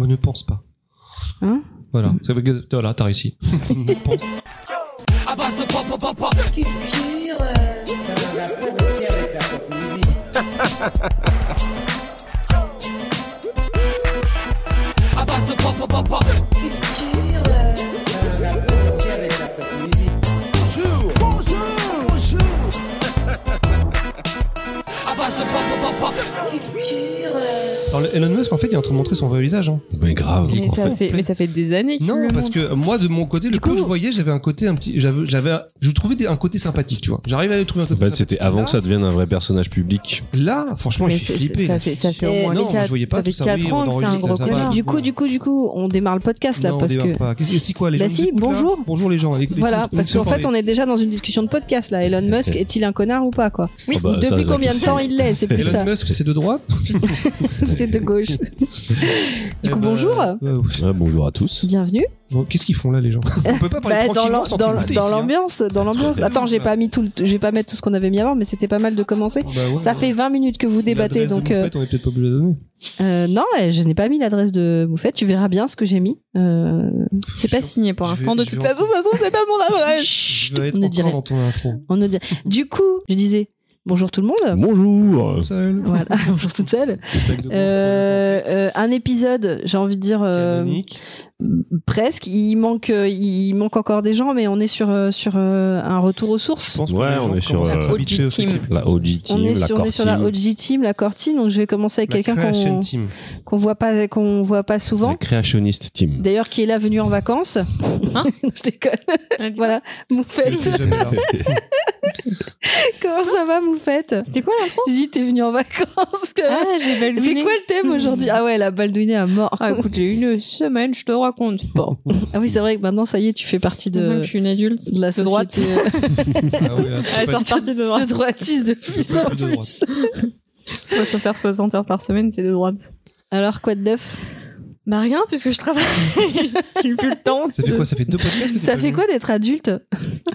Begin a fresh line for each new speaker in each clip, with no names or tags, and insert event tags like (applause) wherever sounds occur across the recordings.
On ne pense pas.
Hein
Voilà, c'est voilà, t'as réussi. Ne pense- Alors, le- Elon Musk, en fait, il est en train de montrer son vrai visage. hein.
Mais grave.
Il
mais,
comprend
ça
pas.
fait, mais ça fait des années qu'il
Non,
le
parce
montre.
que moi, de mon côté, le
Du
peu que
coup-
je voyais, j'avais un côté un petit. J'avais, j'avais, un- je trouvais des- un côté sympathique, tu vois. J'arrivais à le trouver un côté.
En fait,
sympathique.
c'était avant que ça devienne un vrai
(laughs)
personnage public.
Là, franchement,
Mais
j'ai
c'est-
flippé.
ça
là.
fait- ça fait au
Eh,
moins
non,
les quatre-
je voyais pas
ça
tout
fait quatre
Oui,
ans
on
que c'est un
enregistre,
gros
ça, ça
connard.
va.
Du coup, du coup, du coup, on démarre le podcast
Ah bah,
là
Non, on
parce
démarre
que.
pas. Qu'est-ce que c'est quoi les
Bah
gens
si,
du public, là
bonjour.
Bonjour les gens. les- les-
Voilà,
les-
parce
les-
qu'en fait, on est déjà dans une discussion de podcast là. Elon Musk est-il un connard ou pas quoi
Oh bah, ça,
Depuis
la
combien de
question.
temps il l'est C'est plus
Elon
ça.
Musk, c'est de droite.
(laughs) C'est
(laughs)
de gauche.
Eh
Du coup,
ben,
bonjour.
euh,
Ouais, bonjour à tous.
Bienvenue
bon, Qu'est-ce qu'ils font là, les gens On peut pas
Bah,
parler
dans
tranquillement
l'am-
sans
dans
t'écouter
dans
ici, hein.
l'ambiance, dans l'ambiance. Attends, j'ai pas mis tout, le t- j'ai pas mettre tout ce qu'on avait mis avant, mais c'était pas mal de commencer.
Bah ouais,
Ça
ouais.
fait 20 minutes que vous débattez,
L'adresse de
donc euh,
Moufette, on est peut-être pas obligé de la donner.
euh, non, eh, je n'ai pas mis l'adresse de Moufette. Tu verras bien ce que j'ai mis. Euh,
C'est pas signé pour
Je vais-
l'instant. De
je
toute
vais-
façon, ça se trouve, c'est pas mon adresse.
chut,
Bah, Je vais être
on ne
encore
dirait,
dans ton intro.
on ne dirait. Du coup, je disais bonjour tout le
(laughs)
monde.
Bonjour.
Voilà, bonjour toute seule. Euh, euh, un épisode, j'ai envie de dire euh,
Canonique.
presque. Il manque, euh, il manque encore des gens, mais on est sur euh, sur euh, un retour aux
Je
sources.
pense que
Ouais,
les
on
gens
est sur,
commencent à
euh,
être habitués au
OG team.
truc.
La OG team,
On est,
la
sur, on est
core
sur la
team,
OG team, la core team, donc je vais commencer avec
La
quelqu'un
Creation
qu'on
Team.
qu'on voit pas, qu'on voit pas
la
souvent.
créationniste team.
D'ailleurs, qui est là venu en vacances. (laughs)
Hein
(laughs) je déconne. Voilà,
Elle
(laughs)
Moufette.
était jamais là.
Comment ça va, Moufette
C'était quoi l'intro
Je dis, t'es venu en vacances.
Ah, j'ai
(laughs) C'est quoi le thème aujourd'hui Ah ouais, la baldouinée à mort.
ah, écoute, j'ai eu une semaine, je te raconte. Bon,
Ah oui, c'est vrai que maintenant, ça y est, tu fais partie
maintenant
de,
que je suis une adulte
de la
de droite.
société.
Ah ouais, là, c'est
Ah,
pas-
ça
Tu te-
reparti de
tu
droite.
te droitises de plus en
plus de
plus.
(laughs) Soit se faire 60 heures par semaine, c'est de droite.
(laughs) Alors, quoi de neuf
Bah rien, puisque je travaille. j'ai plus le temps.
Ça fait quoi Ça fait deux podcasts que t'es
Ça
pas
fait
venu
quoi d'être adulte
Euh,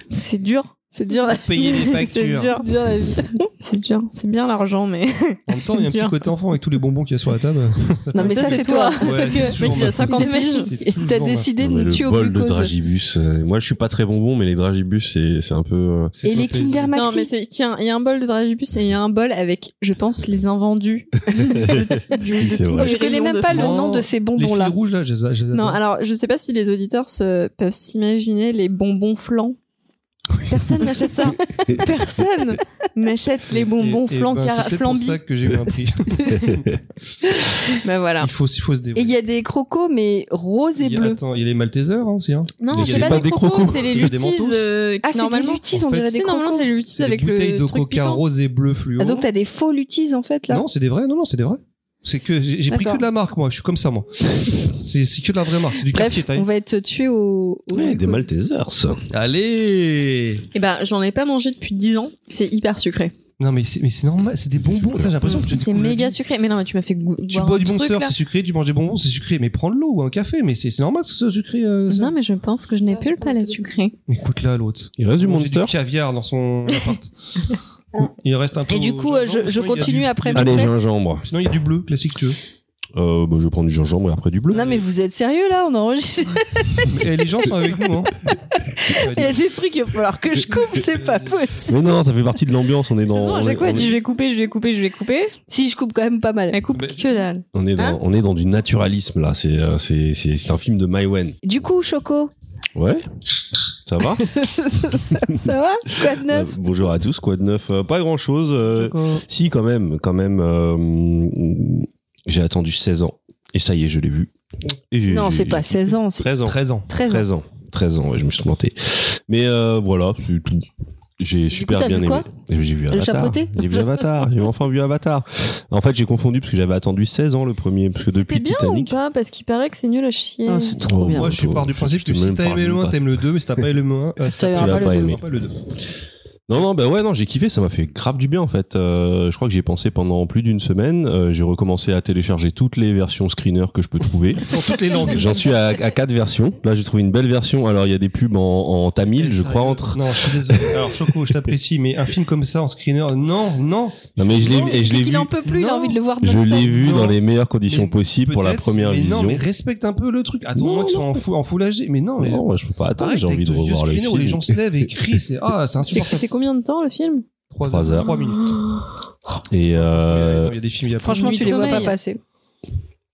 C'est dur.
C'est dur, la...
Payer les
(laughs) C'est
factures.
dur.
c'est dur la vie.
(laughs) C'est dur. C'est bien l'argent, mais.
En même temps, il y a un petit
Dur.
côté enfant avec tous les bonbons qu'il y a sur la table.
Non, Ah, mais
Ça,
ça, c'est
c'est
toi.
Ouais, c'est
Parce que-
toujours
(laughs) mec, il a
ma-
(laughs)
50 piges.
c'est
Et
toujours
T'as
ma-
décidé
Non,
de
mais
nous
le
tuer au
bol de
glucose.
dragibus. euh, moi, je suis pas très bonbon, mais les dragibus, c'est c'est un
(laughs)
peu. euh,
c'est
Et
toi
les
qui-
Kinder
Non, mais
Maxi.
c'est qu'il y a un- il y, a un bol de dragibus et il y a un bol avec, je pense, les invendus. de- de
Oui, c'est
tous
vrai.
les
Je connais
rayons
même
de
pas le
France.
nom de ces
Les fils
bonbons-là.
rouges là, je les a- je les
Non,
adore.
alors je sais pas si les auditeurs se- peuvent s'imaginer les bonbons flancs. Personne n'achète ça. Personne n'achète les bonbons
Et- et
flancs
ben,
car-
C'est peut-être pour
flambis.
ça que j'ai eu un prix.
Bah voilà.
Il faut, il faut se
Et il
débrouiller.
y a des crocos, mais roses et
Il y a-
bleus.
Attends, il y a les Maltesers hein, aussi. Hein.
Non,
Mais
c'est
c'est
pas,
pas
des
des
crocos,
crocos.
c'est les
Il y a des
lutis
mentos.
euh, qui
Ah, c'est des
normalement.
lutis,
en
on
fait,
dirait
Tu
des
sais, normalement, c'est
crocos.
les lutis
C'est des
avec le
bouteilles de
truc
coca
piquant.
rose et bleu fluo.
Ah, donc t'as des faux lutis en fait là
Non, c'est des vrais. Non, non, c'est des vrais. C'est que j'ai j'ai pris que
D'accord.
de la marque, moi. Je suis comme ça, moi. C'est c'est que de la vraie marque. C'est du
Bref,
quartier. t'as-
on va être tué au. au
(laughs) Ouais, des
glucose.
Maltesers. ça.
Allez.
Eh ben, j'en ai pas mangé depuis 10 ans. C'est hyper sucré.
Non, mais c'est mais c'est normal. C'est des bonbons. Putain, J'ai l'impression que tu
C'est
découvres la
méga
vie.
sucré. Mais non, mais tu m'as fait goûter.
Tu bois du Monster, c'est sucré. Tu manges des bonbons, c'est sucré. Mais prends de l'eau ou un café. Mais c'est c'est normal que ce soit sucré. euh, ça.
Non, mais je pense que Mhm. je n'ai plus le palais sucré.
Mais Écoute là, l'autre.
Il reste du
Manger
Monster.
Du caviar dans son appart.
(laughs)
Il reste un peu.
Et du
au
coup, euh,
gingembre,
je- je
sinon, il y a
continue
du-
après.
Allez,
En fait-
gingembre.
Sinon, il y a du bleu classique,
(laughs)
tu veux.
Euh, bah, je vais prendre du gingembre et après du bleu.
Non mais vous êtes sérieux là On enregistre.
Mais,
(laughs)
eh, les gens sont avec nous, hein.
Il y a des trucs il va falloir que je coupe, c'est pas possible.
Mais non, ça fait partie de l'ambiance. On est dans.
De toute façon, à
on est-
chaque fois,
on
elle dit
est-
je vais couper, je vais couper, je vais couper.
Si je coupe quand même pas mal.
Elle coupe
Mais-
que dalle.
On est, dans,
Hein
on est dans du naturalisme là, c'est euh, c'est- c'est- c'est un film de Maïwen.
Du coup,
(laughs)
Choco,
Ouais Ça va
ça, ça va Quoi de neuf
Euh, Bonjour à tous, quoi de neuf Euh, Pas grand chose. si, quand même, quand même. euh, J'ai attendu 16 ans et ça y est, je l'ai vu. Et j'ai-
Non, c'est
j'ai-
pas 16 ans, c'est
13 ans.
13 ans.
13 ans.
13 ans. 13 ans, ouais, je me suis planté. Mais euh, voilà, c'est tout. J'ai super
t'as
bien
vu
aimé.
quoi
j'ai vu Avatar.
chapeauté
J'ai vu Avatar. J'ai enfin vu Avatar. En fait, j'ai confondu parce que j'avais attendu 16 ans le premier. Parce que
C'était
depuis
bien ou
Titanic.
pas Parce qu'il paraît que c'est nul à chier.
Ah, c'est trop
Oh,
bien.
Moi, je suis
toi,
par du
je-
principe
je
que
te
si
même
t'as
pas
aimé le
remis
1,
pas.
t'aimes le 2, mais si t'as pas aimé le 1, euh,
Tu
l'as
verras pas
pas
le
aimé.
deux.
t'aimeras pas le 2.
Non, non, bah ouais, non, j'ai kiffé, ça m'a fait grave du bien en fait. Euh, je crois que j'y ai pensé pendant plus d'une semaine. Euh, j'ai recommencé à télécharger toutes les versions screener que je
(laughs)
peux trouver.
Dans toutes les langues.
J'en suis à, à quatre versions. Là, j'ai trouvé une belle version. Alors, il y a des pubs en, en tamil, je crois, entre.
Non, je suis désolé.
(laughs)
Alors, Choco, je t'apprécie, mais un film comme ça en screener, non, non.
Non, mais je l'ai
Non,
et
c'est
je l'ai
qu'il
vu.
en peut plus, il a
Non.
envie de le voir
Je
non-stop.
l'ai vu
Non.
dans les meilleures conditions
Mais
possibles pour la
Peut-être,
première
mais Non,
vision.
mais respecte un peu le truc.
Non,
Attends-moi qu'ils soient en full, en full HD. Mais non, mais.
Non, moi, je peux pas attendre,
Arrête
j'ai
avec
envie de
tes vieux
revoir le
screeners
film.
Où les gens se lèvent
(laughs)
et crient, c'est ah, c'est
C'est
insupportable.
c'est combien de temps le film
3
Trois
heures,
heures.
3 minutes.
Et euh,
Il y a des films, il y a plein de-
Franchement,
Nuit
tu
de
les vois pas
sommeil.
passer.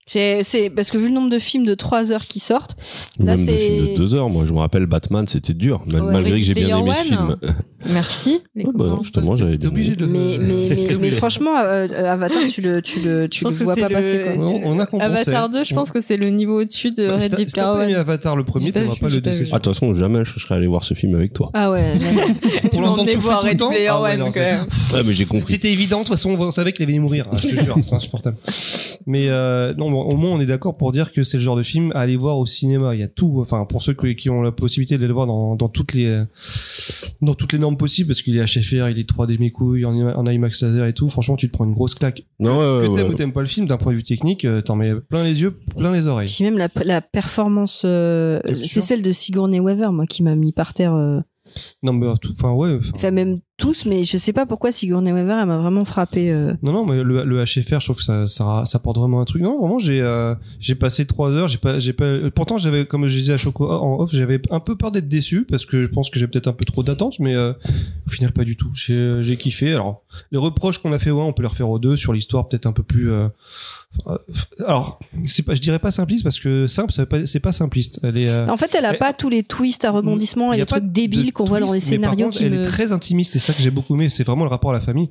C'est c'est- parce que vu le nombre de films de 3 heures qui sortent, Là,
même des
c'est-
films de deux heures, moi je me rappelle Batman, c'était dur, mal-
Ouais.
malgré que j'ai bien
Player
aimé
One,
ce film.
(gasps) Merci. les
Ouais, bah,
copains.
non, justement,
T'es-
j'avais
t'es obligé de.
mais, mais, mais,
(laughs)
mais
Oui.
franchement, euh, euh, Avatar, tu le, tu le, tu
Je
le
pense que
vois
c'est
pas
le-
passer. Quoi.
Ouais, On a compris.
Avatar 2, je pense que c'est le niveau au-dessus de
Si
Red
t'as
Deep
Bah, si t'as pas
Caravan.
aimé Avatar le premier,
J'ai pas
t'auras
vu,
pas le
j'ai pas
deuxième.
vu.
Ah, de toute façon, jamais je serais allé voir ce film
(laughs)
avec toi.
Ah ouais.
Tu
Pour
m'as
l'entendre
emmené
souffler
voir
tout le
Ready
temps.
Player
Ah ouais,
One,
non,
quand
c'est-
même.
Ouais, mais j'ai compris.
C'était évident, de toute façon, on savait qu'il allait mourir, hein, je te jure, c'est insupportable. Mais euh, non, bon, au moins, on est d'accord pour dire que c'est le genre de film à aller voir au cinéma. Il y a tout, enfin, pour ceux qui qui ont la possibilité de le voir dans, dans toutes les euh, dans toutes les normes possibles, parce qu'il est HFR, il est 3D mes couilles, en, ima- en IMAX laser et tout. Franchement, tu te prends une grosse claque.
Non,
Que
Ah ouais, ouais,
t'aimes
ouais.
ou t'aimes pas le film, d'un point de vue technique, euh, t'en mets plein les yeux, plein les oreilles.
Puis même la, la performance, euh,
Bien
c'est
sûr.
celle de Sigourney Weaver, moi, qui m'a mis par terre. euh,
Non, mais tout- enfin, ouais. enfin,
Enfin, même tous, mais je sais pas pourquoi Sigourney Weaver, elle m'a vraiment frappé. euh.
Non, non, mais le, le HFR, je trouve que ça, ça, ça porte vraiment un truc. Non, vraiment, j'ai euh, j'ai passé trois heures. J'ai pas, j'ai pas. euh, Pourtant, j'avais, comme je disais à Choco euh, en off, j'avais un peu peur d'être déçu parce que je pense que j'ai peut-être un peu trop d'attentes, mais euh, au final, pas du tout. J'ai euh, j'ai kiffé. Alors, les reproches qu'on a fait, ouais, on peut les refaire aux deux sur l'histoire, peut-être un peu plus. euh, euh, alors, c'est pas, je dirais pas simpliste parce que simple, ça veut pas- c'est pas simpliste. Elle est. euh,
En fait, elle a
Mais-
pas tous les twists à rebondissement et
il y a
les
pas
trucs
de
débiles qu'on voit dans les
twist, mais par
scénarios
contre,
qui
elle
me.
est très intimiste et ça que j'ai beaucoup aimé. C'est vraiment le rapport à la famille.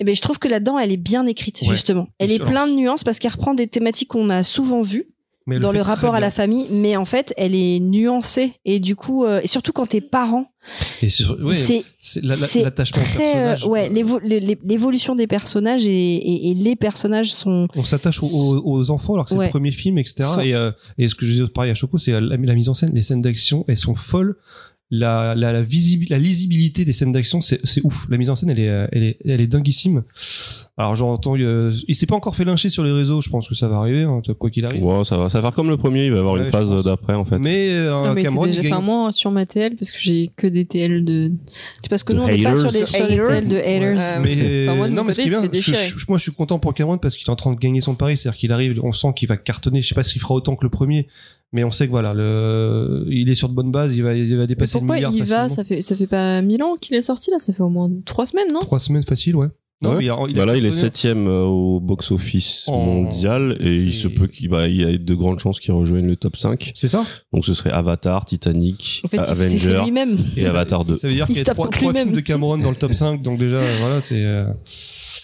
Eh ben, je trouve que là-dedans, elle est bien écrite,
Ouais.
justement. Elle est
Excellent.
plein de nuances parce qu'elle reprend des thématiques qu'on a souvent vues
Mais elle
dans
fait
le
très
rapport à
bien.
la famille, mais en fait, elle est nuancée. Et du coup, euh, et surtout quand t'es parent,
Et c'est sur- ouais,
c'est
c'est la- la-
c'est
l'attachement au
très. euh,
personnage.
ouais, l'évo- l'é- l'é- l'évolution des personnages et, et- et les personnages sont.
on s'attache aux, aux- aux enfants alors que c'est
Ouais.
le premier film, etc.
Sans-
Et, euh, et ce que je disais pareil à Choco, c'est la, la- la mise en scène, les scènes d'action, elles sont folles. La, la, la, visibi- la lisibilité des scènes d'action, c'est c'est ouf. La mise en scène, elle est, euh, elle est, elle est dinguissime. Alors, j'entends, euh, il s'est pas encore fait lyncher sur les réseaux, je pense que ça va arriver, hein, quoi qu'il arrive.
Ouais, ça va, ça va faire comme le premier, il va y avoir
Ouais,
une
je
phase
pense.
d'après en fait.
Mais, euh,
Non, mais c'est
Cameron,
déjà
il gagne-
enfin, moi sur ma TL parce que j'ai que des TL de
C'est parce que
De
nous, on n'est pas
haters.
sur les sur les
Haters.
tels de haters.
Ouais.
Mais
Enfin, moi, de
non,
mon
mais ce
côté,
qui est
il se
bien,
fait
je-
déchirer.
je- je- moi je suis content pour Cameron parce qu'il est en train de gagner son pari, c'est-à-dire qu'il arrive, on sent qu'il va cartonner. Je sais pas s'il fera autant que le premier, mais on sait que voilà, le, il est sur de bonnes bases, il va, il va
Mais
dépasser
pourquoi
le milliard
il va
facilement.
ça fait ça fait pas 1000 ans qu'il est sorti là ça fait au moins 3 semaines non
Trois semaines facile, ouais.
Ouais.
mais il a- il a
Bah là, il est
cartonné.
septième euh, au box-office
Oh,
mondial et il
c'est-
se peut qu'il bah, il y ait de grandes chances qu'il rejoigne le top 5.
C'est ça
Donc ce serait Avatar, Titanic,
En fait, c'est- c'est- c'est
Avenger
lui-même.
et Avatar 2.
Ça veut dire
Il
qu'il y
se
a
tape
trois,
contre
trois
lui-même.
films de Cameron dans le top 5, donc déjà, euh, voilà, c'est. euh,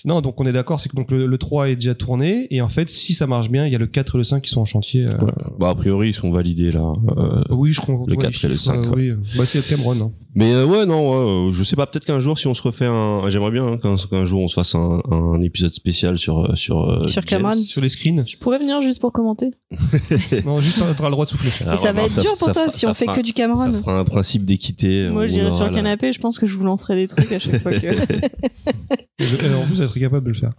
Non, donc on est d'accord, c'est que donc le, le 3 est déjà tourné, et en fait, si ça marche bien, il y a le 4 et le 5 qui sont en chantier. euh,
Ouais. Bah, a priori, ils sont validés là. Euh,
Oui, je comprends.
Le
ouais,
4 et
chiffres,
le 5,
euh,
quoi.
oui. Bah, c'est Cameron. hein.
Mais euh, ouais, non, ouais, euh, je sais pas. Peut-être qu'un jour, si on se refait un, j'aimerais bien hein, qu'un qu'un jour on se fasse un, un épisode spécial sur euh, sur euh,
Sur
James.
Cameron.
Sur les screens.
je pourrais venir juste pour commenter
Non, juste, t'auras le droit de souffler.
Ah,
Et ça va
bah,
être dur pour
ça
toi
fera-
si on
ça
fait
fera-
que du Cameron.
Ça fera un principe d'équité.
moi
on
j'irai
aura
sur le
la-
canapé je pense que je vous lancerai des trucs à chaque fois
(laughs)
que (laughs)
Je- euh, en plus, elle serait capable de le faire.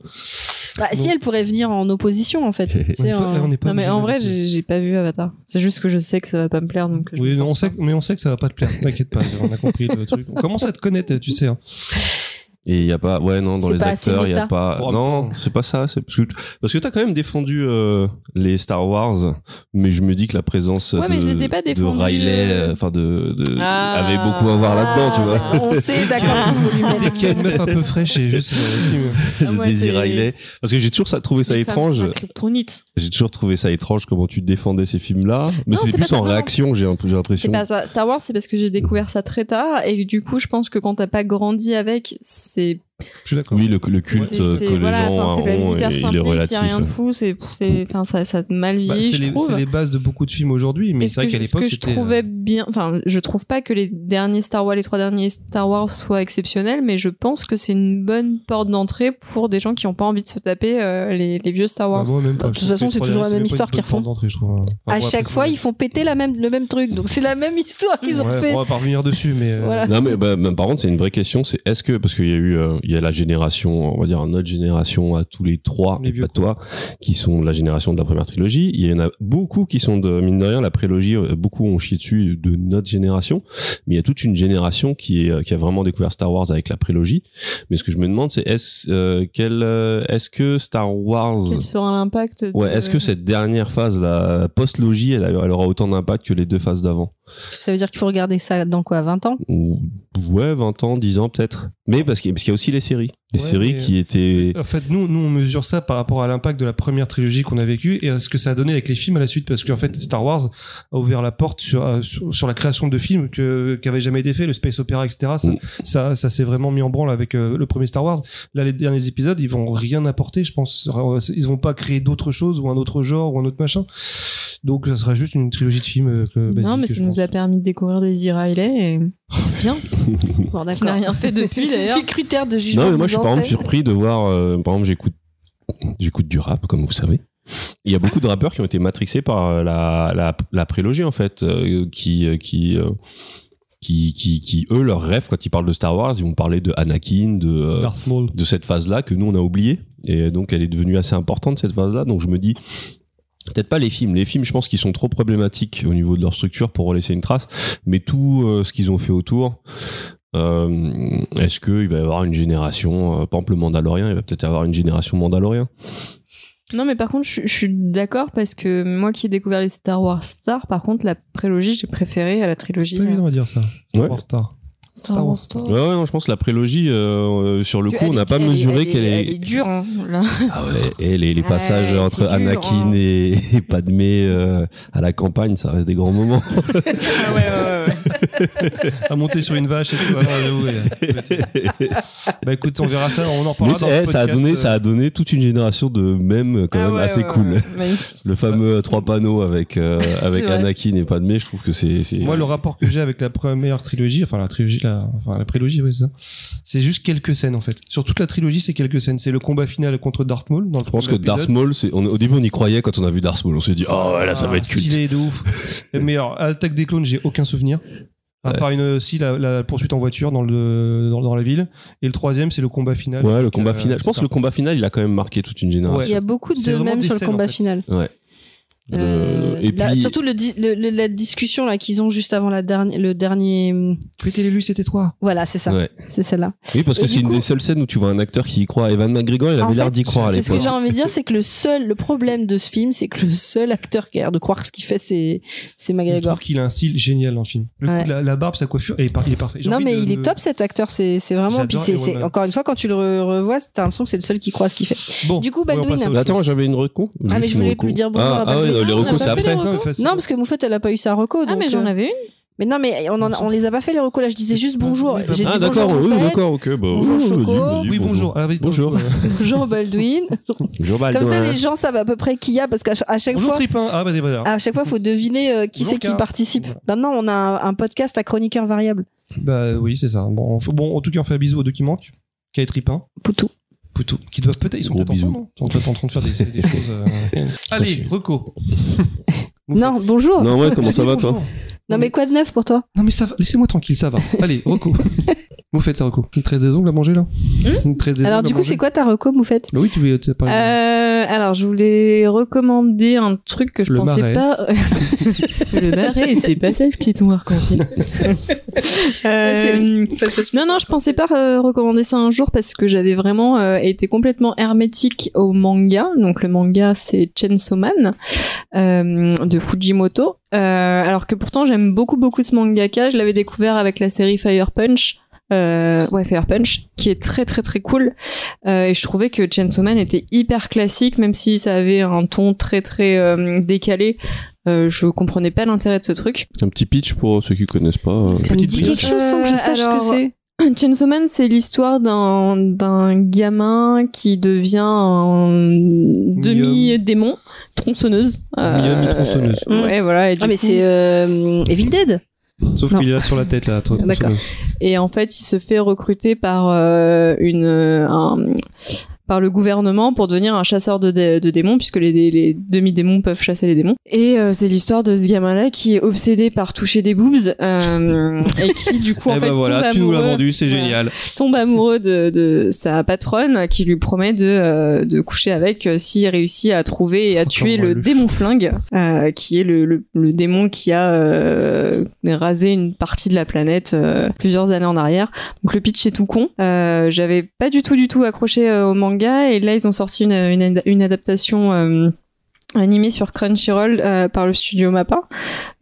Bah, si
Bon.
elle pourrait venir en opposition, en fait. (laughs)
(laughs)
On
C'est
est pas- là, on
un-
est pas
non mais
obligé
en
de-
vrai j'ai j'ai pas vu Avatar c'est juste que je sais que ça va pas me plaire donc je me
Oui, non, on
force
sait,
pas.
mais on sait que ça va pas te plaire. T'inquiète pas, on a compris le truc. On commence à te connaître, tu sais. hein.
Et il y a pas, ouais, non, dans
C'est
les
pas assez
acteurs, il y a
méta.
pas.
Oh,
non,
putain.
c'est pas ça. C'est parce que parce que t'as quand même défendu euh, les Star Wars, mais je me dis que la présence
Ouais,
de,
mais je les ai pas
de
défendus.
Riley, euh, enfin de, de
Ah.
avait beaucoup à voir là-dedans, tu vois. (laughs)
Ah, On sait, d'accord, c'est vous lui
Dès qu'il y a une meuf un peu fraîche, et juste.
(laughs)
euh,
Ah,
de
moi,
Daisy
c'est-
Riley. Parce que j'ai toujours ça, trouvé ça
Les femmes,
étrange.
c'est un kryptonite.
J'ai toujours trouvé ça étrange comment tu défendais ces films-là. Mais
Non,
c'était
c'est
plus
pas ça,
en
non.
réaction, j'ai un peu- j'ai
C'est
l'impression.
pas ça. Star Wars, c'est parce que j'ai découvert ça très tard et du coup, je pense que quand t'as pas grandi avec, c'est
Je suis d'accord.
Oui, le, le culte
C'est- c'est-
que les
voilà,
gens
enfin, c'est quand même
ont,
hyper
il est
simpliste, Il n'y a rien de
relatif.
fou. c'est- c'est- Enfin, ça, ça te mal
Bah,
vieillit,
c'est
je
les,
trouve.
c'est les bases de beaucoup de films aujourd'hui, mais
Et
c'est vrai qu'à
je-
l'époque,
ce que je
c'était. euh,
trouvais bien, enfin, je trouve pas que les derniers Star Wars, les trois derniers Star Wars soient exceptionnels, mais je pense que c'est une bonne porte d'entrée pour des gens qui ont pas envie de se taper euh, les, les vieux Star
bah,
Wars.
moi, même pas.
De toute
Je trouve que
façon,
les
c'est
trois
toujours
derniers,
la même
c'est
histoire
pas une
qu'ils
bonne porte d'entrée, je trouve. hein. Enfin,
À
bon, après,
chaque
c'est-
fois, ils font péter la même, le même truc. Donc c'est la même histoire qu'ils ont
Ouais,
fait.
On va pas revenir dessus, mais. euh,
Voilà.
Non mais bah, bah, par contre c'est une vraie question c'est est-ce que parce qu'il y a eu euh, il y a la génération on va dire notre génération à tous les trois
Les
et
vieux,
pas toi qui sont de la génération de la première trilogie il y en a beaucoup qui sont de mine de rien la prélogie euh, beaucoup ont chié dessus de notre génération mais il y a toute une génération qui est euh, qui a vraiment découvert Star Wars avec la prélogie mais ce que je me demande c'est est-ce euh, quel euh, est-ce que Star Wars
Quel sera l'impact de-
ouais est-ce que cette dernière phase la post-logie elle, a- elle aura autant d'impact que les deux phases d'avant
Ça veut dire qu'il faut regarder ça dans quoi 20 ans
ou ouais 20 ans 10 ans peut-être mais parce qu'il parce qu'il y a aussi les séries les
Ouais,
séries
mais, euh,
qui étaient
En fait, nous, nous, on mesure ça par rapport à l'impact de la première trilogie qu'on a vécue et à ce que ça a donné avec les films à la suite. Parce qu'en fait, Star Wars a ouvert la porte sur, euh, sur, sur la création de films que, qui n'avaient jamais été faits, le Space Opera, etc. Ça,
Mm.
ça, ça s'est vraiment mis en branle avec euh, le premier Star Wars. Là, les derniers épisodes, ils vont rien apporter, je pense. euh, Ils vont pas créer d'autres choses ou un autre genre ou un autre machin. Donc, ça sera juste une trilogie de films. euh, que- basique,
Non, mais ça
je
nous
pense.
a permis de découvrir des Riley et c'est (laughs) bien.
Bon,
Je n'ai rien (laughs) fait depuis,
(laughs)
d'ailleurs.
C'est le critère de jugement.
non mais moi
des
je suis par exemple
ancêtres.
surpris de voir euh, par exemple j'écoute j'écoute du rap comme vous savez il y a beaucoup de rappeurs qui ont été matrixés par euh, la, la, la prélogie en fait euh, qui euh, qui, euh, qui qui qui eux leur rêve quand ils parlent de Star Wars ils vont parler de Anakin de euh,
Darth Maul.
de cette phase-là que nous on a oublié et donc elle est devenue assez importante cette phase-là donc je me dis peut-être pas les films les films je pense qu'ils sont trop problématiques au niveau de leur structure pour laisser une trace mais tout euh, ce qu'ils ont fait autour euh, est-ce qu'il va y avoir une génération euh, par exemple le Mandalorien il va peut-être y avoir une génération Mandalorien
Non, mais par contre, je, je suis d'accord parce que moi qui ai découvert les Star Wars Star, par contre, la prélogie, j'ai préféré à la
C'est
trilogie.
pas
euh,
évident à dire ça. Star
Ouais.
Wars Star.
Star Wars Star.
ouais, ouais, non, je pense que la prélogie euh, euh, sur le
Parce
coup
que
on
elle
n'a
est-
pas
elle est-
mesuré
elle
qu'elle
est,
est,
elle est dure, hein, là.
Ah ouais, et les, les
Ouais,
passages
c'est
entre
dur,
Anakin
hein.
et, (laughs) et Padmé euh, à la campagne ça reste des grands moments
à monter sur une vache et tout. Ah non, j'avoue, ouais. Bah écoute, on verra ça, on en
Mais
parlera. dans
c'est-
le
eh, ça a
podcast,
donné,
euh,
ça a donné toute une génération de mèmes quand
Ah
même
ouais,
assez
ouais,
cool.
ouais, magnifique.
Le fameux euh, trois panneaux
(laughs)
avec euh, avec
vrai.
Anakin et Padmé, je trouve que c'est c'est-
Moi, le rapport que j'ai avec la première trilogie, enfin la trilogie, la, enfin, la prélogie, oui, c'est ça. C'est juste quelques scènes en fait. Sur toute la trilogie, c'est quelques scènes. C'est le combat final contre Darth Maul. Dans le
je pense que Darth Maul, c'est- on- au début on y croyait quand on a vu Darth Maul, on s'est dit oh ouais, là ça va être culte.
Ah, Stylé de ouf. Mais alors, Attaque des clones, j'ai aucun souvenir. À
Ouais.
part une, euh, si la, la poursuite en voiture dans, le, dans, dans la ville. Et le troisième, c'est le combat final.
Ouais, le
Avec,
combat
euh,
final. Je
c'est
pense
ça.
que le combat final, il a quand même marqué toute une
Il
génération.
y a beaucoup
C'est
de
vraiment
mêmes
des
sur le
scènes,
combat
en fait.
final.
Le-
Euh,
et
la-
puis
surtout le, di- le- le- la discussion là qu'ils ont juste avant la dernière, le dernier.
Pétez-les lui, c'était toi.
Voilà, c'est ça.
Ouais.
C'est celle-là.
oui, parce
Et
que
du
c'est une
coup-
des seules scènes où tu vois un acteur qui y croit. Evan McGregor, il
En
avait l'air
fait,
d'y croire à
C'est ce que
l'époque.
j'ai envie de
(laughs)
dire, c'est que le seul, le problème de ce film, c'est que le seul acteur qui a l'air de croire ce qu'il fait, c'est c'est
Je trouve
McGregor.
qu'il a un style génial dans le film. Le
Ouais.
coup de la, la barbe, sa coiffure, elle est par- il est parfait. J'ai
Non
envie
mais
de-
il est
de-
top cet acteur, c'est c'est vraiment. Puis
J'adore
c'est
Iron
c'est-
Man.
encore une fois quand tu le re- revois, t'as l'impression que c'est le seul qui croit ce qu'il fait.
Bon,
Du coup,
ouais, on
Baldwin.
passe à autre
Mais Attends, j'avais une reco.
Ah, mais
Juste
je
une
voulais
reco.
lui dire bonjour à
Ah, ah ouais,
Baldwin.
les
Ah, on
recos
a
c'est
pas fait les
après.
chose. Attends, facile.
Non parce que Moufette elle a pas eu sa reco.
Ah,
donc,
mais j'en
euh,
avais une.
Mais non mais on, en- on les a pas fait les recos là. Je disais juste bonjour.
Oui,
J'ai
bah-
Ah
dit
d'accord,
bonjour
oui
Moufette,
d'accord, ok. bah,
Bonjour,
oui,
Choco.
vas-y, vas-y,
Oui, bonjour. Alors, vas-y,
Bonjour.
toi, toi, euh,
bonjour Baldwin.
(laughs)
Bonjour
Comme ça
Baldwin.
les gens savent à peu près qui y a parce qu'à ch- à chaque
Bonjour
fois.
Tripin. Ah bah des voilà.
À chaque fois, faut deviner euh, qui
Bonjour,
c'est qui
Clara.
participe.
Voilà.
Maintenant, on a un, un podcast à chroniqueur variable.
Bah oui, c'est ça. Bon, on fait- bon, en tout cas, on fait un bisou aux deux qui manquent. Qui est Tripin.
Poutou.
Plutôt. Qui doivent peut-être. Ils sont
Gros
peut-être ensemble.
bisous.
non Ils sont peut-être en train de faire des, des choses.
(laughs)
euh, Allez,
(laughs)
Merci.
reco.
Non, bonjour. Non,
Non ouais, comment ça va toi
mais quoi de neuf pour toi
Non mais ça va. Laissez-moi tranquille,
(laughs)
ça va. Allez, reco. Vous faites la reco. Une tresse des ongles à manger là Une tresse des
Hein
ongles
Alors,
à
du coup,
manger
c'est quoi ta reco, Moufette
Bah oui, tu voulais. t'as parlé de-
Euh, alors, je voulais recommander un truc que je
Le
pensais
marais.
pas. le marais et ses passages piétons arc-en-ciel. Euh, non, non, je pensais pas euh, recommander ça un jour parce que j'avais vraiment euh, été complètement hermétique au manga. Donc, le manga, c'est Chainsaw Man euh, de Fujimoto. Euh, alors que pourtant, j'aime beaucoup, beaucoup ce mangaka. Je l'avais découvert avec la série Fire Punch. Euh, ouais, Fire Punch, qui est très, très, très cool. Euh, et je trouvais que Chainsaw Man était hyper classique, même si ça avait un ton très très euh, décalé. Euh, je comprenais pas l'intérêt de ce truc. (laughs)
Un petit pitch pour ceux qui connaissent pas. euh,
Ça me
petite
dit
brioche.
quelque chose sans que je
Euh,
sache ce
alors,
que c'est.
Chainsaw Man, c'est l'histoire d'un, d'un gamin qui devient un demi-démon, tronçonneuse. Euh,
Mi-homme, mi-tronçonneuse.
Ouais, voilà. Et, du
Ah, mais
coup-
c'est euh, Evil Dead.
Sauf
Non.
qu'il est là sur la tête, là. trop- trop-
D'accord.
et en fait, il se fait recruter par euh, une, euh, un- par le gouvernement pour devenir un chasseur de, dé- de démons, puisque les, dé- les demi-démons peuvent chasser les démons. Et euh, c'est l'histoire de ce gamin-là qui est obsédé par toucher des boobs euh, et qui,
(laughs)
du coup, en
Eh
fait,
ben voilà,
tombe
tu nous l'as
amoureux
vendu, c'est
Voilà.
génial.
tombe amoureux de, de sa patronne qui lui promet de, euh, de coucher avec euh, s'il réussit à trouver et à
Oh,
tuer
comment
le
elle le
démon flingue, euh, qui est le, le, le démon qui a euh, rasé une partie de la planète euh, plusieurs années en arrière. Donc le pitch est tout con. Euh, J'avais pas du tout du tout accroché euh, au manga et là ils ont sorti une, une, ad- une adaptation. euh, animée sur Crunchyroll euh, par le studio Mappa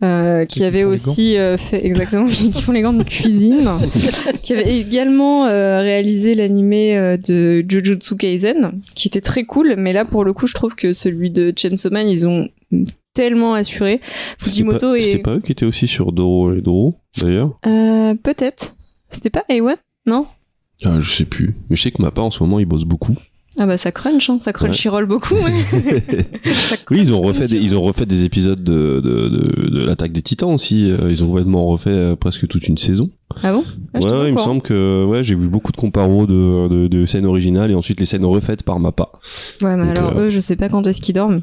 euh, qui,
Qui
avait
font les
aussi euh, fait exactement (laughs) qui font les gants de
(laughs)
cuisine qui avait également euh, réalisé l'animé euh, de Jujutsu Kaisen, qui était très cool, mais là pour le coup, je trouve que celui de Chainsaw Man, ils ont tellement assuré. Fujimoto
C'était pas-
et
C'était pas eux qui étaient aussi sur Doro et Doro, d'ailleurs
Euh, peut-être. C'était pas Ewan Non
ah, Je sais plus. Mais je sais que Mappa, en ce moment, ils bossent
(laughs)
beaucoup.
Ah bah ça crunch, hein, ça crunch beaucoup.
(laughs)
ouais. Ça
Oui, ils ont
crunch,
refait des, ils ont refait des épisodes de, de, de, de l'attaque des titans aussi. Euh, Ils ont complètement refait euh, presque toute une saison.
Ah bon Ah, je
ouais,
te
ouais, il me
comprends.
semble que ouais, j'ai vu beaucoup de comparos de, de, de scènes originales et ensuite les scènes refaites par Mappa.
Ouais, mais
Donc,
alors
euh,
eux, je sais pas quand est-ce qu'ils dorment.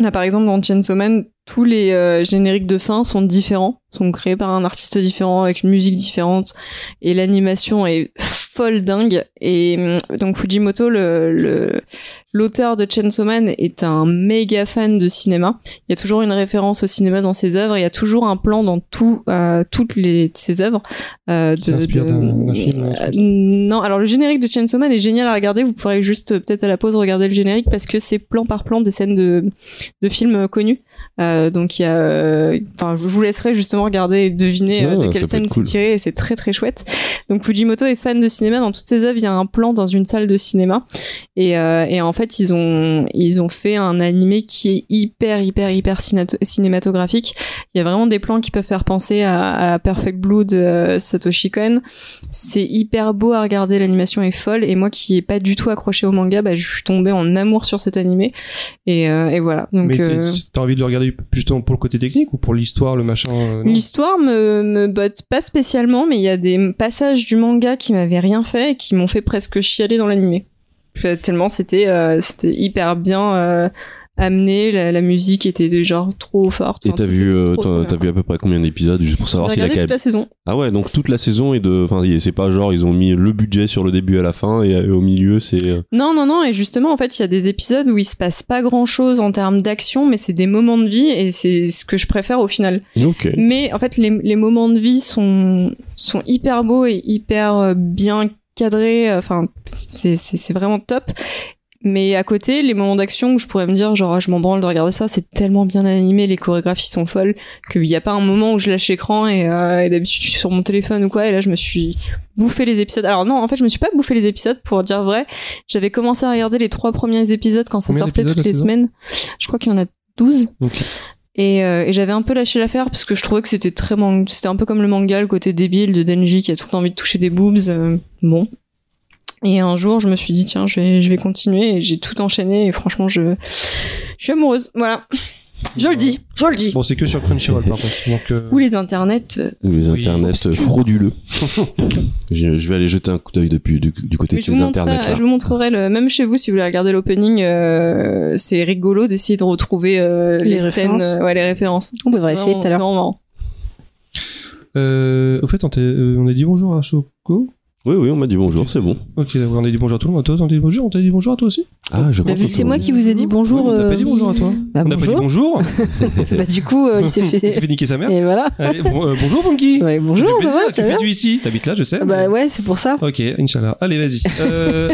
Là, par exemple, dans Chainsaw Man, tous les euh, génériques de fin sont différents, sont créés par un artiste différent, avec une musique différente, et l'animation est folle dingue. Et hum, donc Fujimoto, le- le- l'auteur de Chainsaw Man, est un méga fan de cinéma. Il y a toujours une référence au cinéma dans ses œuvres, il y a toujours un plan dans tout, euh, toutes les, ses œuvres. euh, de-
Ça inspire
de-
d'un d'un film. un truc.
Euh, non, alors le générique de Chainsaw Man est génial à regarder. Vous pourrez juste euh, peut-être à la pause regarder le générique parce que c'est plan par plan des scènes de, de films euh, connus. Euh, donc il y a, euh, enfin, je vous laisserai justement regarder et deviner euh,
Ouais,
de
ça
quelle
peut
scène
être
c'est
cool.
tiré et c'est très très chouette. Donc Fujimoto est fan de cinéma. Dans toutes ses œuvres, il y a un plan dans une salle de cinéma et, euh, et en fait ils ont ils ont fait un animé qui est hyper hyper hyper cinéto- cinématographique. Il y a vraiment des plans qui peuvent faire penser à, à Perfect Blue de euh, Satoshi Kon. C'est hyper beau à regarder, l'animation est folle. Et moi qui est pas du tout accroché au manga, bah, je suis tombée en amour sur cet animé. Et, euh, et voilà. Donc,
Mais t'es-
euh,
t'as envie de le regarder justement pour le côté technique ou pour l'histoire, le machin euh, non
L'histoire me, me botte pas spécialement, mais il y a des passages du manga qui m'avaient rien fait et qui m'ont fait presque chialer dans l'animé. Puis, euh, Tellement c'était euh, c'était hyper bien euh, amené, la, la musique était de genre trop forte.
Et
Enfin,
t'as
tout
vu,
était
euh,
trop, trop
t'as
hein.
bien.
t'as vu à peu près combien d'épisodes juste pour
J'ai
savoir s'il a quand
regardé toute
même.
la saison.
Ah ouais, donc toute la saison est de. Enfin, c'est pas genre ils ont mis le budget sur le début à la fin et euh, au milieu c'est. euh,
Non, non, non, et justement, en fait, il y a des épisodes où il se passe pas grand chose en termes d'action, mais c'est des moments de vie et c'est ce que je préfère au final.
Ok.
Mais en fait, les, les moments de vie sont, sont hyper beaux et hyper euh, bien cadrés. Enfin, c'est- c'est c'est vraiment top. Mais à côté, les moments d'action où je pourrais me dire, genre, ah, je m'en branle de regarder ça, c'est tellement bien animé, les chorégraphies sont folles, qu'il n'y a pas un moment où je lâche l'écran et, euh, et d'habitude je suis sur mon téléphone ou quoi, et là je me suis bouffé les épisodes. Alors non, en fait, je me suis pas bouffé les épisodes pour dire vrai. J'avais commencé à regarder les trois premiers épisodes quand ça
Combien
sortait
d'épisodes
toutes
la
les
saison
semaines. Je crois qu'il y en a 12.
Ok.
Et, euh, et j'avais un peu lâché l'affaire parce que je trouvais que c'était très man- c'était un peu comme le manga, le côté débile de Denji qui a tout le temps envie de toucher des boobs. euh, bon. Et un jour, je me suis dit tiens, je vais, je vais continuer. Et j'ai tout enchaîné et franchement, je, je suis amoureuse. Voilà.
Je le dis, je le dis.
Bon, c'est que sur Crunchyroll par contre. Donc, euh,
Ou les internets. euh,
Ou les
Oui.
internets euh, frauduleux. je, je vais aller jeter un coup d'œil depuis du, du côté
mais
de
je, vous
ces
montrerai-
internets là.
je vous montrerai le même chez vous si vous voulez regarder l'opening. euh, c'est rigolo d'essayer de retrouver euh,
Les
les, scènes,
références.
euh, ouais, les références.
On devrait
C'est
essayer tout à
vraiment-
l'heure.
c'est vraiment marrant.
(laughs) euh, au fait, on, t'a- euh, on a dit bonjour à Choco.
Oui, oui, on m'a dit bonjour, c'est bon.
Ok, on a dit bonjour à tout le monde. Toi, on t'a dit bonjour. On t'a dit bonjour à toi aussi.
Ah, je
Bah,
crois
vu que c'est moi
tout
qui vous ai dit bonjour.
Ouais, on t'a
euh,
pas dit bonjour à toi.
bah,
on n'a pas dit
bonjour.
bonjour.
Bah, du coup, euh,
(laughs)
(laughs) il s'est
Il s'est
fait.
fait niquer sa
(laughs)
mère.
Et voilà.
Allez, bon- euh, bonjour, Bonky.
Ouais,
Ça fait
bonjour, ça
plaisir,
va,
Tu
tu vas
fais du ici. T'habites là, je sais.
bien Bah ouais, c'est pour ça.
Ok, Inch'Allah. Allez, vas-y.
(laughs)
Euh...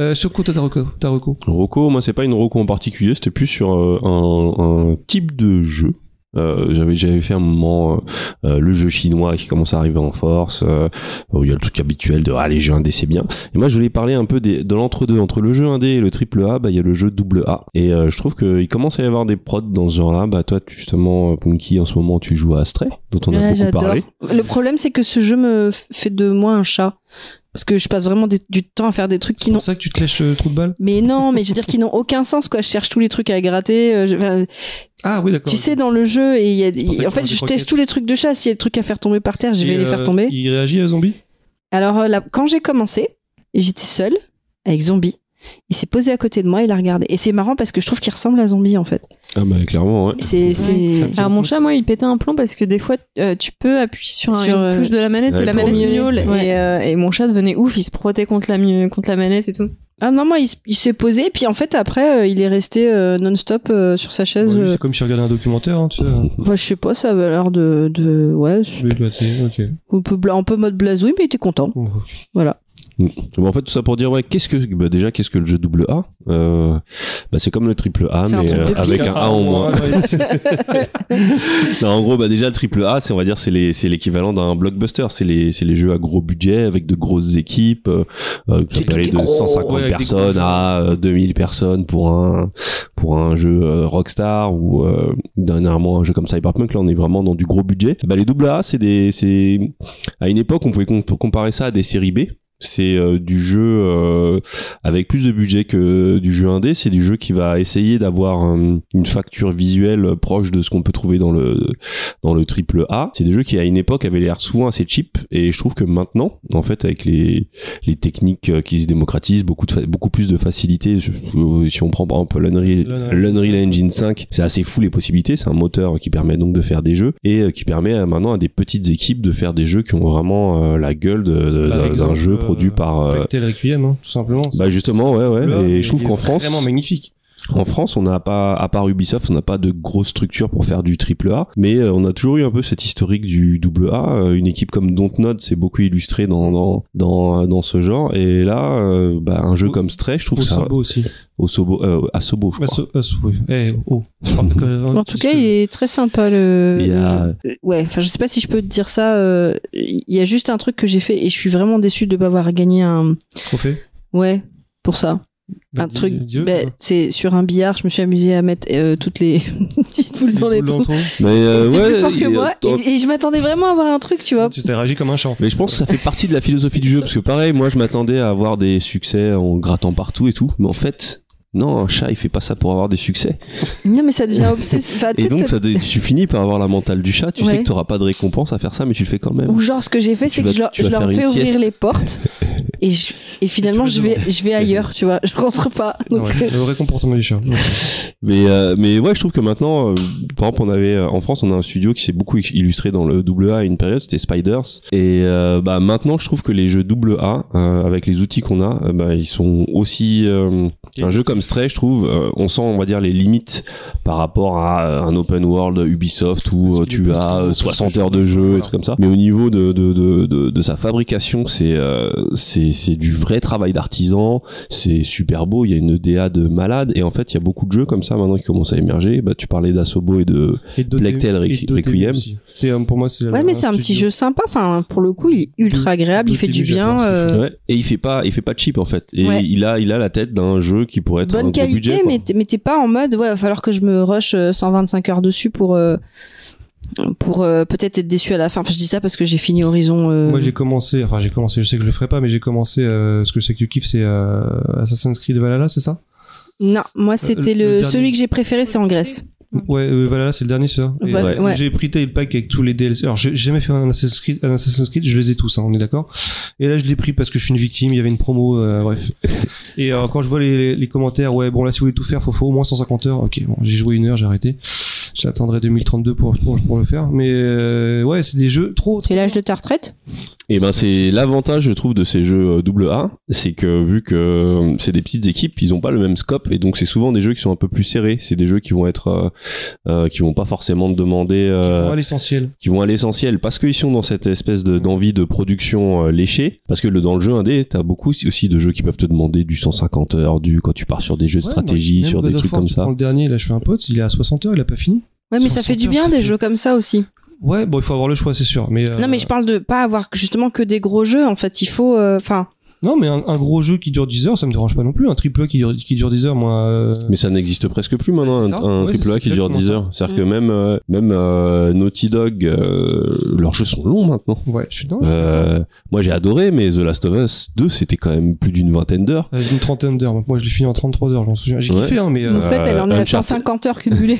euh, Choco, toi, ta reco. Ta reco.
Rocco, moi c'est pas une Rocco en particulier, c'était plus sur euh, un, un type de jeu. Euh, j'avais j'avais fait un moment euh, euh, le jeu chinois qui commence à arriver en force euh, où il y a le truc habituel de ah les jeux indés c'est bien et moi je voulais parler un peu des, de l'entre-deux entre le jeu indé et le triple A bah il y a le jeu double A et euh, je trouve que il commence à y avoir des prods dans ce genre là bah toi tu- justement euh, Punky en ce moment tu joues à Astray dont on a
Ouais,
beaucoup parlé
Le problème, c'est que ce jeu me f- fait de moi un chat. Parce que je passe vraiment des- du temps à faire des trucs qui
C'est
n'ont.
pour ça que tu te lèches le trou de balle
Mais non, mais
(laughs)
je veux dire qui n'ont aucun sens, quoi. Je cherche tous les trucs à gratter. euh, je- enfin,
Ah oui, d'accord.
tu sais, dans le jeu, et il y a-
pour ça
en
que
fait,
tu
je
manges des
teste tous les trucs de chat. S'il y a des trucs à faire tomber par terre, je vais
Et,
les
euh,
faire tomber.
Il réagit à zombie
Alors, euh, là, quand j'ai commencé, j'étais seule avec Zombie. Il s'est posé à côté de moi, il a regardé. Et c'est marrant parce que je trouve qu'il ressemble à Zombie, en fait.
ah bah clairement ouais
C'est. c'est-
Alors mon chat, moi, il pétait un plomb parce que des fois, euh, tu peux appuyer sur, un-
Sur,
une
euh,
touche de la manette
ouais,
et la
pour
manette
miauler.
miaule
Ouais.
et, euh, et mon chat devenait ouf, il se frottait contre la mi- contre la manette et tout.
Ah non, moi, il, s- il s'est posé, puis en fait, après, euh, il est resté euh, non-stop euh, sur sa
Ouais,
chaise.
Bah
lui,
euh,
Bah C'est comme si on regardait un documentaire, hein, tu sais.
Bah, je sais pas, ça avait l'air de, de. Ouais,
Oui, bah, t'es- ok.
un peu, bla- un peu mode blasouille, mais il était content.
Bon,
Voilà.
Bon, en fait, tout ça pour dire, ouais, qu'est-ce que, bah, déjà, qu'est-ce que le jeu double A euh, bah, C'est comme le triple A,
C'est un
mais
truc
euh,
de pique,
avec
hein.
un A en moins.
Ah, ouais,
(laughs)
c'est-
Non, en gros, bah, déjà, le triple A, c'est, on va dire, c'est les, c'est l'équivalent d'un blockbuster. C'est les, c'est les jeux à gros budget, avec de grosses équipes. Euh, euh, ça
C'est
peut
tout
aller
est
de
gros,
150
ouais, avec des gros
personnes
jeux.
à euh, 2000 personnes pour un, pour un jeu euh, Rockstar ou, euh, dernièrement, un jeu comme Cyberpunk. Là, on est vraiment dans du gros budget. Bah, les double A, c'est des, c'est, à une époque, on pouvait comp- comparer ça à des séries B. C'est euh, du jeu euh, avec plus de budget que du jeu indé. C'est du jeu qui va essayer d'avoir euh, une facture visuelle proche de ce qu'on peut trouver dans le dans le triple A. C'est des jeux qui à une époque avaient l'air souvent assez cheap et je trouve que maintenant, en fait, avec les les techniques euh, qui se démocratisent, beaucoup de fa- beaucoup plus de facilité. Je- je- Si on prend par exemple l'Unreal
L'Unreal
l'Unreal Engine 5, c'est assez fou les possibilités. C'est un moteur qui permet donc de faire des jeux et euh, qui permet euh, maintenant à des petites équipes de faire des jeux qui ont vraiment euh, la gueule de- de-
Par
d'un
exemple,
jeu
euh,
produit par euh,
Pactel Requiem, hein, tout simplement.
bah justement, ouais,
Là,
ouais. Et je trouve
il est
qu'en France,
Vraiment magnifique.
en France, on n'a pas, à part Ubisoft, on n'a pas de grosse structure pour faire du triple A. Mais euh, on a toujours eu un peu cette historique du double A. Euh, Une équipe comme Dontnod s'est beaucoup illustrée dans, dans, dans, dans ce genre. Et là, euh, bah, un jeu
Au-
comme Stray, je trouve
Au
ça.
Sobo aussi.
Osobo, euh, Asobo, je
Bah,
crois.
so- euh, so- oui. Eh, oh.
En tout cas, il est très sympa le.
Il y a-
le jeu. Ouais, enfin, je sais pas si je peux te dire ça. euh, Il y a juste un truc que j'ai fait et je suis vraiment déçue de pas avoir gagné un.
Trophée.
Ouais, pour ça.
Bah,
un
dis-
truc.
dis-le,
bah,
quoi.
c'est sur un billard, je me suis amusée à mettre euh, toutes les (laughs) petites boules
Dis-le
(laughs) dans les
dans
trous.
le trou.
Mais euh,
C'était
ouais,
plus fort
il y
que
a-
moi et, et je m'attendais vraiment à avoir un truc, (laughs) tu vois.
Tu t'es réagi comme un champ.
Mais je pense que ça fait partie de la philosophie du jeu, parce que pareil, moi je m'attendais à avoir des succès en grattant partout et tout, mais en fait, non, un chat il fait pas ça pour avoir des succès.
Non, mais ça devient obsessionnel. Enfin, tu
Et
sais,
donc
t'as-
ça, dé- tu finis par avoir la mentale du chat, tu
Ouais.
sais que t'auras pas de récompense à faire ça, mais tu le fais quand même.
Ou genre, ce que j'ai fait,
Tu
c'est que
vas-
je leur,
tu vas
je leur
faire une
fais ouvrir
sieste.
les portes et, je- et finalement,
Et tu
je
vas
vais, je vais ailleurs, tu vois. (laughs) Je rentre pas.
Ah
Donc,
ouais, Le vrai comportement du chat.
Mais, euh, mais ouais, je trouve que maintenant, euh, par exemple, on avait euh, en France, on a un studio qui s'est beaucoup illustré dans le double A à une période, c'était Spiders. Et euh, bah maintenant, je trouve que les jeux double A, euh, avec les outils qu'on a, euh, bah, ils sont aussi euh, un jeu comme Stray, je trouve. euh, on sent, on va dire, les limites par rapport à euh, un open world Ubisoft où
Parce
euh,
qu'il est
tu
pas
as
trop
euh,
bon,
60
parce que
heures de
je-
jeu et
voilà.
trucs comme ça. Mais au niveau de de de de, de sa fabrication, c'est euh, c'est c'est du vrai travail d'artisan c'est super beau, il y a une DA de malade, et en fait, il y a beaucoup de jeux comme ça maintenant qui commencent à émerger. Bah, tu parlais d'Asobo et de.
Et Dotemu-
Black Tail Re-
et Dotemu
Requiem.
aussi. C'est euh, pour moi c'est.
ouais, mais c'est un petit jeu sympa. Enfin, pour le coup, il est ultra agréable, il fait du bien. euh,
Ouais. Et il fait pas, il fait pas cheap en fait. Et
Ouais.
il a, il a la tête d'un jeu qui pourrait être un
bonne
gros
qualité,
budget. quoi.
mais t'es- mais t'es pas en mode, ouais, va falloir que je me rush euh, 125 heures dessus pour. euh, pour euh, peut-être être déçu à la fin. Enfin, je dis ça parce que j'ai fini Horizon. euh,
Moi j'ai commencé, enfin j'ai commencé, je sais que je le ferai pas, mais j'ai commencé, euh, ce que je sais que tu kiffes, c'est euh, Assassin's Creed Valhalla, c'est ça
Non,
Euh,
moi c'était
le- le
le,
dernier.
celui que j'ai préféré, c'est en Grèce.
Ouais, euh, Valhalla c'est le dernier, c'est ça Et,
Val-
euh,
ouais.
J'ai pris le pack avec tous les DLC. Alors j'ai j'ai jamais fait un Assassin's, Creed, un Assassin's Creed, je les ai tous, hein, on est d'accord. Et là je l'ai pris parce que je suis une victime, il y avait une promo, euh,
(laughs)
bref. Et euh, quand je vois les, les- les commentaires, ouais, bon là si vous voulez tout faire, faut, faut au moins 150 heures. Ok, bon, j'ai joué une heure, j'ai arrêté. J'attendrai 2032 pour, pour, pour le faire. Mais euh, ouais, c'est des jeux trop.
C'est l'âge de ta retraite
Et ben c'est l'avantage je trouve de ces jeux euh, double A, c'est que vu que euh, c'est des petites équipes, ils ont pas le même scope et donc c'est souvent des jeux qui sont un peu plus serrés. C'est des jeux qui vont être, euh, euh, qui vont pas forcément te demander euh,
Ouais, l'essentiel.
qui vont à l'essentiel parce qu'ils sont dans cette espèce de- d'envie de, production euh, léchée parce que le, dans le jeu indé t'as beaucoup aussi de jeux qui peuvent te demander du 150 heures du quand tu pars sur des jeux de
Ouais,
stratégie
mais même
sur des
God of
trucs
War,
comme
tu
ça
prends Le dernier, là, je suis un pote, il est à 60 heures, il a pas fini.
Ouais, mais ça fait du bien des jeux comme ça aussi.
Ouais, bon, il faut avoir le choix, c'est sûr. Mais, euh,
Non, mais je parle de pas avoir justement que des gros jeux. En fait, il faut. euh, Enfin,
non, mais un, un gros jeu qui dure 10 heures, ça me dérange pas non plus. Un triple A qui dure, qui dure 10 heures, moi. euh,
Mais ça n'existe presque plus
Ouais,
maintenant,
c'est ça.
un,
Ouais,
triple
c'est
A qui dure
exactement
10
ça. Mm.
heures. C'est-à-dire que même, euh, même euh, Naughty Dog, euh, leurs jeux sont longs maintenant.
Ouais, je suis non, je suis-
Euh, moi j'ai adoré, mais The Last of Us 2, c'était quand même plus d'une vingtaine d'heures. (laughs)
Euh, Une trentaine d'heures. Moi, je l'ai fini en 33 heures, je m'en souviens. J'ai
Ouais.
kiffé, hein, mais. euh,
en fait, elle en est à
Uncharted.
150 heures
(laughs)
cumulées.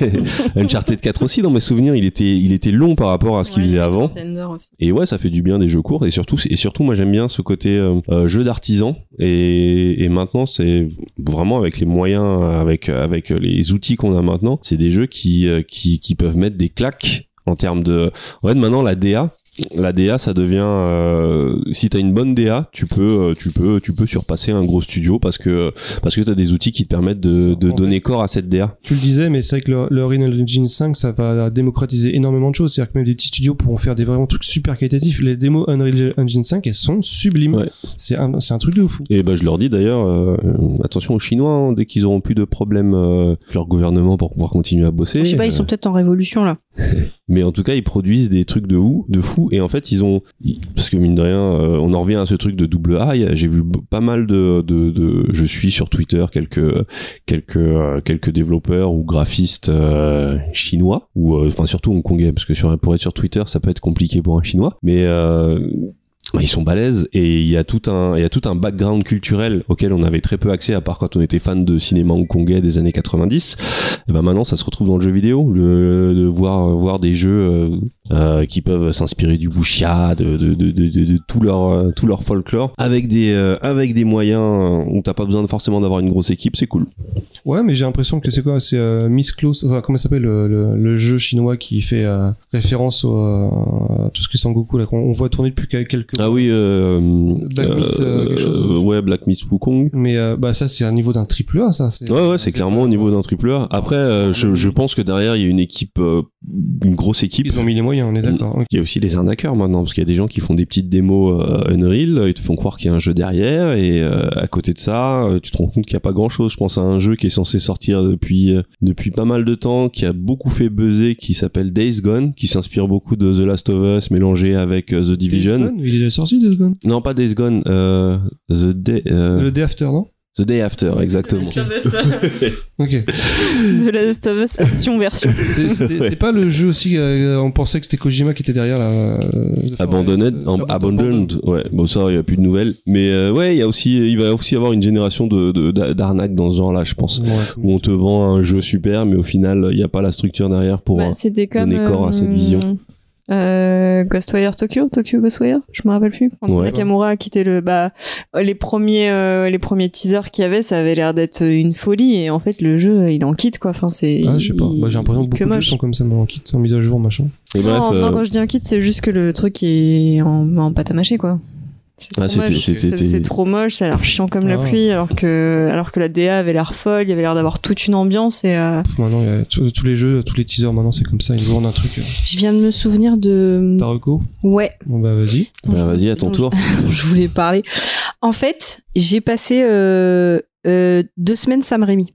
Uncharted 4 aussi, dans mes souvenirs, il était, il était long par rapport à ce qu'il faisait avant. Et ouais, ça fait du bien des jeux courts. Et surtout, et surtout moi j'aime bien ce côté euh, euh, jeu d'artisan. Et, et maintenant, c'est vraiment avec les moyens, avec, avec les outils qu'on a maintenant, c'est des jeux qui, euh, qui, qui peuvent mettre des claques en termes de. En fait, maintenant, la DA. La DA, ça devient euh, si t'as une bonne DA, tu peux, euh, tu peux, tu peux surpasser un gros studio parce que parce que t'as des outils qui te permettent
C'est
de,
ça,
de
en fait.
donner corps à cette DA.
Tu le disais, mais c'est vrai que le, le Unreal Engine 5, ça va démocratiser énormément de choses. C'est-à-dire que même des petits studios pourront faire des vraiment trucs super qualitatifs. Les démos Unreal Engine 5, elles sont sublimes.
Ouais.
C'est un, c'est un truc de fou.
Et ben je leur dis d'ailleurs, euh, euh, attention aux Chinois, hein, dès qu'ils auront plus de problèmes euh, avec leur gouvernement pour pouvoir continuer à bosser.
Je sais pas, ils
euh,
sont peut-être en révolution là.
mais en tout cas, ils produisent des trucs de fou, de fou. Et en fait, ils ont, ils- parce que mine de rien, euh, on en revient à ce truc de double A. il y a- J'ai vu b- pas mal de, de, de- je suis sur Twitter quelques, quelques, euh, quelques développeurs ou graphistes euh, chinois ou, euh, enfin surtout hongkongais, parce que sur, pour être sur Twitter, ça peut être compliqué pour un chinois. Mais euh, ils sont balèzes et il y a tout un il y a tout un background culturel auquel on avait très peu accès à part quand on était fan de cinéma hongkongais des années 90 et ben maintenant ça se retrouve dans le jeu vidéo le, de voir voir des jeux euh, euh, qui peuvent s'inspirer du wuxia de de, de, de, de- de tout leur euh, tout leur folklore avec des euh, avec des moyens où t'as pas besoin de- forcément d'avoir une grosse équipe c'est cool
Ouais, mais j'ai l'impression que c'est quoi C'est euh, Miss Close, enfin, comment ça s'appelle le, le- le jeu chinois qui fait euh, référence au, euh, à tout ce qui est Sangoku, là, qu'on on voit tourner depuis quelques
ah oui euh,
Black Myth, euh, quelque chose.
euh, ouais Black Myth Wukong
Mais euh, bah, ça, c'est un niveau d'un triple A, ça. c'est- Ah,
Ouais, ouais, c'est clairement au niveau d'un triple A. Après, euh, je, je pense que derrière, il y a une équipe, euh, une grosse équipe.
Ils ont mis les moyens,
Mmh.
on est d'accord. Ok.
Il y a aussi les arnaqueurs maintenant, parce qu'il y a des gens qui font des petites démos euh, Unreal, ils te font croire qu'il y a un jeu derrière, et euh, à côté de ça, euh, tu te rends compte qu'il n'y a pas grand chose. Je pense à un jeu qui est censé sortir depuis, euh, depuis pas mal de temps, qui a beaucoup fait buzzer, qui s'appelle Days Gone, qui s'inspire beaucoup de The Last of Us mélangé avec euh, The Division.
Days Gone, il est déjà sorti, Days Gone.
Non, pas Days Gone, euh, the, day, euh,
Le Day After, non
the Day After, exactement.
(laughs)
Ok.
(laughs) De Last of Us action version.
C'est c'était-
(laughs) Ouais.
c'est pas le jeu aussi, euh, on pensait que c'était Kojima qui était derrière la. euh, The
Abandonned,
Forest,
en-
euh,
abandoned, ouais. Bon ça, il y a plus de nouvelles. Mais euh, ouais, il y a aussi, il va aussi y avoir une génération de de- d'a- d'arnaques dans ce genre-là, je pense, où on te vend un jeu super, mais au final, il n'y a pas la structure derrière pour.
Bah, C'était comme.
donner corps à cette vision.
euh, Ghostwire Tokyo, Tokyo Ghostwire, je me rappelle plus. Quand
Ouais.
Nakamura a quitté le, bah, les premiers, euh, les premiers teasers qu'il y avait, ça avait l'air d'être une folie et en fait le jeu, il en quitte quoi. Enfin c'est.
Ah, je sais pas.
il-
Bah, j'ai l'impression que
que
beaucoup de jeux
moche.
sont comme ça, mais en kit, en mise à jour, machin.
Et bref,
non, non,
euh,
quand je dis un kit, c'est juste que le truc est en, en pâte à mâcher, quoi. C'est
Ah,
trop
c'était-
moche.
c'était-
C'est- c'est trop moche, ça a l'air chiant comme la
Ah.
pluie, alors que, alors que la DA avait l'air folle, il y avait l'air d'avoir toute une ambiance et. euh,
Pff, maintenant, il y a tous tous les jeux, tous les teasers, maintenant, c'est comme ça. Ils nous vendent un truc. euh,
Je viens de me souvenir de.
T'as reco
Ouais.
Bon, bah, vas-y.
bah, vas-y, à ton
dont
tour.
je- dont je voulais parler. En fait, j'ai passé euh, euh, deux semaines Sam Raimi.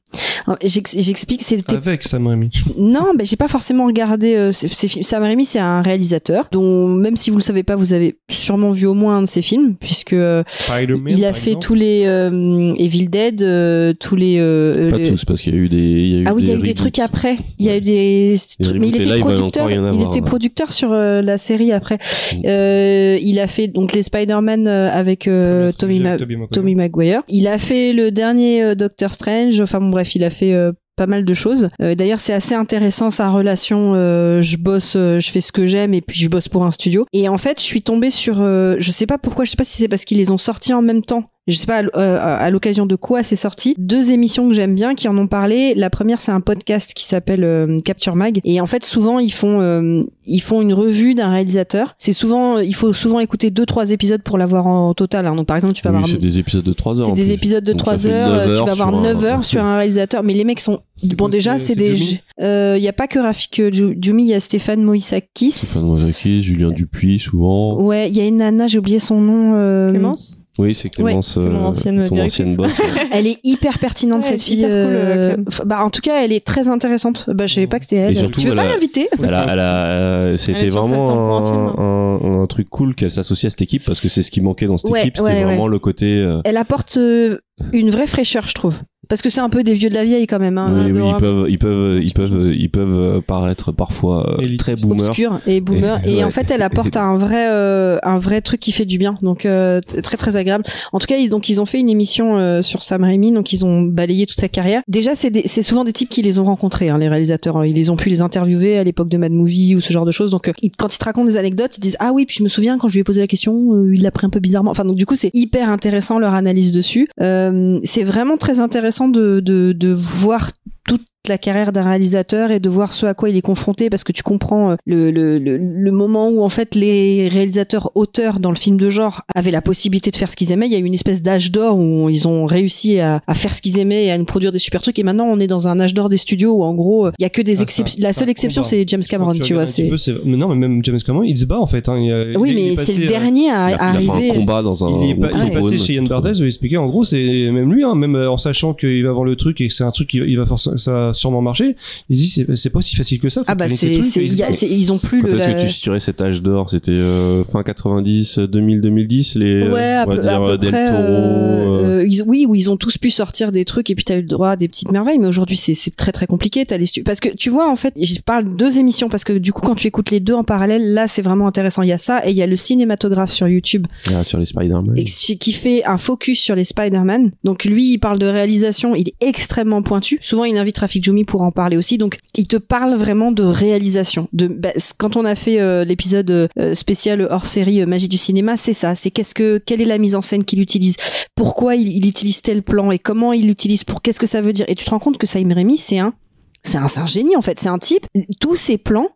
Alors, j'ex- J'explique, c'était
Avec Sam Raimi.
non, ben j'ai pas forcément regardé euh, ces- ces films. Sam Raimi, c'est un réalisateur dont, même si vous le savez pas, vous avez sûrement vu au moins un de ses films, puisque euh,
Spider-Man.
il a
par
fait
exemple.
tous les euh, Evil Dead, euh, tous les euh,
Pas
les-
tous, parce qu'il y a eu des. il Y a eu
ah oui, il y a eu
reboots.
des trucs après. Il y a
Ouais.
eu des trucs, mais il
reboots, et là,
était
il va
producteur.
encore y en
Il
avoir,
était
ouais.
producteur sur euh, la série après.
Mm.
Euh, il a fait donc les Spider-Man euh, avec euh,
Le
Tommy,
truc
Ma-
avec Tobey Maguire.
Tommy Maguire. Il a fait le dernier euh, Doctor Strange. Enfin bon, bref, il a fait euh, pas mal de choses. Euh, D'ailleurs, c'est assez intéressant sa relation. euh, je bosse, euh, je fais ce que j'aime et puis je bosse pour un studio. Et en fait, je suis tombée sur. euh, je sais pas pourquoi. Je sais pas si c'est parce qu'ils les ont sortis en même temps. Je sais pas à l- euh, à l'occasion de quoi c'est sorti. Deux émissions que j'aime bien qui en ont parlé. La première, c'est un podcast qui s'appelle euh, Capture Mag. Et en fait, souvent ils font euh, ils font une revue d'un réalisateur. C'est souvent il faut souvent écouter deux trois épisodes pour l'avoir en total. hein. Donc par exemple, tu vas
Oui,
avoir
c'est des épisodes de 3 heures.
c'est
en
des
plus.
épisodes de
Donc, ça
3
fait
heures, euh,
neuf
tu
heures
vas avoir
sur un-
9 heures sur un réalisateur, mais les mecs sont.
C'est
Bon,
quoi,
déjà,
c'est-
c'est
c'est
des.
Jumi
Il n'y a pas que Rafik euh, Ju- Jumi, il y a Stéphane Moïsakis.
Stéphane Wazaki, Julien Dupuis, souvent.
Ouais, il y a une nana, j'ai oublié son nom. euh,
Clémence
Oui, c'est Clémence,
Ouais, c'est
euh,
mon ancienne
ton
directrice.
(laughs)
ancienne boss.
Elle est hyper pertinente
Ouais,
cette
elle est
fille.
hyper cool,
euh,
Clem.
f- Bah en tout cas, elle est très intéressante. Bah je savais pas que c'était elle.
surtout,
tu veux
elle
pas
a-
l'inviter
Elle a- elle a- euh,
Elle
c'était
est sur
vraiment
sept ans pour un film,
un, un- un truc cool qu'elle s'associe à cette équipe parce que c'est ce qui manquait dans cette
Ouais,
équipe. C'était
ouais,
vraiment le côté. euh,
Elle apporte euh, une vraie fraîcheur, je trouve. Parce que c'est un peu des vieux de la vieille quand même. Hein,
oui, oui,
Laura.
ils peuvent, ils peuvent, ils peuvent, ils peuvent euh, paraître parfois euh,
Élitiste.
très boomer.
obscure et boomer
Et-
et, en
ouais.
fait elle apporte un vrai euh, un vrai truc qui fait du bien donc euh, t- très très agréable en tout cas ils, donc ils ont fait une émission euh, sur Sam Raimi donc ils ont balayé toute sa carrière déjà c'est des- c'est souvent des types qui les ont rencontrés hein, les réalisateurs hein. ils les ont pu les interviewer à l'époque de Mad Movie ou ce genre de choses donc euh, ils- quand ils te racontent des anecdotes ils disent ah oui puis je me souviens quand je lui ai posé la question euh, il l'a pris un peu bizarrement enfin donc du coup c'est hyper intéressant leur analyse dessus Euh, c'est vraiment très intéressant de de, de voir toute la carrière d'un réalisateur et de voir ce à quoi il est confronté parce que tu comprends euh, le, le, le, le moment où en fait les réalisateurs auteurs dans le film de genre avaient la possibilité de faire ce qu'ils aimaient il y a eu une espèce d'âge d'or où ils ont réussi à, à faire ce qu'ils aimaient et à nous produire des super trucs et maintenant on est dans un âge d'or des studios où en gros euh, il y a que des
Ah,
exceptions
ça-
la
ça
seule exception
combat.
c'est James Cameron
Quand
tu vois
regardes un petit
c'est
peu, mais non, mais même James Cameron, il se bat en fait. hein. Il a-
oui
il est- il
mais
est
c'est le
passé, euh,
dernier à, à
Il a, il a fait
arriver
un combat dans un.
Il est, pas- il est
Ouais.
passé chez Yann Barthès où il expliquait en gros, c'est même lui, hein, même euh, en sachant qu'il va voir le truc et que c'est un truc qui il va forc- ça va sûrement marcher, il dit c'est c'est pas si facile que ça. faut
ah bah
connaître
c'est
les trucs,
c'est-
et
il y a-
ils-
c'est- ils ont plus
Quand
le
est-ce
la-
que tu situerais cet âge d'or C'était euh, fin 90, 2000, 2010 les, euh,
Ouais, à
on va
peu,
dire,
à peu
Del
près,
Toro,
euh,
euh,
euh, ils- oui, où ils ont tous pu sortir des trucs et puis t'as eu le droit à des petites merveilles. Mais aujourd'hui, c'est c'est très très compliqué. T'as les stu- parce que tu vois en fait, je parle de deux émissions parce que du coup, quand tu écoutes les deux en parallèle, là, c'est vraiment intéressant. Il y a ça et il y a le cinématographe sur YouTube
ah, sur les Spider-Man.
et qui qui fait un focus sur les Spider-Man. Donc lui, il parle de réalisation, il est extrêmement pointu. Souvent, il invite Rafik Djoumi pour en parler aussi. Donc, il te parle vraiment de réalisation. De bah, c- quand on a fait euh, l'épisode euh, spécial hors série euh, Magie du cinéma, c'est ça. C'est qu'est-ce que quelle est la mise en scène qu'il utilise Pourquoi il, il utilise tel plan et comment il l'utilise Pour qu'est-ce que ça veut dire Et tu te rends compte que Sam Raimi, c'est un c'est un, c'est un génie en fait. C'est un type. Tous ses plans,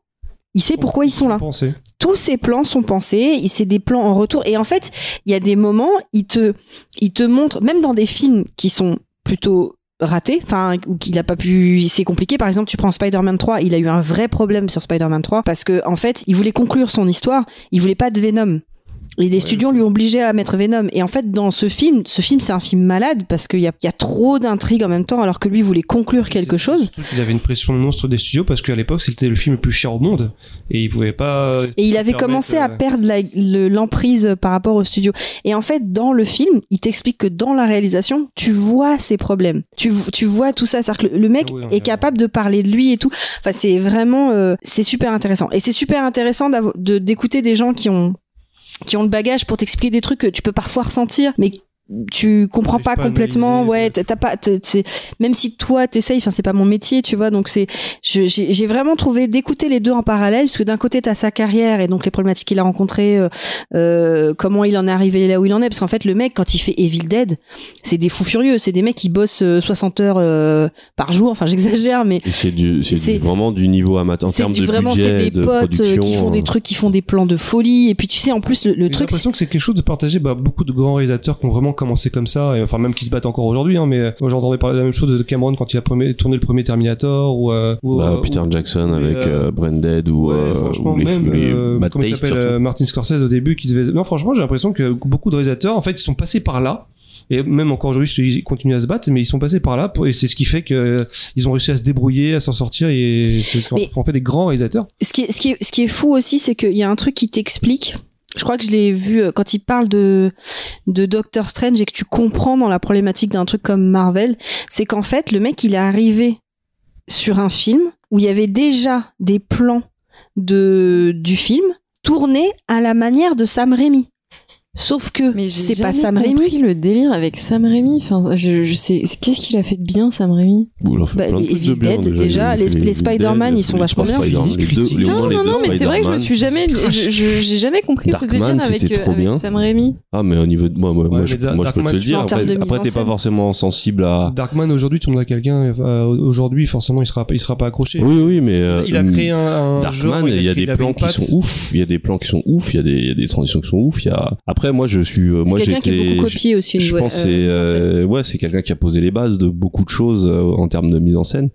il sait pourquoi ils sont là
pensés.
tous ces plans sont pensés, il- c'est des plans en retour. Et en fait, il y a des moments, il te, il te montre, même dans des films qui sont plutôt ratés, enfin, ou qu'il a pas pu, c'est compliqué. Par exemple, tu prends Spider-Man 3, il a eu un vrai problème sur Spider-Man 3 parce que, en fait, il voulait conclure son histoire, il voulait pas de Venom. Et les
Ouais,
studios lui obligeaient à mettre Venom. Et en fait, dans ce film, ce film, c'est un film malade parce qu'il y a, il y a trop d'intrigues en même temps, alors que lui voulait conclure quelque chose.
Surtout qu'il avait une pression de monstre des studios parce qu'à l'époque c'était le film le plus cher au monde et il pouvait pas.
Et il
se
avait
permettre,
commencé à
euh,
perdre la- le- l'emprise euh, par rapport au studio. Et en fait, dans le film, il t'explique que dans la réalisation, tu vois ses problèmes. Tu, vo- tu vois tout ça. C'est-à-dire que le- le mec
Ah oui, non,
est
mais-
capable de parler de lui et tout. Enfin, c'est vraiment... euh, c'est super intéressant. Et c'est super intéressant d'avo- de- d'écouter des gens qui ont, qui ont le bagage pour t'expliquer des trucs que tu peux parfois ressentir, mais tu comprends
T'arrives
pas
pas à
complètement
analyser,
ouais
ouais.
t'as t'as pas t'es- c'est- même si toi t'essayes enfin c'est pas mon métier tu vois donc c'est je- J'ai j'ai vraiment trouvé d'écouter les deux en parallèle, parce que d'un côté, tu as sa carrière et donc les problématiques qu'il a rencontrées, euh, euh, comment il en est arrivé là où il en est, parce qu'en fait, le mec, quand il fait Evil Dead, c'est des fous furieux, c'est des mecs qui bossent euh, 60 heures euh, par jour, enfin j'exagère, mais
Et c'est du, c'est du-
C'est-
vraiment du niveau amateur en
c'est
termes
du-
de
vraiment
budget,
c'est des
de
potes euh,
production.
qui font
euh,
des trucs, qui font des plans de folie, et puis tu sais, en plus, le, le
J'ai
truc, c'est-
l'impression que c'est quelque chose de partagé par beaucoup de grands réalisateurs qui ont vraiment commencé comme ça, et, enfin même qui se battent encore aujourd'hui. Hein, mais euh, moi, j'entendais parler de la même chose de Cameron quand il a premier- tourné le premier Terminator ou, euh, ou,
bah,
euh,
Peter
ou-
Jackson
ou,
avec
euh,
euh, Branded ou,
Ouais,
euh,
franchement,
ou les,
même,
ou les
euh,
Bad
comment il
Taste,
s'appelle
surtout.
euh, Martin Scorsese au début qui devait. Non, franchement, j'ai l'impression que beaucoup de réalisateurs, en fait, ils sont passés par là. Et même encore aujourd'hui, ils continuent à se battre, mais ils sont passés par là, pour- et c'est ce qui fait que euh, ils ont réussi à se débrouiller, à s'en sortir, et c'est ce qu'en
Mais-
qu'en fait des grands réalisateurs.
ce qui est, ce qui est, ce qui est fou aussi, c'est qu'il y a un truc qui t'explique. Je crois que je l'ai vu euh, quand il parle de, de Doctor Strange et que tu comprends dans la problématique d'un truc comme Marvel, c'est qu'en fait, le mec, il est arrivé sur un film où il y avait déjà des plans de, du film tournés à la manière de Sam Raimi. Sauf que
(laughs) Mais j'ai
c'est pas
jamais
Sam
compris
Raimi.
le délire avec Sam Raimi. Enfin, je, je sais, c'est- qu'est-ce qu'il a fait de bien, Sam Raimi
Ouh, il en fait
Bah,
plein de
les
trucs de
Evil
bien,
Dead,
déjà,
déjà,
il a fait
les- les
Evil
Spider-Man,
Dead,
ils sont
les
vachement
trois
bien.
Spider-Man, les deux- les- au
Non,
moins
Non,
les
non,
deux
non, mais c'est vrai que je
Spider-Man.
me suis jamais, je- je- j'ai jamais compris ce
Darkman,
délire avec,
c'était
euh,
trop
avec
bien.
Sam Raimi.
Ah mais au niveau de moi, moi,
Ouais,
moi,
mais
je,
Da-
moi, je peux
Darkman,
te le
tu
dire.
vois, en
termes
Après,
de mise
après,
en
t'es pas
scène.
forcément sensible à.
Darkman aujourd'hui tourne à quelqu'un, euh, aujourd'hui forcément il sera, il sera pas accroché.
Oui oui mais euh,
il a créé un, un
Darkman,
genre,
il y a
créé-
des
avait
plans
une
qui
patte.
sont ouf, il y a des plans qui sont ouf, il y a des, il y a des transitions qui sont ouf. Il y a... Après, moi, je suis, euh,
C'est
moi,
quelqu'un qui est
j'étais,
beaucoup copié aussi.
je
une-
pense,
euh,
c'est,
mise en scène.
euh, ouais, c'est quelqu'un qui a posé les bases de beaucoup de choses euh, en termes de mise en scène.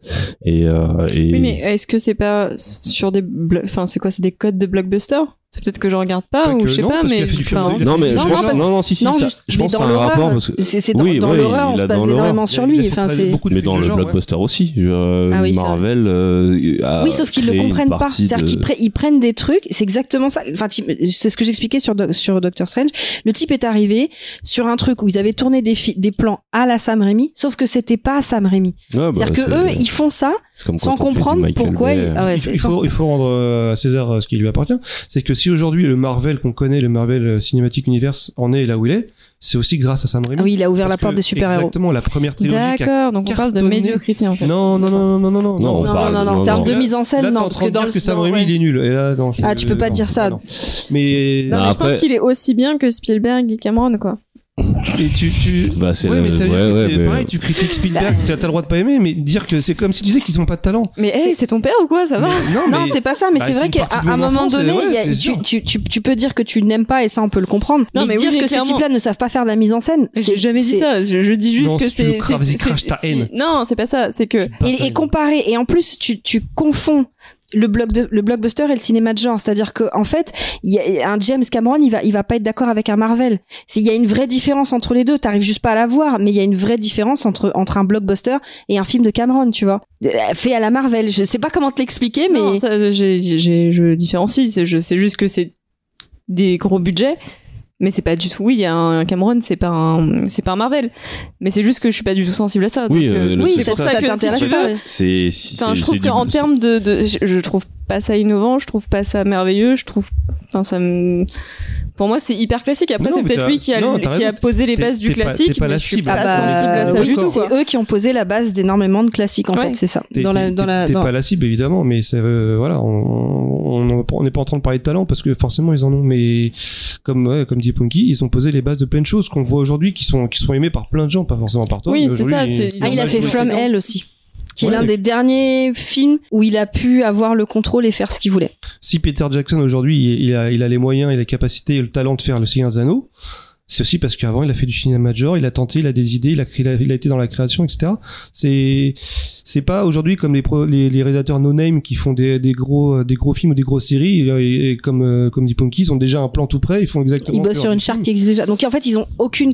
Et, euh, et
Oui, mais est-ce que c'est pas sur des, blo- enfin, c'est quoi, c'est des codes de blockbuster C'est peut-être que je regarde pas, ou je sais pas, mais. enfin,
Non, mais
Non,
je
non,
pense,
parce-
non, non, si, si,
non,
ça-
juste-
je
mais
pense
dans
à un
l'horreur,
rapport parce que-
C'est c'est dans,
Oui,
dans
oui,
l'horreur, on
il
se
a
base
dans l'horreur.
énormément sur lui. Enfin, c'est.
mais dans le blockbuster aussi, euh,
Ah oui, c'est vrai.
Marvel. euh, a
Oui, sauf qu'ils le
créé une
comprennent pas.
partie
C'est-à-dire
de-
qu'ils pre- ils prennent des trucs, c'est exactement ça. Enfin, type- c'est ce que j'expliquais sur, Doc- sur Doctor Strange. Le type est arrivé sur un truc où ils avaient tourné des, fi- des plans à la Sam Raimi, sauf que c'était pas Sam Raimi.
Ouais, bah,
C'est-à-dire que eux,
c'est-
ils font ça
c'est comme
sans
quand on fait du
comprendre
Michael
pourquoi.
Bay,
ils-
euh,
Ah ouais,
il,
c'est-
il
sans-
faut, il faut rendre euh, à César euh, ce qui lui appartient. C'est que si aujourd'hui le Marvel qu'on connaît, le Marvel euh, Cinematic Universe, en est là où il est, c'est aussi grâce à Sam Raimi.
Ah oui, il a ouvert
Parce
la porte
que
des super-héros.
Exactement, la première trilogie. qui a-
D'accord, donc on parle de
cartonné.
médiocrité en fait.
Non, non, non, non, non, non,
Non,
Non,
on
non,
parle-
non, non,
non,
en termes de
non.
mise en scène,
Là, t'es
non,
en
parce
train
que
de
dans
dire
le.
que Sam
non,
Raimi,
ouais.
il est nul. Et là, non, je-
Ah, tu peux pas
non,
dire ça.
non. Mais
Non, mais
Non,
je
après-
pense qu'il est aussi bien que Spielberg et Cameron, quoi.
et tu, tu,
Bah, c'est
Ouais,
la-
mais ça veut dire
ouais,
que
ouais,
c'est
mais-
pareil, tu critiques Spielberg,
Bah.
t'as t'as le droit de pas aimer, mais dire que c'est comme si tu disais qu'ils ont pas de talent.
Mais hey,
C'est-
c'est ton père ou quoi Ça va
Mais- non,
Non,
mais-
c'est pas ça, mais
Bah,
c'est
c'est
vrai
une
qu'à
partie de
à un
mon
moment
enfance,
donné,
ouais,
il y a-
c'est
tu,
sûr.
tu- tu- tu peux dire que tu n'aimes pas, et ça, on peut le comprendre.
Non,
mais,
mais oui,
dire
mais
que ces
clairement.
types-là ne savent pas faire de la mise en scène,
J'ai
c'est-
jamais dit
c'est-
ça. Je, je dis juste
Non,
que
si tu
c'est.
le craves,
c'est-
il crache ta
c'est-
haine.
Non, c'est pas ça. C'est que.
Et, et comparé, et en plus, tu, tu confonds le, bloc de, le blockbuster et le cinéma de genre. C'est-à-dire que en fait, il y a un James Cameron, il va, il va pas être d'accord avec un Marvel. C'est- Il y a une vraie différence entre les deux. T'arrives juste pas à la voir, mais il y a une vraie différence entre, entre un blockbuster et un film de Cameron, tu vois. Euh, Fait à la Marvel. Je sais pas comment te l'expliquer, mais.
Non, ça, j'ai- j'ai- je différencie. C'est je- c'est juste que c'est des gros budgets. Mais c'est pas du tout. Oui, il y a un Cameron, c'est pas un, c'est pas un Marvel. Mais c'est juste que je suis pas du tout sensible à ça.
Oui,
donc,
euh, le-
oui,
c'est
ça,
pour
ça
ça que si
t'intéresse
tu
pas.
veux-
ouais.
C'est. si-
Enfin,
c'est-
je
c'est
trouve
du-
qu'en termes de, de- je, je trouve pas ça innovant, je trouve pas ça merveilleux, je trouve, enfin, ça me- pour moi, c'est hyper classique. Après,
Non,
c'est
mais
peut-être
t'as-
lui qui a,
non, t'as
qui a
raison.
posé les
T'es-
bases du
t'es pas-
classique,
t'es pas
mais
la
je suis
cible.
pas
Ah
sensible à
bah,
ça
oui,
du tout, quoi.
c'est eux qui ont posé la base d'énormément de classiques en
Ouais.
fait, c'est ça.
T'es
Dans la,
t'es-
dans la,
t'es
dans-
pas la cible évidemment, mais ça veut- voilà, on on- on n'est pas en train de parler de talent parce que forcément ils en ont, mais comme ouais, comme dit Punky, ils ont posé les bases de plein de choses qu'on voit aujourd'hui qui sont qui sont aimées par plein de gens, pas forcément par toi.
Oui,
mais
c'est ça,
aujourd'hui,
c'est-
ils-
ils
Ah,
ont
il a
pas
fait
joué
From
dedans.
Hell aussi, qui est
Ouais.
l'un des derniers films où il a pu avoir le contrôle et faire ce qu'il voulait.
Si Peter Jackson aujourd'hui il a il a les moyens, il a les capacités, et le talent de faire le Seigneur des Anneaux. C'est aussi parce qu'avant il a fait du cinéma de genre, il a tenté, il a des idées, il a, créé- il a, il a été dans la création, etc. C'est c'est pas aujourd'hui comme les, pro- les, les réalisateurs no name qui font des, des gros des gros films ou des grosses séries et, et comme euh, comme dit Punky, ils ont déjà un plan tout prêt, ils font exactement.
Ils bossent
leur-
sur une charte qui existe déjà. Donc en fait, ils ont aucune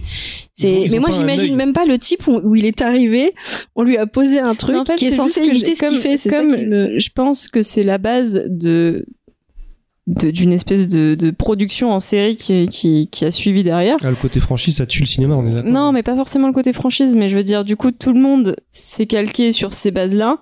Ils ont-
C'est.
ils
Mais
ont
moi,
pas un
j'imagine
œil.
même pas le type où, où il est arrivé. On lui a posé un truc
Mais en fait,
qui est
c'est
censé
juste que
imiter
j'ai-
ce qu'il
comme-
fait. C'est ça
comme
qui me.
Je pense que c'est la base de de- d'une espèce de, de production en série qui, qui, qui a suivi derrière.
Ah, le côté franchise, ça tue le cinéma, on est d'accord.
Non, mais pas forcément le côté franchise, mais je veux dire, du coup, tout le monde s'est calqué sur ces bases-là.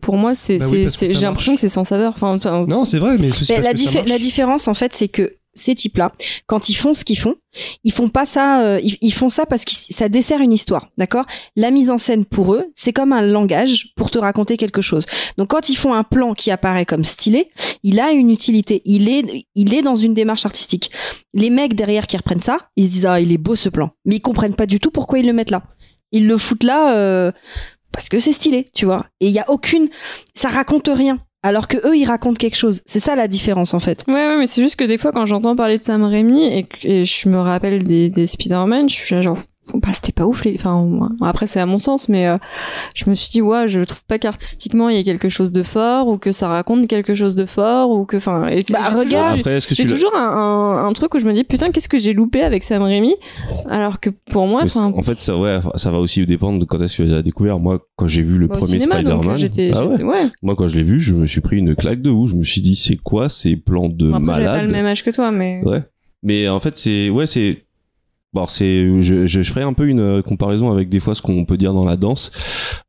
Pour moi, c'est,
Bah
c'est-
oui, parce que
c'est-
ça
j'ai l'impression
marche.
que c'est sans saveur. Enfin, enfin,
Non, c'est vrai, mais c'est
Mais
parce
la,
que ça
diffé- la
marche.
différence, en fait, c'est que ces types-là, quand ils font ce qu'ils font, ils font pas ça. euh, ils, ils font ça parce que ça dessert une histoire, d'accord La mise en scène pour eux, c'est comme un langage pour te raconter quelque chose. Donc, quand ils font un plan qui apparaît comme stylé, il a une utilité. Il est, il est dans une démarche artistique. Les mecs derrière qui reprennent ça, ils se disent ah il est beau ce plan, mais ils comprennent pas du tout pourquoi ils le mettent là. Ils le foutent là. euh, parce que c'est stylé, tu vois. Et il y a aucune, ça raconte rien. Alors que eux, ils racontent quelque chose. C'est ça la différence, en fait.
Ouais, ouais, mais c'est juste que des fois, quand j'entends parler de Sam Raimi et, que- et je me rappelle des, des Spider-Man, je suis là genre, bah, c'était pas ouf. Les... Enfin, moi, après, c'est à mon sens, mais euh, je me suis dit, ouais, je trouve pas qu'artistiquement, il y a quelque chose de fort ou que ça raconte quelque chose de fort ou que. Enfin, et c'est-
Bah,
j'ai toujours
regarde,
eu-
Après, est-ce que
J'ai
tu l'as-
toujours un, un- un truc où je me dis putain qu'est-ce que j'ai loupé avec Sam Raimi alors que pour moi
Mais c'est-
enfin
en fait, ça, ouais, ça va aussi dépendre de quand est-ce que tu les as découvert. Moi, quand j'ai vu le
moi, au
premier
cinéma donc euh,
Spider-Man,
j'étais
ah ouais.
j'étais- ouais.
moi quand je l'ai vu, je me suis pris une claque de ouf. Je me suis dit, c'est quoi ces plans de
Bon, après, j'avais pas
malade
le même âge que toi mais
Ouais. Mais en fait, c'est ouais, c'est bon, c'est je, je, je ferai un peu une euh, comparaison avec des fois ce qu'on peut dire dans la danse.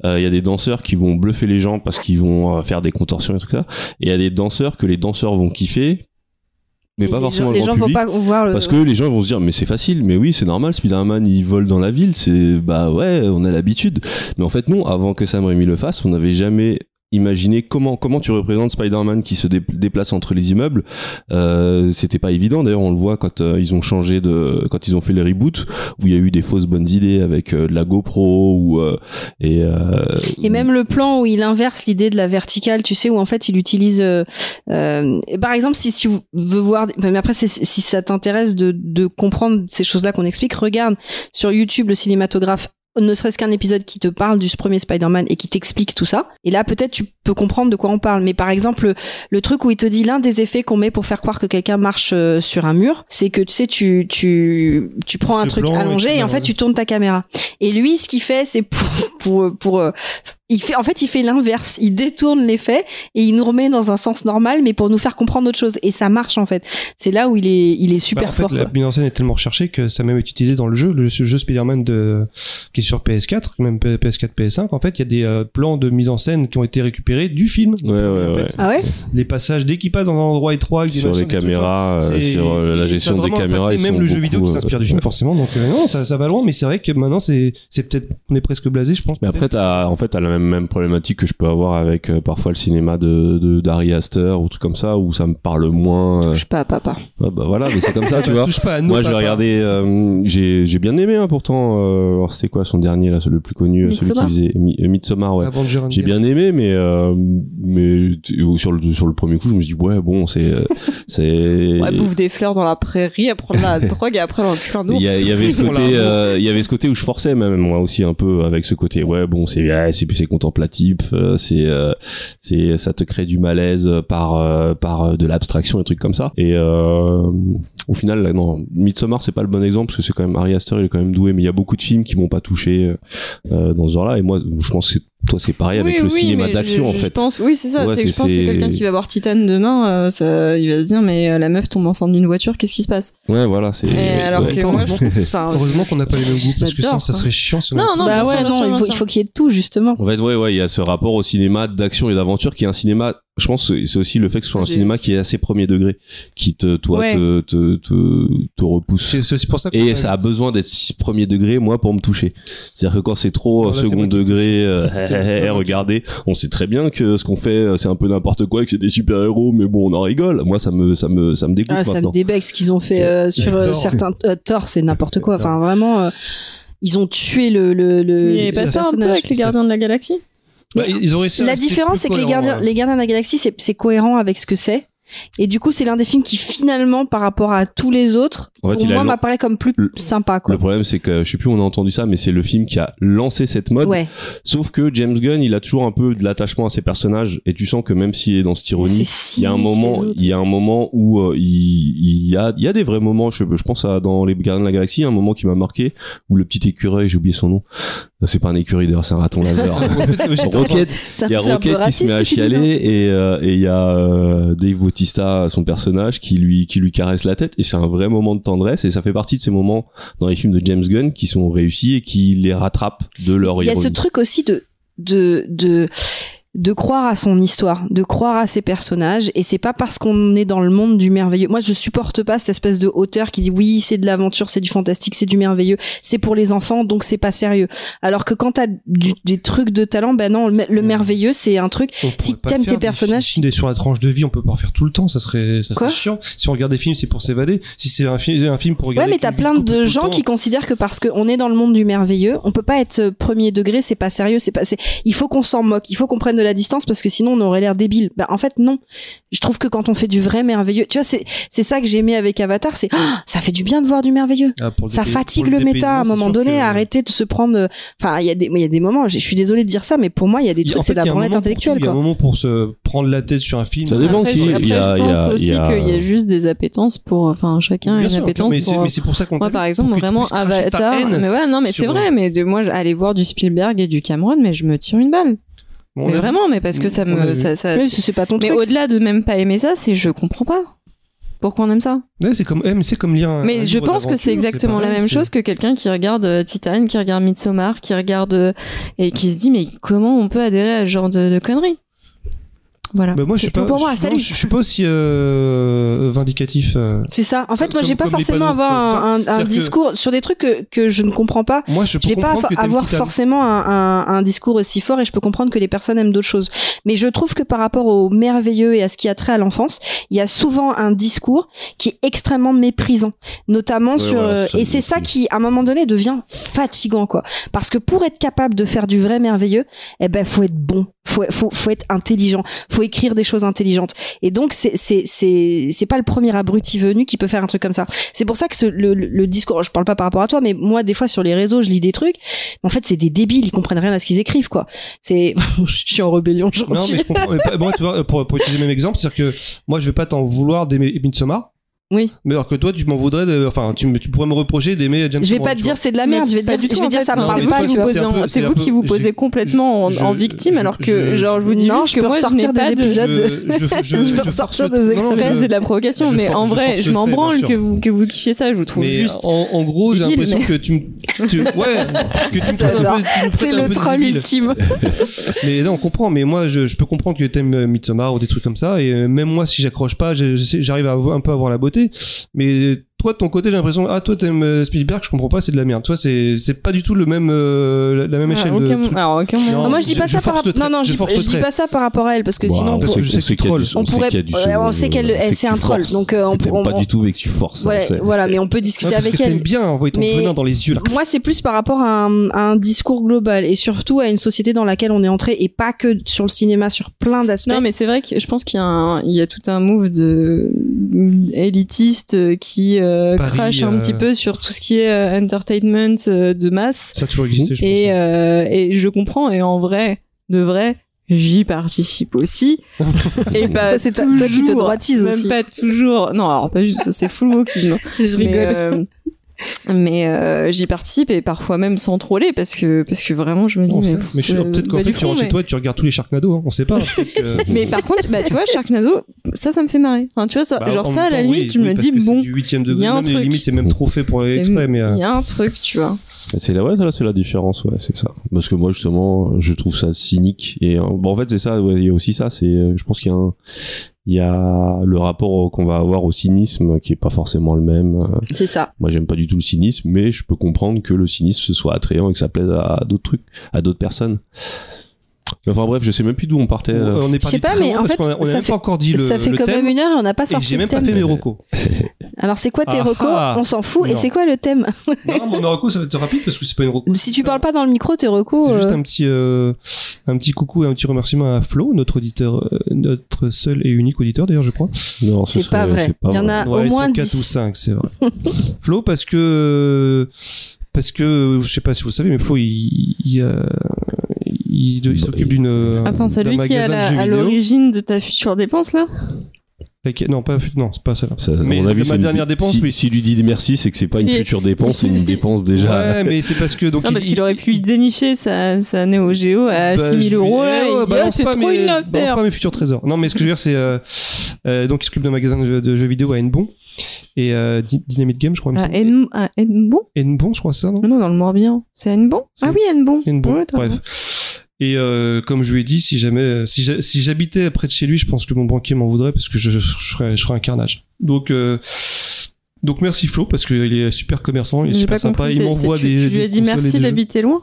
Euh, Il y a des danseurs qui vont bluffer les gens parce qu'ils vont euh, faire des contorsions et tout ça. Et il y a des danseurs que les danseurs vont kiffer, mais
Et
pas
les
forcément
gens, les
le grand
gens
public.
vont pas voir le.
Parce que les gens vont se dire mais c'est facile, mais oui c'est normal, Spider-Man il vole dans la ville, c'est bah ouais on a l'habitude. Mais en fait non, avant que Sam Raimi le fasse, on n'avait jamais imaginé comment comment tu représentes Spider-Man qui se dé- déplace entre les immeubles. Euh, C'était pas évident d'ailleurs, on le voit quand euh, ils ont changé de quand ils ont fait les reboots où il y a eu des fausses bonnes idées avec euh, de la GoPro ou euh, et euh,
Mm.
Et même le plan où il inverse l'idée de la verticale, tu sais, où en fait il utilise. euh, euh, et par exemple, si tu veux voir. enfin, mais après, c'est- si ça t'intéresse de, de comprendre ces choses-là qu'on explique, regarde sur YouTube le cinématographe ne serait-ce qu'un épisode qui te parle du premier Spider-Man et qui t'explique tout ça. Et là, peut-être tu peux comprendre de quoi on parle. Mais par exemple, le truc où il te dit l'un des effets qu'on met pour faire croire que quelqu'un marche euh, sur un mur, c'est que tu sais, tu tu tu prends
C'est
un
le
truc
plan et
allongé
tu
et en
l'enlèves.
fait tu tournes ta caméra. Et lui, ce qu'il fait, c'est pour pour pour euh, il fait en fait il fait l'inverse. Il détourne les faits et il nous remet dans un sens normal, mais pour nous faire comprendre autre chose. Et ça marche en fait. C'est là où il est il est super
Bah, en fait,
fort.
la
quoi.
mise en scène est tellement recherchée que ça a même été utilisé dans le jeu, le jeu Spider-Man de, qui est sur PS4, même P- PS4, PS5. En fait, il y a des euh, plans de mise en scène qui ont été récupérés du film.
Ouais, ouais,
En
ouais.
fait,
Ah ouais.
Les passages, dès qu'ils passent dans un endroit étroit, avec des
Sur
machins,
les
des trucs,
caméras, euh,
c'est-
sur euh, la
ça a
gestion des
vraiment
caméras,
impacté
ils
même
sont
le jeu vidéo
beaucoup,
qui
euh, (laughs)
s'inspire du film, forcément. Donc, euh, non, ça, ça va loin, mais c'est vrai que maintenant, c'est c'est peut-être, on est presque blasé, je pense.
Mais après, t'as, en fait, t'as la même, même problématique que je peux avoir avec euh, parfois le cinéma de, de d'Ari Aster ou trucs comme ça, où ça me parle moins. euh,
Touche pas à papa.
ah bah voilà, mais c'est
(laughs)
comme ça, tu
Bah,
vois.
touche pas à nous,
Moi, j'ai
papa.
regardé, euh, j'ai, j'ai bien aimé, hein, pourtant. euh, alors, c'était quoi son dernier, là, le plus connu, euh, celui qui
Midsommar.
faisait Mi- euh, Midsommar, ouais.
Avenger
J'ai bien aimé, mais euh, mais t- ou sur le sur le premier coup, je me suis dit ouais bon c'est euh, c'est
Ouais, bouffe des fleurs dans la prairie, à
(laughs)
prendre la drogue et après dans le cul
il y, a- il y avait ce
Pour
côté,
la-
euh, il y avait ce côté où je forçais même moi aussi un peu avec ce côté. Ouais, bon, c'est ouais, c'est c'est contemplatif, euh, c'est euh, c'est ça te crée du malaise par euh, par euh, de l'abstraction et trucs comme ça. Et euh, au final, là, non, Midsommar c'est pas le bon exemple parce que c'est quand même Ari Aster, il est quand même doué, mais il y a beaucoup de films qui m'ont pas touché euh, dans ce genre-là. Et moi, je pense que c'est- toi c'est pareil avec
Oui,
le
oui,
cinéma
mais
d'action
je-
en
je
fait.
pense- oui, c'est ça.
Ouais,
c'est que
c'est-
je pense que
c'est-
quelqu'un qui va voir Titan demain, euh, ça, il va se dire, mais euh, la meuf tombe enceinte d'une voiture, qu'est-ce qui se passe
Ouais, voilà, c'est.
Mais
ouais,
alors
ouais.
que
Attends,
moi, je trouve que c'est pas.
(laughs) Heureusement qu'on n'a pas les mêmes goûts, parce que sinon,
J'adore,
ça
quoi.
serait chiant si on
Non, non,
bah
bien sûr,
ouais,
bien
non,
sûr,
il
bien
faut, il
sûr.
faut qu'il y ait de tout justement.
En fait, ouais, ouais, il y a ce rapport au cinéma d'action et d'aventure qui est un cinéma. Je pense que c'est aussi le fait que ce soit un
J'ai-
cinéma qui est assez premier degré, qui te, toi,
Ouais.
te, te, te, te repousse.
C'est c'est aussi pour ça qu'on
Et
a-
ça a besoin d'être si premier degré, moi, pour me toucher. C'est-à-dire que quand c'est trop
Non, là,
euh,
Ah bah, c'est moi
second
qui te
degré, euh,
(laughs) C'est- c'est
(laughs)
moi qui te
regardez, on sait très bien que ce qu'on fait, euh, c'est un peu n'importe quoi, et que c'est des super héros, mais bon, on en rigole. Moi, ça me, ça me, ça me dégoûte
Ah, ça me
maintenant.
débecte ce qu'ils ont fait euh, sur euh,
Thor.
certains euh, Thor, c'est n'importe quoi. Enfin, vraiment, euh, ils ont tué le le le.
Il y avait pas
le
ça un peu
personnage.
avec les gardiens de la galaxie
Bah, ils- ils ont réussi à
La
rester
différence,
plus
c'est que les
cohérents,
gardiens,
ouais.
les gardiens de la galaxie, c'est c'est cohérent avec ce que c'est. Et du coup, c'est l'un des films qui finalement, par rapport à tous les autres,
En fait,
pour
il a
moi,
lan-
m'apparaît comme plus
Le-
sympa. Quoi.
Le problème, c'est que, je sais plus, où on a entendu ça, mais c'est le film qui a lancé cette mode.
Ouais,
Sauf que James Gunn, il a toujours un peu de l'attachement à ses personnages, et tu sens que même s'il est dans cette ironie,
c'est
il y a un
cynique,
moment,
les autres.
il y a un moment où euh, il, il y a, il y a des vrais moments. Je, je pense à dans les Gardiens de la Galaxie, un moment qui m'a marqué où le petit écureuil, j'ai oublié son nom. Non, C'est pas un écureuil d'ailleurs, c'est un
(laughs)
raton laveur. Rocket,
Ça-
il y a
c'est un peu
Rocket qui se
raciste
met
ce
à
que tu dis,
chialer
non
et euh, et il y a euh, Dave Bautista, son personnage, qui lui qui lui caresse la tête et c'est un vrai moment de tendresse et ça fait partie de ces moments dans les films de James Gunn qui sont réussis et qui les rattrapent de leur
Il y a
ironie.
ce truc aussi de de de de croire à son histoire, de croire à ses personnages, et c'est pas parce qu'on est dans le monde du merveilleux. Moi, je supporte pas cette espèce de hauteur qui dit oui, c'est de l'aventure, c'est du fantastique, c'est du merveilleux, c'est pour les enfants, donc c'est pas sérieux. Alors que quand t'as du- des trucs de talent, ben non, le, le
Mm.
merveilleux, c'est un truc.
On
Si
pourrait pas
t'aimes
faire
tes
des
personnages,
films des- sur la tranche de vie, on peut pas en faire tout le temps, ça serait, ça serait
Quoi
chiant. Si on regarde des films, c'est pour s'évader. Si c'est un, film un film pour
Ouais,
regarder.
mais
avec
t'as
une vie
plein
couple tout
de
le
gens
temps,
qui considèrent que parce qu'on est dans le monde du merveilleux, on peut pas être euh, premier degré, c'est pas sérieux, c'est pas. c'est- Il faut qu'on s'en moque, il faut qu'on prenne de la distance parce que sinon on aurait l'air débile. Bah en fait non. Je trouve que quand on fait du vrai merveilleux, tu vois, c'est c'est ça que j'ai aimé avec Avatar, c'est Ah, ça fait du bien de voir du merveilleux.
Ah, pour le
Ça
dépay- pour
fatigue le, méta à un
dépaysement, c'est
moment
sûr
donné,
que-
à arrêter de se prendre. Enfin, il y a des, il y a des moments. Je je suis désolée de dire ça, mais pour moi, il y a des
Il y a-
trucs,
en
c'est de
fait,
la
il y a un
branlette
moment pour tout,
intellectuelle,
Il y a un
quoi.
moment pour se prendre la tête sur un film.
Ça dépend
après,
si-
je-
il y a-
après,
il y
je
a-
pense
il y
aussi
a-
qu'il y a juste des appétences pour, enfin, chacun a
Bien
une
sûr,
appétence
mais c'est-
pour. euh,
mais c'est pour ça qu'on
Moi,
t'a
par
vu,
exemple,
pour que tu
vraiment
puisses cracher ta
Avatar.
haine.
Mais ouais, non, mais c'est
sur-
vrai. Mais de moi, aller voir du Spielberg et du Cameron, mais je me tire une balle.
Bon, on
mais
a-
vraiment, mais parce que ça
On a
me,
vu.
ça, ça-
Oui, c'est c'est pas ton
Mais
truc.
au-delà de même pas aimer ça, c'est je comprends pas. Pourquoi on aime ça
Ouais, c'est comme, eh, mais c'est comme lire. un- un
Mais je
livre
pense que c'est
d'aventure,
exactement
pareil,
la même
c'est-
chose que quelqu'un qui regarde euh, Titan, qui regarde Midsommar, qui regarde euh, et qui se dit mais comment on peut adhérer à ce genre de, de conneries Voilà.
Bah, moi, je suis
C'est tout
pas,
pour moi.
je- non,
Salut.
je je suis pas aussi euh, vindicatif. euh.
C'est ça. En fait, moi,
Comme-
j'ai pas
comme les
forcément
panneaux,
avoir
quoi.
un, un- un
C'est-à-dire que-
discours sur des trucs que, que je ne comprends pas.
Moi, je
Je
peux
vais pas
comprendre
avoir-
que t'aimes
avoir
Titan.
forcément un, un- un discours aussi fort et je peux comprendre que les personnes aiment d'autres choses. Mais je trouve que par rapport au merveilleux et à ce qui a trait à l'enfance, il y a souvent un discours qui est extrêmement méprisant, notamment sur.
voilà,
euh,
ça,
et
je
c'est
me
ça
suis-
qui, à un moment donné, devient fatigant, quoi. Parce que pour être capable de faire du vrai merveilleux, eh ben, faut être bon, faut, faut, faut être intelligent, faut faut écrire des choses intelligentes. Et donc, c'est, c'est, c'est, c'est pas le premier abruti venu qui peut faire un truc comme ça. C'est pour ça que ce, le, le discours, je parle pas par rapport à toi, mais moi, des fois, sur les réseaux, je lis des trucs. Mais en fait, c'est des débiles, ils comprennent rien à ce qu'ils écrivent, quoi. C'est, (laughs) je suis en rébellion
Non,
aujourd'hui.
mais je comprends.
(laughs)
Mais pas- moi, tu vois, euh, pour, pour utiliser le même exemple, c'est-à-dire que moi, je vais pas t'en vouloir d'aimer Midsommar.
Oui.
Mais alors que toi, tu m'en voudrais. de- enfin, tu, me- tu pourrais me reprocher d'aimer James
Je vais
Cameron,
pas te
tu
dire c'est de la merde, je vais te
Pas
dire,
du
je
tout,
vais
en
dire
fait, hein.
ça me
non,
parle
mais
pas,
toi,
tu
c'est
vois.
un peu-
vois. C'est
c'est un
vous qui
peu-
vous posez
j'ai-
complètement en,
je-
en victime,
je-
alors
je-
que, genre, je vous dis
Non,
juste
je
que
peux
moi, je n'ai
ressortir
pas
des
de...
épisodes.
vois.
dire de-
Je, je,
(laughs)
je,
Je peux
je-
ressortir
je-
des
non,
extraits.
je-
Après, c'est de la provocation,
je
mais
for-
en
je
vrai,
force
je
le
m'en
trait, bien
branle
sûr.
que vous, que vous kiffiez ça, je vous trouve
Mais
juste.
en, en gros, j'ai
débile,
l'impression
mais-
que tu me. tu- ouais, que
(laughs)
tu me traites un peu- tu me
C'est
traites un
le
peu de
troll
débile.
ultime.
Mais non, on comprend. Mais moi, je, je peux comprendre que t'aimes euh, Midsommar ou des trucs comme ça. Et euh, même moi, si j'accroche pas, je- je sais- j'arrive à avo- un peu à voir la beauté. Mais euh, toi, de ton côté, j'ai l'impression, ah, toi, t'aimes euh, Spielberg, je comprends pas, c'est de la merde. Toi, c'est c'est pas du tout le même, euh, la- la même
Ah,
échelle de.
aucun-
trucs.
Alors, aucun moment.
Non,
Ah, moi je dis
je-
pas
je
ça par
force le
rapport
trait,
non non
je
je, dis-
force le
je dis
trait. Bah,
pas ça par par rapport à elle parce que
Bon,
sinon
on
on
pour-
sait-
je sais
on
que
sait qu'il y a
troll.
du-
On
on sait
pourrait-
qu'il y a du
ouais,
sauvage,
on sait qu'elle-
on sait
elle,
que
c'est
tu
un troll,
forces.
donc, euh, on-
Et t'aimes
on-
pas
on-
du tout mais que tu forces. hein,
voilà
c'est- (laughs)
voilà mais on peut
Ouais,
discuter
parce que
avec
t'aimes
elle
bien envoyer ton
Mais-
venin dans les yeux là.
moi, c'est plus par rapport à un, à un discours global et surtout à une société dans laquelle on est entré et pas que sur le cinéma, sur plein d'aspects.
Non, mais c'est vrai que je pense qu'il y, a un- il y a tout un move de élitiste euh, qui euh,
Paris,
crache un
euh,
petit peu sur tout ce qui est euh, entertainment euh, de masse.
Ça a toujours existé, je
Et,
pense.
euh, et je comprends, et en vrai, de vrai, j'y participe aussi.
hein.
et pas
ça, c'est toi,
Euh, toujours,
toi qui te droitise
même
aussi.
pas toujours. Non, alors pas juste, c'est full
(laughs)
wokisme.
Je
Mais, euh, mais, euh, j'y participe et parfois même sans troller parce que parce que vraiment je me
(laughs)
dis
On
mais,
sait. Oh, mais je suis
euh,
peut-être qu'en
bah,
fait
du
tu
fond,
rentres
mais-
chez toi et tu regardes tous les Sharknado, hein, on sait pas. peut-être que-
mais par contre bah tu vois Sharknado ça ça me fait marrer Enfin, tu vois ça,
Bah,
(laughs) genre
en
ça à
même
la
temps,
limite
oui,
tu
oui,
me
parce
dis
que c'est
bon
Du 8
il y
degré,
a un
même les
truc.
limites, c'est même trop fait pour exprès. Mais euh,
il y a un truc tu vois
C'est là, ouais, là, c'est la différence, ouais, c'est ça. Parce que moi, justement, euh, je trouve ça cynique. Et euh, bon, en fait, c'est ça, ouais, il y a aussi ça. C'est, euh, je pense qu'il y a un- il y a le rapport euh, qu'on va avoir au cynisme euh, qui est pas forcément le même. Euh,
C'est ça.
Moi, j'aime pas du tout le cynisme, mais je peux comprendre que le cynisme ce soit attrayant et que ça plaise à d'autres trucs, à d'autres personnes. Enfin bref, je sais même plus d'où on partait. euh.
on est
je sais
parti
pas,
très
mais
loin
en
parce
fait,
qu'on a- on a
ça
même
fait-
pas encore dit le
ça fait
le
quand
thème.
même une heure et on n'a pas
Et
sorti
j'ai
le
même pas
thème.
fait mes recos.
Alors, c'est quoi tes
Ah,
recos
ah.
On s'en fout. Et
Non.
c'est quoi le thème
(laughs) non, mon recos ça va être rapide parce que c'est pas une reco.
Si tu parles pas dans le micro, tes recos.
C'est juste
euh,
un petit, euh, un petit coucou et un petit remerciement à Flo, notre auditeur, euh, notre seul et unique auditeur d'ailleurs, je crois.
Non, ce
C'est
serait-
pas vrai.
c'est pas
Il y en
vrai.
a
Ouais,
Ah, au
ils
moins
sont 4 ou
10.
5, c'est
(laughs)
vrai. Flo, parce que, parce que, je sais pas si vous le savez, mais Flo, il, il, euh, il- il s'occupe d'une. euh,
Ah.
attends c'est
d'un
lui qui est
magasin
à
de
la-
jeux
à
vidéo.
l'origine de ta future dépense là
Avec- Non, pas, non, c'est pas celle-là.
Ça, à
Mais
mon avis,
de
c'est
ma
une-
dernière dépense,
si,
oui.
si lui dit merci, c'est que c'est pas une
Et-
future dépense,
(laughs)
c'est une dépense (laughs) déjà.
Ouais, mais c'est parce que donc
non parce qu'il aurait pu dénicher sa, sa Neo Geo à
Bah,
6000
je lui-
Euh, euros
Eh
là,
ouais,
il dit
balance
ah, c'est
pas
trop
mes-
une
balance
affaire
pas mes futurs trésors. Non, mais ce que je veux dire, c'est euh, euh, donc il s'occupe d'un magasin de, jeux- de jeux vidéo à Hennebon et euh, Di- Dynamite Game, je crois. il me
à
semble.
N à N-bon
Hennebon, je crois c'est ça, non
non dans le Morbihan c'est à N-bon
C'est-
ah oui N-bon
Hennebon, bref. Et euh, comme je lui ai dit, si jamais, euh, si j'a- si j'habitais près de chez lui, je pense que mon banquier m'en voudrait parce que je, je, ferais, je ferais un carnage. Donc, euh, donc merci Flo parce qu'il est super commerçant, il est
j'ai
super
pas
sympa,
compris
il
t'es-
m'envoie des.
tu- tu lui
des
as dit
consoles et des
merci
jeux.
d'habiter loin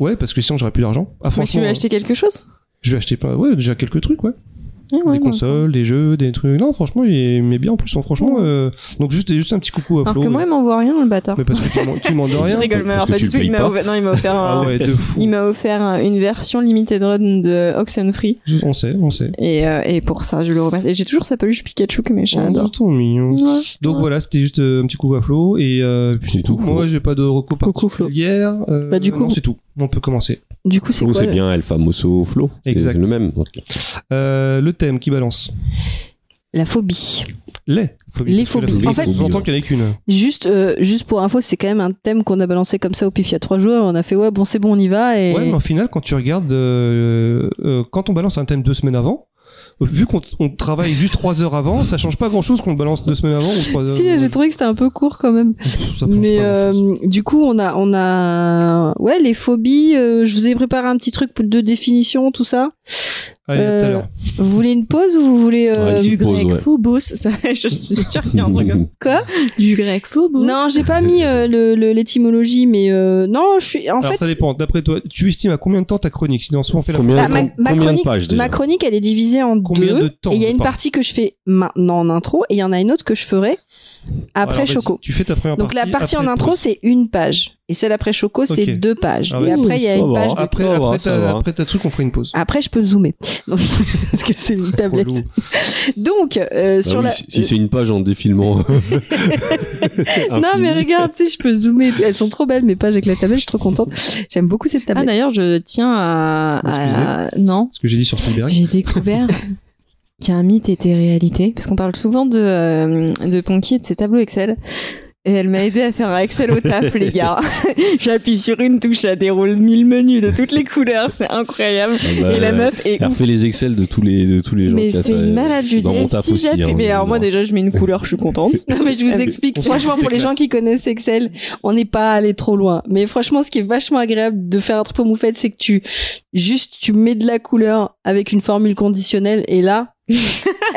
Ouais, parce que sinon j'aurais plus d'argent. Ah
mais tu
franchement,
lui as acheté quelque chose
je lui ai acheté pas, ouais, déjà quelques trucs, ouais.
Ah ouais,
des
donc.
consoles, des jeux, des trucs. Non, franchement, il est- il m'est bien en plus. hein, franchement, euh, donc juste, juste un petit coucou à Flo.
alors que moi il m'envoie rien le bâtard
mais parce que tu m'en- tu m'en donnes
(laughs) je
rien.
rigole
parce
mais alors
que
pas
tu
du
le
tout il
payes
m'a
pas.
offert- non, il m'a offert
Ah
un-
ouais, de fou.
Il m'a offert un- une version limited run de Oxenfree Free
Je- On sait, on sait.
et, euh, et pour ça je le remercie. Et J'ai toujours sa peluche Pikachu que mes chats
Oh,
adorent.
ton mignon.
Ouais.
Donc
Ouais.
voilà, c'était juste euh, un petit coup à Flo et euh, puis c'est
Coucou,
tout.
Flo.
Moi, j'ai pas de recours
Coucou, Flo.
particulier. Euh,
Bah, du coup-
non, c'est tout. On peut commencer.
Du coup, c'est
Flo,
quoi
c'est
le-
bien El Famoso Flo. C'est
Exact.
le même.
Euh, le thème qui balance.
La phobie.
Les phobies.
Les
Parce que la
phobies.
phobie,
En
ça
fait-
sous-entend qu'il y en a qu'une.
Juste, euh, juste pour info, c'est quand même un thème qu'on a balancé comme ça au pif il y a trois jours. On a fait ouais, bon, c'est bon, on y va. Et...
Ouais, mais au final, quand tu regardes, euh, euh, quand on balance un thème deux semaines avant, vu qu'on on travaille juste trois heures avant, ça change pas grand chose qu'on le balance deux semaines avant ou trois heures.
Si, j'ai trouvé que c'était un peu court quand même.
Pff, euh, ça change
Mais
pas grand-chose.
euh, du coup, on a, on a, ouais, les phobies. euh, je vous ai préparé un petit truc de définition, tout ça.
Allez, à tout à
euh,
l'heure.
Vous voulez une pause ou vous voulez euh,
Ouais,
Du
Petite pause,
grec
ouais.
phobos, ça, (laughs) je suis sûre qu'il y a un truc comme
quoi
Du grec phobos.
Non, j'ai pas mis euh, le- le- l'étymologie, mais euh, non, je suis en
Alors
fait.
ça dépend. D'après toi, tu estimes à combien de temps ta chronique Sinon, soit on fait la
Combien,
Bah, ma,
com-
ma
combien de
chronique,
pages déjà
ma chronique, elle est divisée en
Combien
deux.
de temps,
et il y a
je
une
parle
partie que je fais maintenant en intro, et il y en a une autre que je ferai après
Alors, vas-y,
Choco.
Tu fais ta première
Donc
partie.
la partie en
après
intro,
pause.
c'est une page. Et celle après Choco, c'est
Ok.
deux pages.
Ah
et
ouais.
après, il y a
Ça
une
va.
page de...
Après,
Ça va,
après,
ça
ta-
va.
après ta truc, on fera une pause.
Après, je peux zoomer. (laughs) Donc, parce que c'est une tablette.
Relou.
Donc, euh,
Bah
sur
oui,
la...
Si, si c'est une page en
(laughs)
défilement. (laughs)
Non, mais regarde, si je peux zoomer. et tout. Elles sont trop belles, mes pages avec la tablette. Je suis trop contente. J'aime beaucoup cette
Ah
tablette.
d'ailleurs, je tiens à, à- non,
Ce que j'ai dit sur Cyber.
(laughs)
j'ai découvert qu'un mythe était réalité parce qu'on parle souvent de euh, de Ponky et de ses tableaux Excel. Et elle m'a aidé à faire un Excel
(laughs)
au taf, les gars. (laughs) J'appuie sur une touche, ça déroule 1000 menus de toutes les couleurs, c'est incroyable. et la meuf est
Elle
ouf.
refait les Excel de tous les, de tous Ah bah, les gens
Mais
qui a
c'est
fait-
une malade,
je suis
je
dans
dis,
mon
eh,
taf
si
aussi,
j'appuie,
hein,
mais alors moi
dedans.
déjà je mets une couleur, je suis contente.
(laughs)
Non, mais je vous
Ah, mais
explique.
on s'en
Franchement,
fout,
pour les gens qui connaissent Excel, on n'est pas allé trop loin. Mais franchement, ce qui est vachement agréable de faire un truc aux moufettes, c'est que tu, juste, tu mets de la couleur avec une formule conditionnelle
(laughs)
et là,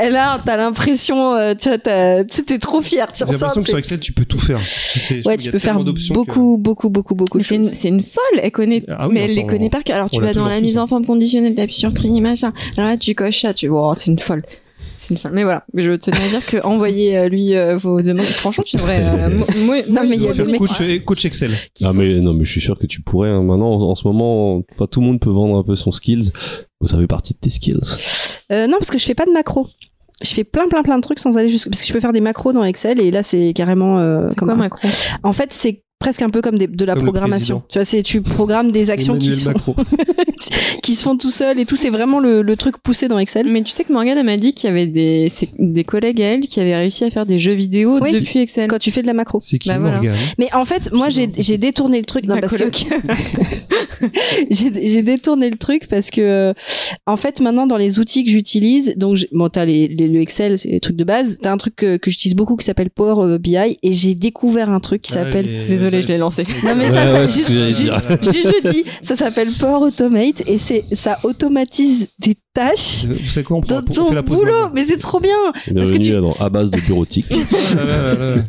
et là, t'as l'impression, euh, tu vois, t'as- tu sais, t'es trop fier, tu
J'ai
ressens.
l'impression que
c'est-
sur Excel, tu peux tout faire. C'est-
Ouais,
il y
tu
a
peux faire
tellement d'options
beaucoup, beaucoup, beaucoup, beaucoup
Mais
de
C'est
choses.
une, c'est une folle, elle connaît,
Ah oui,
mais
on
elle les
s'en-
connaît par cœur. Alors tu
l'a
vas dans
toujours
la
su,
mise
ça.
en forme conditionnelle, t'appuies sur tri, machin. Alors là tu coches ça, tu vois, Oh, c'est une folle. C'est une folle. Mais voilà, je tenais à dire que envoyer euh, lui euh, vos demandes, franchement tu
(laughs)
devrais. euh, mo- mo-
Non, mais
que-
il y a
Tu dois faire
des mecs
coach,
qui-
et coach Excel.
qui
Ah
sont-
mais non mais je suis sûr que tu pourrais hein. maintenant en, en ce moment enfin tout le monde peut vendre un peu son skills ça fait partie de tes skills
Euh, non, parce que je fais pas de macro. Je fais plein, plein, plein de trucs sans aller jusqu'au. Parce que je peux faire des macros dans Excel et là, c'est carrément. euh,
C'est
comme
quoi
un-
Macron
En fait, c'est presque un peu comme des- de la
Comme le
programmation.
président.
Tu vois, c'est tu programmes des actions qui se, font,
Macron.
qui se font tout seul et tout. C'est vraiment le, le truc poussé dans Excel.
Mais tu sais que Morgane elle m'a dit qu'il y avait des, c'est- des collègues à elle qui avaient réussi à faire des jeux vidéo
Oui.
depuis Excel.
Quand tu fais de la macro.
C'est qui
Bah voilà.
Morgane
Mais en fait, moi, j'ai j'ai détourné le truc. Non,
Ma
parce que
coloc.
(laughs) j'ai j'ai détourné le truc parce que, euh, en fait, maintenant, dans les outils que j'utilise, donc, j'ai- bon, t'as les, les- le Excel, c'est les trucs de base. T'as un truc que, que j'utilise beaucoup qui s'appelle Power BI et j'ai découvert un truc qui
Ah,
s'appelle
(laughs) Désolée, je l'ai lancé.
Non, mais
Ouais,
ça, ça
ouais,
j'ai-
c'est ce que j'allais
j'ai-
dire.
j'ai- je dis, ça s'appelle Power Automate et c'est ça automatise des tâches
Euh, Vous savez quoi on, prend
dans
la pause- on fait
ton
la pause
boulot,
maintenant.
mais c'est trop bien. Parce que
bienvenue
tu-
dans à base de bureautique
Ah là là là là.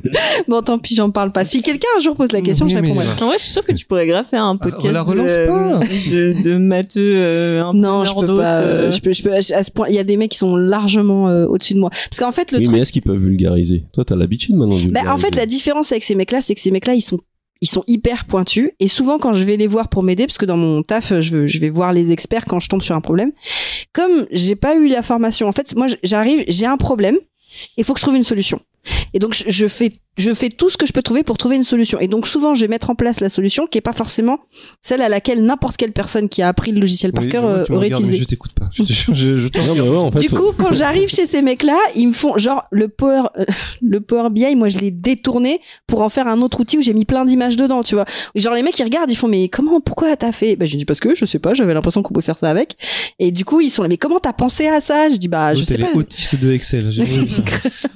Bon, tant pis, j'en parle pas. Si quelqu'un un jour pose la question,
Mm, Oui,
je
mais-
répondrai.
En vrai, je suis sûre que tu pourrais grave faire un podcast
Ah, la relance
de,
pas.
de, de matheux euh, un peu
Non, je peux
nerdos,
pas. euh,
euh,
Je peux, je peux, à ce point, il y a des mecs qui sont largement euh, au-dessus de moi. Parce qu'en fait, le
oui
truc.
mais est-ce qu'ils peuvent vulgariser toi t'as l'habitude maintenant de
Bah, en fait, la
vulgariser.
différence avec ces mecs-là, c'est que ces mecs-là, ils sont ils sont hyper pointus et souvent quand je vais les voir pour m'aider parce que dans mon taf je, veux- je vais voir les experts quand je tombe sur un problème comme j'ai pas eu la formation en fait moi j'arrive j'ai un problème il faut que je trouve une solution et donc je, je fais je fais tout ce que je peux trouver pour trouver une solution et donc souvent je vais mettre en place la solution qui est pas forcément celle à laquelle n'importe quelle personne qui a appris le logiciel par
Oui,
cœur
je vois,
euh,
tu me
aurait
regardes, mais
utilisé
Je t'écoute
(laughs)
pas. Je te jure, je- je te
non mais ouais, en fait
du coup, quand j'arrive chez ces mecs-là, ils me font genre le Power, (laughs) euh, le Power BI. Moi, je l'ai détourné pour en faire un autre outil où j'ai mis plein d'images dedans, tu vois. Genre les mecs ils regardent, ils font mais comment, pourquoi t'as fait Bah je dis parce que je sais pas, j'avais l'impression qu'on pouvait faire ça avec. Et du coup, ils sont là mais comment t'as pensé à ça Je dis bah je
Note,
sais
elle
pas.
est autiste de Excel. j'ai jamais vu ça.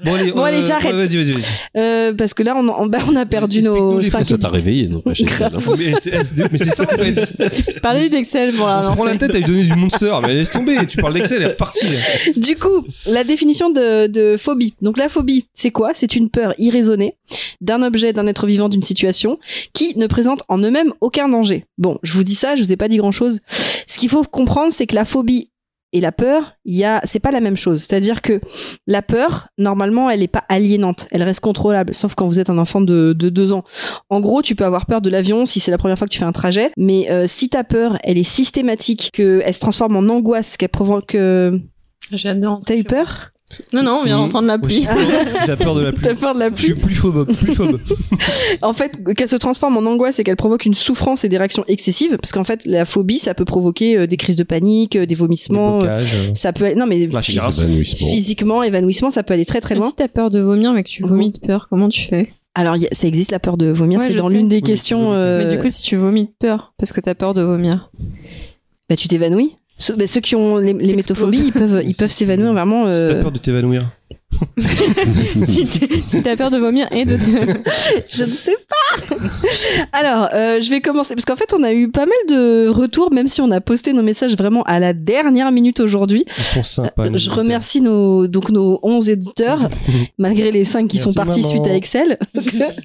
Bon, allez,
Bon,
euh,
allez, j'arrête.
ouais, Vas-y, vas-y, vas-y.
Euh, parce que là on, en- bah, on a perdu
Explique-nous
nos
les
Ah,
5
ça t'a réveillé non pas chez toi, non
Mais c'est- eh, c'est des ouf, mais c'est ça en fait.
Parler d'Excel pour la
On se prend la
lancer.
tête à lui donner du monster, mais laisse tomber. Tu parles d'Excel, elle est repartie.
(laughs) Du coup, la définition de, de phobie. Donc la phobie, c'est quoi C'est une peur irraisonnée d'un objet, d'un être vivant, d'une situation qui ne présente en eux-mêmes aucun danger. Bon, je vous dis ça, je vous ai pas dit grand-chose. Ce qu'il faut comprendre, c'est que la phobie et la peur, il y a, c'est pas la même chose. C'est-à-dire que la peur, normalement, elle n'est pas aliénante, elle reste contrôlable, sauf quand vous êtes un enfant de, de deux ans. En gros, tu peux avoir peur de l'avion si c'est la première fois que tu fais un trajet, mais euh, si ta peur, elle est systématique, que elle se transforme en angoisse, qu'elle provoque, euh,
J'adore.
T'as eu peur
Non, non, on vient d'entendre la pluie.
J'ai peur de la pluie.
Ah, T'as peur de la
Je suis
pluie
plus phobe, plus phobe.
En fait, qu'elle se transforme en angoisse et qu'elle provoque une souffrance et des réactions excessives, parce qu'en fait, la phobie, ça peut provoquer euh, des crises de panique, euh, des vomissements, euh, ça peut être... Non, mais
La
phy-
chiasse.
Évanouissement. (laughs)
physiquement, évanouissement, ça peut aller très très
Mais
loin.
Si t'as peur de vomir mais que tu vomis de peur, comment tu fais
Alors, il y a- ça existe la peur de vomir,
Ouais,
c'est
je
dans
sais.
l'une des
Oui,
questions...
oui, oui.
euh,
Mais du coup, si tu vomis de peur parce que t'as peur de vomir,
bah, tu t'évanouis ceux, bah, ceux qui ont les, les métophobies, ils peuvent ils peuvent s'évanouir vraiment.
Si
euh,
t'as peur de t'évanouir.
(laughs) si t'es- si t'as peur de vomir
(laughs)
et de
(laughs) Je ne sais pas. (laughs) Alors, euh, je vais commencer parce qu'en fait, on a eu pas mal de retours, même si on a posté nos messages vraiment à la dernière minute aujourd'hui.
Ils sont sympas. nos
euh, Je
auditeurs.
remercie nos, donc nos 11
(laughs)
éditeurs, malgré les 5 qui
Merci,
sont partis
maman.
suite à Excel. (laughs)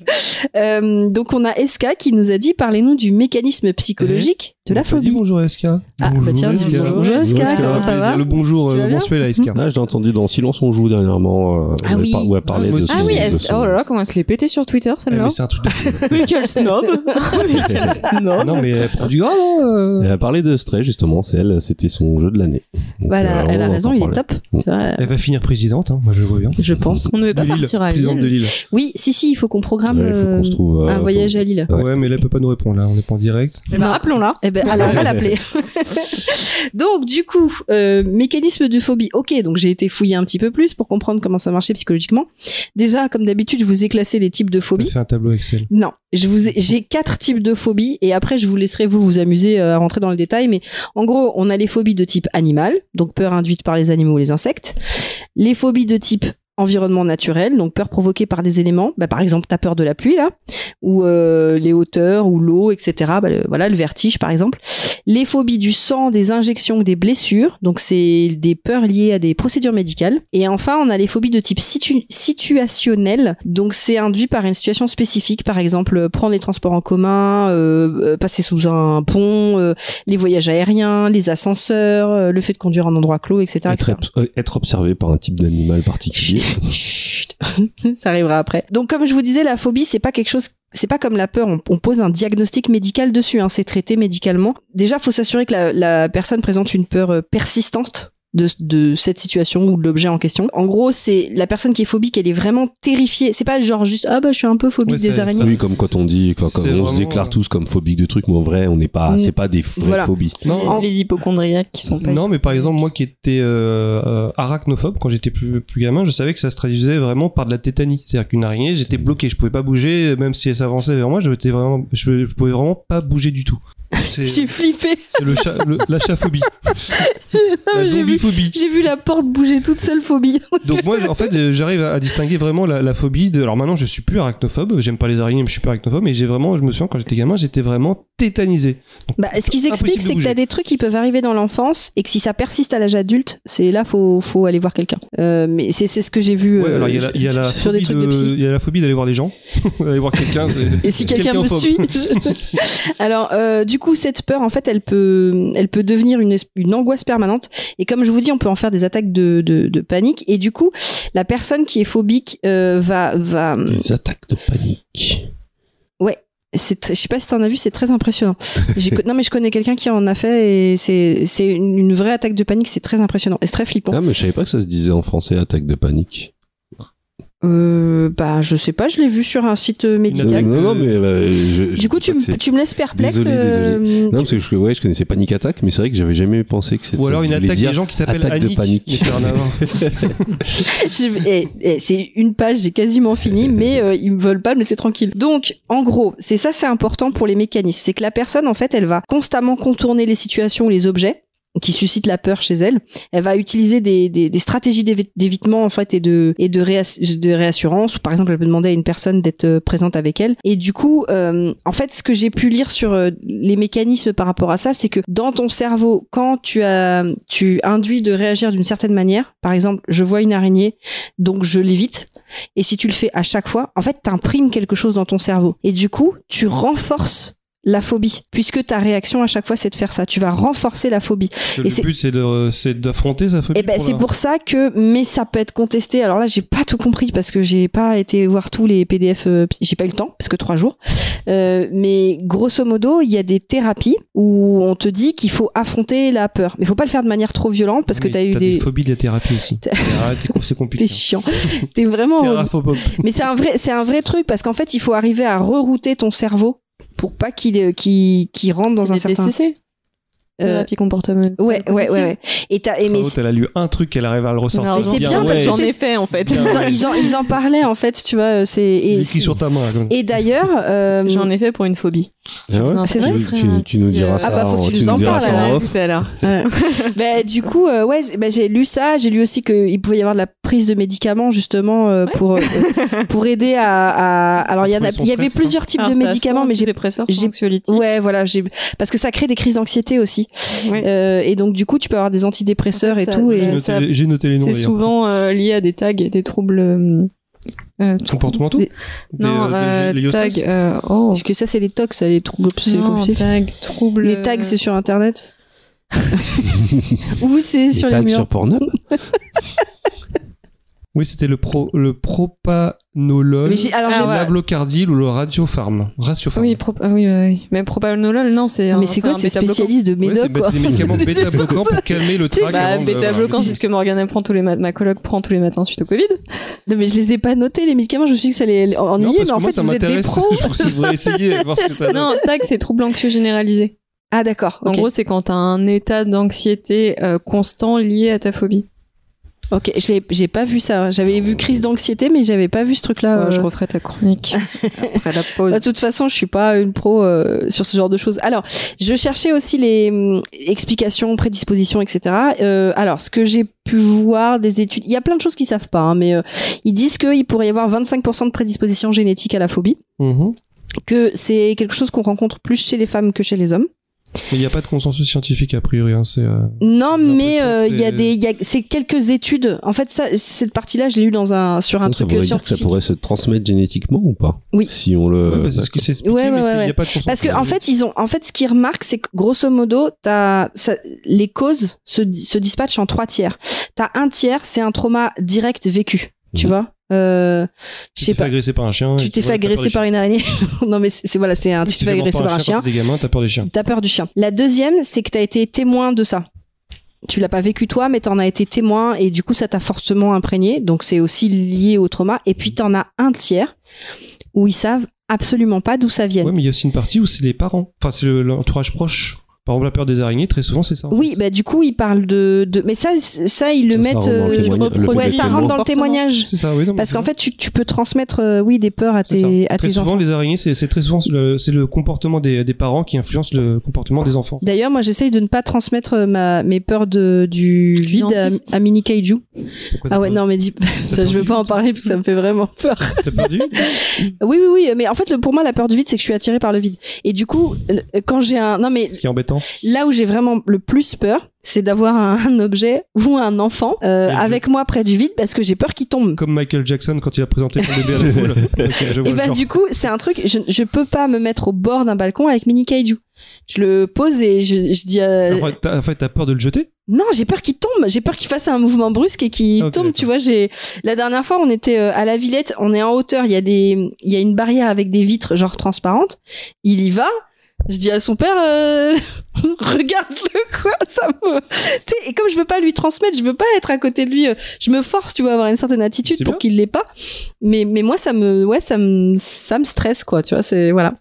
Euh, donc on a Eska qui nous a dit parlez-nous du mécanisme psychologique
Eh,
de la
On t'a dit
phobie.
Bonjour SK.
Ah, bah tiens, dis
SK.
bonjour
Bonjour,
Eska,
Eska.
comment
Ah,
ça
plaisir.
va
Le bonjour
Tu vas
euh,
bien Mmh. Ah,
mensuel à SK.
Ah, Là, je l'ai entendu dans Silence on joue dernièrement. avant, euh,
Ah
on avait
oui.
par- ou à parler
Ah, moi
de
aussi.
Ah
son-
oui,
de
elle-
son- Ah,
oh là là, comment elle se l'est pété sur Twitter celle-là.
mais c'est un truc de fou.
Mais quel snob
(laughs)
Mais quel snob
non, mais elle prend du gras, non euh,
Elle a parlé de Stray justement, c'est elle, c'était son jeu de l'année. Donc,
Bah, elle a-
euh,
elle a
on va
raison,
en
il est
parler.
top.
Mm.
Tu vois,
Elle va finir présidente, hein, moi je le vois bien.
Je pense.
On ne veut pas
De Lille,
partir à Lille.
présidente de Lille.
Oui, si, si, il faut qu'on programme
Ouais, il faut qu'on
euh,
se trouve, euh,
un
faut-
voyage à Lille.
Ouais.
Ouais, mais là, elle peut pas nous répondre, là, on est pas en direct.
Eh ben, Rappelons-la.
Eh ben,
(laughs)
alors on va l'appeler. (laughs) donc, du coup, euh, mécanisme de phobie. Ok, donc j'ai été fouillée un petit peu plus pour comprendre comment ça marchait psychologiquement. Déjà, comme d'habitude, je vous ai classé les types de
Elle
phobies.
fait un tableau Excel.
Non, je vous ai- j'ai quatre types de phobies et après je vous laisserai vous vous amuser euh, à rentrer dans le détail. Mais en gros, on a les phobies de type animal, donc peur induite par les animaux ou les insectes. Les phobies de type environnement naturel, donc peur provoquée par des éléments. Bah, par exemple, ta peur de la pluie là, ou euh, les hauteurs, ou l'eau, etc. Bah, le- voilà, le vertige par exemple. Les phobies du sang, des injections, des blessures. Donc c'est des peurs liées à des procédures médicales. Et enfin, on a les phobies de type situ- situationnel. Donc c'est induit par une situation spécifique, par exemple euh, prendre les transports en commun, euh, euh, passer sous un pont, euh, les voyages aériens, les ascenseurs, euh, le fait de conduire en endroit clos, etc.
Être,
etc.
euh, être observé par un type
(laughs)
d'animal particulier.
Chut, ça arrivera après. Donc comme je vous disais, la phobie c'est pas quelque chose, c'est pas comme la peur. On, on pose un diagnostic médical dessus, hein, c'est traité médicalement. Déjà, faut s'assurer que la, la personne présente une peur euh, persistante. De, de cette situation ou de l'objet en question. En gros, c'est la personne qui est phobique, elle est vraiment terrifiée. C'est pas genre juste ah bah je suis un peu phobique
Ouais,
des
c'est-
araignées.
ça-
oui, comme quand on dit, quand,
c'est
quand on se
vraiment,
déclare
euh,
tous comme phobique de trucs, mais en vrai, on n'est pas,
Mm.
c'est pas des vraies
Voilà.
phobies.
Non,
Les hypochondriaques qui sont pas.
Non, mais par exemple, moi qui étais euh, euh, arachnophobe quand j'étais plus, plus gamin, je savais que ça se traduisait vraiment par de la tétanie. C'est-à-dire qu'une araignée, j'étais bloqué, je pouvais pas bouger, même si elle s'avançait vers moi, je, étais vraiment, je, je pouvais vraiment pas bouger
(laughs)
du tout. C'est
J'ai flippé. (laughs)
c'est le chat- le- la chaphobie,
Non,
la
mais J'ai vu,
zombiephobie.
j'ai vu la porte bouger toute seule phobie.
Donc moi, en fait, euh, j'arrive à à distinguer vraiment la, la phobie de. Alors maintenant, je suis plus arachnophobe. J'aime pas les araignées, mais je suis plus arachnophobe. Mais j'ai vraiment, je me souviens quand j'étais gamin, j'étais vraiment tétanisé.
Bah, ce qu'ils expliquent,
de
c'est que t'as
bouger.
des trucs qui peuvent arriver dans l'enfance et que si ça persiste à l'âge adulte, c'est là faut faut aller voir quelqu'un. Euh, mais c'est c'est ce que j'ai vu
Ouais,
euh,
alors il y a la, il y a la
sur des
phobie
trucs de, psy.
de- il y a la phobie d'aller voir les gens, (laughs) aller voir quelqu'un. c'est-
Et si quelqu'un me
phobe.
suit,
(laughs)
je- alors euh, du coup cette peur en fait elle peut elle peut devenir une es- une angoisse permanente et comme je vous dis on peut en faire des attaques de de, de panique et du coup la personne qui est phobique euh, va va
Des attaques de panique.
c'est tr- je sais pas si t'en as vu c'est très impressionnant J'ai
(laughs)
co- non mais je connais quelqu'un qui en a fait et c'est c'est une, une vraie attaque de panique c'est très impressionnant et c'est très flippant
Ah, mais je savais pas que ça se disait en français, attaque de panique.
Euh, bah, je sais pas, je l'ai vu sur un site euh, médical.
attaque
non,
de-
non, mais euh, je- je
Du coup, tu,
sais pas
me-
que c'est-
tu me laisses perplexe.
Désolé,
euh,
Non, parce que je, ouais, je connaissais panique attaque, mais c'est vrai que j'avais jamais pensé que c'était.
Ou alors une attaque des gens qui s'appellent
attaque de
Annick.
panique.
mais c'est un avant.
(laughs) je- eh, eh, c'est une page, j'ai quasiment fini, mais euh, ils me veulent pas me laisser tranquille. Donc, en gros, c'est ça, c'est important pour les mécanismes. C'est que la personne, en fait, elle va constamment contourner les situations ou les objets qui suscitent la peur chez elle. Elle va utiliser des, des, des stratégies d'évi- d'évitement en fait et de et de, réass- de réassurance. Par exemple, elle peut demander à une personne d'être euh, présente avec elle. Et du coup, euh, en fait, ce que j'ai pu lire sur euh, les mécanismes par rapport à ça, c'est que dans ton cerveau, quand tu as tu induis de réagir d'une certaine manière, par exemple, je vois une araignée, donc je l'évite. Et si tu le fais à chaque fois, en fait, t'imprimes quelque chose dans ton cerveau. Et du coup, tu renforces la phobie, puisque ta réaction à chaque fois, c'est de faire ça. Tu vas renforcer la phobie.
Le
Et c'est-
but, c'est de- c'est d'affronter sa phobie.
Et ben
pour
c'est
la-
pour ça que mais ça peut être contesté. Alors là j'ai pas tout compris parce que j'ai pas été voir tous les PDF, euh, psy- j'ai pas eu le temps parce que trois jours. Euh, mais grosso modo il y a des thérapies où on te dit qu'il faut affronter la peur, mais faut pas le faire de manière trop violente parce que
Ah, Mais
t'as eu
des
des
phobies de la thérapie aussi.
T'as-
Ah, t'es con- C'est
(laughs) T'es
compliqué.
chiant. T'es vraiment.
Théraphobe.
Mais c'est un vrai, c'est un vrai truc parce qu'en fait, il faut arriver à rerouter ton cerveau pour pas qu'il euh, qu'il qu'il rentre dans un
Les
certain.
DCC,
Euh,
thérapie comportementale.
ouais, ouais, ouais, ouais. Et t'as, et mais
Caro, Elle a lu un truc, elle arrive à le ressortir.
Alors,
c'est
Dire,
bien
ouais,
parce que
j'en
c'est-
ai fait en fait.
Bien,
(laughs) ils en,
ouais.
ils en, ils en parlaient en fait, tu vois. euh, C'est et,
il écrit
c'est-
sur ta main. comme-
et d'ailleurs. euh,
(laughs) J'en ai fait pour une phobie.
Ah ouais
Faisais un
C'est
petit
vrai,
tu,
frère,
tu-
un
tu nous
petit,
diras
euh,
ça.
bah, faut que
en-
tu nous en
nous diras
parles,
ça en
Voilà,
off.
tout à l'heure.
Bah, du coup, euh, ouais, c'est- bah, j'ai lu ça. J'ai lu aussi qu'il pouvait y avoir de la prise de médicaments justement euh, pour euh, pour aider à. à- Alors il y, en a-
Contrôler son
il y avait
stress,
plusieurs
Ah,
types
bah,
de médicaments, mais j'ai
dépresseur,
j'ai-
anxiolytique.
Ouais, voilà, j'ai parce que ça crée des crises d'anxiété aussi.
Ouais.
Euh, et donc du coup, tu peux avoir des antidépresseurs
En fait,
et
ça-
tout.
J'ai
Et...
ça-
noté les- J'ai noté les noms.
C'est
d'ailleurs.
souvent euh, lié à des tags, des troubles. euh, euh, trou-
Comportementaux
Des-
Des,
Non,
euh,
euh,
des- les
tags.
yotas
euh, oh.
Parce que ça, c'est les tocs, ça, les troubles
Non,
obsessifs.
tags, troubles.
Les tags, c'est sur
(laughs)
Internet. Ou c'est
Les
sur les
tags
murs.
sur Pornhub
Oui, c'était le, pro, le propanolol,
Mais j'ai- alors, j'ai-
le l'ablocardil ou le radiopharm. Ratiopharm.
Oui, pro- ah oui, oui, oui. mais propanolol, non, c'est. un-
mais c'est quoi
un
ces
bêta-bloquant.
spécialistes de
Ouais, c'est
médoc
bah,
quoi
c'est des
(laughs)
médicaments bêta-bloquants pour calmer le
Tu sais,
trac.
Bah,
avant de-
bêta-bloquant, c'est ce que Morgane prend tous les matins, ma coloc prend tous les matins suite au Covid.
Ah,
Non, mais je les ai pas notés les médicaments, je me suis dit que ça allait en-
Non,
ennuyer,
parce
mais
que
en
moi,
fait
ça
vous êtes des
m'intéresse.
pros.
(laughs) Je pense que je voudrais essayer
(laughs)
et voir ce que ça donne.
Non, TAC, c'est trouble anxieux généralisé.
Ah d'accord,
En
ok.
gros, c'est quand t'as un état d'anxiété euh, constant lié à ta phobie.
Ok, je l'ai- j'ai pas vu ça. J'avais vu crise d'anxiété, mais j'avais pas vu ce truc-là.
Euh,
euh.
je referai
(laughs)
ta chronique après la pause.
Bah, De toute façon, je suis pas une pro euh, sur ce genre de choses. Alors, je cherchais aussi les hum, explications, prédispositions, etc. Euh, alors, ce que j'ai pu voir des études, il y a plein de choses qu'ils savent pas, hein, mais euh, ils disent qu'il pourrait y avoir 25% de prédisposition génétique à la phobie,
Mhm.
que c'est quelque chose qu'on rencontre plus chez les femmes que chez les hommes.
Mais il n'y a pas de consensus scientifique a priori. Hein, c'est, euh,
Non,
J'ai
mais
l'impression
euh,
que
il y a
c'est-
des, il y a- c'est quelques études. En fait, ça, cette partie-là, je l'ai lu dans un sur un
Donc, ça
truc
pourrait dire que ça
scientifique.
pourrait se transmettre génétiquement ou pas
Oui.
Si on le.
ouais, bah, c'est ce qui s'est expliqué,
Ouais, ouais,
mais c'est- il
ouais,
n'y
ouais.
a pas de consensus.
Parce que en fait, ils ont, en fait, ce qu'ils remarquent, c'est que grosso modo, t'as ça- les causes se, di- se dispatchent en trois tiers. T'as un tiers, c'est un trauma direct vécu, tu
Mhm.
vois. Euh,
tu
je sais
t'es fait
pas.
agresser par un chien. et
Tu t'es
vois,
fait
t'as peur
agresser
des
par
chiens.
une araignée. (laughs) non, mais c'est c'est- voilà, c'est un. Tu
Tu
te fais agresser par un chien.
Quand t'es gamin, t'as peur des chiens.
T'as peur du chien. La deuxième, c'est que t'as été témoin de ça. Tu l'as pas vécu toi, mais t'en as été témoin et du coup, ça t'a fortement imprégné. Donc, c'est aussi lié au trauma. Et puis, t'en as un tiers où ils savent absolument pas d'où ça vient.
Ouais, mais il y a aussi une partie où c'est les parents. Enfin, c'est le- l'entourage proche. Par exemple, la peur des araignées, très souvent, c'est ça. en
Oui,
fait.
bah du coup, ils parlent de, de... mais ça, c'est- ça ils le
Ça
mettent.
rentre dans le
euh,
témoignage-
le
le
Ouais, ça
témoignage.
rentre dans le Mhm.
Comportement.
témoignage.
C'est ça, oui. non, mais
Parce
c'est
qu'en
ça.
fait, tu, tu peux transmettre, euh, oui, des peurs à
C'est
tes, à
Très
tes
souvent,
enfants.
les araignées, c'est c'est très souvent le, c'est le comportement des, des parents qui influence le comportement des enfants.
D'ailleurs, moi, j'essaye de ne pas transmettre euh, ma, mes peurs de, du vide à,
Dentiste.
à Mini Kaiju.
Pourquoi
Ah
(laughs)
ouais,
t'as peur-
non, mais dis (laughs) ça, je veux pas en parler, parce que ça me fait vraiment peur.
T'as peur du vide
Oui, oui, oui, mais en fait, le, pour moi, la peur du vide, c'est que je suis attirée par le vide. Et du coup, le- quand j'ai un, non, mais
Ce qui est embêtant.
là où j'ai vraiment le plus peur, c'est d'avoir un (laughs) objet ou un enfant euh,
Et je-
avec moi près du vide, parce que j'ai peur qu'il tombe.
Comme Michael Jackson quand il a présenté son bébé à la
(laughs)
foule. Ok, je vois
Et
le
bah
genre.
du coup, c'est un truc, je, je peux pas me mettre au bord d'un balcon avec mini kaiju. Je le pose et je, je dis euh,
Après, t'as- En fait, t'as peur de le jeter
non, j'ai peur qu'il tombe, j'ai peur qu'il fasse un mouvement brusque et qu'il
Ah, ok,
tombe,
d'accord.
tu vois, j'ai la dernière fois, on était euh, à la Villette, on est en hauteur, il y a des il y a une barrière avec des vitres genre transparentes. Il y va je dis à son père, euh, regarde-le quoi, ça me. Tu sais, et comme je veux pas lui transmettre, je veux pas être à côté de lui. euh, Je me force, tu vois, à avoir une certaine attitude
C'est
pour
bien.
qu'il l'ait pas. Mais mais moi, ça me, ouais, ça me, ça me stresse quoi, tu vois. C'est voilà.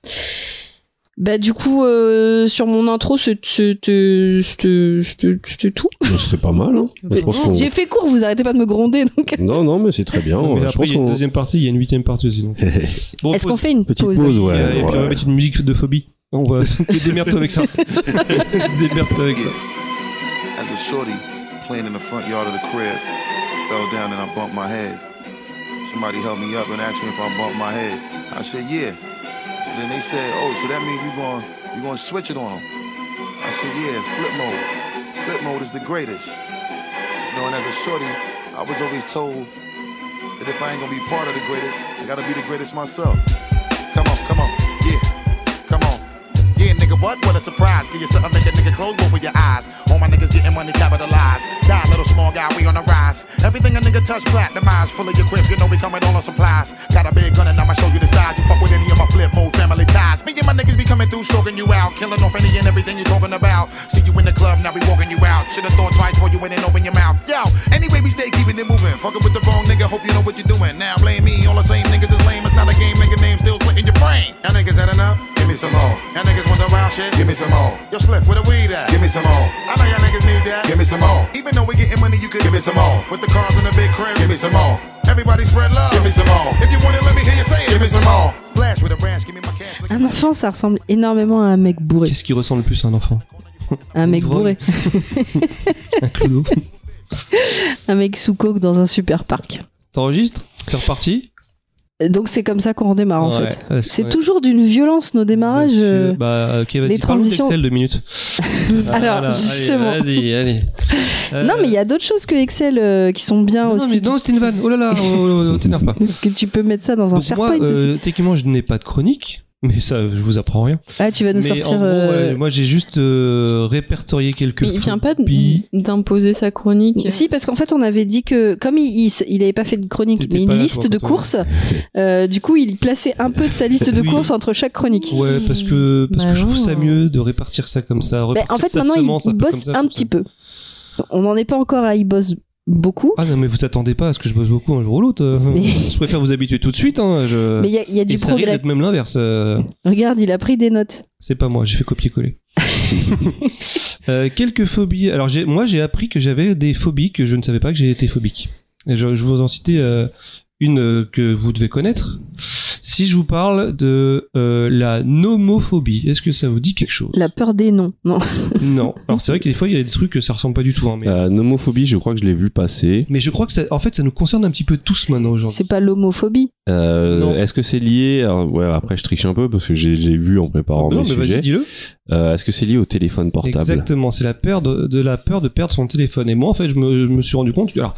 Bah du coup, euh, sur mon intro, c'est- c'était c'était- c'était- c'était tout.
Mais C'était pas mal, hein. Je pense qu'on-
J'ai fait court, vous arrêtez pas de me gronder donc.
(laughs) Non, non, mais c'est très bien.
Mais
Oh, Je
après,
pense
il y a une
qu'on-
deuxième partie, il y a une huitième partie aussi. donc. Bon, pause.
Est-ce qu'on fait une
(laughs) Petite
pause,
pause, ouais.
Et, euh, et puis on va
ouais.
mettre une musique de phobie. On
(laughs)
va démerde-toi avec ça. démerde-toi avec ça.
As a shorty playing in the front yard of the crib, fell down and I bumped my head. Somebody helped me up and asked me if I bumped my head. I said, yeah. So then they said, oh, so that means you going you gonna switch it on them. I said, yeah, flip mode. Flip mode is the greatest. You know, and as a shorty, I was always told that if I ain't gonna be part of the greatest, I gotta be the greatest myself. Come on, come on, yeah, come on. Yeah, nigga, what? What a surprise. Give you something, make a nigga close both of your eyes. All my niggas getting money capitalized. Die, little small guy, we on the rise. Everything a nigga touch, platinumized. Full of your grip, you know we coming all on supplies. Got a big gun and I'ma show you the size. You fuck with any of my flip mode family ties. Me and my niggas be coming through, stalking you out. Killing off any and everything you talking about. See you in the club, now we walking you out. Should've thought twice before you went and opened your mouth. Yo, anyway, we stay keeping it moving. Fucking with the wrong nigga, hope you know what you're doing. Now blame me, all the same niggas is lame. It's not a game, nigga name still split in your brain. Y'all niggas had enough? Give me some more. Y'all niggas want the wild shit? Give me some more. Yo, split with a weed at? Give me some more. I know y'all niggas need that. Give me some more. Even though we getting money, you could give me some more. With the cars and the big crib, give me some more. Everybody spread love. Give me some more. If you want it, let me hear you say it. Give me some more. Flash with a rash, give me my cash.
Un enfant, ça ressemble énormément à un mec bourré.
Qu'est-ce qui ressemble le plus à un enfant
Un mec
Une drogue.
bourré.
Un clodo.
Un mec sous coke dans un super parc.
T'enregistres C'est reparti
Donc c'est comme ça qu'on redémarre Ah, en fait.
Ouais.
C'est
Ouais.
toujours d'une violence nos démarrages.
Monsieur-
euh.
Bah, ok, vas-y,
les
parlons
transitions-
d'Excel deux
(laughs)
minutes. Ah,
Alors,
allez,
justement.
Vas-y, allez. Euh,
Non, mais il y a d'autres choses que Excel euh, qui sont bien
non,
aussi.
mais non, c'était une vanne. Oh là là, oh, oh, oh, t'énerve pas.
Que tu peux mettre ça dans un
Donc moi,
SharePoint aussi.
euh, techniquement, je n'ai pas de chronique. mais ça, je vous apprends rien.
Ah, tu vas nous
mais
sortir.
en gros,
euh,
ouais, moi, j'ai juste euh, répertorié quelques.
Mais il vient pas d-
phobies.
d'imposer sa chronique.
Si, parce qu'en fait, on avait dit que, comme il, il, s- il avait pas fait de chronique,
T'étais
mais
pas
une
là,
liste
toi,
de
quand on-
courses, euh, du coup, il plaçait un peu de sa liste
(laughs)
de
Oui.
courses entre chaque chronique.
Ouais, parce que parce
Bah
que je trouve
non.
ça mieux de répartir ça comme ça.
Mais
répartir
Bah, en fait,
sa
maintenant, il-
semence
il,
peu comme
bosse
ça,
un
comme
petit
ça.
peu. On n'en est pas encore à il bosse beaucoup,
Ah non, mais vous attendez pas à ce que je bosse beaucoup un jour ou l'autre. euh.
Mais-
(laughs) je préfère vous habituer tout de suite. Hein, je...
mais il y a, il y a
Et
du
ça risque
progrès.
d'être même l'inverse. euh.
Regarde, il a pris des notes.
C'est pas moi, j'ai fait
(laughs)
copier-coller. Euh, quelques phobies. Alors j'ai- moi j'ai appris que j'avais des phobies que je ne savais pas que j'étais phobique. Et je, je vais vous en citer euh, une euh, que vous devez connaître. Si je vous parle de euh, la nomophobie, est-ce que ça vous dit quelque chose
La peur des noms. Non.
Non. Alors c'est vrai que des fois il y a des trucs que ça ressemble pas du tout. hein, mais...
La Euh, nomophobie, je crois que je l'ai vu passer.
mais je crois que ça, en fait ça nous concerne un petit peu tous maintenant aujourd'hui.
(laughs) C'est pas l'homophobie.
Euh,
Non.
Est-ce que c'est lié alors, Ouais, après je triche un peu parce que j'ai j'ai vu en préparant
Non,
mes
mais vas-y,
sujets.
dis-le.
Euh, Est-ce que c'est lié au téléphone portable
Exactement, c'est la peur de, de la peur de perdre son téléphone. Et moi, en fait, je me, je me suis rendu compte que, alors,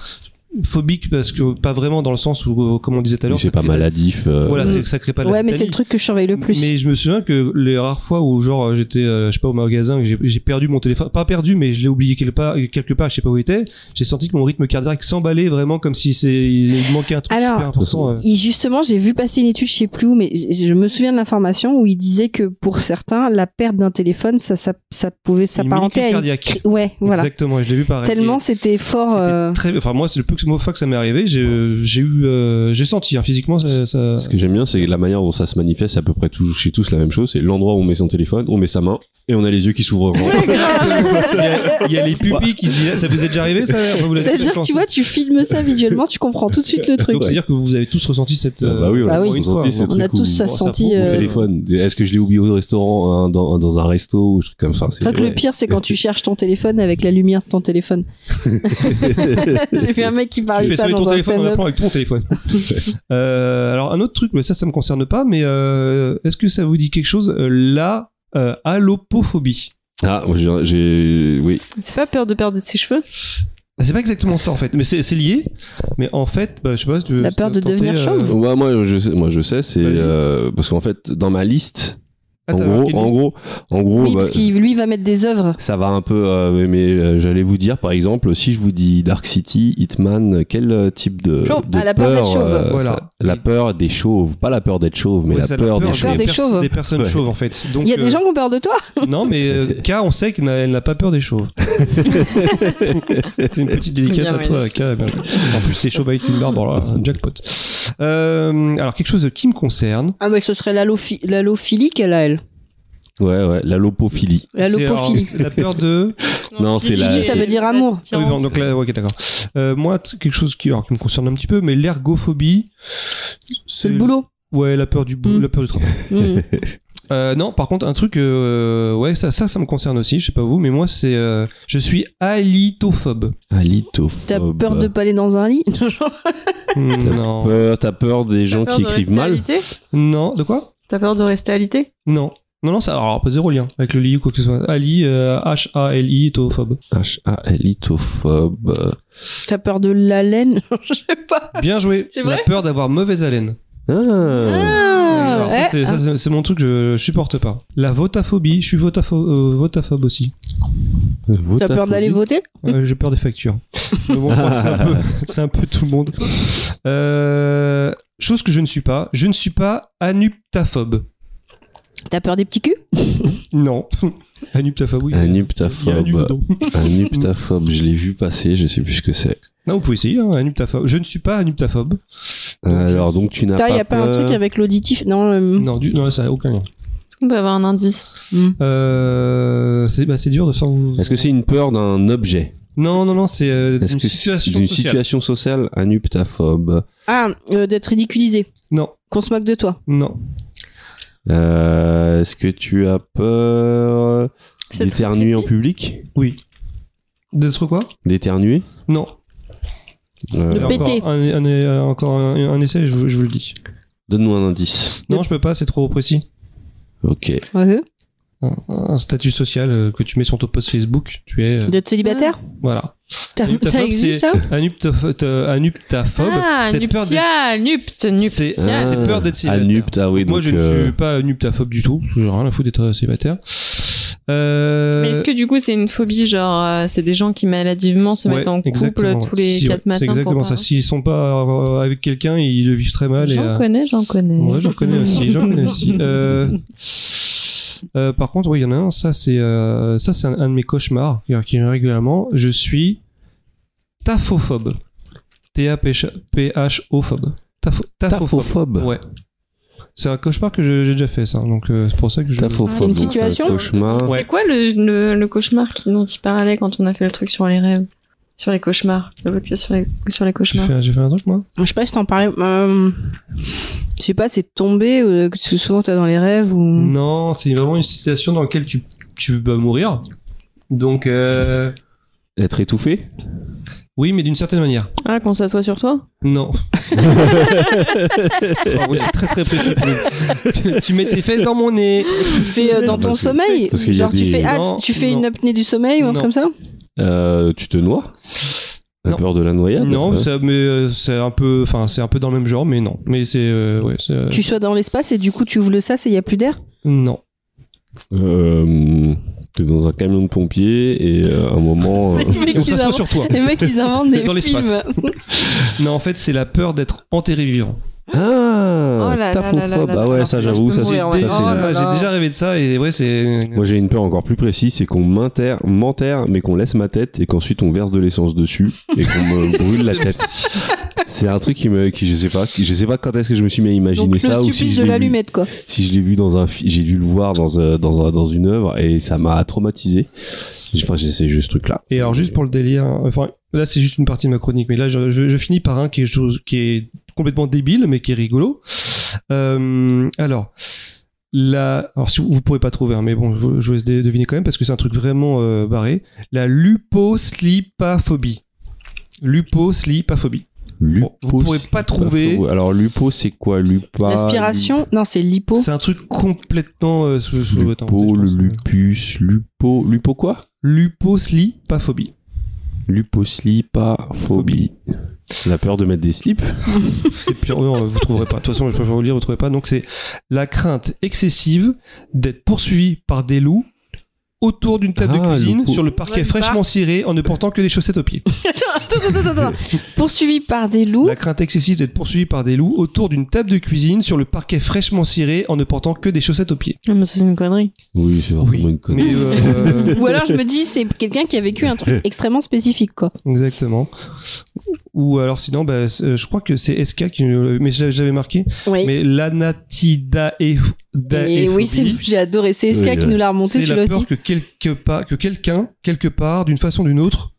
phobique parce que pas vraiment dans le sens où, euh, comme on disait tout à
Oui,
l'heure,
C'est
ça
pas
crée la-
maladif. euh,
Voilà, c'est- ça crée pas de la
Mm. ouais, mais c'est le
tétanie.
truc que je surveille le plus.
Mais je me souviens que les rares fois où genre euh, j'étais euh, je sais pas au magasin que j'ai- j'ai perdu mon téléphone pas perdu mais je l'ai oublié quelque part quelque part je sais pas où il était j'ai senti que mon rythme cardiaque s'emballait vraiment comme si c'est il manquait un truc
Alors,
super important euh.
Et justement, j'ai vu passer une étude, je sais plus où, mais je je me souviens de l'information où il disait que pour certains, la perte d'un téléphone, ça, ça, ça pouvait
Une
s'apparenter
mini-crise
à une.
cardiaque
cri- Ouais, voilà.
exactement et je l'ai vu pareil
Tellement
Et-
c'était fort.
C'était
euh,
très- enfin moi c'est le plus que fois que ça m'est arrivé j'ai j'ai eu euh, j'ai senti hein, physiquement ça, ça-
Ce que j'aime bien, c'est la manière dont ça se manifeste, c'est à peu près tous, chez tous la même chose. C'est l'endroit où on met son téléphone, on met sa main, et on a les yeux qui s'ouvrent. grand.
il, y a, il y a les pupilles qui se disent ah, ça vous est déjà arrivé ça Enfin, vous l'avez
C'est-à-dire que
tous
tu vois, tu filmes ça visuellement, tu comprends tout de suite le
ressenti.
truc.
donc c'est à dire que vous avez tous ressenti cette
Ah bah oui, on a
Bah
tous
oui.
ressenti ces
On a
trucs
tous
où-
ça
où
senti,
prouve le
(laughs) euh,
téléphone. Est-ce que je l'ai oublié au restaurant, hein, dans, dans un resto, ou un truc comme ça
Je crois que le pire, c'est quand tu cherches ton téléphone avec la lumière de
(laughs)
ton téléphone. J'ai vu un mec qui
tu
parlait
fais
ça
sonner ton
dans un
téléphone en
stand-up.
appelant avec ton
(laughs)
téléphone Euh, alors un autre truc mais ça ça me concerne pas mais euh, est-ce que ça vous dit quelque chose euh, la euh, allopophobie
Ah, moi, j'ai- j'ai. Oui.
C'est pas peur de perdre ses cheveux.
Ah, c'est pas exactement ça en fait mais c'est c'est lié mais en fait bah, je sais pas si tu veux
La peur de
tenter,
devenir
euh,
chauve.
Ouais, moi, je sais, moi, je sais c'est.
Vas-y.
euh, parce qu'en fait, dans ma liste,
ah,
en,
t'as
gros,
marqué une
en
liste.
gros, en gros,
Oui,
bah,
parce qu'il lui va mettre des œuvres.
ça va un peu. euh, mais mais, euh, j'allais vous dire, par exemple, si je vous dis Dark City, Hitman, quel euh, type de.
Chauve.
de euh,
Ah, la peur d'être chauve.
Voilà.
ça- la peur des chauves. Pas la peur d'être chauve, mais
Ouais,
la,
c'est
peur des
peur
chauves.
des
pers-
chauves.
des personnes
Ouais.
chauves en fait donc
Il y a
euh,
des gens qui ont peur de toi.
Non, mais
(laughs)
euh, K, on sait qu'elle n'a- elle n'a pas peur des chauves. c'est une petite dédicace
Bien,
à toi,
oui.
K. bien joué. En plus, c'est chauve avec une barbe, alors là, jackpot. Euh, alors, quelque chose qui me concerne.
Ah, mais ce serait l'alophi- l'allophilie qu'elle a, elle.
Ouais, ouais, la lopophilie.
L'allopophilie.
c'est, alors, La peur de.
Non, c'est la-
ça veut dire amour.
Ah oui, bon, donc là, ok, d'accord. Euh, moi, t- quelque chose qui, alors, qui me concerne un petit peu, mais l'ergophobie.
C'est
(laughs)
le boulot.
Ouais, la peur du boulot,
Mm.
la peur du travail.
Mm.
Euh, non, par contre, un truc, euh, ouais, ça, ça, ça me concerne aussi, je sais pas vous, mais moi, c'est. euh, je suis halitophobe.
Halitophobe.
T'as
bah.
peur de pas aller dans un lit (laughs)
Hmm, non.
Peur, T'as peur des gens qui écrivent mal
Non, de quoi
T'as peur de rester alité
Non. Non, non, ça, alors, pas zéro lien avec le lit ou quoi que ce soit. Ali, euh, H-A-L-I, tophobe.
H-A-L-I-tophobe.
T'as peur de l'haleine (laughs) Je sais pas.
Bien joué.
Ah, C'est vrai
La peur d'avoir mauvaise haleine.
Ah.
Ah,
Alors, ça,
eh,
c'est- ça, c'est- c'est mon truc, je, je supporte pas. La votaphobie, je suis votapho- euh, votaphobe aussi.
T'as peur d'aller voter
Euh, J'ai peur des
(laughs)
factures. Mais bon, je crois que c'est un, peu- c'est un peu tout le monde. Euh, chose que je ne suis pas, je ne suis pas anuptaphobe.
T'as peur des petits culs
Non. (laughs) anuptaphobe, oui. Il y a un nu
Anuptaphobe.
dedans. (laughs)
Anuptaphobe, je l'ai vu passer, je sais plus ce que c'est.
Non, vous pouvez essayer, hein, anuptaphobe. Je ne suis pas anuptaphobe.
Alors, donc tu n'as
Putain,
pas.
y a pas un
peur.
truc avec l'auditif Non, euh,
Hum.
Non, du, non, ça n'a aucun lien.
Est-ce qu'on peut avoir un indice
Euh, c'est bah, c'est dur de sans vous.
Est-ce que c'est une peur d'un objet
Non, non, non, c'est euh,
Est-ce
une
que c'est
situation
d'une
sociale.
situation sociale Anuptaphobe.
Ah, euh, d'être ridiculisé.
Non,
Qu'on se moque de toi.
non.
Euh, Est-ce que tu as peur
C'est très
d'éternuer en
précis.
public
Oui. D'autres quoi
D'éternuer
Non.
Euh,
Et
péter.
Encore un, un- un- encore un- un essai, je, vous- je vous le dis.
Donne-nous un indice.
Non, je peux pas, c'est trop précis.
Euh,
Ok.
Ouais.
un, un statut social euh, que tu mets sur ton post Facebook. Tu es. euh,
D'être célibataire
voilà.
(laughs) T'as-
Nuptaphobe,
Ça existe ça
Anuptopho- te- Anuptaphobe.
Ah,
c'est peur d'être-
nuptia, nupt,
C'est
nuptia.
c'est peur d'être
Ah,
célibataire.
nupt, ah oui, donc.
Moi, je ne
euh,
suis pas nuptaphobe du tout. parce que J'ai rien à foutre d'être célibataire. Euh,
Mais est-ce que du coup c'est une phobie genre euh, c'est des gens qui maladivement se
ouais,
mettent en couple
exactement,
tous
ouais.
les
Si, ouais,
quatre matins
C'est exactement
pour
ça.
pas-
S'ils sont pas euh, avec quelqu'un, ils le vivent très mal. et,
J'en
euh,
connais, j'en connais.
Ouais, j'en connais aussi, j'en connais aussi. Euh, euh, par contre, oui, il y en a un. Ça, c'est euh, ça, c'est un, un de mes cauchemars qui qui arrive régulièrement. Je suis taphophobe. T-A-P-H-O-phobe. Tapho- Taphophobe.
Taphophobe.
Ouais. C'est un cauchemar que je- j'ai déjà fait, ça. Donc euh, c'est pour ça que je.
Ah,
Taphophobe.
Une
donc, euh,
situation
cauchemar.
Ouais.
(laughs) C'est quoi le, le, le cauchemar qui, dont il parlait quand on a fait le truc sur les rêves Sur les cauchemars. Le podcast sur les, sur les
J'ai
cauchemars.
fait, j'ai fait un truc, moi.
Je sais pas si t'en parlais. euh, je sais pas, c'est tombé euh, que souvent t'as dans les rêves
Mm.
ou.
Non, c'est vraiment une situation dans laquelle tu, tu vas mourir. Donc euh,
Être étouffé
oui, mais d'une certaine manière.
Ah, qu'on s'assoit sur toi
Non. (laughs) Ah oui, c'est très très précis. Tu- tu mets tes fesses dans mon nez.
Tu fais euh, dans
Bah,
ton
Parce que-
sommeil
parce qu'il y a
Genre tu
des-
fais, ah,
Non,
tu tu fais
non.
une apnée du sommeil ou un truc
Non.
comme ça
Euh, tu te noies La
Non.
peur de la noyade
Non,
euh,
ça- mais euh, c'est un peu, enfin c'est un peu dans le même genre, mais non. Mais c'est euh, ouais, c'est, euh,
Tu sois dans l'espace et du coup tu ouvres le sas et il y a plus d'air
non.
euh, T'es dans un camion de pompiers et euh, à un moment. euh,
(laughs)
(laughs) Les mecs,
Et on
ils
s'assoit
inventent-
sur toi.
les mecs, ils inventent des
Dans l'espace.
films.
Non, en fait, c'est la peur d'être enterré vivant.
Ah
Oh là là là là
Taphophobe.
là
Ah
là,
ouais, ça
ça, je
j'avoue,
peux
ça c'est.
mourir, ouais.
ça, c'est-
Oh là
Ah,
là.
J'ai déjà rêvé de ça et ouais, c'est.
Moi j'ai une peur encore plus précise, c'est qu'on m'inter- m'enterre, mais qu'on laisse ma tête et qu'ensuite on verse de l'essence dessus et qu'on
(laughs)
me brûle la tête. C'est un truc qui me, qui je sais pas, qui- je sais pas quand est-ce que je me suis mis à imaginer
Donc le
ça ou si
supplice
je
de
l'ai vu,
l'allumette quoi.
si je l'ai vu dans un, fi- j'ai dû le voir dans un- dans un- dans une œuvre et ça m'a traumatisé. Enfin j'essaie juste ce truc-là.
Et alors juste pour le délire, hein, enfin là c'est juste une partie de ma chronique, mais là je, je- je finis par un qui est, chose- qui est complètement débile mais qui est rigolo. Euh, alors la, alors si vous, vous pourrez pas trouver, hein, mais bon, je, vous- je vous laisse dé- deviner quand même parce que c'est un truc vraiment euh, barré. La luposlipaphobie. Luposlipaphobie. Bon, vous pourrez pas trouver.
Alors lupo c'est quoi lupa
L'aspiration, non c'est l'hypo.
C'est un truc complètement euh, sous, sous- attends,
Lupo,
je
le
pense, euh,
lupus, lupo, lupo quoi
Luposlipaphobie.
Luposlipaphobie. La peur de mettre des slips.
C'est pire. Non, vous trouverez pas. De toute façon, je préfère vous le dire, vous trouverez pas. Donc, c'est la crainte excessive d'être poursuivi par des loups autour d'une table
Ah,
de cuisine
loupo.
sur le parquet
Ouais,
fraîchement ciré en ne portant que des chaussettes aux pieds.
(laughs) attends, attends, attends, attends. Poursuivi par des loups.
La crainte excessive d'être poursuivi par des loups autour d'une table de cuisine sur le parquet fraîchement ciré en ne portant que des chaussettes aux pieds.
Ah, mais ça, c'est une connerie.
Oui, c'est vraiment une
Mais
connerie.
euh, (laughs)
Ou alors je me dis c'est quelqu'un qui a vécu un truc extrêmement spécifique quoi.
exactement. Ou alors sinon, bah, c'est- je crois que c'est SK qui, nous l'a- mais je l'avais- j'avais marqué.
Oui.
Mais l'anatidae.
et oui, c'est- j'ai adoré. C'est Eska
Oui,
qui
oui.
nous l'a remonté
C'est la
celui-là
peur
aussi.
que quelque part, que quelqu'un, quelque part, d'une façon ou d'une autre.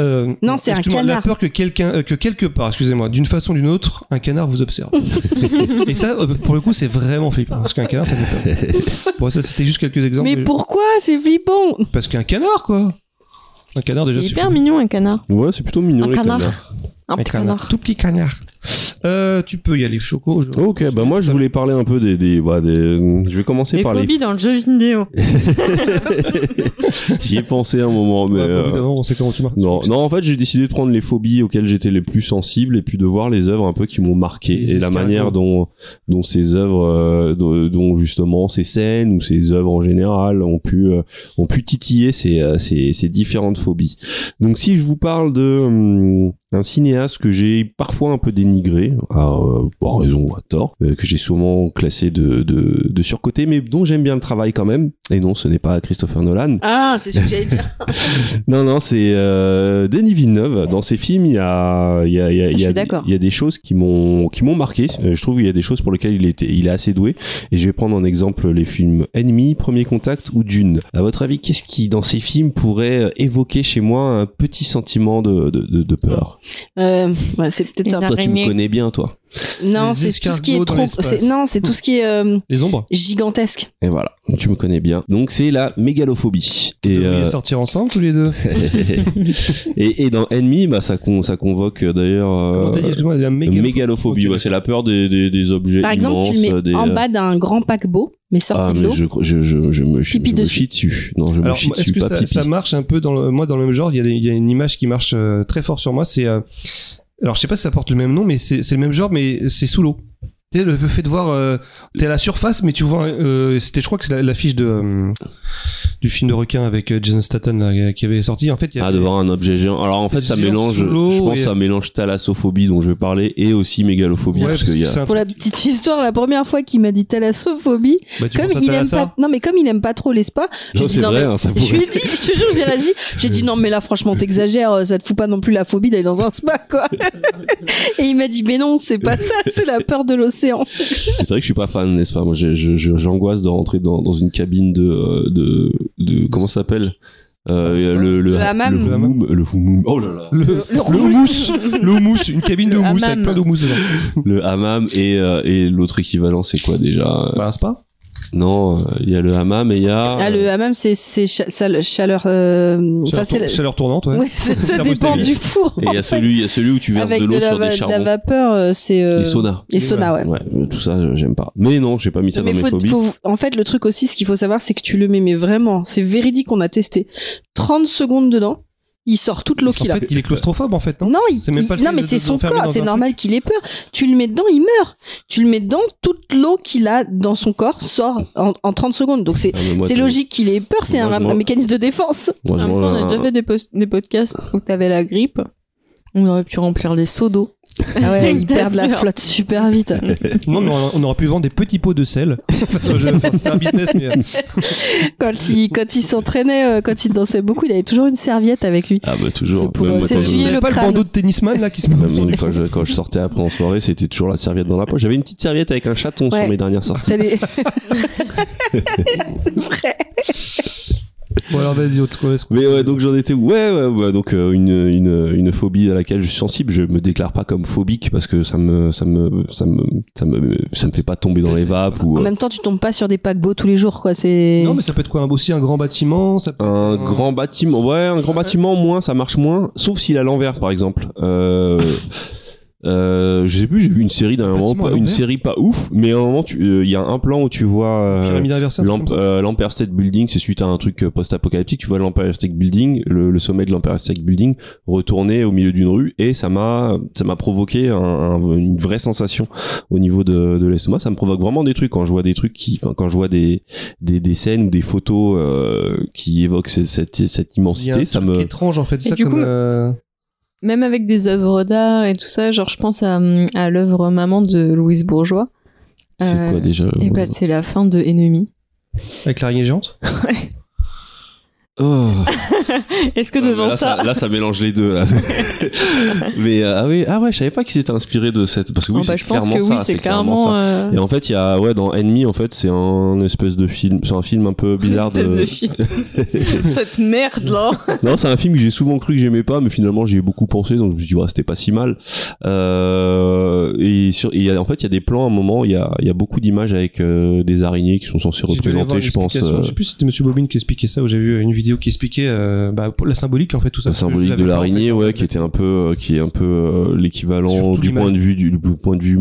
euh,
Non, c'est un
excuse-moi, La
canard.
peur que quelqu'un, euh, que quelque part, excusez-moi, d'une façon ou d'une autre, un canard vous
(laughs)
observe. Et ça, euh, pour le coup, c'est vraiment flippant parce qu'un canard, ça fait peur. Bon, ça, c'était juste quelques exemples.
Mais
mais-
pourquoi c'est flippant
Parce qu'un canard, quoi. Un canard Ah, déjà.
C'est
c'est
hyper
flippant.
mignon un canard.
(laughs) Ouais, c'est plutôt mignon
Un
les
canard.
canards.
Un petit canard.
Tout petit canard. Euh, tu peux y aller, Choco. je-
Ok, bah moi je voulais parler un peu des, des, bah, des- je vais commencer
Les
par les.
phobies dans le jeu vidéo.
J'y ai pensé un moment, mais.
Ouais, bon,
euh,
évidemment, on sait comment tu marches.
Non, non, en fait, j'ai décidé de prendre les phobies auxquelles j'étais les plus sensible et puis de voir les œuvres un peu qui m'ont marqué
Les
et la
escargots.
manière dont, dont ces œuvres, euh, dont, dont justement ces scènes ou ces œuvres en général ont pu, euh, ont pu titiller ces, euh, ces, ces différentes phobies. Donc, si je vous parle de hum, un cinéaste que j'ai parfois un peu dénigré, à euh, bon, raison ou à tort, euh, que j'ai souvent classé de, de, de surcoté, mais dont j'aime bien le travail quand même, et non, ce n'est pas Christopher Nolan,
Ah, c'est ce que j'allais dire.
non, non, c'est euh, Denis Villeneuve. Dans ses films, il y a, il y a, il y a,
Ah, Je
il y a-
suis d'accord.
il y a des choses qui m'ont, qui m'ont marqué. Euh, Je trouve qu'il y a des choses pour lesquelles il était, il est assez doué. Et je vais prendre en exemple les films Ennemi, Premier Contact ou Dune. À votre avis, qu'est-ce qui, dans ces films, pourrait euh, évoquer chez moi un petit sentiment de, de, de, de peur
(laughs) Euh, ouais, c'est peut-être
Une
un...
Toi, tu me
Araignée.
connais bien, toi.
Non,
Les
c'est tout ce
escargots
qui est
dans
trop.
l'espace.
c'est- Non, c'est tout ce qui est euh,
Les ombres.
gigantesque.
Et voilà, tu me connais bien. Donc c'est la mégalophobie. Et
Vous devriez
euh,
sortir ensemble tous les deux.
(laughs) et, et dans Ennemi, bah ça, con, ça convoque euh, d'ailleurs. euh,
Comment t'as dit Excuse-moi, la
Mégalophobie,
mégalophobie.
ouais, c'est la peur des, des, des objets
Par exemple,
immenses.
tu le mets
des,
en
euh,
bas d'un grand paquebot, mais sorti
Ah,
de
mais
l'eau.
je, je, je, je me, je,
Pipi
me
dessus.
chie dessus. Non, je me
Alors,
chie
est-ce
dessus,
que
pas
ça,
pipi.
ça marche un peu dans le, moi dans le même genre Il y, a des- il y a une image qui marche euh, très fort sur moi. C'est euh, alors je sais pas si ça porte le même nom, mais c'est c'est le même genre, mais c'est sous l'eau. Tu sais, le fait de voir, euh, t'es à la surface, mais tu vois, euh, c'était, je crois que c'est la- l'affiche de euh, du film de requin avec euh, Jason Statham là, qui avait sorti. En fait, il y
Ah,
avait-
de voir un objet géant. Alors en fait, ça
Géant
mélange,
sous l'eau
je pense,
et-
ça mélange thalassophobie dont je vais parler et aussi mégalophobie.
Ouais,
parce
parce
qu'il y
que
a-
c'est un
Pour la
truc-
petite histoire, la première fois qu'il m'a dit thalassophobie,
bah, tu
comme
penses à
il aime
Thalassa
pas, non mais comme il aime pas trop les
(laughs)
spas, j'ai
Non,
dit
c'est
non,
vrai,
mais-
hein, ça
je
pourrait.
lui ai dit, je te jure, j'ai réagi, j'ai dit non mais là franchement t'exagères, euh, ça te fout pas non plus la phobie d'aller dans un spa
(laughs)
quoi. Et il m'a dit mais non c'est pas ça, c'est la peur de l'océan.
C'est vrai que je suis pas fan, n'est-ce pas Moi, j'ai- je- je- j'angoisse de rentrer dans, dans une cabine de, euh, de, de comment ça s'appelle Euh,
Je sais pas.
le,
Le hammam.
le houmoum, le houmoum. Oh là là.
Le, le houmous, le houmous, une cabine de
Le
houmous avec
hammam.
plein d'houmous dedans.
Le hammam et, euh, et l'autre équivalent, c'est quoi déjà
Bah, c'est pas.
Non, euh, il y a le hammam et il y a.
Ah le hammam c'est c'est cha- ça- chaleur, euh, enfin
Chaleur,
c'est
tour-
la-
chaleur tournante, ouais.
ouais
(laughs)
c'est- ça dépend
Thermostatique.
du four.
Et il y
en
a
fait.
celui, il y a celui où tu verses
avec
de l'eau sur
va-
des
de la
charbons.
vapeur euh, c'est euh,
Les saunas.
les saunas ouais.
Ouais, euh, tout ça, euh, j'aime pas. Mais non, j'ai pas mis ça
Mais
dans mes
faut-
phobies.
faut- en fait, le truc aussi, ce qu'il faut savoir, c'est que tu le mets, mais vraiment, c'est véridique, on a testé 30 secondes dedans, il sort toute l'eau
En
qu'il a.
fait, il est claustrophobe en fait, non
non, il-
c'est même
il-
pas le
non,
fait
mais
de-
c'est
de
son
l'enfermer
corps,
dans
c'est
un
normal qu'il ait peur. Tu le mets dedans, il meurt. Tu le mets dedans, toute l'eau qu'il a dans son corps sort en, en 30 secondes. Donc c'est
Ah, mais moi,
c'est
t'as-
logique qu'il ait peur, c'est
Moi,
un,
je
un
mange-
mécanisme de défense.
Moi, je
en même temps,
mange
on a
un-
déjà fait des, pos- des podcasts où t'avais la grippe. On aurait pu remplir des seaux d'eau.
Ah (laughs) ouais, il
Bien
perd de la
sûr.
flotte super vite.
Non, mais
(laughs)
on, on aurait pu vendre des petits pots de
(laughs)
sel. Enfin, je- enfin, c'est un business, mais. euh,
quand il, quand il s'entraînait, euh, quand il dansait beaucoup, il avait toujours une serviette avec lui.
Ah bah toujours.
C'est pour,
Même
euh,
moi,
c'est
quand je-
suivi.
Vous avez
le
pas
crâne.
le bandeau de tennisman là qui se
Même une fois, je- quand je sortais après en soirée, c'était toujours la serviette dans la poche. J'avais une petite serviette avec un chaton
Ouais.
sur mes dernières sorties.
T'as les- c'est vrai.
Bon alors vas-y, autre quoi est-ce qu'on-
Mais ouais, donc j'en étais où Ouais, ouais, ouais, donc euh, une, une, une phobie à laquelle je suis sensible. Je me déclare pas comme phobique parce que ça me ça me ça me ça me ça me fait pas tomber dans les vapes ou
En
euh,
même temps, tu tombes pas sur des paquebots tous les jours, quoi. C'est.
Non, mais ça peut être quoi un- Aussi un grand bâtiment ça peut être
un grand bâtiment. Ouais, un grand bâtiment moins, ça marche moins. Sauf s'il est à l'envers, par exemple.
(laughs)
Euh, euh, je sais plus, j'ai vu une série d'un
Un
moment,
bâtiment à
pas- une
l'envers
série pas ouf, mais à un moment, tu- euh, il y a un plan où tu vois. euh,
Pyramide inversée. un truc
L'Amp-
comme ça.
euh, L'Empire State Building, c'est suite à un truc euh, post-apocalyptique. Tu vois l'Empire State Building, le, le sommet de l'Empire State Building, retourné au milieu d'une rue, et ça m'a, ça m'a provoqué un- un- une vraie sensation au niveau de, de l'estomac. Ça me provoque vraiment des trucs quand je vois des trucs qui, enfin, quand je vois des des, des scènes ou des photos euh, qui évoquent ce- cette cette
Il y a un
immensité. Ça
truc
me
étrange en fait.
Et
Ça
du
comme.
coup,
euh,
Même avec des œuvres d'art et tout ça, genre je pense à, hum, à l'œuvre Maman de Louise Bourgeois.
c'est
Euh,
quoi déjà
Et bah, c'est la fin de Ennemi.
Avec l'araignée géante.
Oh.
(laughs) Est-ce que
Ouais,
(laughs) devant
Ah, mais là,
ça,
là, ça mélange les deux. là. (laughs) mais euh, ah oui, ah ouais, je savais pas qu'il s'était inspiré de cette. Parce que oui,
Oh, bah,
c'est
je pense que
clairement
oui,
ça,
c'est clairement,
ça.
euh,
Et en fait, il y a ouais dans Enemy, en fait, c'est un espèce de film, c'est un film un peu bizarre
une espèce de film.
(laughs)
Cette merde là.
non, c'est un film que j'ai souvent cru que j'aimais pas, mais finalement j'y ai beaucoup pensé, donc je me suis dit ouais, c'était pas si mal. Euh, et sur, et il y a- en fait, il y a des plans. À un moment, il y a, il y a beaucoup d'images avec euh, des araignées qui sont censées
J'ai dû aller voir
représenter,
une
je pense,
explication.
euh,
Je sais plus si c'était Monsieur Bobine qui expliquait ça ou j'ai vu une vidéo qui expliquait euh, bah, pour la symbolique en fait tout ça.
la
parce que je
symbolique
l'avais
de
pas, en
l'araignée,
fait, en
ouais,
fait.
qui était un peu, euh, qui est un peu euh, l'équivalent
Surtout
du
l'image.
point de vue du, du point de vue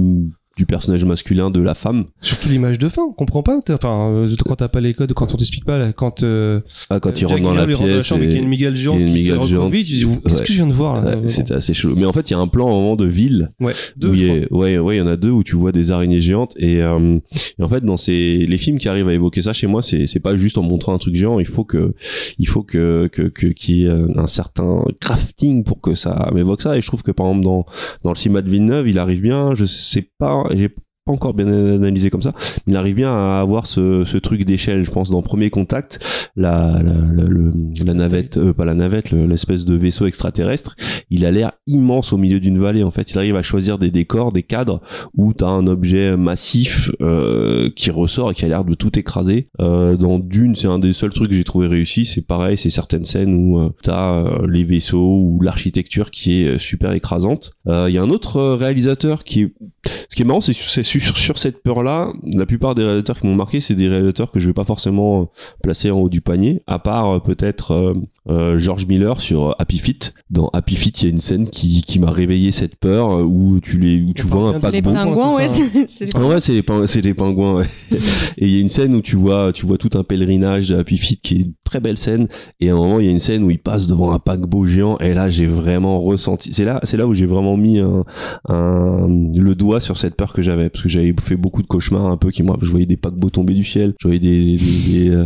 du personnage masculin de la femme.
Surtout l'image de fin, on comprend pas. t'as- Enfin, euh, quand t'as pas les codes, quand on t'explique pas, là, quand euh,
Ah, quand il
Jack
rentre dans la
Gyllenhaal, il rentre dans la
pièce.
chambre et
et-
qu'il y a une migale géante
il y a une
qui se
migale géante.
recroqueville, tu te dis qu'est-ce
Ouais.
que je viens de voir là
Ouais, c'était assez chelou. Mais en fait, il y a un plan à un moment de ville
Ouais,
où
deux,
il
je
y
crois.
a- ouais, ouais, il y en a deux où tu vois des araignées géantes et, euh, et en fait dans ces les films qui arrivent à évoquer ça chez moi, c'est c'est pas juste en montrant un truc géant, il faut que il faut que que que- qu'il y ait euh, un certain crafting pour que ça m'évoque ça et je trouve que par exemple dans dans le cinéma de Villeneuve, il arrive bien, je sais pas, j'ai pas encore bien analysé comme ça, mais il arrive bien à avoir ce, ce truc d'échelle, je pense, dans Premier Contact, la, la, la- le- la navette, euh, pas la navette, le- l'espèce de vaisseau extraterrestre, il a l'air immense au milieu d'une vallée en fait il arrive à choisir des décors des cadres où t'as un objet massif euh, qui ressort et qui a l'air de tout écraser Euh, dans Dune c'est un des seuls trucs que j'ai trouvé réussi c'est pareil c'est certaines scènes où euh, t'as euh, les vaisseaux ou l'architecture qui est euh, super écrasante Euh, il y a un autre euh, réalisateur qui est Ce qui est marrant, c'est sur, c'est sur, sur cette peur-là, la plupart des réalisateurs qui m'ont marqué, c'est des réalisateurs que je vais pas forcément euh, placer en haut du panier, à part euh, peut-être euh, euh, George Miller sur euh, Happy Feet. Dans Happy Feet, il y a une scène qui, qui m'a réveillé cette peur euh, où tu, les, où tu
On
vois
parle bien
un
de
les
paquebot.
pingouins, ouais,
c'est ça.
c'est- c'est les
Ah ouais, c'est les, pin- c'est les pingouins.
(laughs)
ouais. et il y a une scène où tu vois, tu vois tout un pèlerinage de Happy Feet qui est une très belle scène. Et à un moment, il y a une scène où il passe devant un paquebot géant. Et là, j'ai vraiment ressenti. C'est là, c'est là où j'ai vraiment mis un, un- le doigt sur cette peur que j'avais, parce que j'avais fait beaucoup de cauchemars un peu qui moi, je voyais des paquebots tomber du ciel, je voyais des des, des,
(laughs)
euh,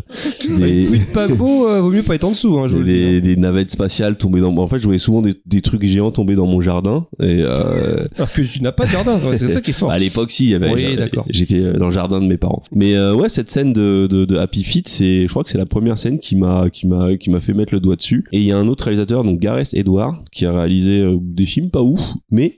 des-
Ah, Oui, le paquebot, euh, vaut mieux pas être en dessous, hein, je vous le dis.
des- des navettes spatiales tomber dans. En fait, je voyais souvent des, des trucs géants tomber dans mon jardin. Et euh,
hein. Alors que tu n'as pas de jardin, c'est vrai, c'est ça qui est
(laughs)
fort.
à l'époque, si, il y avait.
Oui,
j'avais-
d'accord.
J'étais euh, dans le jardin de mes parents. Mais euh, ouais, cette scène de, de, de Happy Feet, c'est, je crois que c'est la première scène qui m'a, qui m'a, qui m'a fait mettre le doigt dessus. Et il y a un autre réalisateur, donc Gareth Edward, qui a réalisé euh, des films pas ouf, mais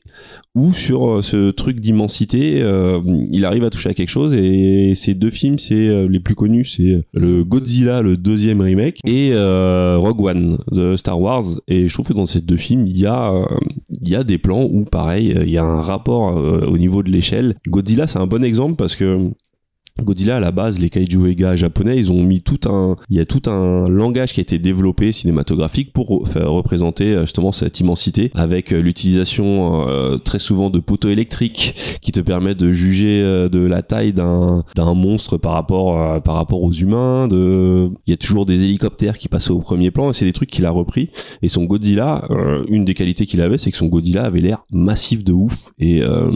où sur euh, ce truc d'immensité, euh, il arrive à toucher à quelque chose. Et ces deux films, c'est euh, les plus connus, c'est le Godzilla, le deuxième remake, et euh, Rogue One de Star Wars. Et je trouve que dans ces deux films, il y a euh, il y a des plans où pareil euh, il y a un rapport euh, au niveau de l'échelle Godzilla c'est un bon exemple parce que Godzilla à la base les kaiju ega japonais ils ont mis tout un il y a tout un langage qui a été développé cinématographique pour faire représenter euh, justement cette immensité avec euh, l'utilisation euh, très souvent de poteaux électriques qui te permettent de juger euh, de la taille d'un d'un monstre par rapport euh, par rapport aux humains de il y a toujours des hélicoptères qui passent au premier plan et c'est des trucs qu'il a repris et son Godzilla, euh, une des qualités qu'il avait, c'est que son Godzilla avait l'air massif de ouf. Et, euh,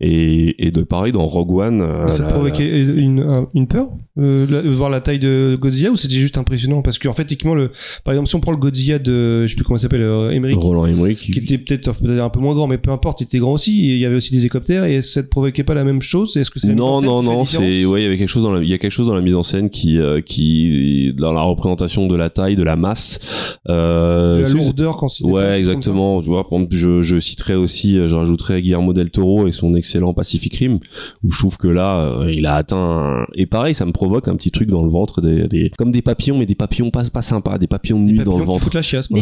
et, et de pareil, dans Rogue One. euh,
Mais ça
la-
te provoquait une, un- une peur euh, la- voir la taille de Godzilla ou c'était juste impressionnant parce qu'en fait techniquement le par exemple si on prend le Godzilla de je sais plus comment il s'appelle euh,
la-
Emmerich
Roland Emmerich. qui-
qui était peut-être peut-être un peu moins grand mais peu importe il était grand aussi et il y avait aussi des hélicoptères et ça te provoquait pas la même chose est-ce que c'est la
Non,
mise en scène
non,
qui fait
non,
la différence
c'est, ouais, il y avait quelque chose dans la, il y a quelque chose dans la mise en scène qui, euh, qui, dans la représentation de la taille, de la masse, euh,
de la
c'est-
lourdeur quand c'était
Ouais,
placé comme ça.
exactement. Tu vois, par exemple, je, je citerai aussi, euh, je rajouterai Guillermo del Toro et son excellent Pacific Rim, où je trouve que là, euh, il a atteint. un- Et pareil, ça me provoque un petit truc dans le ventre, des, des- comme des papillons, mais des papillons pas, pas sympas, des papillons
Les
nus dans
papillons
le
qui
ventre.
foutent la chiasse quoi.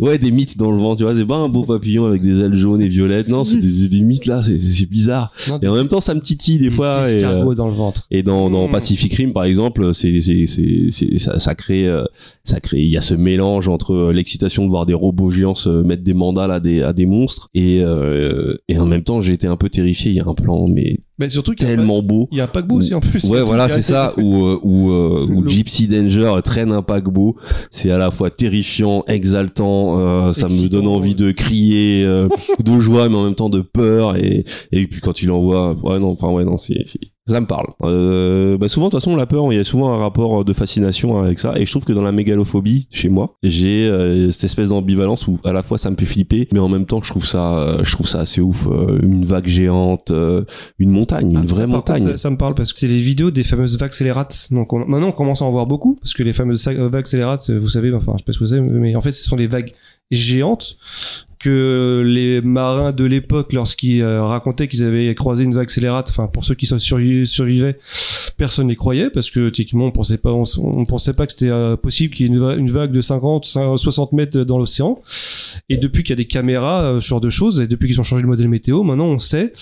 ouais, des mythes dans le ventre. Tu vois, c'est pas un beau papillon avec des ailes jaunes et violettes. Non, c'est des, des mythes là, c'est- c'est bizarre.
Non,
Et en même temps, ça me titille des
des
fois. et, euh,
escargots dans le ventre
et dans, dans
Mm.
Pacific Rim, par exemple, c'est, c'est, c'est, c'est- ça, ça crée, euh, ça crée, il y a ce mélange entre euh, l'excitation de voir des robots géants se mettre des mandales à des, à des monstres et, euh, et en même temps, j'ai été un peu terrifié. Il y a un plan, mais
mais surtout qu'il y a un pa-
tellement beau.
il y a un paquebot aussi en plus
Ouais, voilà, c'est
Tout
ça, où, euh, où, euh, où
Le-
Gypsy Danger traîne un paquebot. C'est à la fois terrifiant, exaltant, euh, ça me
Excitant,
donne envie de crier, euh, de joie, mais en même temps de peur. Et, et puis quand il envoie, ouais, non, enfin, ouais, non, c'est, c'est- ça me parle. Euh, bah souvent, de toute façon, la peur, il y a souvent un rapport de fascination avec ça. Et je trouve que dans la mégalophobie, chez moi, j'ai euh, cette espèce d'ambivalence où à la fois ça me fait flipper, mais en même temps, je trouve ça, euh, je trouve ça assez ouf. euh, une vague géante, euh, une montagne, une
Ah,
vraie
ça, par contre,
montagne.
ça, ça me parle parce que c'est les vidéos des fameuses vaccélérates. Donc on- maintenant on commence à en voir beaucoup parce que les fameuses sac- euh, vaccélérates, euh, vous savez, enfin je sais pas ce que c'est, mais en fait ce sont des vagues géantes que les marins de l'époque, lorsqu'ils euh, racontaient qu'ils avaient croisé une vague scélérate, enfin pour ceux qui sont survi- survivaient, personne n'y croyait parce que techniquement on pensait pas, on, s- on pensait pas que c'était euh, possible qu'il y ait une, va- une vague de 50, 50, 60 mètres dans l'océan. Et depuis qu'il y a des caméras, euh, ce genre de choses, et depuis qu'ils ont changé le modèle météo, maintenant on sait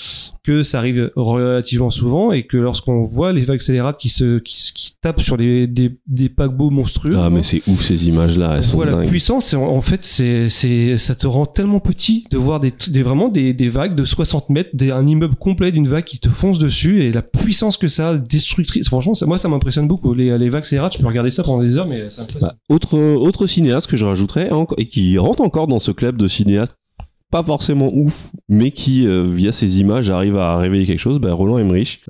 que ça arrive relativement souvent et que lorsqu'on voit les vagues scélérates qui se qui, se- qui tapent sur les, des, des paquebots monstrueux,
Ah mais c'est ouf ces images là,
on
elles Ah, sont
voit la
dingues.
hein. puissance et en, en fait c'est c'est ça te rend tellement petit de voir des, des vraiment des, des vagues de 60 mètres, des, un immeuble complet d'une vague qui te fonce dessus et la puissance que ça a, destructrice. Franchement, ça, moi ça m'impressionne beaucoup les les vagues scélérates. Je peux regarder ça pendant des heures, mais ça m'impressionne.
Bah, autre autre cinéaste que je rajouterais enco- et qui rentre encore dans ce club de cinéastes pas forcément ouf, mais qui euh, via ses images arrive à réveiller quelque chose. bah, Roland Emmerich,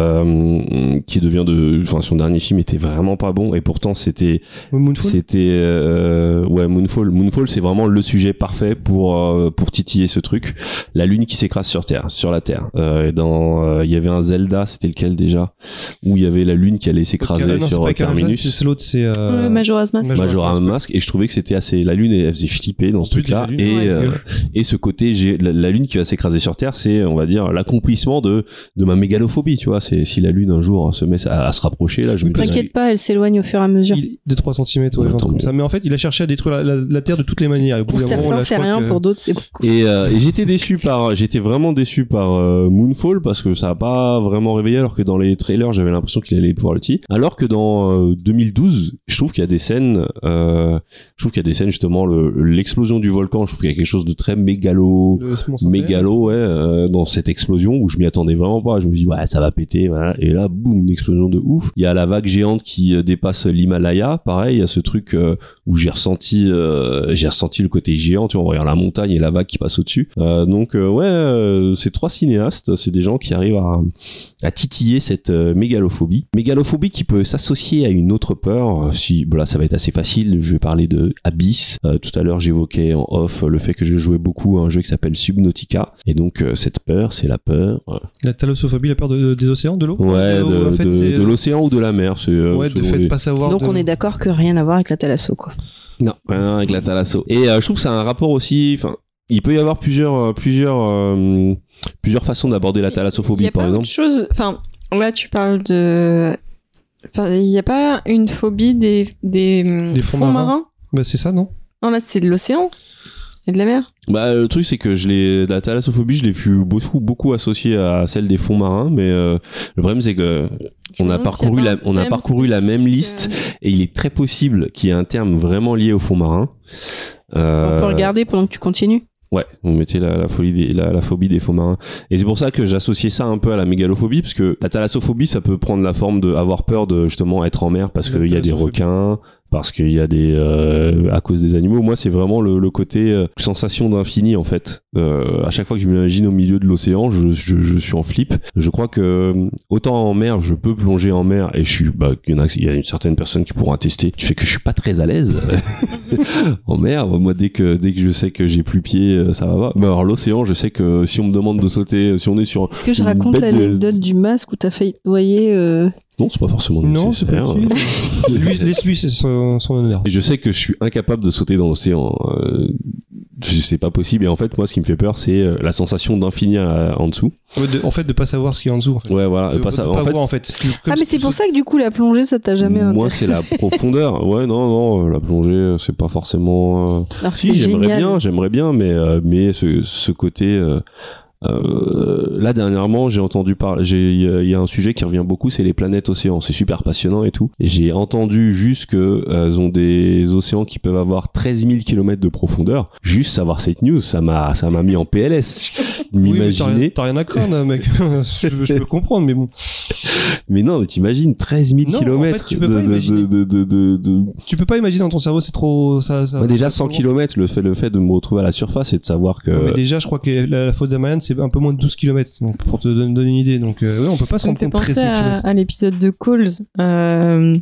euh, qui devient de, enfin son dernier film était vraiment pas bon et pourtant c'était
Moonfall.
c'était euh, ouais Moonfall Moonfall c'est vraiment le sujet parfait pour euh, pour titiller ce truc la lune qui s'écrase sur terre sur la terre Euh, et dans euh, il y avait un Zelda c'était lequel déjà où il y avait la lune qui allait s'écraser
Non, c'est
sur euh,
pas Caravan, c'est-
Terminus
c'est l'autre, c'est
pingouins.
euh,
Ouais, Majora's Mask.
Majora's
Majora's
Mask.
Mask et je trouvais que c'était assez la lune elle faisait flipper dans ce
Plus
truc là
déjà
et
d'une, ouais,
euh,
c'est
et ce côté j'ai la, la lune qui va s'écraser sur terre c'est on va dire l'accomplissement de de ma mégalophobie tu vois c'est si la lune un jour se met à, à se rapprocher là je me dis-
T'inquiète pas, elle s'éloigne au fur et à mesure.
Il- de 3 cm, ouais,
Ouais,
genre
tant
comme
mieux.
ça. Mais en fait, il a cherché à détruire la, la- la Terre de toutes les manières. Et au bout
Pour
d'un moment,
certains,
là, je
c'est
crois
rien,
que-
pour d'autres, c'est beaucoup.
Et, euh, et j'étais déçu par, j'étais vraiment déçu par euh, Moonfall parce que ça a pas vraiment réveillé alors que dans les trailers j'avais l'impression qu'il allait pouvoir le tirer. Alors que dans euh, 2012, je trouve qu'il y a des scènes, euh, je trouve qu'il y a des scènes justement le- l'explosion du volcan, je trouve qu'il y a quelque chose de très mégalo,
le Mont Saint-Pierre.
mégalo ouais, euh, dans cette explosion où je m'y attendais vraiment pas. Je me dis ouais ça va péter, voilà. et là boum une explosion de ouf. Il y a la vague géante qui euh, dépasse l'Himalaya, pareil il y a ce truc euh, où j'ai ressenti euh, j'ai ressenti le côté géant, tu vois, on regarde la montagne et la vague qui passe au dessus. donc euh, ouais, euh, ces trois cinéastes, c'est des gens qui arrivent à, à titiller cette euh, mégalophobie, mégalophobie qui peut s'associer à une autre peur. euh, Si voilà, ça va être assez facile. Je vais parler de Abyss. Euh, tout à l'heure, j'évoquais en off euh, le fait que je jouais beaucoup à un jeu qui s'appelle Subnautica, et donc euh, cette peur, c'est la peur euh,
La thalassophobie, la peur de- de- des océans, de l'eau
ouais
l'eau,
de,
en fait,
de-
c'est- euh,
de l'océan ou de la mer. C'est euh,
Ouais, de
selon
fait
les-
de pas savoir.
Donc
de-
on est d'accord que rien à voir avec la thalasso, quoi.
Non, rien à voir avec la thalasso. Et euh, je trouve que ça a un rapport aussi. Enfin, il peut y avoir plusieurs, euh, plusieurs, euh, plusieurs façons d'aborder la
Il y
thalassophobie,
a pas
par exemple.
Autre chose, enfin, là tu parles de, enfin, il n'y a pas une phobie des des, hum,
Des fonds marins. Bah, c'est ça, non
Non, là c'est de l'océan et de la mer.
Bah, le truc, c'est que je l'ai, la thalassophobie, je l'ai vu beaucoup, beaucoup associée à celle des fonds marins, mais euh, le problème, c'est que
Je
on
me
a
demande
parcouru,
s'il y
la,
pas un
on a
thème
parcouru la même liste,
spécifique, euh,
et il est très possible qu'il y ait un terme vraiment lié aux fonds marins.
On
Euh,
peut regarder pendant que tu continues.
Ouais, vous mettez la, la, folie des- la, la phobie des faux marins. Et c'est pour ça que j'associais ça un peu à la mégalophobie, parce que la thalassophobie, ça peut prendre la forme de avoir peur de justement être en mer parce
La
qu'il y a des
thalassophobie.
requins, parce qu'il y a des... euh, à cause des animaux. Moi, c'est vraiment le, le côté euh, sensation d'infini, en fait. Euh, à chaque fois que je m'imagine au milieu de l'océan, je, je, je suis en flip. Je crois que euh, autant en mer, je peux plonger en mer, et je suis... Bah, il, y en a, il y a une certaine personne qui pourra attester, tu fais que je suis pas très
(laughs)
à l'aise (laughs) en mer. Moi, dès que dès que je sais que j'ai plus pied, euh, ça va pas. Mais alors l'océan, je sais que si on me demande de sauter, euh, si on est sur,
Est-ce que je
Une
raconte
bête de-
l'anecdote du masque où t'as failli te noyer euh,
non, c'est pas forcément
Non, c'est
nécessaire.
pas utile.
(laughs)
Lui, Laisse-lui, c'est son, son honneur.
Et je sais que je suis incapable de sauter dans l'océan. Euh, c'est pas possible. Et en fait, moi, ce qui me fait peur, c'est euh, la sensation d'infini à- en dessous.
Ouais, de- en fait, de pas savoir ce qu'il y a en dessous. en fait.
Ouais, voilà.
De,
pas
de
ça.
pas
en fait,
voir, en fait. Tu- comme
Ah,
si
mais c'est
tu
pour
sautes-
ça que du coup la plongée ça t'a jamais
moi,
intéressé.
c'est la profondeur. Ouais, non, non, euh, la plongée, euh, c'est pas forcément. euh,
(laughs) Alors
Ah,
que
Si,
c'est
j'aimerais
génial.
bien, j'aimerais bien, mais euh, mais ce, ce côté. euh, euh, là dernièrement, j'ai entendu parler. j'ai- Il y a- il y, a un sujet qui revient beaucoup, c'est les planètes océans. C'est super passionnant et tout. Et j'ai entendu juste que euh, elles ont des océans qui peuvent avoir 13 000 km de profondeur. Juste savoir cette news, ça m'a ça m'a mis en PLS.
(laughs) Oui, mais t'as rien-
M'imaginer.
T'as rien à craindre, hein, mec. (laughs) je, je peux comprendre, mais bon.
mais non, mais t'imagines 13 000
Non, en fait,
km
tu peux pas imaginer.
de, de, de, de, de,
Tu peux pas imaginer dans ton cerveau, c'est trop. Ça, ça,
Moi, déjà
ça-
100 km, le fait le fait de me retrouver à la surface et de savoir que
Non, mais déjà, je crois que la, la fosse d'Amayan, c'est un peu moins de 12 km, donc, pour te don- donner une idée. Donc, euh, ouais, on peut pas se
Ça me
rendre
fait
compte 13
penser
000
à,
kilomètres.
à l'épisode de Calls. euh,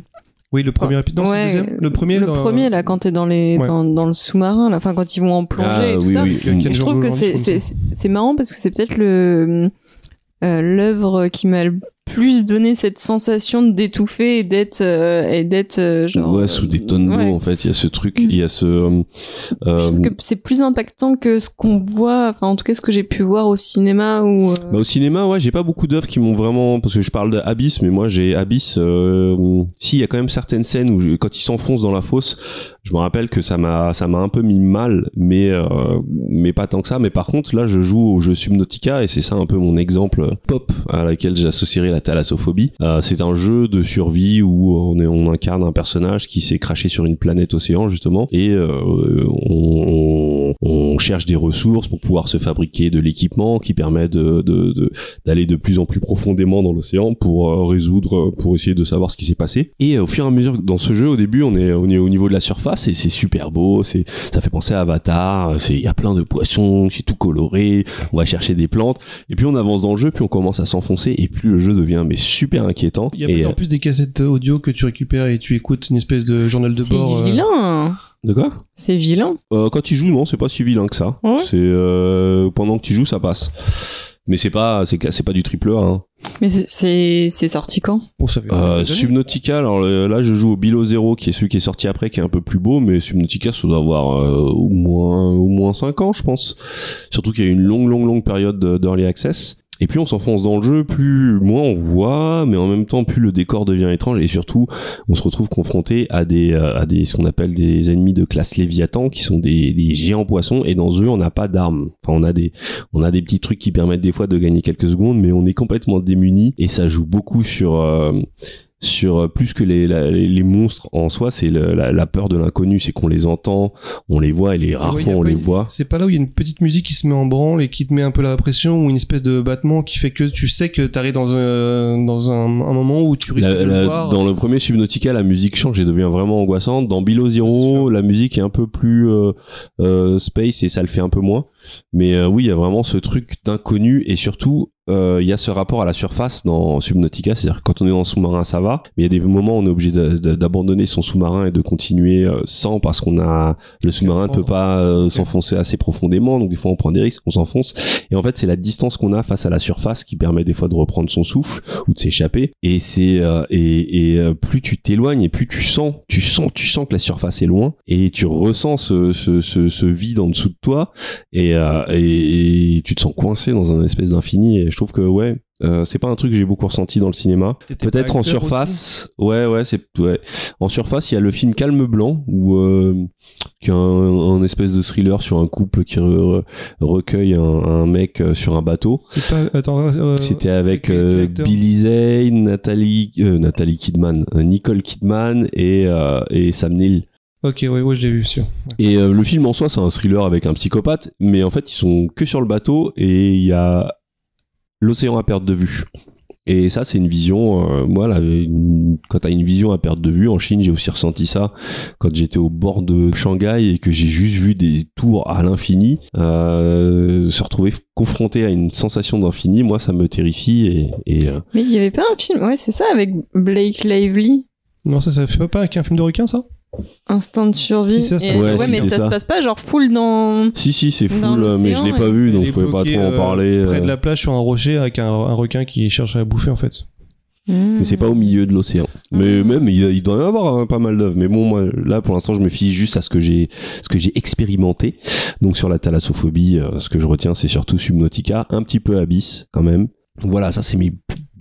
Oui, le premier épisode. Non,
ouais,
c'est le deuxième. Le premier.
le
dans-
premier là quand t'es dans les
Ouais.
dans, dans le sous-marin, là, enfin quand ils vont en plongée
Ah,
et tout
oui,
ça.
oui.
Quel- quel
Et je
genre
trouve
de
que
genre,
c'est
comme
c'est
ça.
c'est marrant parce que c'est peut-être le euh, l'œuvre qui m'a le plus donné cette sensation d'étouffer et d'être euh, et d'être euh, genre
ouais, sous des tonnes
ouais. Mm.
d'eau, en fait, il y a ce truc, il y a ce. euh,
Je trouve
euh,
que c'est plus impactant que ce qu'on voit, enfin en tout cas ce que j'ai pu voir au cinéma ou euh,
bah, au cinéma, ouais, j'ai pas beaucoup d'œuvres qui m'ont vraiment. Parce que je parle d'Abyss, mais moi, j'ai Abyss. euh, Si, il y a quand même certaines scènes où, je- quand ils s'enfoncent dans la fosse, je me rappelle que ça m'a ça m'a un peu mis mal, mais, euh, mais pas tant que ça. Mais par contre, là, je joue au jeu Subnautica, et c'est ça un peu mon exemple pop à laquelle j'associerai la thalassophobie. Euh, c'est un jeu de survie où on, est, on incarne un personnage qui s'est craché sur une planète océan justement et euh, on, on- on cherche des ressources pour pouvoir se fabriquer de l'équipement qui permet de, de- de- d'aller de plus en plus profondément dans l'océan pour euh, résoudre, euh, pour essayer de savoir ce qui s'est passé. Et euh, au fur et à mesure, que dans ce jeu, au début, on est, on est au niveau de la surface et c'est super beau, c'est, ça fait penser à Avatar, euh, c'est, il y a plein de poissons, c'est tout coloré, on va chercher des plantes, et puis on avance dans le jeu, puis on commence à s'enfoncer, et plus le jeu devient, mais super inquiétant.
Il y a
et, euh,
peut-être en plus des cassettes audio que tu récupères et tu écoutes une espèce de journal de bord.
c'est
euh,
vilain,
de quoi?
c'est vilain.
Euh, quand tu joues, non, c'est pas si vilain que ça.
Ouais.
C'est, euh, pendant que tu joues, ça passe. Mais c'est pas, c'est, c'est pas du triple A, hein.
Mais c'est c'est sorti quand
Bon, ça fait des
Euh,
années.
Subnautica, alors euh, là je joue au Below Zero qui est celui qui est sorti après qui est un peu plus beau mais Subnautica ça doit avoir euh, au moins au moins 5 ans je pense. Surtout qu'il y a eu une longue longue longue période de- d'early access. Et puis on s'enfonce dans le jeu, plus moins on voit, mais en même temps plus le décor devient étrange et surtout on se retrouve confronté à des euh, à des ce qu'on appelle des ennemis de classe Léviathan qui sont des, des géants poissons et dans eux on n'a pas d'armes. Enfin on a des on a des petits trucs qui permettent des fois de gagner quelques secondes mais on est complètement démuni et ça joue beaucoup sur euh, sur euh, plus que les, la- les, les monstres en soi, c'est le- la, la peur de l'inconnu, c'est qu'on les entend, on les voit, et les rares
Ouais,
fois
y a
on
pas
les
une-
voit.
C'est pas là où il y a une petite musique qui se met en branle et qui te met un peu la pression ou une espèce de battement qui fait que tu sais que t'arrives dans un dans un, un moment où tu risques
La-
de le
la-
voir.
dans le premier Subnautica, la musique change et devient vraiment angoissante. Dans Below
C'est
Zero,
sûr.
la musique est un peu plus euh, euh, space et ça le fait un peu moins. Mais euh, oui, il y a vraiment ce truc d'inconnu et surtout, euh, il y a ce rapport à la surface dans Subnautica. C'est-à-dire que quand on est en sous-marin, ça va. Mais il y a des moments où on est obligé de- de- d'abandonner son sous-marin et de continuer euh, sans parce qu'on a le sous-marin ne peut
Fondre.
pas euh, s'enfoncer assez profondément. Donc des fois, on prend des risques, on s'enfonce. Et en fait, c'est la distance qu'on a face à la surface qui permet des fois de reprendre son souffle ou de s'échapper. Et c'est euh, et, et, euh, plus tu t'éloignes et plus tu sens, tu sens, tu sens que la surface est loin et tu ressens ce, ce, ce, ce vide en dessous de toi et, euh, et, et tu te sens coincé dans un espèce d'infini. Et je trouve que ouais. euh, c'est pas un truc que j'ai beaucoup ressenti dans le cinéma.
T'étais pas
Peut-être en
acteur
surface. Ouais, ouais, c'est ouais. En surface, il y a le film Calme Blanc où euh, qui est un, un espèce de thriller sur un couple qui re- recueille un, un mec euh, sur un bateau.
aussi C'est pas attends euh,
C'était avec
quel- quel
euh,
acteur
Billy Zane, Nathalie, euh, Nathalie Kidman, euh, Nicole Kidman et, euh, et Sam Neill.
OK ouais ouais je l'ai vu sûr.
Et euh, le film en soi, c'est un thriller avec un psychopathe, mais en fait, ils sont que sur le bateau et il y a l'océan à perte de vue. Et ça, c'est une vision. euh, moi, là, une- quand t'as une vision à perte de vue, en Chine, j'ai aussi ressenti ça quand j'étais au bord de Shanghai et que j'ai juste vu des tours à l'infini. euh, se retrouver confronté à une sensation d'infini, moi, ça me terrifie et, et, euh,
Mais il y avait pas un film, ouais, c'est ça, avec Blake Lively,
Non ça ça fait pas avec un film de requin ça
Instinct de survie.
Si, ça, ça-
Et-
Ouais,
ouais,
si,
mais
c'est
ça,
ça.
se passe pas genre full dans.
Si, si, c'est
Dans
full, euh, mais je l'ai
l'océan,
pas
ouais.
vu, donc
Elle
je
est
pouvais pas
bloquée,
trop en
euh,
parler.
Près de
euh,
la plage sur un rocher avec un, un requin qui cherche à la bouffer en fait.
Mais
Mhm.
c'est pas au milieu de l'océan. Mais
Mm.
même, il, il doit y en avoir hein, pas mal d'œuvres. Mais bon, moi, là, pour l'instant, je me fie juste à ce que j'ai, ce que j'ai expérimenté. Donc, sur la thalassophobie, euh, ce que je retiens, c'est surtout Subnautica, un petit peu Abyss, quand même. Voilà, ça, c'est mes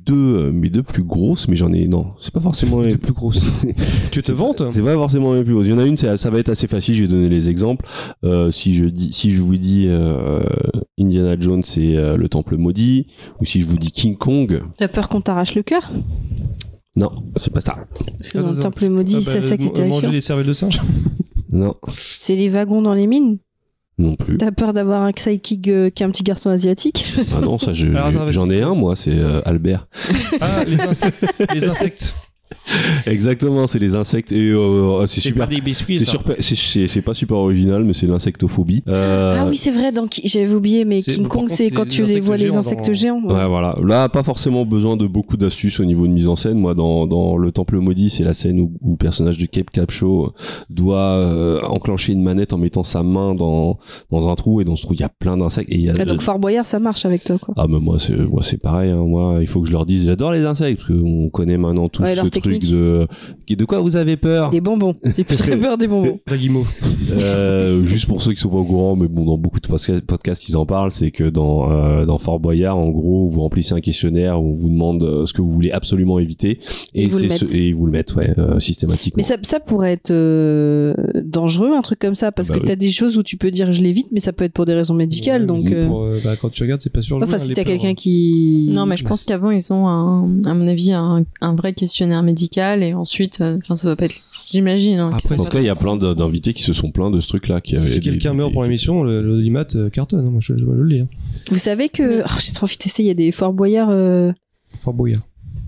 deux, euh, mes deux plus grosses, mais j'en ai, non, c'est pas forcément les plus grosses.
(laughs) Tu te
C'est
vantes
pas- C'est pas forcément les plus grosses. Il y en a une, c'est- ça va être assez facile. Je vais donner les exemples. Euh, si je dis, si je vous dis euh, Indiana Jones et euh, le Temple maudit, ou si je vous dis King Kong,
T'as peur qu'on t'arrache le cœur
non, c'est pas ça.
Parce que
Ah,
dans le
attends.
temple maudit,
Ah,
c'est
bah,
ça qui
man-
est
Manger
terrifiant.
des cervelles de
(laughs)
singe.
Non,
C'est les wagons dans les mines.
non plus.
T'as peur d'avoir un psychic euh, qui est un petit garçon asiatique
Ah non, ça, je-
Alors, attends,
j'en ai un moi, c'est euh, Albert.
Ah les insectes. les insectes.
(laughs) Exactement, c'est les insectes et euh, c'est super.
des biscuits.
C'est
ça.
surpa- c'est- c'est- c'est pas super original, mais c'est l'insectophobie. Euh,
Ah oui, c'est vrai, dans Ki- j'avais oublié, mais
C'est-
King
par
Kong,
contre,
c'est
c'est
quand
des
tu les
insectes
vois, les
géants
insectes
dans-
géants. ouais.
Ouais, voilà. Là, pas forcément besoin de beaucoup d'astuces au niveau de mise en scène. Moi, dans, dans Le Temple Maudit, c'est la scène où, où le personnage de Cape Capshaw doit euh, enclencher une manette en mettant sa main dans, dans un trou et dans ce trou, il y a plein d'insectes. Et il y a
Ah, donc Fort Boyard, ça marche avec toi, quoi.
Ah, mais moi, c'est, moi, c'est pareil. hein. Moi, il faut que je leur dise, j'adore les insectes, parce qu'on connaît maintenant tout
Ouais,
ce
leur
truc
technique.
de, qui- de quoi vous avez peur?
Des (laughs) bonbons. J'ai plus très peur des bonbons.
La guimauve.
Euh, juste pour ceux qui sont pas au courant, mais bon, dans beaucoup de podca- podcasts, ils en parlent, c'est que dans, euh, dans Fort Boyard, en gros, vous remplissez un questionnaire où on vous demande euh, ce que vous voulez absolument éviter, et,
Ils vous le
c'est ce-
mettent.
et ils vous le mettent, ouais, euh, systématiquement.
Mais ça, ça pourrait être euh, dangereux, un truc comme ça, parce
Bah
que
oui.
t'as des choses où tu peux dire je l'évite, mais ça peut être pour des raisons
Ouais,
médicales.
mais
donc,
c'est
euh,
pour, euh, bah, quand tu regardes, c'est pas sûr.
enfin, si t'as
hein.
quelqu'un qui.
Non, mais je pense qu'avant, ils ont, un, à mon avis, un, un vrai questionnaire médical et ensuite, euh, enfin, ça doit pas être. J'imagine. hein, qu'ils
Après,
sont-
en tout cas, il y a plein de- d'invités qui se sont plaints de ce truc-là. qui avaient
Si
des-
quelqu'un
des-
meurt pour l'émission, le- l'audimat euh, cartonne. hein, Moi, je je le lis. hein.
Vous savez que.
Oui.
Oh, J'ai trop envie de tester, il y a des Fort Boyard. euh,
Fort Boyard.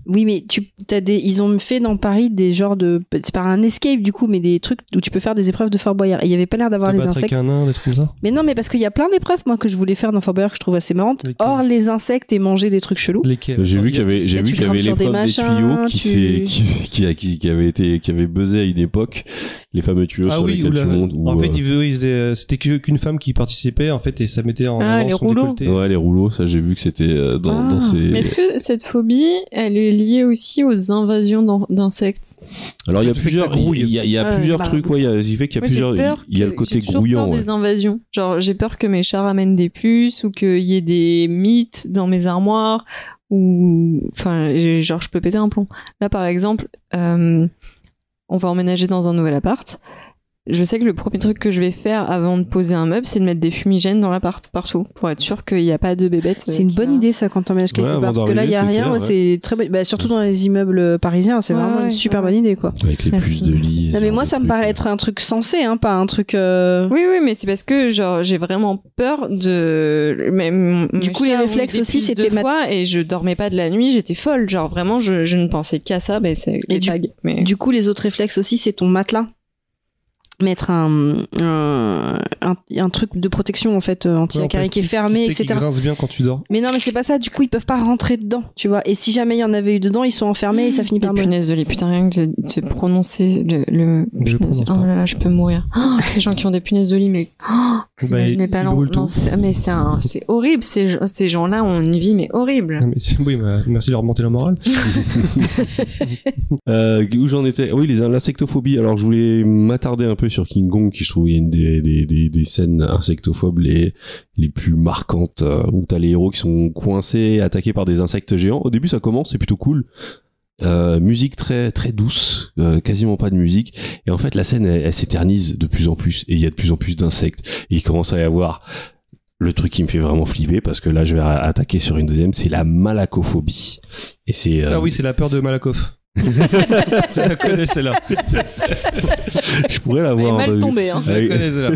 Oui, mais tu as des, ils ont fait dans Paris des genres de, c'est pas un escape du coup, mais des trucs où tu peux faire des épreuves de Fort Boyard. Et il y avait pas l'air d'avoir
Te
les
battre avec
insectes.
un nain, des trucs comme ça.
Mais non, mais parce qu'il y a plein d'épreuves moi que je voulais faire dans Fort Boyard que je trouve assez marrantes.
Lesquelles
Hors les insectes et manger des trucs chelous.
Lesquels
J'ai vu qu'il y avait, j'ai
Mais
vu
tu
qu'il y avait
grimpes sur des
l'épreuve des, tuyaux
machins,
qui,
tu-
s'est- qui, qui, a- qui- qui avait été, qui avait buzzé à une époque, les fameux tuyaux
Ah
sur
oui,
lesquels
oula.
tu montes. ou,
en fait,
euh,
ils faisaient- ils faisaient- c'était que- qu'une femme qui participait, en fait, et ça mettait en
Ah,
avant
les
son
rouleaux.
décolleté.
ouais, les rouleaux, ça j'ai vu que c'était euh, dans,
Ah.
dans ces.
Mais est-ce que cette phobie, elle est liée aussi aux invasions d'in- d'insectes
Alors il y a
Le fait que
plusieurs,
ça grouille.
il y a, il y a
Ouais,
plusieurs
bah,
trucs, ouais, il y a- il fait qu'il y a
Moi,
plusieurs,
j'ai peur
il y a
que-
le côté
j'ai toujours
grouillant.
peur
ouais.
des invasions. Genre, j'ai peur que mes chats ramènent des puces ou qu'il y ait des mythes dans mes armoires ou, enfin, j'ai- genre, je peux péter un plomb. Là, par exemple, euh, on va emménager dans un nouvel appart. Je sais que le premier truc que je vais faire avant de poser un meuble, c'est de mettre des fumigènes dans l'appart partout pour être sûr qu'il n'y a pas de euh, bébête.
C'est une bonne idée ça quand t'emménages quelque
Ouais,
part
avant
parce que là il y a
d'arriver, c'est
rien,
clair,
c'est très bon- bah, surtout dans les immeubles euh, parisiens, c'est
Ouais,
vraiment une
ouais,
super
ouais.
bonne idée quoi.
Avec les
Merci,
puces de
merci.
lit.
Non mais moi ça me
euh,
paraît être un truc sensé hein, pas un truc euh,
Oui, oui, mais c'est parce que genre j'ai vraiment peur de. Mais,
Du coup, les réflexes aussi, c'était ma-
ma... et je dormais pas de la nuit, j'étais folle. Genre vraiment, je, je ne pensais qu'à ça. Mais c'est les
du-
tags. Mais
Du coup, les autres réflexes aussi, c'est ton matelas. Mettre un, un, un, un truc de protection en fait euh,
Ouais, en
anti-acarique qui est
plastique,
fermé,
tu sais, qui
etc.
grince bien quand tu dors.
Mais non, mais c'est pas ça. Du coup, ils peuvent pas rentrer dedans, tu vois. Et si jamais il y en avait eu dedans, ils sont enfermés et ça finit
Les
par mourir.
punaises de lit, putain, rien que de, de prononcer le. le-
Je le prononce
oh
pas.
là là, je peux mourir. (gasps) Oh, les gens qui ont des punaises de lit, mais. (gasps) Oh, vous
Bah,
imaginez pas
ils
l'en-
brûlent tout.
l'enfer- Mais c'est un- c'est horrible, ces, gens- ces gens-là, on y vit, mais horrible.
Ah, mais c'est- oui, bah, merci de leur remonter la morale.
(laughs) Euh, où j'en étais Oui, les, l'insectophobie. Alors, je voulais m'attarder un peu sur King Kong, qui je trouve est une des, des, des, des scènes insectophobes les, les plus marquantes, euh, où t'as les héros qui sont coincés, attaqués par des insectes géants. Au début, ça commence, c'est plutôt cool. Euh, musique très très douce, euh, quasiment pas de musique. Et en fait, la scène, elle, elle s'éternise de plus en plus, et il y a de plus en plus d'insectes. Et il commence à y avoir le truc qui me fait vraiment flipper, parce que là, je vais a- attaquer sur une deuxième, c'est la malacophobie. Et c'est euh,
Ça, oui, c'est la peur de Malakoff.
(laughs)
je la connais, celle-là.
je pourrais
Elle est
l'avoir.
mal tombée, hein.
Je la
Allez.
connais, celle-là.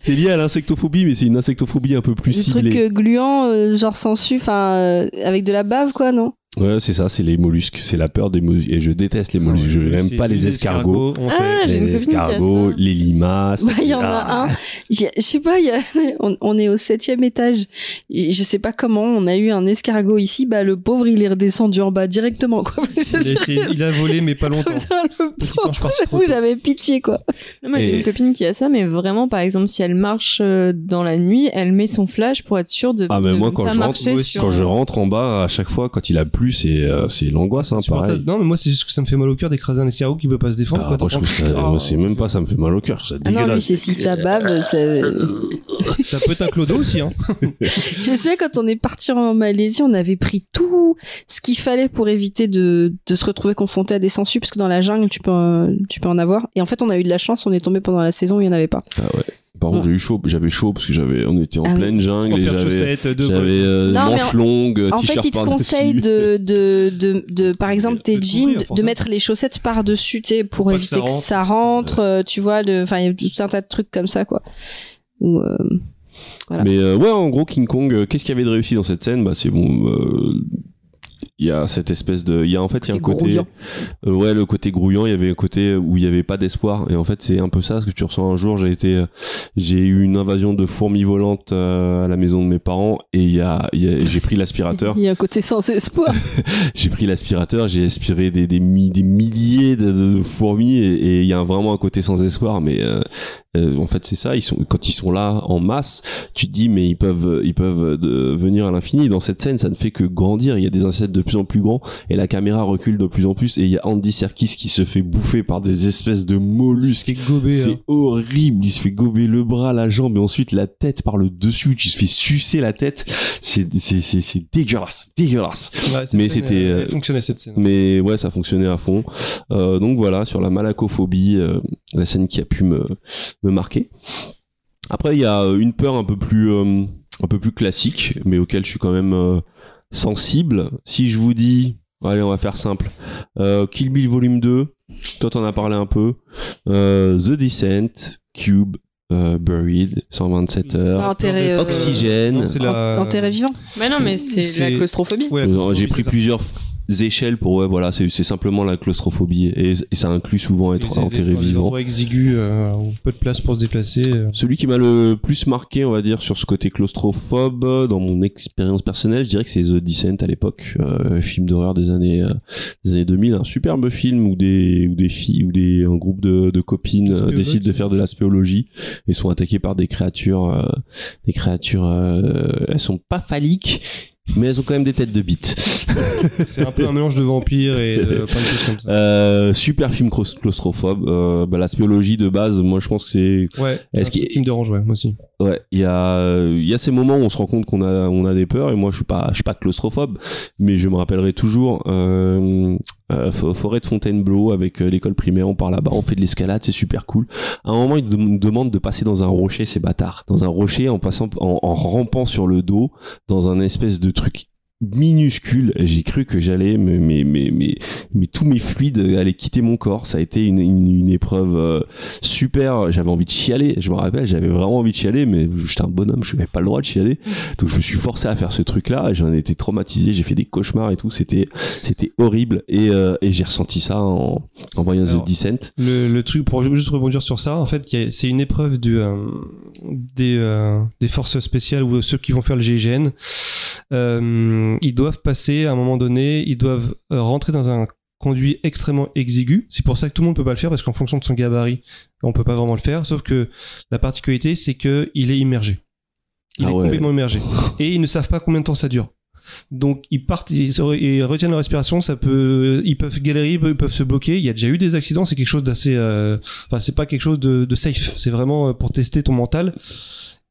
C'est lié à l'insectophobie, mais c'est une insectophobie un peu plus
Des
ciblée.
trucs euh, gluants, euh, genre sensu, enfin euh, avec de la bave quoi, non
Ouais, c'est ça, c'est les mollusques. C'est la peur des mollusques. Et je déteste les mollusques. Je n'aime
C'est
pas les escargots.
On
Ah,
sait.
j'ai
Les
une copine qui a ça.
escargots, les limaces.
Bah, il y en a
Ah.
un. J'ai- Je sais pas, il y a- (laughs) on, on est au septième étage. Je sais pas comment on a eu un escargot ici. Bah, le pauvre, il est redescendu en bas directement. Quoi. (laughs) Je-
Il a, essayé- il a volé, mais pas longtemps.
Putain, le
Petit
pauvre,
ange parti trop
où
tôt.
j'avais pitié, quoi.
Non, Moi, j'ai
Et-
une copine qui a ça, mais vraiment, par exemple, si elle marche euh, dans la nuit, elle met son flash pour être sûre de.
Ah, mais
de
moi,
ne
quand
pas
je rentre,
marcher
moi aussi,
sur-
quand je rentre en bas, à chaque fois, quand il a plu, c'est euh, c'est l'angoisse, hein,
Supportable.
pareil.
Non, mais moi, c'est juste que ça me fait mal au cœur d'écraser un escargot qui peut pas se défendre.
Ah,
quoi.
moi, je trouve ça,
Ah,
moi, c'est même pas, ça me fait mal au cœur. Ça
Ah non, lui,
dégueulasse.
c'est si ça bave. ça- euh,
Ça peut être un clodo aussi,
(laughs)
hein.
Je sais, quand on est parti en Malaisie, on avait pris tout ce qu'il fallait pour éviter de, de se retrouver confronté à des sangsues, parce que dans la jungle, tu peux, en- tu peux en avoir. Et en fait, on a eu de la chance, on est tombé pendant la saison où il y en avait pas.
Par contre, j'ai eu chaud, j'avais chaud parce que j'avais, on était en
Ah oui.
pleine
Trois
jungle et
paires de
j'avais,
chaussettes, deux
j'avais euh,
Non, mais
manches longues,
En fait,
t-shirt
ils te
par-dessus.
conseillent de, de, de, de, par exemple, tes
de
jeans,
couvrir,
de- de
forcément.
mettre les chaussettes par-dessus, tu sais, pour
Pas que
éviter
ça
que
rentre,
ça rentre, euh, tu vois, de- enfin, il y a tout un tas de trucs comme ça, quoi. Ou, euh, Voilà.
Mais euh, ouais, en gros, King Kong, euh, qu'est-ce qu'il y avait de réussi dans cette scène Bah, c'est bon. euh, Il y a cette espèce de. Il y a en fait, il y a un
Côté
côté.
grouillant.
Euh, ouais, le côté grouillant, il y avait un côté où il n'y avait pas d'espoir. Et en fait, c'est un peu ça ce que tu ressens un jour. J'ai été. euh, J'ai eu une invasion de fourmis volantes euh, à la maison de mes parents et il y a, il y a- j'ai pris l'aspirateur.
(laughs) il y a un côté sans espoir.
(laughs) J'ai pris l'aspirateur, j'ai aspiré des, des, mi- des milliers de, de- de fourmis et et il y a vraiment un côté sans espoir. Mais euh, euh, en fait, c'est ça. Ils sont quand ils sont là en masse, tu te dis mais ils peuvent ils peuvent de, venir à l'infini. Dans cette scène, ça ne fait que grandir. Il y a des insectes de plus en plus grands et la caméra recule de plus en plus. Et il y a Andy Serkis qui se fait bouffer par des espèces de mollusques.
C'est gobé.
C'est
hein.
horrible, il se fait gober le bras, la jambe et ensuite la tête par le dessus, tu se fais sucer la tête. C'est c'est- c'est- c'est dégueulasse, dégueulasse.
Ouais, cette
Mais
scène,
c'était,
euh,
euh,
Elle fonctionnait cette scène.
Mais ouais, ça fonctionnait à fond. Euh, donc voilà, sur la malacophobie, euh, la scène qui a pu me, me marquer. Après, il y a euh, une peur un peu plus, euh, un peu plus classique, mais auquel je suis quand même euh, sensible. Si je vous dis, allez, on va faire simple. Euh, Kill Bill Volume 2, toi t'en as parlé un peu. Euh, The Descent, Cube, euh, Buried, 127 heures,
Enterré, euh,
Oxygène.
Non, c'est la-
Enterré vivant.
Mais non, mais c'est
C'est-
la claustrophobie.
Ouais, la
Euh, J'ai
claustrophobie,
pris
c'est ça.
plusieurs échelles pour ouais voilà c'est c'est simplement la claustrophobie et, et ça inclut souvent
Et
être
c'est des-
enterré
dans des
vivant
endroits exigus, euh, où peu de place pour se déplacer. euh.
Celui qui m'a le plus marqué, on va dire, sur ce côté claustrophobe, euh, dans mon expérience personnelle, je dirais que c'est The Descent à l'époque, euh, film d'horreur des années euh, des années 2000, un superbe film où des où des filles ou des un groupe de, de copines euh,
Spéologie.
décident de faire de la spéologie et sont attaquées par des créatures euh, des créatures euh, elles sont pas phalliques mais elles ont quand même des têtes de bite.
C'est un peu un mélange de vampires et
(laughs)
de plein de choses comme ça.
Euh, super film claus- claustrophobe. Euh, bah, la spéologie de base, moi je pense que c'est
Ouais,
est-ce
est-ce
qu'il-
qui me dérange, ouais, moi aussi.
Ouais, il y a il y a ces moments où on se rend compte qu'on a on a des peurs et moi je suis pas je suis pas claustrophobe mais je me rappellerai toujours euh, euh, fo- forêt de Fontainebleau avec euh, l'école primaire on part là-bas on fait de l'escalade c'est super cool à un moment ils dem- nous demandent de passer dans un rocher ces bâtards dans un rocher en passant en, en rampant sur le dos dans un espèce de truc minuscule j'ai cru que j'allais mais mais mais mais mais tous mes fluides allaient quitter mon corps ça a été une une, une épreuve euh, super, j'avais envie de chialer, je me rappelle, j'avais vraiment envie de chialer, mais j'étais un bonhomme, je n'avais pas le droit de chialer. Donc je me suis forcé à faire ce truc-là, et j'en étais traumatisé, j'ai fait des cauchemars et tout, c'était, c'était horrible, et, euh, et j'ai ressenti ça en, en voyant
Alors,
The Descent.
Le, le truc, pour juste rebondir sur ça, en fait, il y a- c'est une épreuve du, euh, des, euh, des forces spéciales ou ceux qui vont faire le GIGN. Euh, ils doivent passer, à un moment donné, ils doivent euh, rentrer dans un conduit extrêmement exigu. C'est pour ça que tout le monde peut pas le faire, parce qu'en fonction de son gabarit, on peut pas vraiment le faire. Sauf que la particularité, c'est que il est immergé. Il
Ah
est
ouais.
complètement immergé. Et ils ne savent pas combien de temps ça dure. Donc ils partent, ils, se re- ils retiennent leur respiration, ça peut, ils peuvent galérer, ils peuvent se bloquer. Il y a déjà eu des accidents, c'est quelque chose d'assez, euh, enfin c'est pas quelque chose de, de safe. C'est vraiment euh, pour tester ton mental.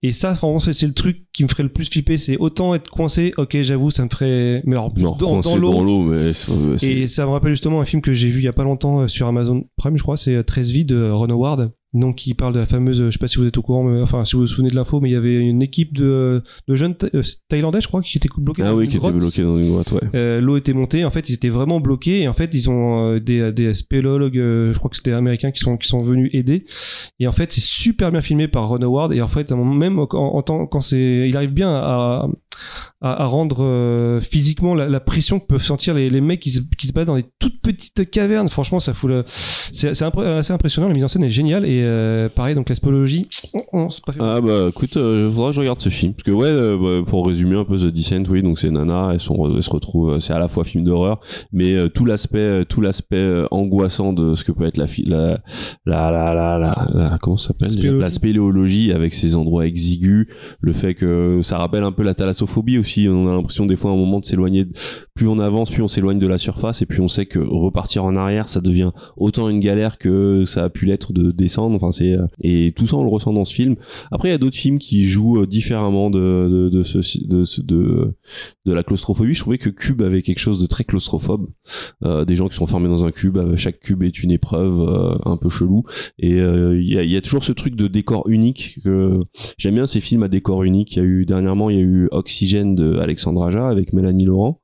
Et ça, franchement, c'est c'est le truc qui me ferait le plus flipper. C'est autant être coincé, ok, j'avoue, ça me ferait, mais alors
Non,
dans,
quand
dans
c'est dans
l'eau.
l'eau, mais c'est- c'est-
Et ça me rappelle justement un film que j'ai vu il y a pas longtemps euh, sur Amazon Prime, je crois, c'est euh, 13 vies de euh, Ron Howard. Donc, qui parle de la fameuse, euh, je sais pas si vous êtes au courant, mais, enfin, si vous vous souvenez de l'info, mais il y avait une équipe de, euh, de jeunes Tha- euh, Thaïlandais, je crois, qui étaient bloqués.
ah
dans
oui,
une
qui était
grotte.
bloqué dans une grotte, ouais.
Euh, L'eau était montée, en fait, ils étaient vraiment bloqués, et en fait, ils ont euh, des, des spéologues, euh, je crois que c'était américains, qui sont, qui sont venus aider. Et en fait, c'est super bien filmé par Ron Howard, et en fait, à un moment- même en, en tant- quand c'est. Il arrive bien à, à, à rendre euh, physiquement la, la pression que peuvent sentir les, les mecs qui se, qui se battent dans des toutes petites cavernes. Franchement, ça fout le. C'est c'est impré- assez impressionnant, la mise en scène est géniale, et euh, pareil, donc la spéologie, on, on s'est pas fait.
Ah bah écoute, euh, faudra que je regarde ce film. Parce que ouais, euh, bah, pour résumer un peu The Descent, oui, donc c'est Nana, elles, sont, elles se retrouvent, euh, c'est à la fois film d'horreur, mais euh, tout l'aspect euh, tout l'aspect euh, angoissant de ce que peut être la fi- la, la, la, la, la, la- comment ça s'appelle déjà
Spéléologie.
La spéléologie avec ces endroits exigus, le fait que ça rappelle un peu la thalassophobie aussi, on a l'impression des fois à un moment de s'éloigner, de- plus on avance, plus on s'éloigne de la surface, et puis on sait que repartir en arrière, ça devient autant une galère que ça a pu l'être de descendre, enfin c'est... euh, Et tout ça on le ressent dans ce film. Après, il y a d'autres films qui jouent euh, différemment de, de, de, ce- de, ce- de, de la claustrophobie. Je trouvais que Cube avait quelque chose de très claustrophobe. Euh, des gens qui sont enfermés dans un cube, euh, chaque cube est une épreuve euh, un peu chelou. Et euh, il y, a, il y a toujours ce truc de décor unique. que J'aime bien ces films à décor unique. Il y a eu, dernièrement, il y a eu Oxygène de Alexandre Aja avec Mélanie Laurent.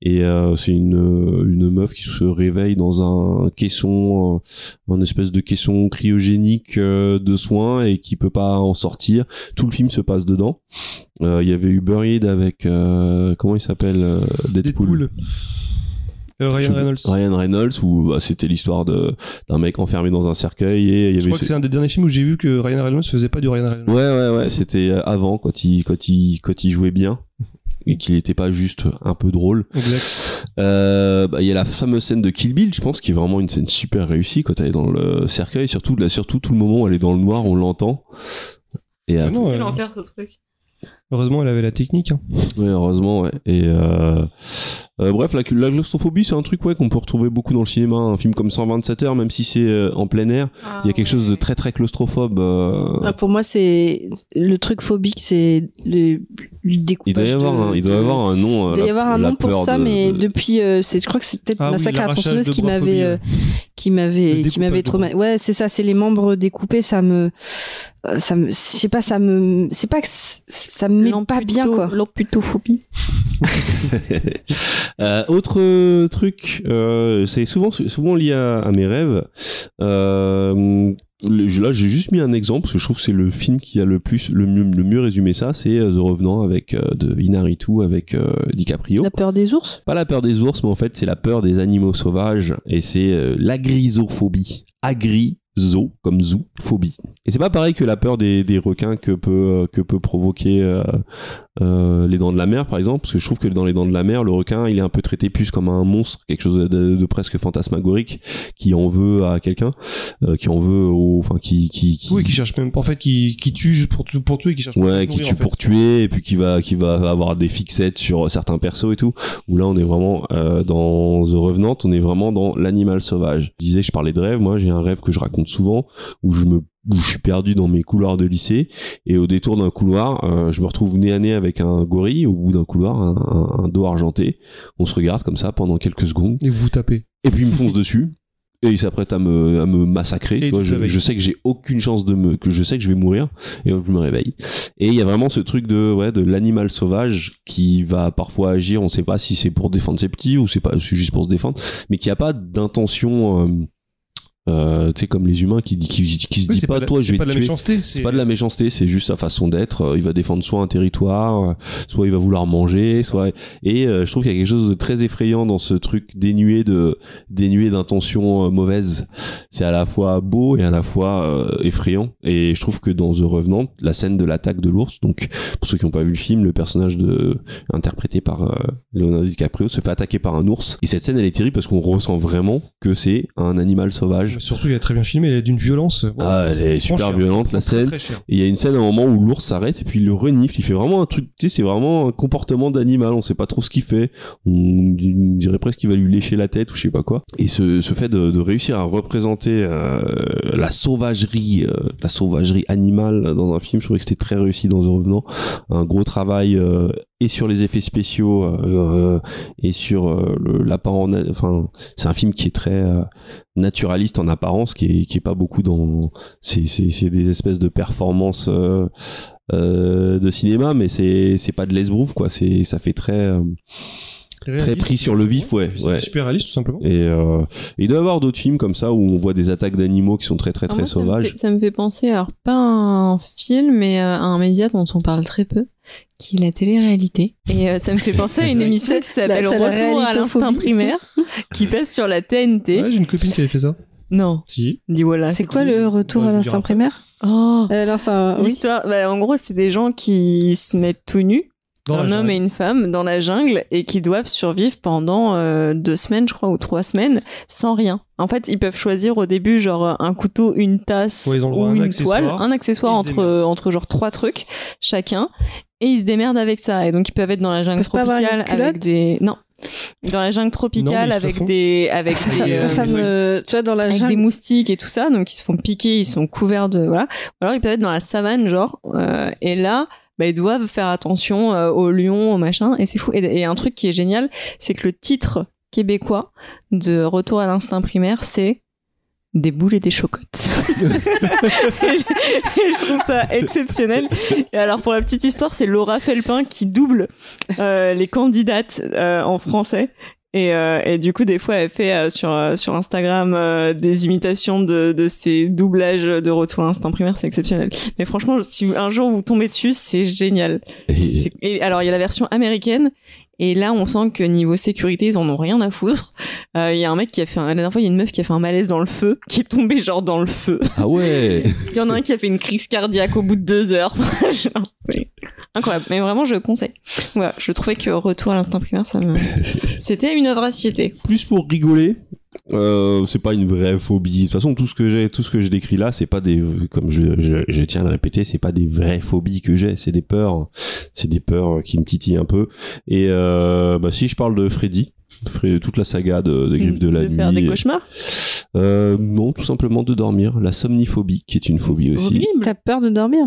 Et euh, c'est une, euh, une meuf qui se réveille dans un caisson, euh, un espèce de caisson cryogénique euh, de soins et qui peut pas en sortir. Tout le film se passe dedans. Euh, Il y avait eu Buried avec euh, comment il s'appelle euh,
Deadpool. Euh, Ryan Reynolds.
Ryan Reynolds où bah, c'était l'histoire de d'un mec enfermé dans un cercueil et il y
Je
avait
crois que c'est un des derniers films où j'ai vu que Ryan Reynolds faisait pas du Ryan Reynolds.
Ouais, ouais, ouais, c'était euh, avant, quand il, quand il, quand il
(laughs)
jouait bien, et qu'il n'était pas juste un peu drôle.
Exact.
Euh, bah, Il y a la fameuse scène de Kill Bill, je pense, qui est vraiment une scène super réussie quand elle est dans le cercueil, surtout, là, surtout tout le moment où elle est dans le noir, on l'entend. Et
Ah
après-
non,
Quel
euh,
enfer ce truc.
heureusement, elle avait la technique. hein.
Ouais, heureusement, ouais. Et euh, euh, bref, la, la claustrophobie, c'est un truc ouais, qu'on peut retrouver beaucoup dans le cinéma. Un film comme 127 heures, même si c'est euh, en plein air, il y a quelque chose de très très claustrophobe. euh,
Ah, pour moi, c'est le truc phobique, c'est le, le découpage.
il doit y avoir,
de-
un, il doit y avoir un nom. euh,
bah, Il doit y
la-
avoir un
la
nom pour
peur
ça,
de-
mais
de-
depuis, euh, c'est- je crois que c'est peut-être
Ah oui,
Massacre à la
l'arrachage
tronçonneuse
de
qui
bras
m'avait,
phobie,
euh,
ouais.
qui m'avait,
Le
qui
découpage
m'avait
de bras.
traumatisé. Ouais, c'est ça, c'est les membres découpés, ça me, euh, ça me, je sais pas, ça me, c'est pas que c- ça me met pas bien quoi.
L'amputophobie.
(laughs) Euh, autre euh, truc, euh, c'est souvent souvent lié à, à mes rêves. Euh, les- là, j'ai juste mis un exemple parce que je trouve que c'est le film qui a le plus, le mieux, le mieux résumé ça. C'est euh, The Revenant avec euh, de Inaritu avec euh, DiCaprio.
La peur des ours
Pas la peur des ours, mais en fait, c'est la peur des animaux sauvages et c'est euh, l'agrisophobie. Agri. Zoo comme zoo, phobie. Et c'est pas pareil que la peur des, des requins que peut, euh, que peut provoquer euh, euh, les dents de la mer, par exemple, parce que je trouve que dans les dents de la mer, le requin, il est un peu traité plus comme un monstre, quelque chose de, de- de presque fantasmagorique, qui en veut à quelqu'un, euh, qui en veut au, enfin, qui, qui, qui,
Oui, qui cherche même pas, en fait, qui, qui tue juste pour, tu- pour tuer, qui cherche pas à
Ouais,
se
qui
nourrir,
tue
en fait.
pour tuer, et puis qui va, qui va avoir des fixettes sur euh, certains persos et tout. Où là, on est vraiment euh, dans The Revenant, on est vraiment dans l'animal sauvage. Je disais, je parlais de rêve, moi j'ai un rêve que je raconte souvent, où je me où je suis perdu dans mes couloirs de lycée et au détour d'un couloir euh, je me retrouve nez à nez avec un gorille au bout d'un couloir un, un- un dos argenté on se regarde comme ça pendant quelques secondes
Et vous tapez.
et puis il me fonce dessus et il s'apprête à me, à me massacrer. Tu
tu
vois,
te
je,
réveilles.
je sais que j'ai aucune chance de me, que je sais que je vais mourir et hop, je me réveille. Et il y a vraiment ce truc de, ouais, de l'animal sauvage qui va parfois agir. On sait pas si c'est pour défendre ses petits ou c'est pas, c'est juste pour se défendre, mais qui a pas d'intention. Euh, euh, tu sais comme les humains qui qui, qui se
Oui,
disent
c'est
pas,
de la-
toi
c'est
je vais
pas de
te
la
tuer
méchanceté.
c'est pas de la méchanceté, c'est juste sa façon d'être. Euh, Il va défendre soit un territoire, euh, soit il va vouloir manger, soit. Et euh, je trouve qu'il y a quelque chose de très effrayant dans ce truc dénué de dénué d'intentions euh, mauvaises. C'est à la fois beau et à la fois euh, effrayant. Et je trouve que dans The Revenant, la scène de l'attaque de l'ours, donc pour ceux qui n'ont pas vu le film, le personnage de interprété par euh, Leonardo DiCaprio se fait attaquer par un ours. Et cette scène, elle est terrible parce qu'on ressent vraiment que c'est un animal sauvage.
Euh, Surtout, il est très bien filmé, il est d'une violence. Wow.
Ah, elle est
Franchement,
super
cher.
violente la
Très,
scène.
très cher.
Et il y a une scène à un moment où l'ours s'arrête et puis il le renifle. Il fait vraiment un truc, tu sais, c'est vraiment un comportement d'animal. On sait pas trop ce qu'il fait. On dirait presque qu'il va lui lécher la tête ou je sais pas quoi. Et ce, ce fait de, de réussir à représenter euh, la sauvagerie, euh, la sauvagerie animale dans un film, je trouvais que c'était très réussi dans The Revenant. Un gros travail euh, et sur les effets spéciaux euh, euh, et sur euh, le- l'apparent. Enfin, c'est un film qui est très euh, naturaliste en apparence, qui est, qui est pas beaucoup dans c'est c'est c'est des espèces de performances euh, euh, de cinéma mais c'est c'est pas de l'esbrouf quoi c'est ça fait très euh, très
réaliste.
pris sur le vif ouais,
C'est
ouais.
super réaliste, tout simplement.
et euh, il doit y avoir d'autres films comme ça où on voit des attaques d'animaux qui sont très très
Alors
très
Ah, moi, ça me
sauvages
fait- Ça me, fait, penser, alors pas à un film, mais euh, à un média dont on parle très peu, qui est la télé-réalité. Et euh, ça me fait penser
(laughs)
à une émission qui s'appelle
La- t'as la
Retour à l'instinct
réalitophobie.
primaire, qui passe sur la TNT.
Ouais, j'ai une copine qui avait fait ça.
Non,
Si.
dis voilà.
Bah, C'est quoi le retour
Ouais,
à
je
l'instinct
dirai.
primaire
Oh
Euh,
Ah
L'instinct. oui.
L'histoire, bah, en gros, c'est des gens qui se mettent tout nus,
Dans
un
la
homme
jungle.
et une femme, dans la jungle, et qui doivent survivre pendant euh, deux semaines, je crois, ou trois semaines, sans rien. En fait, ils peuvent choisir au début, genre, un couteau, une tasse,
Ouais, ils ont le droit à
ou
un
une
accessoire.
toile, un accessoire
Ils se
entre,
démerdent.
entre, genre, trois trucs, chacun, et ils se démerdent avec ça. Et donc, ils peuvent être dans la jungle
peuvent pas avoir une
tropicale avec
culotte
des. Non. Dans la
Non,
jungle
mais
tropicale
ils se
avec
font.
des. Avec
Ça,
des,
Ça,
Et,
ça,
euh,
ça
les
me. Tu vois, dans la
avec des
jungle.
moustiques et tout ça, donc ils se font piquer, ils sont couverts de voilà. Ou alors ils peuvent être dans la savane, genre, euh, et là, bah, ils doivent faire attention euh, aux lions, aux machins, et c'est fou. Et, et un truc qui est génial, c'est que le titre québécois de Retour à l'instinct primaire, c'est des boules et des chocottes. (laughs) Et je, et je trouve ça exceptionnel. Et alors pour la petite histoire, c'est Laura Felpin qui double euh, les candidates euh, en français. Et, euh, et du coup, des fois, elle fait euh, sur, euh, sur Instagram euh, des imitations de, de ces doublages de retour à l'instinct primaire, c'est exceptionnel. Mais franchement, si un jour vous tombez dessus, c'est génial.
Et-
(laughs) C'est- Et alors, il y a la version américaine. Et là, on sent que niveau sécurité, ils en ont rien à foutre. Euh, Il y a un mec qui a fait un... La dernière fois, il y a une meuf qui a fait un malaise dans le feu, qui est tombée genre dans le feu.
ah ouais
Il y en a un qui a fait une crise cardiaque au bout de deux heures. (laughs) Genre, c'est Incroyable. Mais vraiment, je conseille. Voilà, je trouvais que Retour à l'instinct primaire,
(laughs)
ça me... C'était une œuvre à citer.
plus pour rigoler. Euh, c'est pas une vraie phobie. De toute façon, tout ce que j'ai, tout ce que je décris là, c'est pas des, comme je, je, je tiens à le répéter, c'est pas des vraies phobies que j'ai. C'est des peurs, c'est des peurs qui me titillent un peu. Et euh, bah, si je parle de Freddy, Fre- toute la saga de, de Griffes de la
Mm, faire
nuit.
des cauchemars.
Euh, non, tout simplement de dormir. La somniphobie, qui est une phobie
C'est
aussi.
horrible.
T'as peur de dormir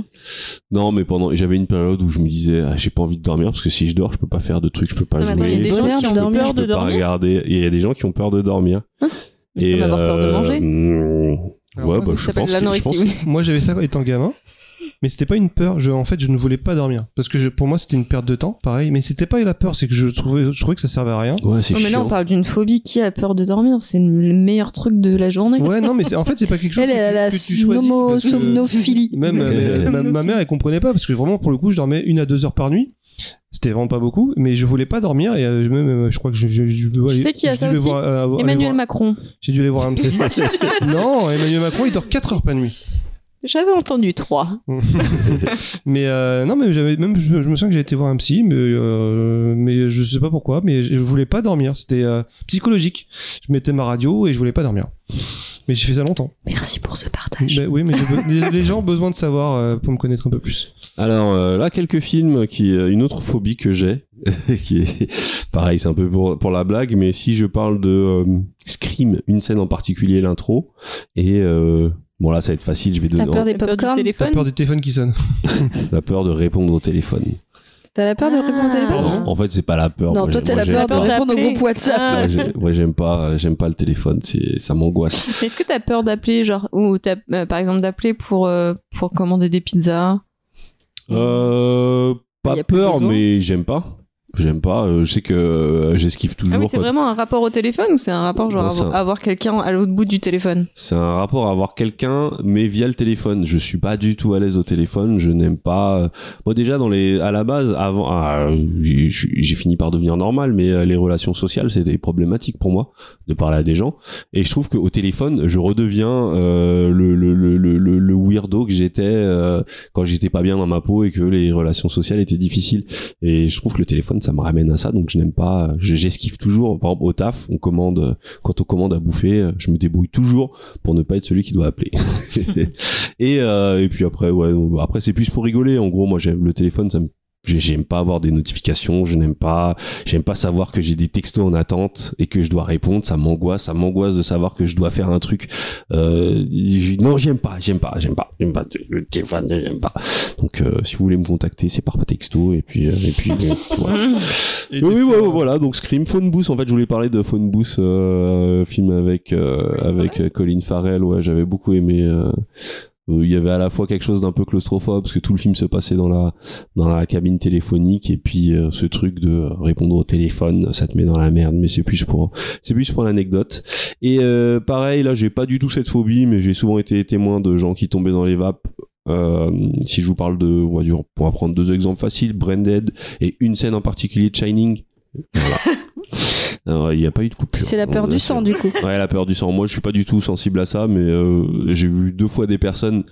Non, mais pendant, j'avais une période où je me disais, ah, j'ai pas envie de dormir parce que si je dors, je peux pas faire de trucs, je peux pas
Non,
jouer.
mais attends, il y a des
je
gens
peux-
qui
je
ont peur
peux pas-
de
je peux pas
dormir
regarder. Et Il y a des gens qui ont peur de dormir.
Parce qu'on va avoir peur de manger.
euh, mm,
Alors,
ouais,
moi,
bah,
ça
je
ça s'appelle
pense que- je pense
l'anorexie. oui.
Moi, j'avais ça étant gamin. mais c'était pas une peur. Je, en fait, je ne voulais pas dormir parce que je- pour moi, c'était une perte de temps, pareil. Mais c'était pas la peur, c'est que je trouvais, je trouvais que ça servait à rien.
Ouais, c'est
Non, Oh, mais là,
chiant.
on parle d'une phobie qui a peur de dormir. C'est le meilleur truc de la journée.
Ouais, non, mais c'est- en fait, c'est pas quelque chose
Elle,
que,
elle
tu,
a la
que tu choisis. parce que-
somnophilie.
Même euh, ma, ma- ma mère, elle comprenait pas parce que vraiment, pour le coup, je dormais une à deux heures par nuit. C'était vraiment pas beaucoup, mais je voulais pas dormir et euh, je- même, euh, je crois que je, je, je- je-
sais qui a
j'ai
ça
dû aller
aussi
voir, euh, aller
Emmanuel
voir-
Macron.
J'ai dû aller voir un
(laughs)
psy. non, Emmanuel Macron, il dort 4 heures par nuit.
J'avais entendu trois.
Mais euh, non, mais j'avais même je, je me souviens que j'ai été voir un psy, mais euh, mais je sais pas pourquoi, mais je, je voulais pas dormir. C'était euh, psychologique. Je mettais ma radio et je voulais pas dormir. Mais j'ai fait ça longtemps.
Merci pour ce
Bah,
partage.
Ben oui, mais j'ai be- les, les gens ont besoin de savoir euh, pour me connaître un peu plus.
Alors euh, là, quelques films qui euh, une autre phobie que j'ai, (laughs) qui est pareil, c'est un peu pour, pour la blague, mais si je parle de euh, Scream, une scène en particulier, l'intro, et euh, bon là, ça va être facile, je vais
T'as
donner
peur des
T'as peur du
popcorns
T'as
téléphone
peur du téléphone qui sonne.
la peur de répondre au téléphone.
T'as la peur de répondre au téléphone
Ah.
En fait, c'est pas la peur.
Non,
Moi,
toi,
j'ai-
t'as la
moi, j'ai-
peur de
peur
répondre au
d'appeler.
groupe WhatsApp.
Ah.
Ouais, j'ai- ouais, j'aime pas, euh, j'aime pas le téléphone, c'est
(laughs)
ça m'angoisse.
Est-ce que t'as peur d'appeler, genre, ou t'as, euh, par exemple d'appeler pour, euh, pour commander des pizzas
Euh,
Mm. Y
pas
a plus
peur,
besoin.
mais j'aime pas. J'aime pas. euh, je sais que euh, j'esquive toujours.
Ah oui,
quoi.
c'est vraiment un rapport au téléphone ou c'est un rapport, genre,
Non,
à
ça-
vo- à avoir quelqu'un à l'autre bout du téléphone
C'est un rapport à avoir quelqu'un, mais via le téléphone. Je suis pas du tout à l'aise au téléphone. Je n'aime pas. euh, Moi, déjà dans les, à la base, avant, ah, j'ai j'ai fini par devenir normal, mais euh, les relations sociales, c'est des problématiques pour moi de parler à des gens. Et je trouve qu'au téléphone, je redeviens euh, le, le, le, le, le- le weirdo que j'étais euh, quand j'étais pas bien dans ma peau et que les relations sociales étaient difficiles. Et je trouve que le téléphone, ça me ramène à ça. Donc, je n'aime pas. je- J'esquive toujours. Par exemple, au taf, on commande. Quand on commande à bouffer, euh, je me débrouille toujours pour ne pas être celui qui doit appeler. (laughs) et, euh, et puis après, ouais, bon, après c'est plus pour rigoler. En gros, moi j'aime le téléphone, ça me j'ai- J'aime pas avoir des notifications, je n'aime pas, j'aime pas savoir que j'ai des textos en attente et que je dois répondre, ça m'angoisse, ça m'angoisse de savoir que je dois faire un truc. Euh, j- non, j'aime pas, j'aime pas, j'aime pas, j'aime pas le téléphone, j'aime pas. Donc, euh, si vous voulez me contacter, c'est par texto et puis euh, et puis euh, voilà.
Et
Oui,
des
oui,
fois-
ouais, ouais, voilà, donc Scream, Phone Booth, en fait, je voulais parler de Phone Booth, euh, film avec, euh, avec euh, Colin Farrell, ouais, j'avais beaucoup aimé. euh, euh, il y avait à la fois quelque chose d'un peu claustrophobe, parce que tout le film se passait dans la, dans la cabine téléphonique, et puis euh, ce truc de répondre au téléphone, ça te met dans la merde, mais c'est plus pour, c'est plus pour l'anecdote. Et euh, pareil, là, j'ai pas du tout cette phobie, mais j'ai souvent été témoin de gens qui tombaient dans les vapes. Euh, si je vous parle de, on va dire, on va prendre deux exemples faciles, Branded et une scène en particulier, Shining.
(laughs)
Voilà. Alors, Il n'y a pas eu de coupure.
C'est la peur
Donc,
du
là,
sang,
c'est-
du coup.
Ouais, la peur du sang. Moi, je suis pas du tout sensible à ça, mais euh, j'ai vu deux fois des personnes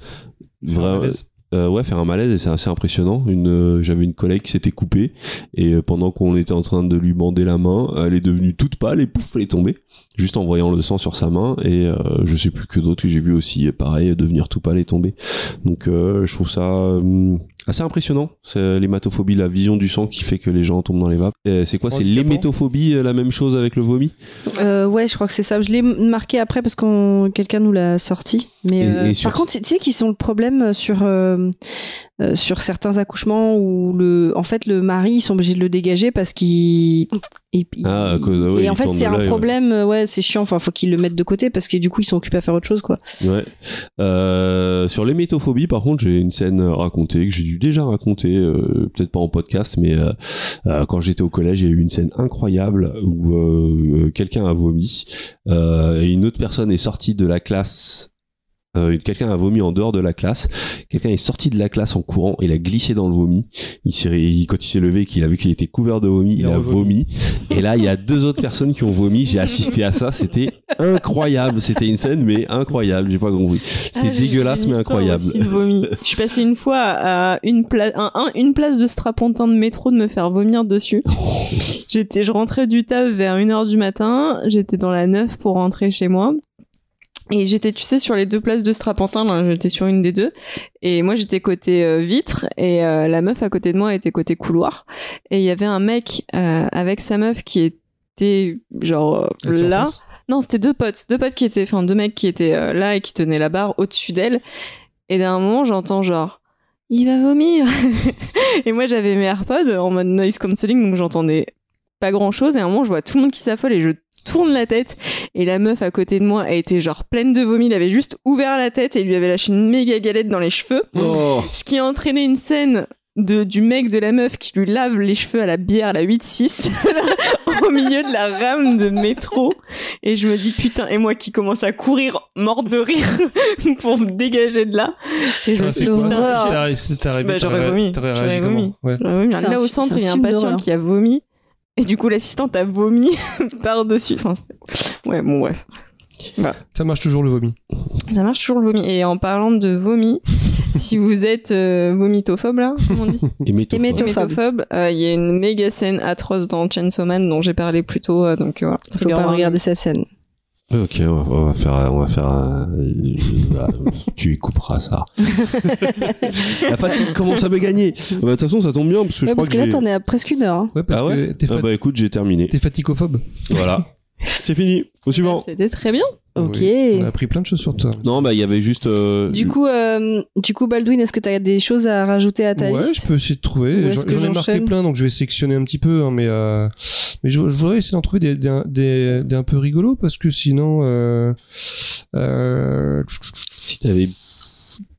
vraiment,
Ah, Malaise.
euh, ouais, faire un malaise et c'est assez impressionnant. Une, euh, j'avais une collègue qui s'était coupée et euh, pendant qu'on était en train de lui bander la main, elle est devenue toute pâle et pouf, elle est tombée juste en voyant le sang sur sa main et euh, je sais plus que d'autres que j'ai vu aussi euh, pareil euh, devenir tout pâle et tomber. Donc euh, je trouve ça euh, assez impressionnant. C'est euh, l'hématophobie, la vision du sang qui fait que les gens tombent dans les vapes. Euh, c'est quoi C'est
Handicapant.
l'hémétophobie, euh, la même chose avec le vomi
Euh, ouais, je crois que c'est ça. Je l'ai marqué après parce que quelqu'un nous l'a sorti. Mais
Et-
euh,
et
par
sur-
contre, tu sais qu'ils sont le problème sur euh, euh, sur certains accouchements où le, en fait, le mari ils sont obligés de le dégager parce qu'il et,
Ah, à cause- ouais,
et en
il
fait
tourne
c'est
de
un
l'œil, ouais.
problème. euh, Ouais, c'est chiant. Enfin, faut qu'ils le mettent de côté parce que du coup ils sont occupés à faire autre chose quoi.
Ouais. Euh, sur l'hémétophobie, par contre, j'ai une scène à raconter que j'ai dû déjà raconter, euh, peut-être pas en podcast, mais euh, euh, quand j'étais au collège, il y a eu une scène incroyable où euh, quelqu'un a vomi euh, et une autre personne est sortie de la classe. euh, quelqu'un a vomi en dehors de la classe. Quelqu'un est sorti de la classe en courant. Il a glissé dans le vomi. Il s'est, il- quand il s'est levé, et qu'il a vu qu'il était couvert de vomi, il,
Il a
a
revomi.
vomi. Et là, il y a deux autres personnes qui ont vomi. J'ai assisté à ça. C'était incroyable. C'était une scène, mais incroyable. J'ai pas compris.
Ah,
C'était
Ah,
dégueulasse, mais incroyable. (laughs)
de vomi. Je suis passée une fois à une, pla- un- un- une place de strapontin de métro de me faire
(laughs)
vomir dessus. J'étais, je rentrais du taf vers 1h du matin. J'étais dans la 9 pour rentrer chez moi. Et j'étais, tu sais, sur les deux places de strapontin. là, J'étais sur une des deux. Et moi, j'étais côté euh, vitre. Et euh, la meuf à côté de moi était côté couloir. Et il y avait un mec euh, avec sa meuf qui était genre euh,
La
là.
surface.
Non, c'était deux potes, deux potes qui étaient, enfin deux mecs qui étaient euh, là et qui tenaient la barre au-dessus d'elle. Et d'un moment, j'entends genre, il va vomir. (laughs) et moi, j'avais mes AirPods en mode noise cancelling, donc j'entendais pas grand-chose. Et à un moment, je vois tout le monde qui s'affole et je tourne la tête et la meuf à côté de moi a été genre pleine de vomi, elle avait juste ouvert la tête et lui avait lâché une méga galette dans les cheveux,
Oh.
ce qui a entraîné une scène de, du mec de la meuf qui lui lave les cheveux à la bière, à la 8-6, (laughs) au milieu de la rame de métro. Et je me dis, putain, et moi qui commence à courir, morte de rire, (laughs) pour me dégager de là. Et je me suis
Ah, C'est
dit,
quoi
putain,
Si t'arri- si t'es arrivé,
Bah, j'aurais
t'aurais-
vomi.
t'aurais
J'aurais
réagi
vomi.
comment Ouais.
Ouais, Bah mais
C'est un
là, au
fi- c'est
centre,
un
il y a un
film
patient
d'horreur.
qui a vomi. Et du coup, l'assistante a vomi (laughs) par-dessus. Enfin, c'est- ouais, bon, bref.
Ça marche toujours le vomi.
Ça marche toujours le vomi. Et en parlant de vomi, (laughs) si vous êtes euh, vomitophobe, là, comment on dit
Et métaux.
métaux. Vomitophobe.
Vomitophobe, euh, il y a une méga scène atroce dans Chainsaw Man dont j'ai parlé plus tôt. euh, donc, euh, voilà.
Faut
Trigger
pas
warning.
regarder cette scène.
Ok, on va- on va faire, on va faire. un- Voilà, tu y couperas ça. La fatigue commence à me gagner. Ah bah, De toute façon, ça tombe bien parce que je
Ouais,
crois
parce
que,
que là,
j'ai-
t'en es à presque une heure. hein.
Ouais, parce
Ah ouais
que t'es, fa-
Ah bah écoute, j'ai terminé.
t'es fatigophobe.
Voilà, c'est fini. Au suivant.
C'était très bien.
Ok.
Oui. On a appris plein de choses sur toi.
Non, bah il y avait juste. euh,
Du coup, euh, du coup, Baldwin, est-ce que t'as des choses à rajouter à ta
ouais,
liste
je peux essayer de
Ou
trouver.
est-ce
J'en
que
j'en ai marqué
j'enchaîne
plein, donc je vais sélectionner un petit peu. hein, mais euh, mais je, je voudrais essayer d'en trouver des, des, des, des un peu rigolos parce que sinon. Euh, euh,
si t'avais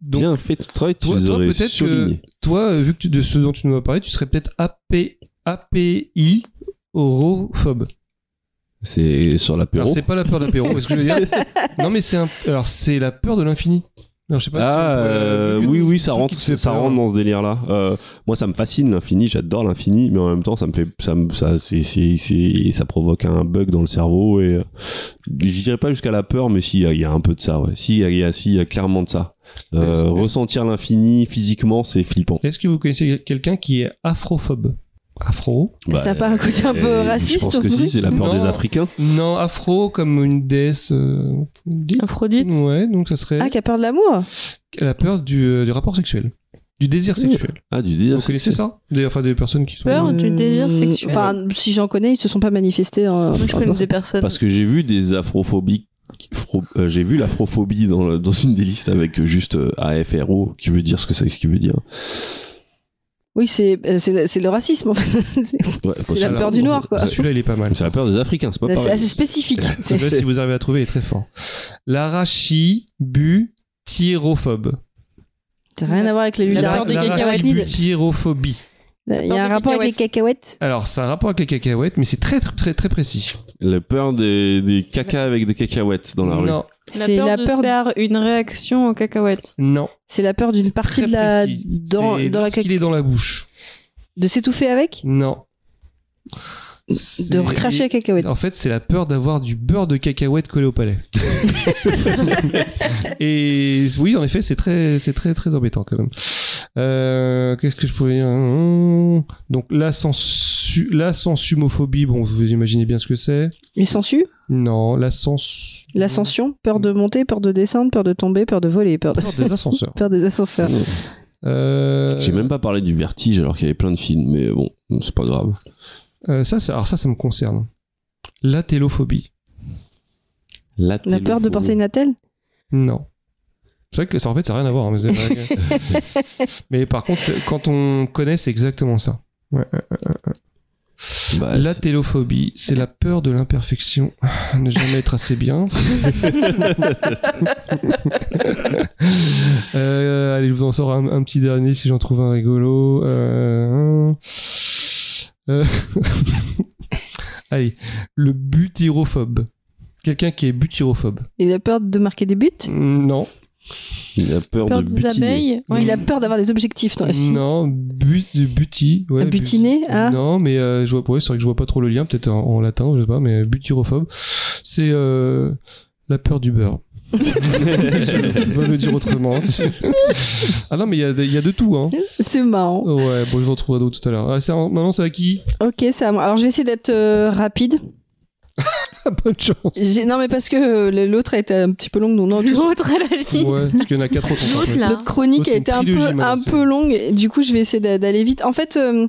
donc,
bien fait ton travail, tu
Toi-
les
toi,
aurais
peut-être que-
souligné.
toi, euh, vu que tu- de ce dont tu nous as parlé, tu serais peut-être AP, API orophobe.
C'est sur
Alors,
l'apéro.
c'est pas la peur de l'apéro, est-ce que je
(laughs)
veux dire Non, mais c'est un... alors c'est la peur de l'infini. Alors, je sais pas Bah, si
Ah
on peut,
euh,
euh, vu que
oui
c'est
oui
un
ça
truc
rentre
qui te fait
ça
peur.
rentre dans ce délire là moi ça me fascine l'infini j'adore l'infini mais en même temps ça me fait ça me- ça c'est c'est- c'est- ça provoque un bug dans le cerveau et euh, je dirais pas jusqu'à la peur mais si il y a- il y, a un peu de ça ouais si il y a- il y a si il y a clairement de ça Euh,
Ouais, c'est-
ressentir l'infini physiquement c'est flippant
Est-ce que vous connaissez quelqu'un qui est afrophobe Afro
Ça a pas un côté un peu
euh,
raciste,
je pense que
ton
si
truc
c'est la
Non.
peur des africains
Non, afro comme une déesse. euh, dite.
Aphrodite.
Ouais, donc ça serait
Ah, qui a peur de l'amour
la peur du, euh, du rapport sexuel, du désir sexuel.
ah du désir
Vous connaissez ça Des- Enfin, des personnes qui sont.
Peur Oh, du
Euh,
désir sexuel.
Enfin, si j'en connais, ils se sont pas manifestés. euh,
Moi, je
dans
connais
ce-
des personnes.
parce que j'ai vu des afrophobiques fro- euh, j'ai vu l'afrophobie dans, le- dans une des listes avec juste euh, AFRO qui veut dire ce que c'est ce qui veut dire
Oui, c'est euh, c'est le- c'est le racisme, en fait. (laughs) C'est-
Ouais, faut
C'est la
savoir.
peur du noir, quoi.
Celui-là, il est pas mal.
C'est la peur des Africains, c'est pas
C'est
pareil.
(laughs)
assez spécifique. C'est-
Celui-là, si vous arrivez à trouver, il est très fort. L'arachibutyrophobe.
T'as rien à voir avec les
La
huiles
peur
d'arachide.
des cacahuètes.
L'arachibutyrophobie.
Il y
peur
a un
des
rapport avec les cacahuètes.
Alors, c'est un rapport avec les cacahuètes, mais c'est très, très, très, très précis.
La peur des, des cacas avec des cacahuètes dans la rue.
Non,
C'est la
de
peur.
faire une réaction aux cacahuètes.
non.
C'est la peur d'une partie
très
de la
précis.
dans
C'est
dans la
lorsqu'il est dans la bouche.
de s'étouffer avec,
Non.
de
C'est-
recracher la cacahuète.
En fait, c'est la peur d'avoir du beurre de cacahuète collé au (laughs) palais. Et oui, en effet, c'est très, c'est très, très embêtant quand même. Euh, Qu'est-ce que je pourrais dire Hum, Donc la, sensu, la sensumophobie, bon, vous imaginez bien ce que c'est.
Les sangsues,
Non, la sens.
l'ascension, peur de monter, peur de descendre, peur de tomber, peur de voler, peur de
Peur des ascenseurs.
(laughs) peur des ascenseurs.
Euh,
J'ai même pas parlé du vertige alors qu'il y avait plein de films, mais bon, c'est pas grave.
euh, ça, ça- alors ça, ça me concerne. La télophobie.
La,
La peur de
téléphobie.
porter une attelle.
Non. C'est vrai que ça, en fait, ça n'a rien à voir. hein, mais, c'est vrai
(laughs)
que- mais par contre, c'est- quand on connaît, c'est exactement ça.
Bah,
la
c'est-
télophobie, c'est la peur de l'imperfection, (laughs) ne jamais être assez
(laughs)
bien. Euh, allez, je vous en sors un, un petit dernier si j'en trouve un rigolo. Euh, hein. Euh, (laughs) allez, le butyrophobe. Quelqu'un qui est butyrophobe.
Il a peur de marquer des buts.
Non.
la peur,
Peur
de
des
butiner.
abeilles. Ouais.
Il a peur d'avoir des objectifs dans la vie.
Mm. Non, but, buty. Ouais,
Ah, butiner,
buty.
ah.
Non, mais euh, je vois, ouais, c'est vrai que je vois pas trop le lien, peut-être en, en latin, je sais pas, mais butyrophobe, c'est euh, la peur du
(laughs)
beurre. je veux le dire autrement. ah non, mais il y a, des- il y a de tout, hein.
C'est marrant.
Ouais, bon, je vous en trouverai d'autres tout à l'heure. Ah, c'est un- maintenant, c'est à (laughs) qui
Ok, ça. Alors je vais essayer d'être euh, rapide.
Bonne chance.
J'ai- Non mais parce que euh, l'autre a été un petit peu longue, donc non. tu-
(laughs) L'autre, elle a dit.
Ouais, parce qu'il y en a quatre autres. en
L'autre,
fait.
là.
Notre chronique
C'est
a
une
été un peu,
trilogie, maintenant,
un
c'est-
peu longue, et du coup je vais essayer d'a- d'aller vite. En fait, euh,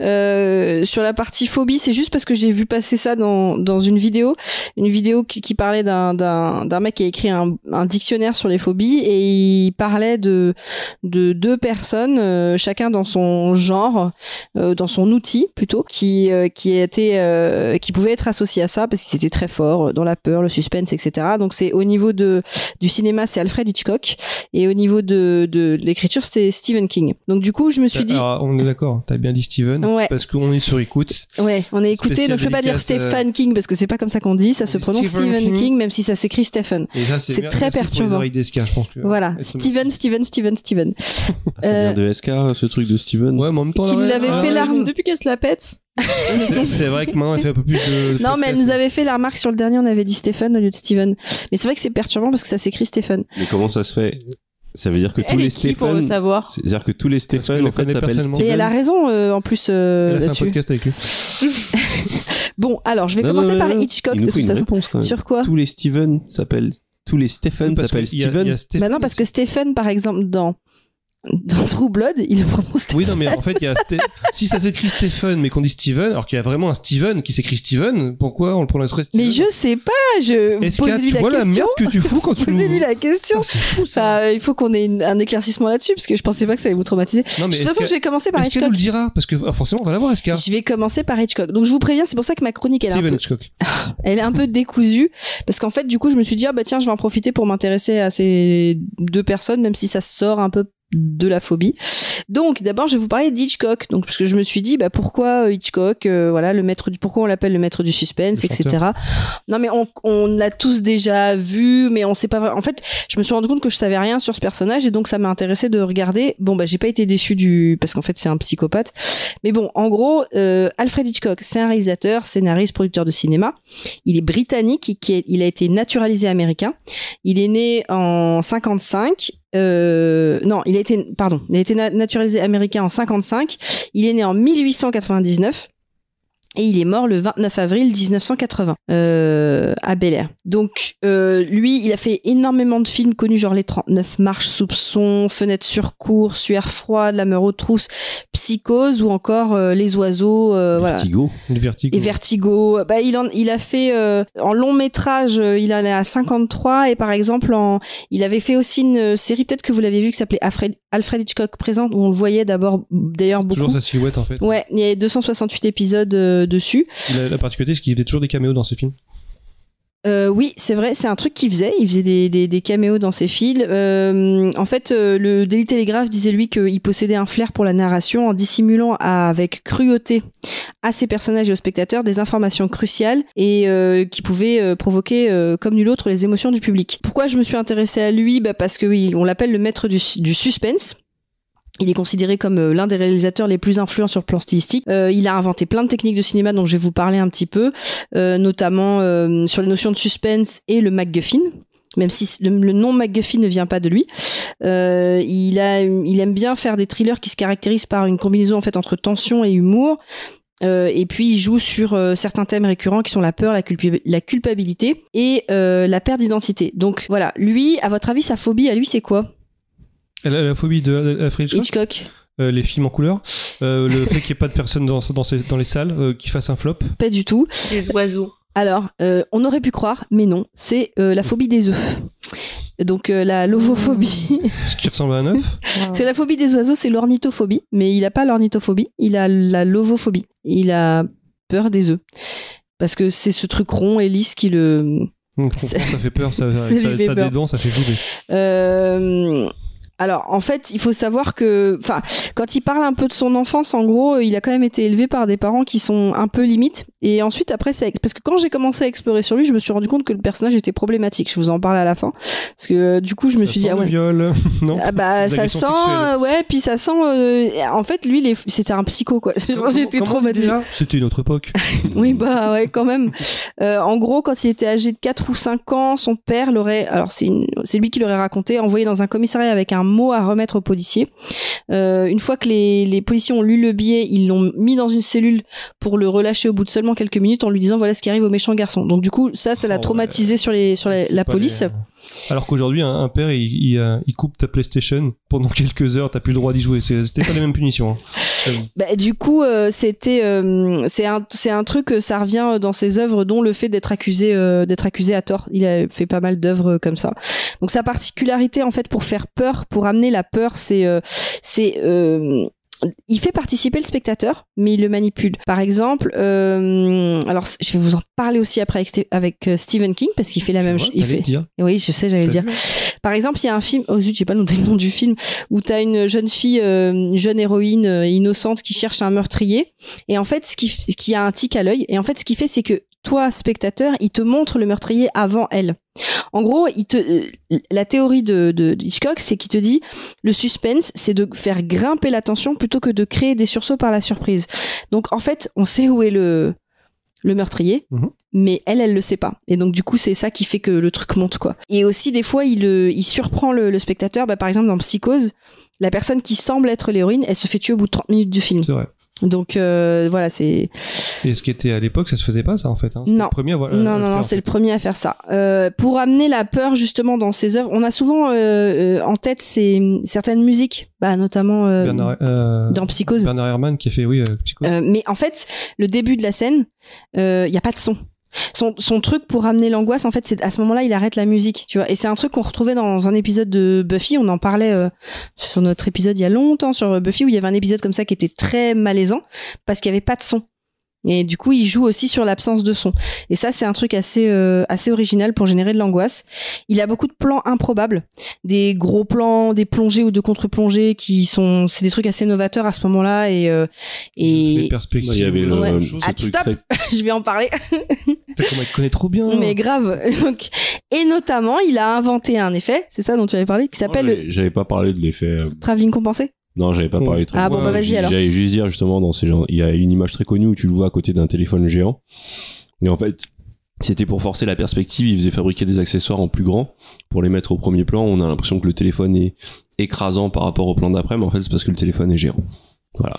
euh, sur la partie phobie, c'est juste parce que j'ai vu passer ça dans, dans une vidéo, une vidéo qui, qui parlait d'un- d'un d'un mec qui a écrit un, un dictionnaire sur les phobies et il parlait de, de deux personnes, euh, chacun dans son genre, euh, dans son outil plutôt, qui, euh, qui, était, euh, qui pouvait être associé à ça. ça parce qu'ils étaient très forts euh, dans la peur, le suspense, etc. Donc c'est au niveau de du cinéma, c'est Alfred Hitchcock et au niveau de, de l'écriture, c'était Stephen King. Donc du coup, je me suis dit,
Alors, ah, on est d'accord, t'as bien dit Steven,
Ouais.
parce qu'on est sur écoute.
ouais, on a écouté,
Spécial
donc je peux pas dire
dédicace,
Stephen King parce que c'est pas comme ça qu'on dit, ça se
euh, Stephen
prononce Stephen King.
King.
même si ça s'écrit Stephen.
Et ça, c'est
C'est
mer-
très
merci pour les
perturbant.
oreilles d'Esca, je pense que-
Voilà,
Elles sont-
Stephen, Stephen,
(laughs)
Stephen, Stephen.
Ah,
Euh,
Ça vient de SK, ce truc de Steven.
Ouais, mais en même temps,
Qui
la-
nous l'avait
la-
Ah,
fait
la-
l'arme.
Depuis qu'elle se la pète.
(laughs)
C'est c'est vrai que maintenant, elle fait un peu plus de. de
Non, mais elle
podcast.
nous avait fait la remarque sur le dernier, on avait dit Stephen au lieu de Steven. Mais c'est vrai que c'est perturbant parce que ça s'écrit Stephen.
Mais comment ça se fait Ça veut dire que tous
Elle
les
est qui pour le
Stephen.
savoir
C'est-à-dire que tous les
que je
Stephen,
la
en fait,
connais
s'appellent
personnellement.
Et
Steven.
elle a raison euh, en plus
Elle
euh,
a fait un
là-dessus.
podcast avec lui.
Bon, alors je vais
Non,
commencer
non,
par
non, non.
Hitchcock
Il
de
nous faut
toute
une
façon.
réponse, quand même.
Sur quoi
Tous les Steven s'appellent. Tous les Stephen
Parce
s'appellent
qu'il y a- il y
Steven.
a Stephen.
Bah non, parce que Stephen, par exemple, dans dans True Blood, il le prononce
Oui, non, mais en fait, il y a Ste- (laughs) si ça s'écrit Stephen, mais qu'on dit Steven, alors qu'il y a vraiment un Steven qui s'écrit Steven, pourquoi on le prononcerait Steven
Mais je sais pas, je
Est-ce qu'il y a-
posez-lui
tu
la
vois la
question.
merde que tu fous
(laughs)
quand tu
Posez-lui
nous-
la question.
Putain, c'est fou, ça.
Enfin, euh, il faut qu'on ait une- un éclaircissement là-dessus parce que je pensais pas que ça allait vous traumatiser.
Non,
Bah, De
mais
toute
est-ce
façon,
que-
je vais commencer par
est-ce qu'elle nous
Hitchcock.
le dira Parce que ah, forcément, on va l'avoir, Esca.
Je vais commencer par Hitchcock. Donc je vous préviens, c'est pour ça que ma chronique elle est un
Steven
peu
Hitchcock.
elle est un peu décousue parce qu'en fait du coup je me suis dit ah bah tiens je vais en profiter pour m'intéresser à ces deux personnes même si ça sort un peu de la phobie. Donc d'abord je vais vous parler d'Hitchcock donc parce que je me suis dit bah pourquoi euh, Hitchcock euh, voilà le maître du pourquoi on l'appelle le maître du suspense
Le
etc. Non mais on on l'a tous déjà vu mais on sait pas vra- en fait je me suis rendu compte que je savais rien sur ce personnage et donc ça m'a intéressé de regarder bon bah j'ai pas été déçu du parce qu'en fait c'est un psychopathe mais bon en gros euh, Alfred Hitchcock c'est un réalisateur scénariste producteur de cinéma il est britannique, il- qui est- il a été naturalisé américain. Il est né en 55. Euh, non, il a été, pardon, il a été na- naturalisé américain en 55. Il est né en 1899. Et il est mort le 29 avril 1980 euh, à Bel Air. Donc euh, lui, il a fait énormément de films connus, genre Les 39 Marches, Soupçon, Fenêtre sur cour, Sueur froide, La mort aux trousses, Psychose ou encore euh, Les oiseaux. euh, voilà.
Vertigo.
Le vertigo.
Et Vertigo, bah, il, en, il a fait euh, en long métrage, euh, il en est à 53 et par exemple en, il avait fait aussi une euh, série peut-être que vous l'avez vu qui s'appelait Alfred, Alfred Hitchcock présente où on le voyait d'abord d'ailleurs beaucoup.
Toujours sa silhouette, en fait.
Ouais, il y a 268 épisodes euh, dessus.
La, la particularité, c'est qu'il faisait toujours des caméos dans ses films.
Euh, oui, c'est vrai, c'est un truc qu'il faisait. Il faisait des, des, des caméos dans ses films. Euh, en fait, euh, le Daily Telegraph disait lui qu'il possédait un flair pour la narration en dissimulant à- avec cruauté à ses personnages et aux spectateurs des informations cruciales et euh, qui pouvaient euh, provoquer euh, comme nul autre les émotions du public. Pourquoi je me suis intéressée à lui bah Parce que oui, on l'appelle le maître du, su- du suspense. Il est considéré comme euh, l'un des réalisateurs les plus influents sur le plan stylistique. Euh, il a inventé plein de techniques de cinéma dont je vais vous parler un petit peu euh, notamment euh, sur les notions de suspense et le MacGuffin. Même si le, le nom MacGuffin ne vient pas de lui, Euh, il, a, il aime bien faire des thrillers qui se caractérisent par une combinaison en fait entre tension et humour. Euh, et puis il joue sur euh, certains thèmes récurrents qui sont la peur, la, culp- la culpabilité et euh, la perte d'identité. Donc voilà, lui, à votre avis, sa phobie à lui, c'est quoi
Elle a la phobie de Alfred Hitchcock.
Hitchcock
Euh, les films en couleur, euh, le fait qu'il n'y ait pas de personne dans, dans, ces- dans les salles euh, qui fasse un flop.
Pas du tout.
Les oiseaux.
Alors, euh, on aurait pu croire, mais non, c'est euh, la phobie des œufs. Donc euh, la lovophobie.
Ce qui ressemble à un œuf.
C'est la phobie des oiseaux, c'est l'ornithophobie, mais il a pas l'ornithophobie, il a la lovophobie. Il a peur des œufs. Parce que c'est ce truc rond et lisse qui le.
Donc,
(laughs) C'est-
ça fait peur, ça, ça,
Ça lui fait
ça a
peur.
des dents, ça fait bouger.
Euh, Alors, en fait, il faut savoir que, enfin, quand il parle un peu de son enfance, en gros, il a quand même été élevé par des parents qui sont un peu limites. Et ensuite, après, ça, ex- parce que quand j'ai commencé à explorer sur lui, je me suis rendu compte que le personnage était problématique. Je vous en parle à la fin, parce que euh, du coup, je me
Ça
suis
sent
dit ah
le
ouais,
viol. (laughs) non.
Ah bah
Des
ça
agressions
sent,
sexuelles.
euh, ouais, puis ça sent. euh, en fait, lui, les- c'était un psycho quoi. (laughs)
Comment- comment on
J'étais
dit
traumatisée.
là C'était une autre époque.
Oui bah ouais quand même. (laughs) Euh, en gros, quand il était âgé de 4 ou 5 ans, son père l'aurait, alors c'est une- c'est lui qui l'aurait raconté, envoyé dans un commissariat avec un mot à remettre aux policiers. Euh, une fois que les, les policiers ont lu le billet, ils l'ont mis dans une cellule pour le relâcher au bout de seulement quelques minutes en lui disant voilà ce qui arrive au méchant garçon. Donc du coup ça, ça l'a
Oh,
traumatisé sur les sur la,
C'est
la
pas
police.
les- Alors qu'aujourd'hui, un, un père, il, il, euh, il coupe ta PlayStation pendant quelques heures, t'as plus le droit d'y jouer. C'est- C'était pas les mêmes punitions. hein. J'avoue.
Bah, du coup, euh, c'était euh, c'est un c'est un truc euh, ça revient euh, dans ses œuvres dont le fait d'être accusé euh, d'être accusé à tort. Il a fait pas mal d'œuvres euh, comme ça. Donc sa particularité en fait pour faire peur, pour amener la peur, c'est euh, c'est euh, il fait participer le spectateur, mais il le manipule. Par exemple, euh, alors je vais vous en parler aussi après avec, Ste- avec, euh, Stephen King parce qu'il fait la même chose. Il fait. Oui, je sais, j'allais le dire. Par exemple, il y a un film, oh zut, j'ai pas noté le nom du film, où t'as une jeune fille, euh, une jeune héroïne euh, innocente qui cherche un meurtrier, et en fait, ce qui, f- ce qui a un tic à l'œil, et en fait, ce qu'il fait, c'est que toi, spectateur, il te montre le meurtrier avant elle. En gros, il te, euh, la théorie de, de Hitchcock, c'est qu'il te dit le suspense, c'est de faire grimper la tension plutôt que de créer des sursauts par la surprise. Donc, en fait, on sait où est le, le meurtrier,
Mhm.
mais elle, elle le sait pas. Et donc, du coup, c'est ça qui fait que le truc monte, quoi. Et aussi, des fois, il, euh, il surprend le, le spectateur. Bah, par exemple, dans Psychose, la personne qui semble être l'héroïne, elle se fait tuer au bout de 30 minutes du film.
C'est vrai.
Donc, euh, voilà, c'est.
Et ce qui était à l'époque, ça se faisait pas ça en fait. Hein. C'était
Non.
Le premier, à voilà, à
non,
le
non,
faire,
non,
en
c'est
fait.
le premier à faire ça. Euh, pour amener la peur justement dans ses œuvres, on a souvent euh, euh, en tête ces, certaines musiques, bah, notamment euh,
Bernard, euh,
dans Psychose.
Bernard Herrmann qui a fait, oui, euh, Psycho.
Euh, mais en fait, le début de la scène, il n'y a pas de son. Son, son truc pour amener l'angoisse, en fait, c'est à ce moment-là, il arrête la musique, tu vois. Et c'est un truc qu'on retrouvait dans un épisode de Buffy. On en parlait euh, sur notre épisode il y a longtemps sur Buffy, où il y avait un épisode comme ça qui était très malaisant parce qu'il n'y avait pas de son. Et du coup, il joue aussi sur l'absence de son. Et ça, c'est un truc assez euh, assez original pour générer de l'angoisse. Il a beaucoup de plans improbables, des gros plans, des plongées ou de contre-plongées qui sont, c'est des trucs assez novateurs à ce moment-là. Et euh,
Les
et
perspectives.
Bah, Il y avait le,
Ouais.
genre de
ce
choses.
Ah,
truc
stop. (laughs)
très-
je vais en
(laughs)
parler.
Putain, comment il te connaît trop bien.
Mais grave. Donc, et notamment, il a inventé un effet, c'est ça dont tu avais parlé, qui s'appelle
Moi, j'avais- J'avais pas parlé de l'effet. euh,
le travelling compensé.
Non, j'avais pas
Oh.
parlé de
Ah bon,
Ouais,
bah vas-y
J'ai-
alors.
J'allais juste dire justement dans ces gens, il y a une image très connue où tu le vois à côté d'un téléphone géant. Et en fait, c'était pour forcer la perspective. Il faisait fabriquer des accessoires en plus grand pour les mettre au premier plan. On a l'impression que le téléphone est écrasant par rapport au plan d'après, mais en fait, c'est parce que le téléphone est géant. Voilà.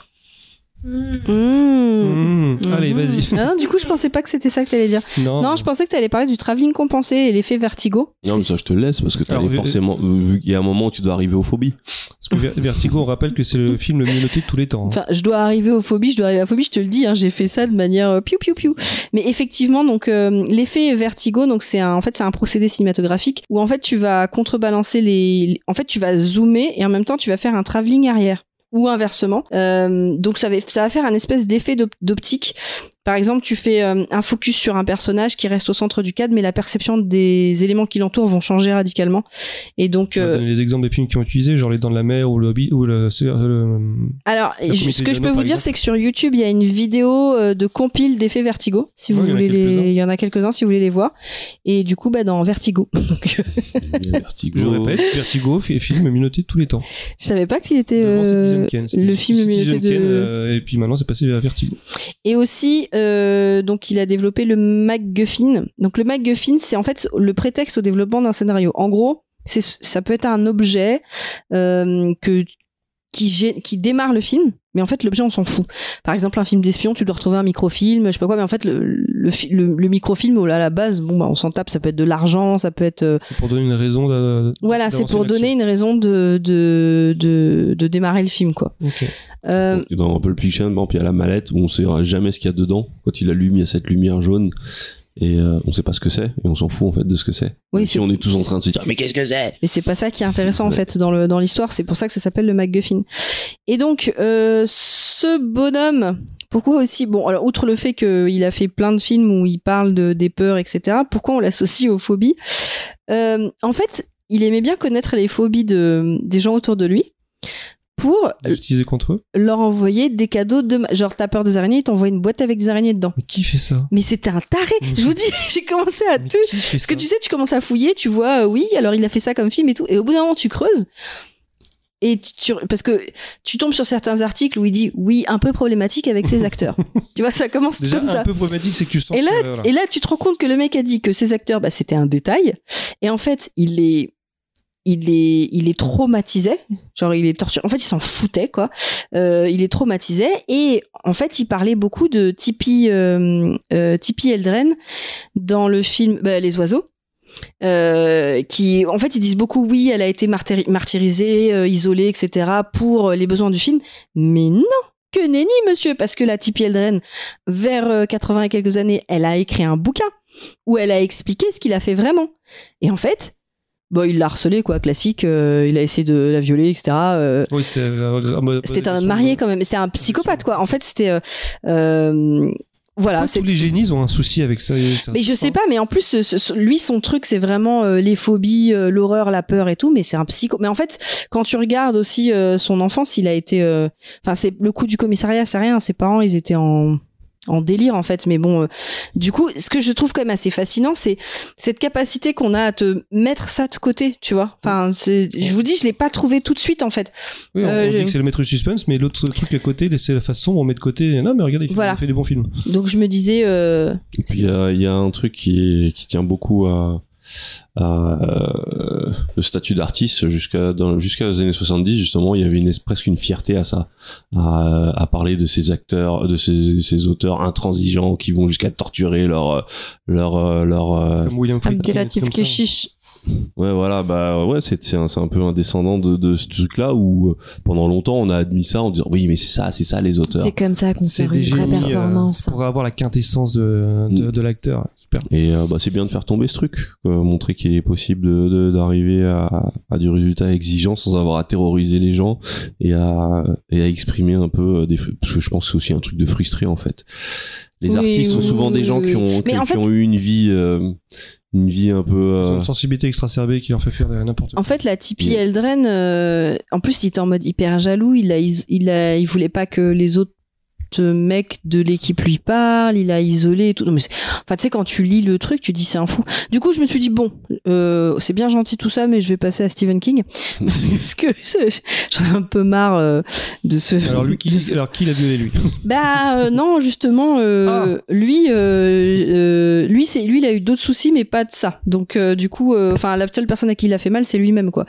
Mmh.
Mmh.
Mmh.
Allez, vas-y. Oh,
Ah non, du coup, je pensais pas que c'était ça que t'allais dire.
(laughs) Non,
Non, je pensais que t'allais parler du travelling compensé et l'effet vertigo.
Non, mais ça, je te laisse parce que
Alors,
t'allais
vu-
forcément, vu qu'il y a un moment où tu dois arriver aux phobies.
parce que Ver- Vertigo, on rappelle que c'est le film le mieux noté de tous les temps. hein.
Enfin, je dois arriver aux phobies, je dois arriver à la phobie, je te le dis, hein, j'ai fait ça de manière euh, piou piou piou. Mais effectivement, donc euh, l'effet vertigo, donc c'est un, en fait c'est un procédé cinématographique où en fait tu vas contrebalancer les, les- en fait tu vas zoomer et en même temps tu vas faire un travelling arrière ou inversement. Euh, donc ça va, ça va faire un espèce d'effet d'op- d'optique. Par exemple, tu fais euh, un focus sur un personnage qui reste au centre du cadre, mais la perception des éléments qui l'entourent vont changer radicalement. Et donc,
Je vais
euh,
donner les exemples des films qui ont utilisé, genre Les Dents de la Mer ou le Hobby ou le. c'est- euh, le-
Alors,
Le
je-
comité
ce que je peux
d'honneur,
vous
par
dire,
exemple.
c'est que sur YouTube, il y a une vidéo euh, de compile d'effets Vertigo. Si vous
Ouais, il y en a
voulez, les...
quelques-uns.
il y en a quelques uns si vous voulez les voir. Et du coup, bah dans Vertigo. (laughs) Donc,
(laughs)
Vertigo.
Je répète, Vertigo, fi- film le mieux noté de tous les temps.
je savais pas que c'était
Devant
euh,
Citizen Kane. C'était
le film le mieux
Citizen
noté de.
Kane, euh, et puis maintenant, c'est passé vers Vertigo.
Et aussi, euh, donc il a développé le MacGuffin. Donc le MacGuffin, c'est en fait le prétexte au développement d'un scénario. En gros, c'est ça peut être un objet euh, que qui, gé- qui démarre le film, mais en fait l'objet on s'en fout. Par exemple un film d'espion, tu dois retrouver un microfilm, je sais pas quoi, mais en fait le, le, fi- le- le microfilm, oh là, à la base, bon bah on s'en tape, ça peut être de l'argent, ça peut être euh,
C'est pour donner une raison d'a-
voilà, c'est
d'avancer
pour
l'action.
donner une raison de de, de de démarrer le film quoi.
Ok.
Euh,
Et Dans Pulp Fiction, bon, puis il y a la mallette où on sait jamais ce qu'il y a dedans. Quand il allume, il y a cette lumière jaune et euh, on sait pas ce que c'est et on s'en fout en fait de ce que c'est.
Oui,
Même si
c'est-
on est tous en train de se dire, mais qu'est-ce que c'est
Mais c'est pas ça qui est intéressant en
Ouais.
fait dans le dans l'histoire. C'est pour ça que ça s'appelle le MacGuffin. Et donc euh, ce bonhomme, pourquoi aussi Bon, alors outre le fait qu'il a fait plein de films où il parle de des peurs, etc. Pourquoi on l'associe aux phobies Euh, En fait, il aimait bien connaître les phobies de des gens autour de lui pour
Les utiliser contre eux.
leur envoyer des cadeaux de ma- genre t'as peur des araignées, il t'envoie une boîte avec des araignées dedans.
Mais qui fait ça
Mais c'était un taré.
Mhm.
Je vous dis, (laughs) j'ai commencé à
Mais
tout
qui fait
parce
ça
que tu sais, tu commences à fouiller, tu vois, euh, oui, alors il a fait ça comme film et tout, et au bout d'un moment, tu creuses. Et tu, tu- parce que tu tombes sur certains articles où il dit oui, un peu problématique avec
(laughs)
ses acteurs. tu vois, ça commence
Déjà,
comme
un
ça.
peu problématique, c'est que tu sens
Et là,
que, euh, voilà.
Et là, tu te rends compte que le mec a dit que ses acteurs, bah, c'était un détail. Et en fait, il les, il les, il les traumatisait. Genre, il les torturé. En fait, il s'en foutait, quoi. Euh, il les traumatisait. Et en fait, il parlait beaucoup de Tipeee, euh, euh, Tipeee Eldren dans le film bah, Les Oiseaux. Euh, qui en fait ils disent beaucoup oui elle a été martyri- martyrisée euh, isolée etc pour euh, les besoins du film mais non que nenni monsieur parce que la Tipeee Eldren vers euh, 80 et quelques années, elle a écrit un bouquin où elle a expliqué ce qu'il a fait vraiment. Et en fait, Bon, il l'a harcelée, quoi, classique. euh, il a essayé de la violer, etc. euh,
Oui, c'était euh, en mode-
c'était un homme marié quand même, mais c'est un psychopathe quoi. En fait, c'était euh, euh, voilà,
Pourquoi
c'est
tous les génies ont un souci avec ça. ça-
mais je sais pas, mais en plus, ce- ce- lui, son truc, c'est vraiment euh, les phobies, euh, l'horreur, la peur et tout, mais c'est un psycho. Mais en fait, quand tu regardes aussi euh, son enfance, il a été. euh, Enfin, c'est le coup du commissariat, c'est rien. Ses parents, ils étaient en en délire en fait mais bon euh, du coup ce que je trouve quand même assez fascinant c'est cette capacité qu'on a à te mettre ça de côté tu vois enfin c'est- je vous dis je l'ai pas trouvé tout de suite en fait
Oui, on, on
Euh,
dit
je-
que c'est le maître du suspense, mais l'autre truc à côté, c'est la façon sombre, on met de côté. Non, mais regardez, il fait-
Voilà.
il fait des bons films.
donc je me disais euh,
Puis Il y, a- il y a un truc qui, qui tient beaucoup à, à, euh, le statut d'artiste jusqu'à dans- jusqu'à les années 70 justement il y avait une, es- presque une fierté à ça à, à parler de ces acteurs de ces, ces auteurs intransigeants qui vont jusqu'à torturer leur euh, leur euh, leur euh,
Comme William Friedkin,
Abdelatif
comme ça.
Kechiche.
ouais voilà bah ouais c'est c'est un, c'est un peu un descendant de, de ce truc là où euh, pendant longtemps on a admis ça en disant oui mais c'est ça c'est ça les auteurs
C'est comme ça qu'on
C'est
fait
des
une vraie
génies euh,
performance.
pour avoir la quintessence de, de, de l'acteur. Super.
Et euh, bah, c'est bien de faire tomber ce truc, euh, montrer qu'il est possible de- de- d'arriver à, à du résultat exigeant sans avoir à terroriser les gens et à, et à exprimer un peu euh, des. fru- Parce que je pense que c'est aussi un truc de frustré en fait. Les
Oui,
artistes sont
oui,
souvent
oui,
des gens
oui,
qui
oui.
ont, qui,
Mais en
qui
fait-
ont eu une vie, euh, une vie un peu.
Ils ont
euh,
une sensibilité extracerbée qui leur fait faire n'importe quoi.
En fait, la Tipeee
Yeah.
Eldren, euh, en plus, il était en mode hyper jaloux. Il a, is- il a, il voulait pas que les autres mecs de l'équipe lui parlent. Il a isolé et tout. Non, mais c'est- enfin, tu sais, quand tu lis le truc, tu dis c'est un fou. Du coup, je me suis dit bon, euh, c'est bien gentil tout ça, mais je vais passer à Stephen King
(laughs)
parce que je- j'en ai un peu marre euh, de ce.
Alors, lui, qui, alors qui l'a violé lui
Bah euh, non, justement, euh, lui, euh, euh, lui, c'est lui, il a eu d'autres soucis, mais pas de ça. Donc euh, du coup, euh, enfin la seule personne à qui il a fait mal, c'est lui-même, quoi.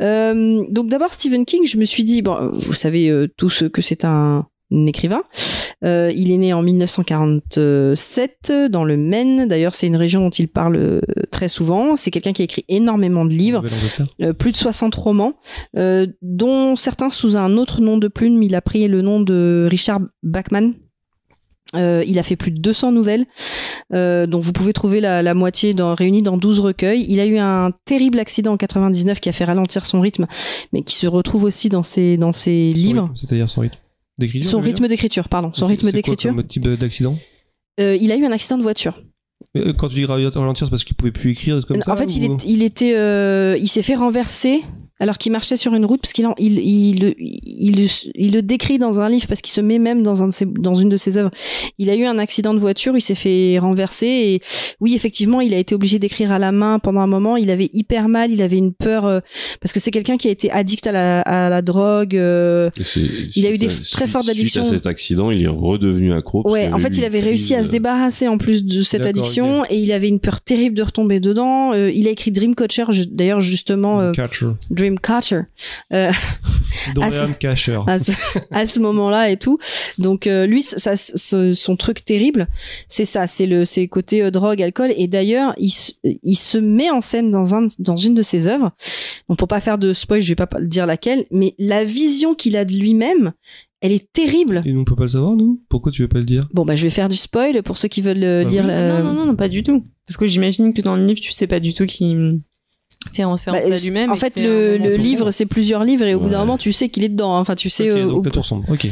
Euh, donc d'abord Stephen King, je me suis dit, bon, vous savez euh, tous que c'est un écrivain. Euh, il est né en 1947 dans le Maine. D'ailleurs, c'est une région dont il parle euh, très souvent. C'est quelqu'un qui a écrit énormément de livres.
Nouvelle-Angleterre.
Euh, plus de 60 romans, euh, dont certains sous un autre nom de plume. Il a pris le nom de Richard Bachman. Euh, il a fait plus de 200 nouvelles, euh, dont vous pouvez trouver la, la moitié dans, réunie dans 12 recueils. Il a eu un terrible accident en 99 qui a fait ralentir son rythme, mais qui se retrouve aussi dans ses, dans ses
Son
livres.
rythme, C'est-à-dire son rythme. D'écriture
Son
tu veux
rythme d'écriture, pardon.
dire
Son
C'est-
rythme
c'est quoi
d'écriture.
Comme type d'accident
Euh, il a eu un accident de voiture.
Euh, Quand tu dis ralentir, c'est parce qu'il pouvait plus écrire comme ça
en fait, il,
ou-
est- il était, euh, il s'est fait renverser alors qu'il marchait sur une route parce qu'il en- il, il, il, il, il le décrit dans un livre parce qu'il se met même dans un de ses- dans une de ses œuvres. Il a eu un accident de voiture, il s'est fait renverser et oui, effectivement, il a été obligé d'écrire à la main pendant un moment. Il avait hyper mal, il avait une peur euh, parce que c'est quelqu'un qui a été addict à la, à la drogue. euh,
et c'est-
il a eu
suite
des
à-
très fortes
suite
addictions.
à cet accident, il est redevenu accro. parce
Ouais,
qu'il
en fait,
eu
il
une
avait réussi à
crise,
se débarrasser en plus de cette
euh, D'accord,
addiction et il avait une peur terrible de retomber dedans. Euh, il a écrit Dreamcatcher, je- d'ailleurs justement euh,
Catcher.
Dreamcatcher
Dorian Catcher.
à ce, à ce moment-là et tout. Donc euh, lui, ça, ce- son truc terrible, c'est ça, c'est le, c'est côté euh, drogue, alcool. Et d'ailleurs, il, se- il se met en scène dans un, de- dans une de ses œuvres. Donc pour pas faire de spoil, je vais pas dire laquelle, mais la vision qu'il a de lui-même, elle est terrible.
Et nous, on peut pas le savoir, nous Pourquoi tu veux pas le dire
Bon bah je vais faire du spoil pour ceux qui veulent euh,
Bah oui.
lire. euh,
Non, non, non, pas du tout. Parce que j'imagine que dans le livre, tu sais pas du tout qui fait référence
bah,
à lui-même.
en
et
fait,
c'est
le,
un moment
le
tout
livre, c'est plusieurs livres et au bout d'un
Ouais.
moment, tu sais qu'il est dedans. hein. Enfin, tu sais.
Ok,
euh, au-
donc la tour sombre.
(laughs)
Ok.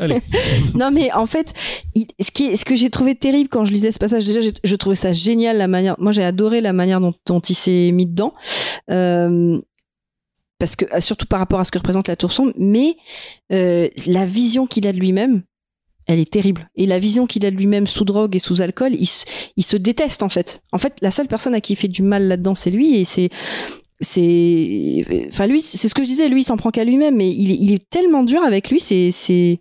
Allez.
Non, mais en fait, il- ce, qui est- ce que j'ai trouvé terrible quand je lisais ce passage, déjà, j'ai- je trouvais ça génial, la manière. Moi, j'ai adoré la manière dont, dont il s'est mis dedans. Euh, parce que, euh, surtout par rapport à ce que représente la tour sombre, mais euh, la vision qu'il a de lui-même, elle est terrible. Et la vision qu'il a de lui-même sous drogue et sous alcool, il, se- il se déteste, en fait. En fait, la seule personne à qui il fait du mal là-dedans, c'est lui, et c'est. C'est. Enfin, lui, c'est ce que je disais, lui, il s'en prend qu'à lui-même, mais il, est- il est tellement dur avec lui, c'est. c'est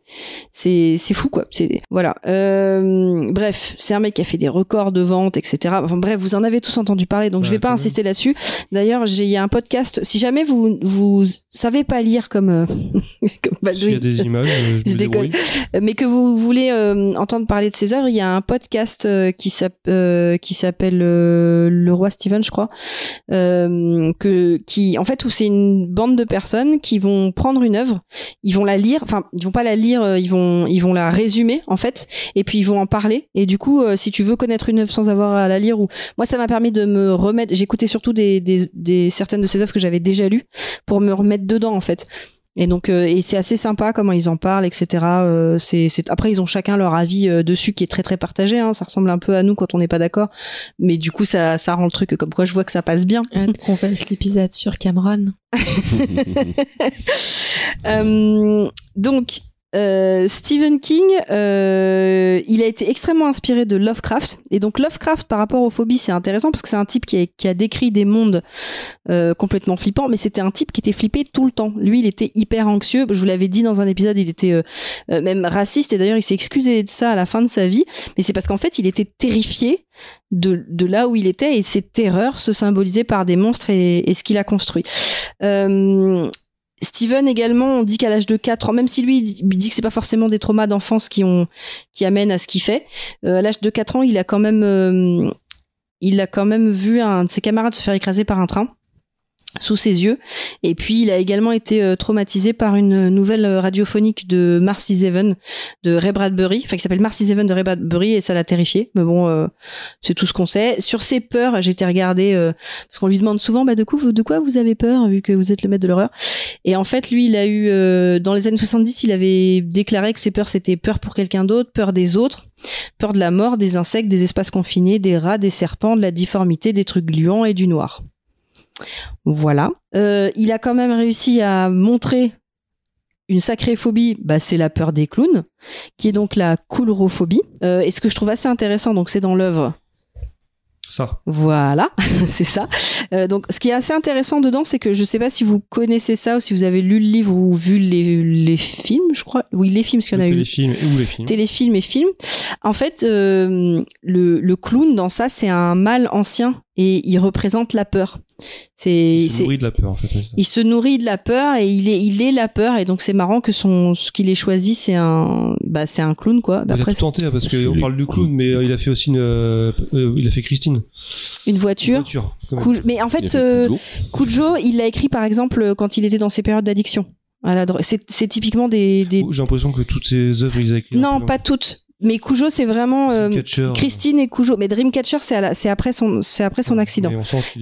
c'est c'est fou quoi c'est voilà Euh, bref c'est un mec qui a fait des records de vente etc enfin bref vous en avez tous entendu parler donc
Ouais,
je vais pas
quand même.
insister là-dessus d'ailleurs j'ai il y a un podcast si jamais vous vous savez pas lire comme euh, (laughs) comme
S'il y a
Baldwin
des images, euh, je,
Je
me débrouille.
mais que vous voulez euh, entendre parler de ses œuvres, il y a un podcast euh, qui s'app- euh, qui s'appelle euh, Le Roi Steven, je crois, euh, que que qui en fait où c'est une bande de personnes qui vont prendre une œuvre, ils vont la lire, enfin ils vont pas la lire, euh, ils vont ils vont la résumer en fait et puis ils vont en parler et du coup euh, si tu veux connaître une œuvre sans avoir à la lire ou moi ça m'a permis de me remettre, j'écoutais surtout des, des des certaines de ces œuvres que j'avais déjà lues pour me remettre dedans en fait. Et donc, euh, et c'est assez sympa comment ils en parlent, etc. Euh, c'est, c'est- Après, ils ont chacun leur avis euh, dessus qui est très très partagé. hein. Ça ressemble un peu à nous quand on n'est pas d'accord, mais du coup, ça, ça rend le truc comme quoi je vois que ça passe bien.
Hâte qu'on fasse l'épisode sur Cameron.
Euh, donc, euh, Stephen King, euh, il a été extrêmement inspiré de Lovecraft. Et donc, Lovecraft, par rapport aux phobies, c'est intéressant parce que c'est un type qui a, qui a décrit des mondes euh, complètement flippants, mais c'était un type qui était flippé tout le temps. Lui, il était hyper anxieux. Je vous l'avais dit dans un épisode, il était euh, euh, même raciste. Et d'ailleurs, il s'est excusé de ça à la fin de sa vie. Mais c'est parce qu'en fait, il était terrifié de, de là où il était et ses terreurs se symbolisaient par des monstres et, et ce qu'il a construit. Euh, Steven également, on dit qu'à l'âge de 4 ans, même si lui il dit- il dit que c'est pas forcément des traumas d'enfance qui ont qui amènent à ce qu'il fait, euh, à l'âge de 4 ans, il a quand même euh, il a quand même vu un de ses camarades se faire écraser par un train sous ses yeux et puis il a également été euh, traumatisé par une nouvelle euh, radiophonique de Marcy Zeven de Ray Bradbury, enfin qui s'appelle Marcy Zeven de Ray Bradbury et ça l'a terrifié. Mais bon, euh, c'est tout ce qu'on sait. Sur ses peurs, j'étais regardée euh, parce qu'on lui demande souvent bah de quoi vous- de quoi vous avez peur vu que vous êtes le maître de l'horreur. Et en fait, lui, il a eu, euh, dans les années 70, il avait déclaré que ses peurs, c'était peur pour quelqu'un d'autre, peur des autres, peur de la mort, des insectes, des espaces confinés, des rats, des serpents, de la difformité, des trucs gluants et du noir. Voilà. Euh, il a quand même réussi à montrer une sacrée phobie, bah, c'est la peur des clowns, qui est donc la coulrophobie. Euh, et ce que je trouve assez intéressant, donc c'est dans l'œuvre
Ça.
voilà, (laughs) c'est ça. Euh, donc, ce qui est assez intéressant dedans, c'est que je sais pas si vous connaissez ça ou si vous avez lu le livre ou vu les, les films, je crois. Oui, les films, parce qu'il y en a
Le
eu.
téléfilm et- ou les films.
Téléfilms et films. En fait, euh, le, le clown dans ça, c'est un mâle ancien et il représente la peur. C'est
C'est
c'est-
nourri de la peur en fait. ouais, c'est ça.
il se nourrit de la peur et il est, il est la peur et donc c'est marrant que son ce qu'il ait choisi, c'est un bah c'est un clown quoi. Bah,
il a
après,
tout tenté hein, parce
C'est
qu'on
les
parle du
clowns.
clown, mais euh, il a fait aussi une, euh, euh, il a fait Christine.
une
Une
voiture.
voiture. quand même.
Cool. Mais en
Il y a
fait,
fait
euh,
Cujo.
Kujo, il l'a écrit par exemple quand il était dans ses périodes d'addiction. à la drogue. C'est c'est typiquement des. des-
J'ai l'impression que toutes ces œuvres, ils écrivent.
Non, pas toutes. Mais Kujo, c'est vraiment. euh,
Catcher.
Christine et Kujo. Mais Dreamcatcher, c'est à la- c'est après, son- c'est après
Ah,
son accident.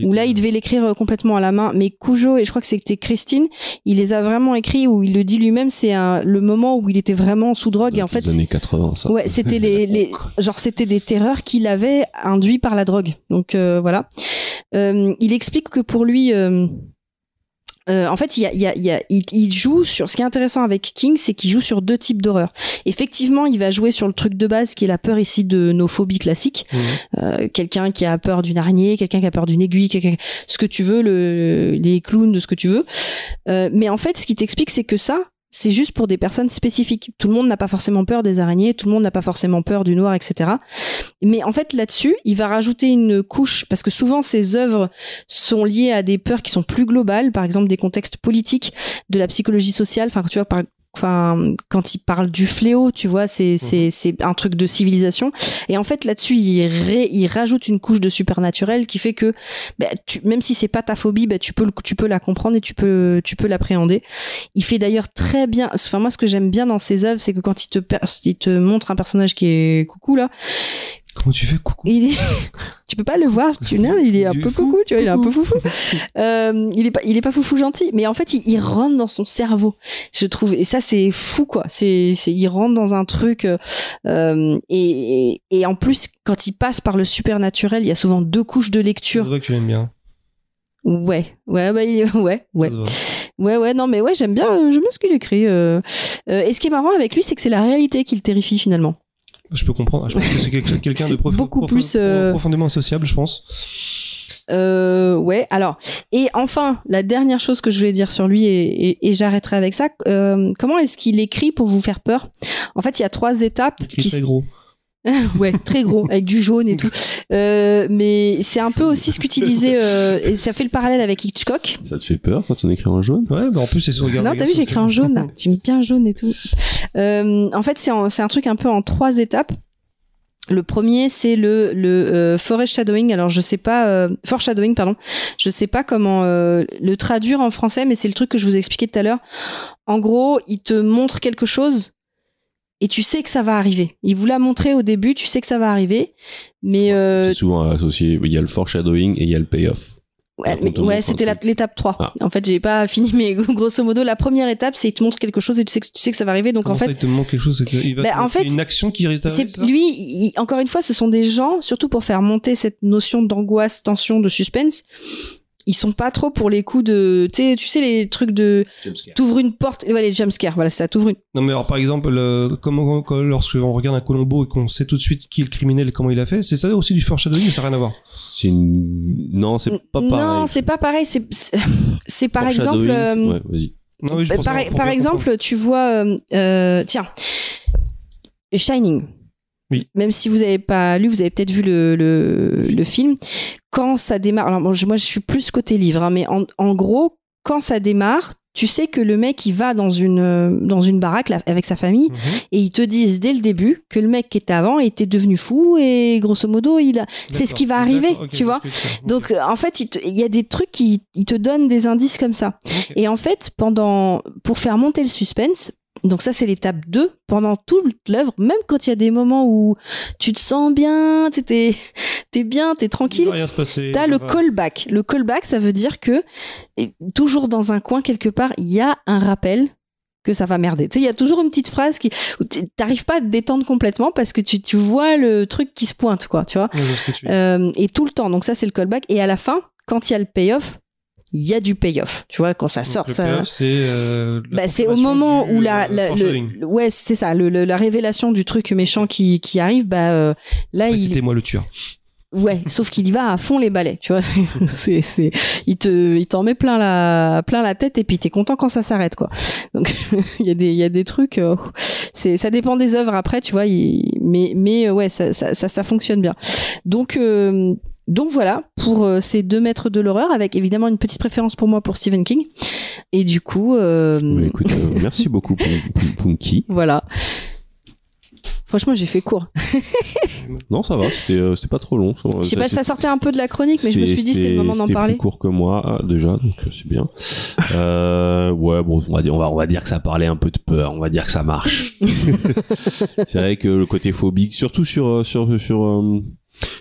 Où là, il devait l'écrire euh, complètement à la main. Mais Kujo, et je crois que c'était Christine, il les a vraiment écrits où il le dit lui-même, c'est un- le moment où il était vraiment sous drogue. Et en fait,
des années 80, ça.
Ouais, c'était les,
(laughs)
les genre c'était des terreurs qu'il avait induits par la drogue. Donc euh, voilà. Euh, il explique que pour lui. euh, euh, en fait, il, y a- il, y a- il y a- il- il joue sur. Ce qui est intéressant avec King, c'est qu'il joue sur deux types d'horreur. Effectivement, il va jouer sur le truc de base qui est la peur ici de nos phobies classiques.
Mhm.
Euh, quelqu'un qui a peur d'une araignée, quelqu'un qui a peur d'une aiguille, quelqu'un- ce que tu veux, le, les clowns, de ce que tu veux. Euh, mais en fait, ce qui t'explique, c'est que ça, c'est juste pour des personnes spécifiques. Tout le monde n'a pas forcément peur des araignées, tout le monde n'a pas forcément peur du noir, etc. Mais en fait, là-dessus, il va rajouter une couche, parce que souvent, ces œuvres sont liées à des peurs qui sont plus globales, par exemple des contextes politiques, de la psychologie sociale, enfin, tu vois, par... Enfin, quand il parle du fléau, tu vois, c'est c'est c'est un truc de civilisation. Et en fait, là-dessus, il, ré- il rajoute une couche de supernaturel qui fait que, bah, tu, même si c'est pas ta phobie, bah, tu peux le- tu peux la comprendre et tu peux tu peux l'appréhender. Il fait d'ailleurs très bien. Enfin, moi, ce que j'aime bien dans ses œuvres, c'est que quand il te, per- il te montre un personnage qui est coucou, là, (laughs)
Comment tu fais coucou
il est- tu peux pas le voir, (laughs) tu non, il est un
Il est
peu
fou.
coucou, tu vois, il est un peu foufou. Euh, il est pas, il est pas foufou gentil, mais en fait, il, il rentre dans son cerveau, je trouve, et ça c'est fou quoi. C'est, c'est, il rentre dans un truc, euh, euh, et, et, et en plus quand il passe par le supernaturel, il y a souvent deux couches de
(laughs) C'est
lecture.
vrai que tu l'aimes bien.
Ouais, ouais, bah, il- ouais, ouais.
Ça se voit.
Ouais, ouais, non, mais ouais, j'aime bien, euh, j'aime bien ce qu'il écrit. euh. Euh, et ce qui est marrant avec lui, c'est que c'est la réalité qui le terrifie finalement.
Je peux comprendre. Ah, Je pense que c'est quel- quelqu'un de
C'est
prof-
beaucoup
prof-
plus, euh,
profondément associable, je pense.
Euh, ouais, alors. Et enfin, la dernière chose que je voulais dire sur lui, et, et- et j'arrêterai avec ça, euh, comment est-ce qu'il écrit pour vous faire peur En fait, il y a trois étapes.
Qui est très gros.
(laughs) ouais, très gros, avec du jaune et tout. Euh, mais c'est un peu aussi ce qu'utilisait, euh, et ça fait le parallèle avec Hitchcock.
Ça te fait peur quand on écrit en jaune
Ouais, bah en plus, c'est son regard.
Non, t'as vu, j'ai écrit en
(laughs)
jaune. là. J'aime bien jaune et tout. Euh, en fait, c'est en- c'est un truc un peu en trois étapes. Le premier, c'est le, le euh, forest shadowing. Alors, je sais pas, euh, foreshadowing, pardon. Je sais pas comment euh, le traduire en français, mais c'est le truc que je vous expliquais tout à l'heure. En gros, il te montre quelque chose et tu sais que ça va arriver. Il vous l'a montré au début, tu sais que ça va arriver, mais euh,
C'est souvent associé. Il y a le foreshadowing et il y a le payoff.
Ouais,
Raconte-nous
mais-
ton
ouais,
autre
c'était la-
truc.
l'étape 3.
Ah.
En fait, j'ai pas (laughs) fini, mais grosso modo, la première étape, c'est il te montre quelque chose et tu sais que, tu sais que ça va arriver. Donc,
Comment
en
ça,
fait,
il te manque quelque chose, c'est qu'il va
Bah,
te
en
montrer
fait,
une action qui risque d'arriver.
c'est
c'est ça
lui, il- encore une fois, ce sont des gens, surtout pour faire monter cette notion d'angoisse, tension, de suspense. Ils sont pas trop pour les coups de, tu sais, tu sais les trucs de, t'ouvres une porte, et ouais, les jumpscares, voilà, c'est ça, t'ouvres une.
Non, mais alors, par exemple, le- comment, quand- lorsque on regarde un Colombo et qu'on sait tout de suite qui est le criminel et comment il a fait, c'est ça aussi du foreshadowing ou ça n'a rien à voir
C'est une. Non, c'est pas pareil.
Non, c'est pas pareil. C'est, c'est- c'est par exemple.
Foreshadowing,
euh,
ouais, vas-y.
Non, Ah oui, je
Bah,
pense
par,
que- pour
par
bien comprendre.
exemple, tu vois, euh, euh, tiens, Shining.
Oui.
Même si vous n'avez pas lu, vous avez peut-être vu le, le, le film. Quand ça démarre, alors bon, je- moi je suis plus côté livre, hein, mais en, en gros, quand ça démarre, tu sais que le mec il va dans une, euh, dans une baraque là, avec sa famille
Mhm.
et ils te disent dès le début que le mec qui était avant était devenu fou et grosso modo, il a... c'est ce qui va
D'accord.
arriver,
D'accord, ok,
tu vois.
parce que- ok.
Donc euh, en fait, il, te- il y a des trucs qui ils te donnent des indices comme ça.
Ok.
Et en fait, pendant, pour faire monter le suspense, donc ça c'est l'étape 2, pendant toute l'œuvre, même quand il y a des moments où tu te sens bien, tu sais, t'es (laughs) t'es bien, t'es
Il
tranquille,
va rien se passer.
t'as
ça
le
va.
callback. Le callback, ça veut dire que et toujours dans un coin quelque part, il y a un rappel que ça va merder. Tu sais, il y a toujours une petite phrase qui, où t- t'arrives pas à te détendre complètement parce que tu, tu vois le truc qui se pointe, quoi, tu vois.
Ouais, je vois ce que tu veux dire.
Euh, et tout le temps. Donc ça, c'est le callback. Et à la fin, quand il y a le payoff, il y a du payoff. Tu vois, quand ça
Donc,
sort,
le
ça.
payoff, c'est. euh, la
Bah, c'est au
confirmation
moment
du,
où
euh,
la, la- le-
foreshadowing.
le- ouais c'est ça le- le- la révélation du truc méchant qui, qui arrive bah euh, là il
C'était moi le tueur.
ouais sauf qu'il y va à fond les balais tu vois (laughs) c'est c'est- c'est il te il t'en met plein la plein la tête et puis t'es content quand ça s'arrête quoi donc (laughs) il y a des il y a des trucs euh, c'est ça dépend des œuvres après tu vois il- mais mais euh, ouais ça ça, ça ça fonctionne bien donc euh, donc voilà pour euh, ces deux maîtres de l'horreur avec évidemment une petite préférence pour moi pour Stephen King et du coup euh,
Mais écoute, euh, merci beaucoup, Pun- Pun- Punky.
voilà. Franchement, j'ai fait court.
Non, ça va, c'était euh, c'était pas trop long.
Je sais pas si ça sortait un peu de la chronique, mais je me suis dit c'était le moment d'en
c'était
parler.
plus court que moi ah, déjà, donc euh, c'est bien. Euh, ouais, bon, on va, dire, on, va, on va dire que ça parlait un peu de peur, on va dire que
(laughs)
ça marche. c'est vrai que le côté phobique, surtout sur. euh, sur, sur euh,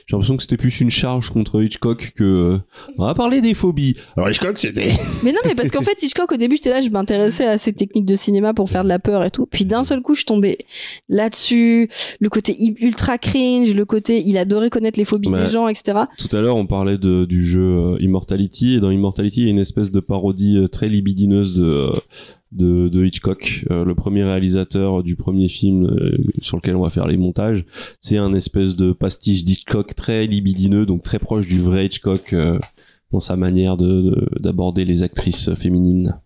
j'ai l'impression que c'était plus une charge contre Hitchcock que. euh, on va parler des phobies. Alors Hitchcock, c'était.
Mais non, mais parce qu'en fait, Hitchcock, au début, j'étais là, je m'intéressais à ces techniques de cinéma pour faire de la peur et tout. Puis d'un seul coup, je tombais là-dessus. Le côté hi- ultra cringe, le côté il adorait connaître les phobies
Ouais.
des gens, etc.
Tout à l'heure, on parlait de, du jeu euh, Immortality, et dans Immortality, il y a une espèce de parodie euh, très libidineuse de, euh, de, de Hitchcock, Euh, le premier réalisateur du premier film euh, sur lequel on va faire les montages. C'est un espèce de pastiche d'Hitchcock très libidineux, donc très proche du vrai Hitchcock euh, dans sa manière de- de- d'aborder les actrices féminines.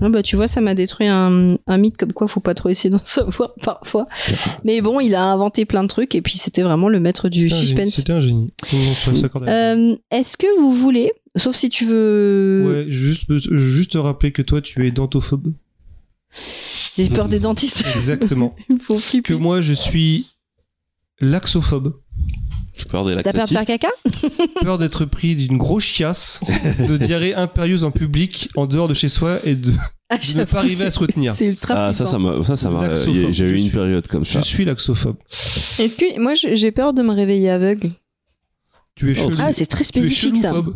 Ouais, bah, tu vois, ça m'a détruit un, un mythe comme quoi faut pas trop essayer d'en (laughs) savoir parfois. Mais bon, il a inventé plein de trucs et puis c'était vraiment le maître du
C'était un génie,
suspense.
C'était un génie. Tout le monde s'en s'accorde avec lui.
Euh, Est-ce que vous voulez, sauf si tu veux.
Ouais, juste, juste te rappeler que toi, tu es dentophobe.
J'ai peur des dentistes. (laughs)
Exactement. (laughs)
Faut
que
flipper.
moi, je suis laxophobe.
Peur des
T'as peur de
lactatifs.
faire caca
Peur d'être pris d'une grosse chiasse, de diarrhée impérieuse en public, en dehors de chez soi et de, de
Ah, (laughs)
ne
j'avoue,
pas arriver à se retenir.
C'est ultra
Ah, ça, ça m'a, ça, ça m'a,
Laxophobe,
j'ai
je
eu une
suis.
période comme
Je
ça.
suis laxophobe.
Est-ce que moi je- j'ai peur de me réveiller aveugle
Tu es
Oh,
chelou.
Ah, c'est très
Tu es
spécifique ça.
chelouphobe.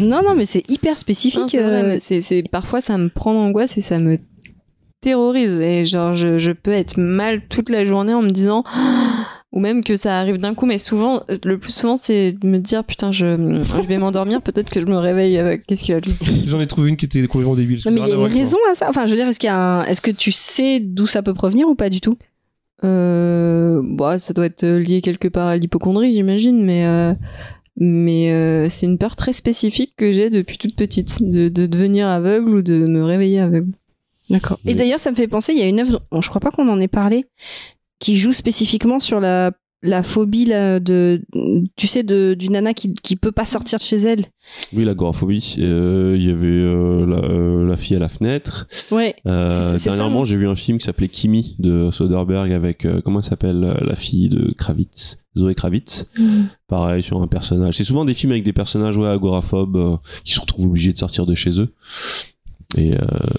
Non, non, mais c'est hyper spécifique.
Non, c'est vrai,
euh,
mais c'est- c'est- parfois ça me prend l'angoisse et ça me terrorise et genre je, je peux être mal toute la journée en me disant (gasps) Ah ou même que ça arrive d'un coup mais souvent le plus souvent c'est de me dire putain je, je vais m'endormir peut-être que je me réveille avec qu'est-ce qu'il a dit
J'en ai trouvé une qui était complètement débile.
Non, mais il y a
Rien à voir
une
avec
raison à ça. Enfin, je veux dire, est-ce qu'il y a un... Est-ce que tu sais d'où ça peut provenir ou pas du tout
euh, bah, ça doit être lié quelque part à l'hypochondrie j'imagine mais euh, mais euh, c'est une peur très spécifique que j'ai depuis toute petite de, de devenir aveugle ou de me réveiller aveugle
D'accord. Et
Oui.
d'ailleurs, ça me fait penser, il y a une œuvre, dont- je crois pas qu'on en ait parlé, qui joue spécifiquement sur la la phobie là, de, tu sais, de, du nana qui, qui peut pas sortir de chez elle.
Oui, l'agoraphobie. Euh, Il y avait euh, la, euh, la fille à la fenêtre.
Ouais.
Euh,
C'est- c'est
dernièrement, j'ai vu un film qui s'appelait Kimi de Soderbergh avec euh, comment elle s'appelle euh, la fille de Kravitz, Zoé Kravitz.
Mm.
Pareil sur un personnage. C'est souvent des films avec des personnages ouais, agoraphobes euh, qui se retrouvent obligés de sortir de chez eux. Et euh,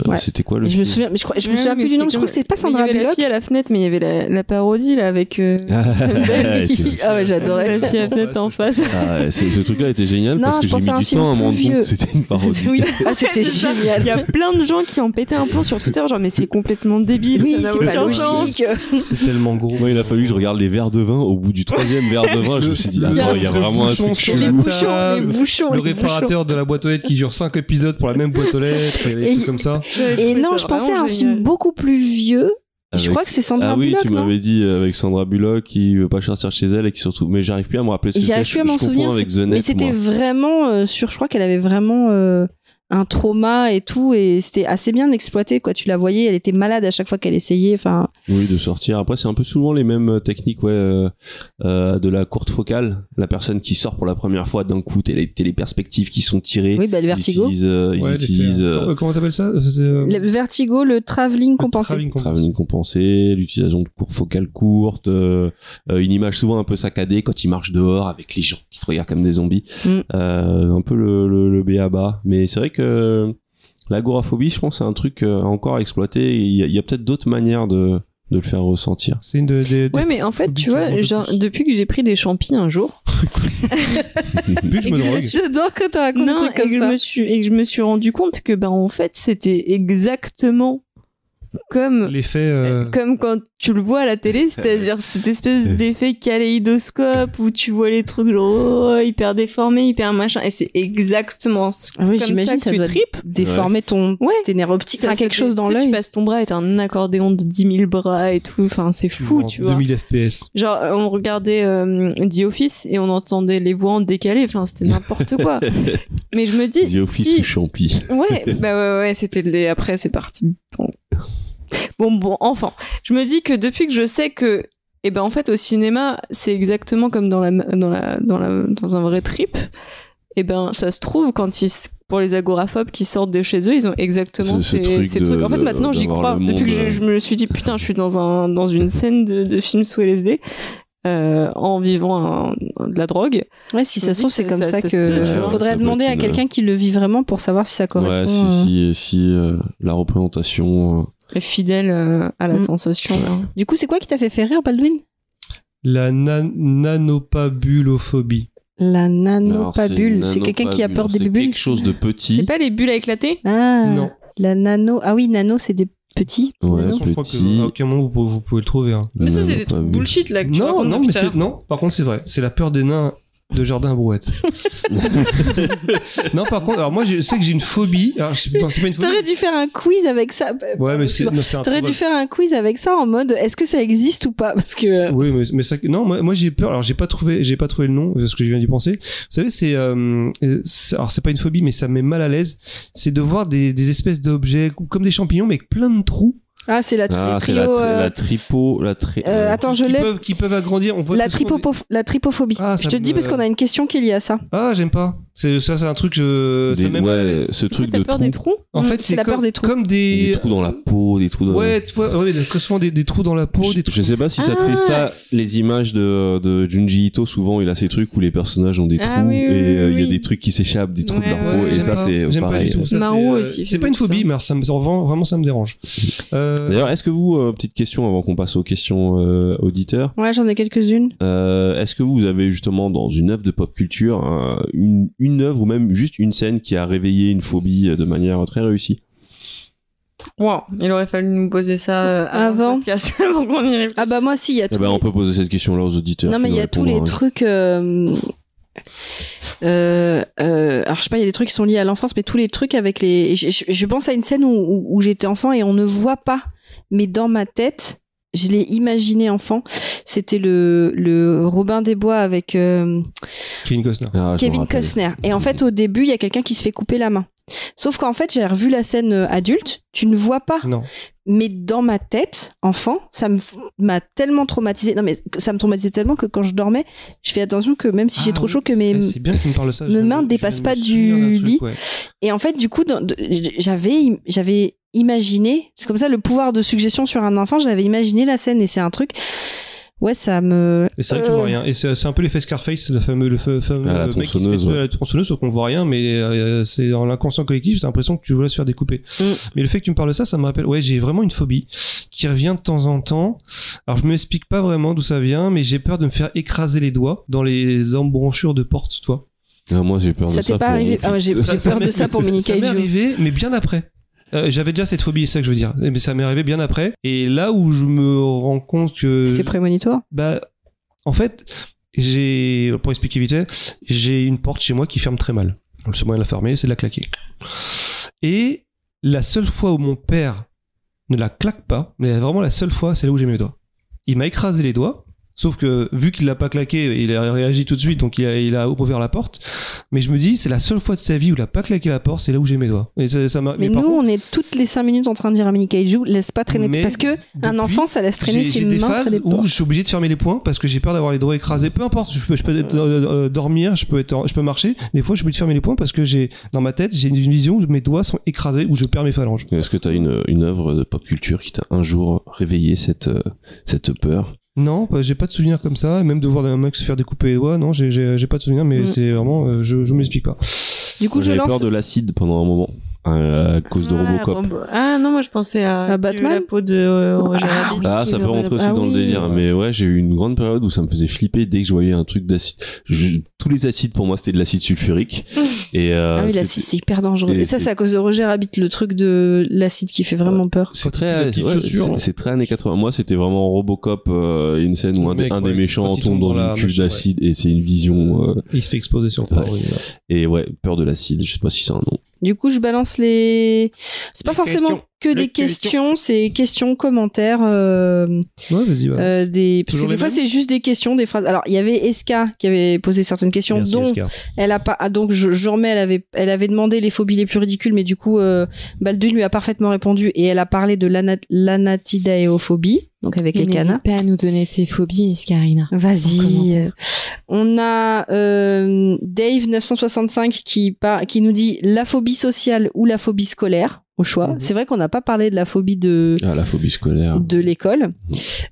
Ouais.
c'était quoi le
Mais je me
film
souviens, mais je, crois, je me
Ouais,
souviens
mais
plus du nom, mais
c'était
je crois que c'était pas
comme-
Sandra
Il y avait la
Bullock.
fille à la fenêtre, mais il y avait la, la parodie là avec. euh,
Ah, (laughs) c'est-
Ah ouais, j'adorais.
La fille à la fenêtre en face.
ah, ouais, c'est- ce truc-là était génial
Non,
parce que
je pensais
j'ai
à un
mis du
film
temps à me
plus
rendre compte
vieux.
que c'était
(laughs)
une parodie.
Oui.
Ah, c'était
C'est ça.
génial.
Il y a plein de gens qui ont pété un plomb sur Twitter, genre mais c'est complètement débile,
Oui,
ça
c'est
n'a
pas
aucun sens.
logique.
C'est tellement gros.
Moi, bah, il a fallu que je regarde les verres de vin. Au bout du troisième verre de vin, Ah, je me suis dit,
Le-
attends, il y a
le
vraiment un
bouchon
truc
sur
chelou.
la
Les bouchons, les
table,
bouchons,
le
les bouchons.
réparateur de la boîte aux lettres qui dure 5 épisodes pour la même boîte aux lettres et des
Et-
trucs comme ça.
Et non, je pensais à un film beaucoup plus vieux. Je
Avec-
crois que c'est Sandra
Ah oui,
Bullock,
tu
non
m'avais dit euh, avec Sandra Bullock qui veut pas sortir chez elle et qui se retrouve. Mais j'arrive plus à me rappeler ce que
J'arrive
c'est.
plus à
Je-
m'en
je confonds
souvenir.
avec
c'est-
The Net,
mais c'était
moi.
vraiment euh, sur. Je crois qu'elle avait vraiment euh, un trauma et tout, et c'était assez bien exploité. Quoi, tu la voyais, elle était malade à chaque fois qu'elle essayait. Enfin,
Oui, de sortir. Après, c'est un peu souvent les mêmes techniques, ouais, euh, euh, de la courte focale. La personne qui sort pour la première fois d'un coup, t'es les, t'es les perspectives qui sont tirées.
oui, bah, le
Ils
vertigo.
utilisent, euh, ils
Ouais, des
utilisent
faits,
euh,
hein. Euh, Comment t'appelles ça Euh, c'est, euh,
Le vertigo, le travelling compensé.
travelling compensé.
travelling compensé, l'utilisation de cours focales courtes, euh, euh, une image souvent un peu saccadée quand il marche dehors avec les gens qui te regardent comme des zombies.
Mm.
Euh, un peu le, le, le béaba. Mais c'est vrai que l'agoraphobie, je pense, c'est un truc euh, encore à exploiter. Il y a, il y a peut-être d'autres manières de, de le
(laughs)
faire ressentir.
C'est une de- des. des
Ouais, mais en fait,
phobies
tu
qui me rend
vois,
de
genre,
plus.
depuis que j'ai pris des champis un jour,
(laughs)
Plus je me drogue.
J'adore quand tu racontes
non, et, que je me suis, et que je me suis rendu compte que, ben, en fait, c'était exactement comme
L'effet. euh,
Comme quand tu le vois à la télé, c'est-à-dire cette espèce d'effet kaléidoscope où tu vois les trucs genre, oh, hyper déformés, hyper machin, et c'est exactement ce
Ah oui,
comme
j'imagine,
que
ça
tu
doit-
tripes.
Déformer ton
Ouais.
tes nerfs optiques,
Ça,
enfin quelque
c'est-
chose dans
tu sais, Tu
l'œil.
passes ton bras et t'as un accordéon de 10 000 bras et tout, enfin c'est fou,
en
tu vois.
2000 FPS.
Genre, euh, on regardait euh, The Office et on entendait les voix en décalé, enfin c'était n'importe quoi. Mais je me dis,
The Office
si-
ou Champi.
Ouais, bah ouais, ouais, c'était le. Après, c'est parti. Bon. bon, bon, enfin, je me dis que depuis que je sais que, eh ben, en fait, au cinéma, c'est exactement comme dans la, dans la, dans la, dans un vrai trip. Eh ben, ça se trouve quand ils, s- pour les agoraphobes qui sortent de chez eux, ils ont exactement
Ce- ce
ces,
truc
ces
de-
trucs. En fait,
de-
maintenant, j'y
d'avoir
crois.
le
Depuis que
monde, euh.
je, je me suis dit, putain, je suis dans un, dans une scène de, de film sous LSD. euh, en vivant un- de la drogue.
Ouais, si ça se
Oui,
trouve c'est
ça-
comme
ça-
ça
ça se
que euh,
peut, tu
vois. Ça
faudrait
peut
demander
être
à
une- euh,
quelqu'un qui le vit vraiment pour savoir si ça
Ouais,
correspond.
si,
euh.
si, si euh, la représentation. euh,
Fidèle euh, à la
Mm.
sensation. là.
Du coup, c'est quoi qui t'a fait faire rire, Baldwin
La nan- nanopabulophobie.
Euh.
La
alors,
nanopabule, c'est
nanopabule.
quelqu'un qui a peur
C'est
des bulles.
quelque chose de
C'est
petit.
pas les bulles à éclater
Ah,
Non.
La nano, ah oui, nano, c'est des petits.
Ouais,
De toute façon, je crois
petit.
qu'à aucun moment vous pouvez, vous pouvez le trouver. hein.
Mais ça, c'est des trucs
Nanopabule.
bullshit là que tu
Non,
racontes
non,
depuis
mais
tout à
c'est.
l'heure.
Non, par contre, c'est vrai. C'est la peur des nains de Jardin
(laughs)
Brouette. non, par contre, alors moi, je sais que j'ai une phobie. Alors, je- putain, c'est pas une phobie.
T'aurais dû faire un quiz avec ça.
Ouais, mais c'est.
Excuse-moi.
non, c'est un
T'aurais
trouble.
dû faire un quiz avec ça en mode est-ce que ça existe ou pas Parce que.
Oui, mais, mais ça, non, moi, moi, j'ai peur. Alors j'ai pas trouvé, j'ai pas trouvé le nom parce que je viens d'y penser. Vous savez, c'est, euh, euh, c'est- alors c'est pas une phobie, mais ça me met mal à l'aise. C'est de voir des, des espèces d'objets comme des champignons, mais avec plein de trous
Ah, c'est la tri-
Ah, c'est
trio.
la,
euh,
la tripo. La tri-
euh, attends, je
qui
l'ai.
peuvent, qui peuvent agrandir. On voit
La,
tout ce qu'on-
tripopo- la tripophobie.
Ah,
je
ça
te dis
me-
parce qu'on a une question qui est liée à ça.
Ah, j'aime pas. C'est ça, c'est un truc. Je,
Des-
Euh, ça me met mal à
ouais,
l'aise.
ce truc
T'as
de
peur
trou.
des trous
En
Mm,
fait,
c'est
c'est
la peur
comme,
des trous.
comme des,
Des trous dans la peau, des trous dans
Ouais, tu vois, ouais, très souvent des, des trous dans la peau,
Euh, Je-
des trous.
Je sais pas si ça te fait ça, les images de, de Junji Ito, souvent il a ces trucs où les personnages ont des trous
Ah oui, oui,
et euh, il
oui,
y a
oui.
des trucs qui s'échappent des trous
Ouais,
de leur
ouais,
peau
ouais,
et
J'aime
ça
pas.
c'est
J'aime pas
pareil.
du tout. Ça,
Maro
c'est, euh,
aussi,
C'est pas une
j'aime
phobie,
ça.
mais ça me, vraiment, vraiment, ça me
(laughs)
dérange. Euh,
D'ailleurs, est-ce que vous, euh, petite question avant qu'on passe aux questions euh, auditeurs,
Ouais, j'en ai quelques-unes.
euh, est-ce que vous avez justement dans une œuvre de pop culture un- une, une œuvre ou même juste une scène qui a réveillé une phobie euh, de manière très réussie
Wow, il aurait fallu nous poser ça euh,
Avant.
avant, le podcast, (laughs) avant qu'on y réfléchisse.
Ah bah moi, si, il y a
Eh
tous
ben, on
les-
peut poser cette question-là aux auditeurs.
Non, mais
qui
il y
nous
a tous les
répondront, hein.
trucs. euh, euh, euh, alors, je sais pas, il y a des trucs qui sont liés à l'enfance, mais tous les trucs avec les. Je, je- je pense à une scène où, où- où j'étais enfant et on ne voit pas, mais dans ma tête, je l'ai imaginé enfant. C'était le, le Robin des Bois avec euh,
Kevin Costner.
Ah, je me
Kevin
rappelle.
Costner. Et en fait, au début, il y a quelqu'un qui se fait couper la main. Sauf qu'en fait, j'ai revu la scène euh, adulte, tu ne vois pas.
Non.
Mais dans ma tête, enfant, ça me f- m'a tellement traumatisé. Non, mais ça me traumatisait tellement que quand je dormais, je fais attention que même si j'ai
Ah
trop
oui,
chaud, que mes,
eh, C'est bien que tu me parles de ça.
mes
je viens de-
mains
je viens de
dépassent
me
pas du
souvenir d'un truc,
lit.
ouais.
Et en fait, du coup, dans- de- j- j'avais, im- j'avais imaginé, c'est comme ça le pouvoir de suggestion sur un enfant, j'avais imaginé la scène et c'est un truc. Ouais, ça me.
Et c'est vrai que tu
Euh.
vois rien. Et c'est c'est un peu l'effet Scarface, le fameux, le fa- fameux
Ah, la
mec qui se fait
tronçonneuse,
tuer à
ouais.
la tronçonneuse, sauf qu'on voit rien, mais euh, c'est dans l'inconscient collectif, j'ai l'impression que tu voulais se faire découper.
Mm.
Mais le fait que tu me parles de ça, ça me rappelle, ouais, j'ai vraiment une phobie qui revient de temps en temps. Alors je me explique pas vraiment d'où ça vient, mais j'ai peur de me faire écraser les doigts dans les embranchures de portes, tu vois.
Non, Ah, moi j'ai peur
Ça
de
t'est
ça.
pas
pour-
arrivé Ah, (laughs) j'ai-
(laughs)
j'ai peur
m'est-
de ça pour hein. Mini
Ça m'est
Kaiju.
arrivé, mais bien après. Euh, J'avais déjà cette phobie, c'est ça que je veux dire. Mais ça m'est arrivé bien après. Et là où je me rends compte que
C'était prémonitoire.
bah, en fait, j'ai, pour expliquer vite, fait, j'ai une porte chez moi qui ferme très mal. Le seul moyen de la fermer, c'est de la claquer. Et la seule fois où mon père ne la claque pas, mais vraiment la seule fois, c'est là où j'ai mis les doigts. Il m'a écrasé les doigts, sauf que vu qu'il l'a pas claqué, il a réagi tout de suite, donc il a, il a ouvert la porte. Mais je me dis, c'est la seule fois de sa vie où il a pas claqué la porte, c'est là où j'ai mis mes doigts. Et ça, ça m'a-
Mais,
par
nous,
contre,
on est toutes les 5 minutes en train de dire à Mini Kaiju, laisse pas traîner.
Mais
Parce que un
depuis,
enfant, ça laisse traîner
J'ai-
ses
J'ai des
mains près
phases
des
où
portes.
je suis obligé de fermer les poings parce que j'ai peur d'avoir les doigts écrasés. Peu importe, je peux, je peux être, euh, euh, dormir, je peux, être, je peux marcher. Des fois, je suis obligé de fermer les poings parce que j'ai dans ma tête, j'ai une vision où mes doigts sont écrasés, où je perds mes phalanges.
Est-ce que t'as une, une œuvre de pop culture qui t'a un jour réveillé cette, euh, cette peur
Non, bah, j'ai pas de souvenir comme ça. Même de voir un mec se faire découper les doigts, non, j'ai- j'ai j'ai pas de souvenir, mais
Mm.
c'est vraiment, euh, je, je m'explique pas.
Du coup, je
J'avais peur
lance.
de l'acide pendant un moment euh, à cause de Robocop.
Robo- Ah non, moi je pensais à,
À Batman
la peau de euh, Roger
Ah,
Rabbit.
oui.
Ah,
qui
ça
veut
peut rentrer aussi
Ah
dans
oui.
le délire, mais ouais, j'ai eu une grande période où ça me faisait flipper dès que je voyais un truc d'acide. Je- Tous les acides pour moi c'était de
(laughs)
l'acide sulfurique. Et euh,
Ah oui,
c'était-
l'acide, c'est hyper dangereux.
Et
Et ça,
c'est-
c'est à cause de Roger Rabbit, le truc de l'acide qui fait vraiment peur.
c'est
Quand il fait la
très,
petite
ouais,
chaussure.
c'est- c'est très années 80. Moi, c'était vraiment Robocop, euh, une scène où
Le
un, des-
mec,
un
ouais,
des méchants
quand il
tombe
tombe
dans,
dans la
une cuve
machine, ouais.
d'acide et c'est une vision. euh,
Il se fait exploser sur le
Ouais.
corps, oui, voilà.
et ouais, peur de l'acide. Je sais pas si c'est un nom.
Du coup, je balance les. C'est pas forcément que des questions, c'est questions, commentaires. euh,
Ouais, vas-y. va.
euh, des... Parce que
Toujours
des
les
fois,
mêmes
c'est juste des questions, des phrases. Alors, il y avait Eska qui avait posé certaines questions,
Merci,
dont
Oscar.
elle a pas. ah, donc, je, je remets, elle avait, elle avait demandé les phobies les plus ridicules, mais du coup, euh, Balduin lui a parfaitement répondu et elle a parlé de l'ana- l'anatidaéophobie, donc avec les canards.
pas à nous donner tes phobies, Escarina. En
Vas-y.
commentaire.
On a euh, Dave 965 qui par- qui nous dit la phobie sociale ou la phobie scolaire au choix.
Mhm.
C'est vrai qu'on n'a pas parlé de la phobie de
Ah, la phobie scolaire.
de l'école.
Mhm.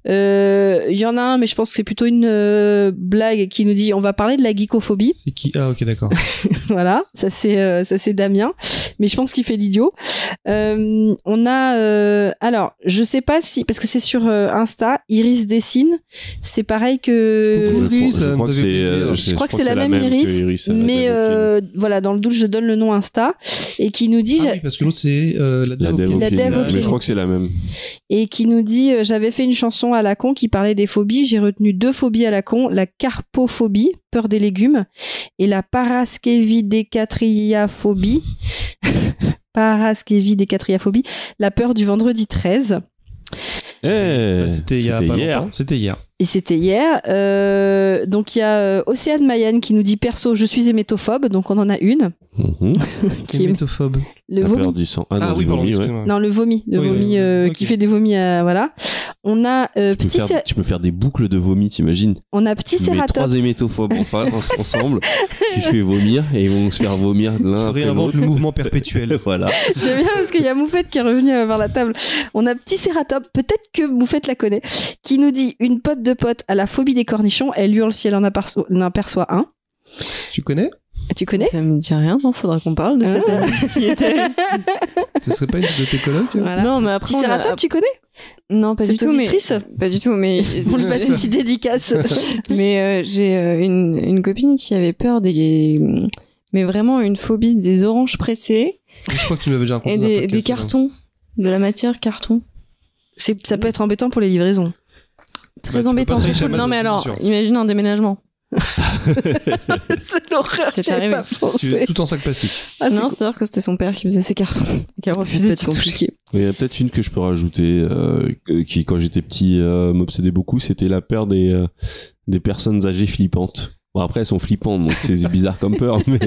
Euh, Il y en a un, mais je pense que c'est plutôt une euh, blague qui nous dit on va parler de la geekophobie.
C'est qui Ah, ok, d'accord.
(laughs) voilà, ça c'est euh, ça c'est Damien, mais je pense qu'il fait l'idiot. Euh, on a euh, alors je sais pas si parce que c'est sur euh, Insta, Iris dessine. C'est pareil que.
Coucou.
Je
Iris,
crois- je
ça me
crois que
faisait
c'est,
plaisir.
euh,
Je
c'est- je
crois que c'est la même
que
Iris,
euh,
Mais
Devil
euh, voilà, dans le doute, je donne le nom Insta et qui nous dit
Ah oui, parce que l'autre, c'est euh, la,
King. La
Dev Opinion.
La
Dev Opinion.
Dev
Mais
Opinion.
je crois que c'est la même.
et qui nous dit euh, j'avais fait une chanson à la con qui parlait des phobies, j'ai retenu deux phobies à la con, la carpophobie, peur des légumes, et la (laughs) paraskevidécatriaphobie. paraskevidécatriaphobie, la peur du vendredi 13.
Eh,
Ah, Bah, C'était il y a pas
hier.
longtemps. C'était hier.
Et c'était hier. Euh, donc il y a euh, Océane Mayenne qui nous dit perso, je suis hémétophobe, donc on en a une.
Mhm.
Qui est-
Hémétophobe.
Ah, Le
La
vomi.
peur du sang. Ah,
Ah
non,
oui,
du
pardon,
vomi, ouais.
excuse-moi.
Non, le vomi, le
Oui,
vomi
oui,
euh,
ok.
qui fait des vomis à voilà. On a euh,
Tu peux,
petit
faire,
cé-
tu peux faire des boucles de vomi, t'imagines
on a petit
Les trois
cératops.
hémétophobes enfin, en- ensemble, tu fais vomir et ils vont se faire vomir
Je
l'un après
réinvente
l'autre.
le mouvement perpétuel.
(laughs) voilà.
J'aime bien parce qu'il y a Moufette qui est revenu vers la table. On a petit cératop, peut-être que Moufette la connaît, qui nous dit une pote de pote à la phobie des cornichons, elle hurle si elle en aperçoit, en aperçoit un.
Tu connais
Tu connais
Ça me dit rien, non Faudra qu'on parle de cette
Ah.
amie
(laughs)
qui était-
Ce serait pas une de tes colocs hein
Voilà.
Non, mais après.
Petit
on a-
cératop, tu connais
Non, pas du
Cette
tout. Mais... (laughs)
auditrice
Pas du tout, mais.
(laughs) On lui passe une petite
(laughs)
dédicace.
Mais euh, j'ai euh, une, une copine qui avait peur des. Mais vraiment une phobie des oranges pressées
Je crois que tu m'avais déjà raconté.
et
dans un
des,
podcast,
des
ça.
cartons, de la matière carton.
C'est- ça peut être embêtant pour les livraisons.
Bah,
Très
tu peux
embêtant.
pas tricher
surtout-
à masse,
non, mais
c'est
alors,
sûr.
imagine un déménagement.
C'est l'horreur,
(laughs) C'est
j'y avais
arrivé.
pas
Tu-
pensé.
tout en sac plastique.
Ah, c'est
non, c'est-à-dire que c'était son père qui faisait ses cartons, (laughs) qui a refusé de
peut-être
compliqué.
Mais Il y a peut-être une que je peux rajouter, euh, qui quand j'étais petit euh, m'obsédait beaucoup, c'était la peur des, euh, des personnes âgées flippantes. Bon, après, elles sont flippantes, donc c'est bizarre comme peur, mais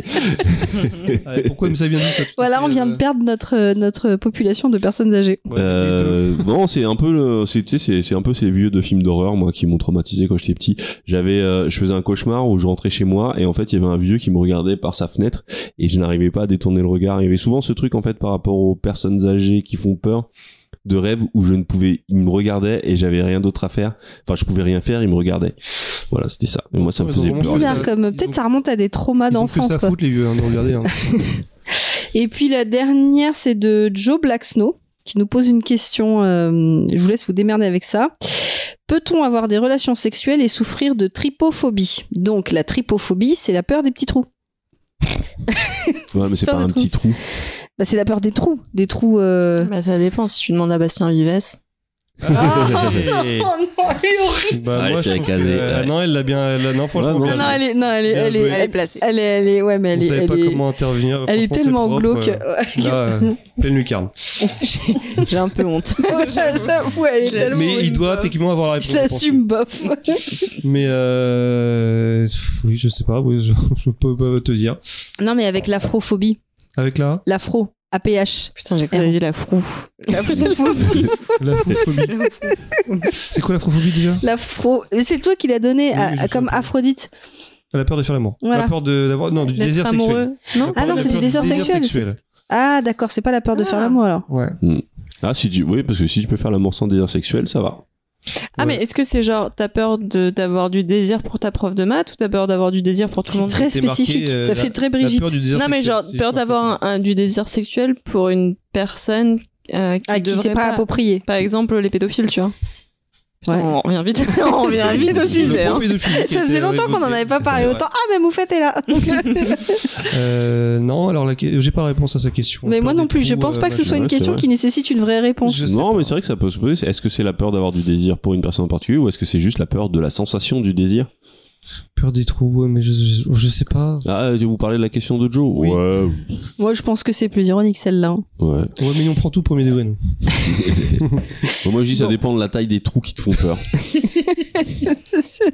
Ouais, Ah, pourquoi il me savait bien dit ça tout à
Voilà,
fait,
on vient de
euh,
perdre notre, notre population de personnes âgées.
ouais, les deux.
Euh, bon, c'est un peu, le- c'est tu sais, c'est- c'est un peu ces vieux de films d'horreur moi qui m'ont traumatisé quand j'étais petit. J'avais, euh, je faisais un cauchemar où je rentrais chez moi et en fait il y avait un vieux qui me regardait par sa fenêtre et je n'arrivais pas à détourner le regard. Il y avait souvent ce truc en fait par rapport aux personnes âgées qui font peur de rêve où je ne pouvais, il me regardait et j'avais rien d'autre à faire. Enfin, je pouvais rien faire, il me regardait. Voilà, c'était ça. Et moi, ça me
Ils ont
faisait
vraiment
peur.
fait
Bizarre
ça.
comme.
Ils
Peut-être
ont-
ça remonte à des traumas
Ils ont que
d'enfance.
ça à
Ah, quoi.
foutre, les vieux, hein, de regarder.
(laughs)
hein.
Et puis la dernière, c'est de Joe Blacksnow qui nous pose une question. euh, je vous laisse vous démerder avec ça. Peut-on avoir des relations sexuelles et souffrir de tripophobie Donc la tripophobie, c'est la peur des petits trous.
Ouais, mais c'est
Peur
pas
de
un
trou.
petit trou.
Bah, c'est la peur des trous, des trous. euh,
Bah, ça dépend. Si tu demandes à Bastien Vives,
Oh non, elle est horrible.
Bah,
Ouais,
moi,
je
je
l'ai
trouve
Ah, casé,
que, euh,
ouais.
Non, elle l'a bien. elle l'a- Non, franchement,
Ouais, non,
bien
Non, Ah, non,
joué.
elle est, non, elle est,
Bien
elle est,
joué.
elle est,
placée.
elle est- elle est- ouais, mais
On
elle est,
savait
elle
pas
est,
comment intervenir.
elle est
Franchement, c'est
tellement
propre,
glauque.
euh,
(laughs)
Là, euh, pleine lucarne.
J'ai-
j'ai un peu honte.
J'avoue, elle est
Je
tellement.
Mais il doit techniquement avoir la réponse.
Je
pense.
l'assume, bof.
Mais euh... pff, oui, je sais pas, oui, je, (laughs) je peux pas te dire.
Non, mais avec l'afrophobie,
Avec la,
l'afro, APH.
(laughs) Putain, j'ai
Elle-
connu la frouf. La
(laughs)
l'afrophobie. c'est quoi l'afrophobie déjà
L'afro. Mais c'est toi qui l'as donné à-
Oui, je
à- comme
sais pas.
Aphrodite.
La peur de faire l'amour.
Voilà.
La peur de d'avoir non du désir sexuel.
Non
Ah non,
La
c'est du
peur
désir sexuel, Ah, d'accord, c'est pas la peur de
Ah.
faire l'amour alors.
Ouais.
Ah, si tu, oui, parce que si tu peux faire l'amour sans désir sexuel, ça va.
Ah, mais est-ce que c'est genre, t'as peur de- d'avoir du désir pour ta prof de maths ou t'as peur d'avoir du désir pour tout le
C'est
monde
très
C'était marqué,
spécifique.
euh,
ça fait très
La
Brigitte.
peur du désir
Non, mais
sexuel,
genre,
si, je
peur
crois que c'est
d'avoir un, un- du désir sexuel pour une personne euh, qui
Ah, qui
devrait
s'est pas
pas,
approprié.
par exemple, les pédophiles, tu vois. Putain,
Ouais.
on revient vite, (laughs) on revient vite au
ça. Le
sujet. hein.
propre pédophile qui
Ça faisait
était
longtemps qu'on en
révoqué.
avait pas parlé
Ouais.
autant. Ah, mais Moufette est là.
Euh, non, alors la... que- j'ai pas la réponse à sa question.
mais
Peur
moi non
des
plus, je
trous,
pense
euh,
pas que ce
machin.
soit une
ouais, c'est
question
vrai.
qui nécessite une vraie réponse.
Je sais
non,
pas.
mais c'est vrai que ça peut se poser. Est-ce que c'est la peur d'avoir du désir pour une personne en particulier ou est-ce que c'est juste la peur de la sensation du désir
Peur des trous, ouais, mais je, je, je sais pas.
Ah, je vous parler de la question de Joe
Oui.
Ouais.
Moi, je pense que c'est plus ironique celle-là. hein.
(laughs)
ouais.
Ouais, mais on prend tout premier degré. nous.
Bon, moi, je dis ça
Bon.
dépend de la taille des trous qui te font
(laughs)
peur.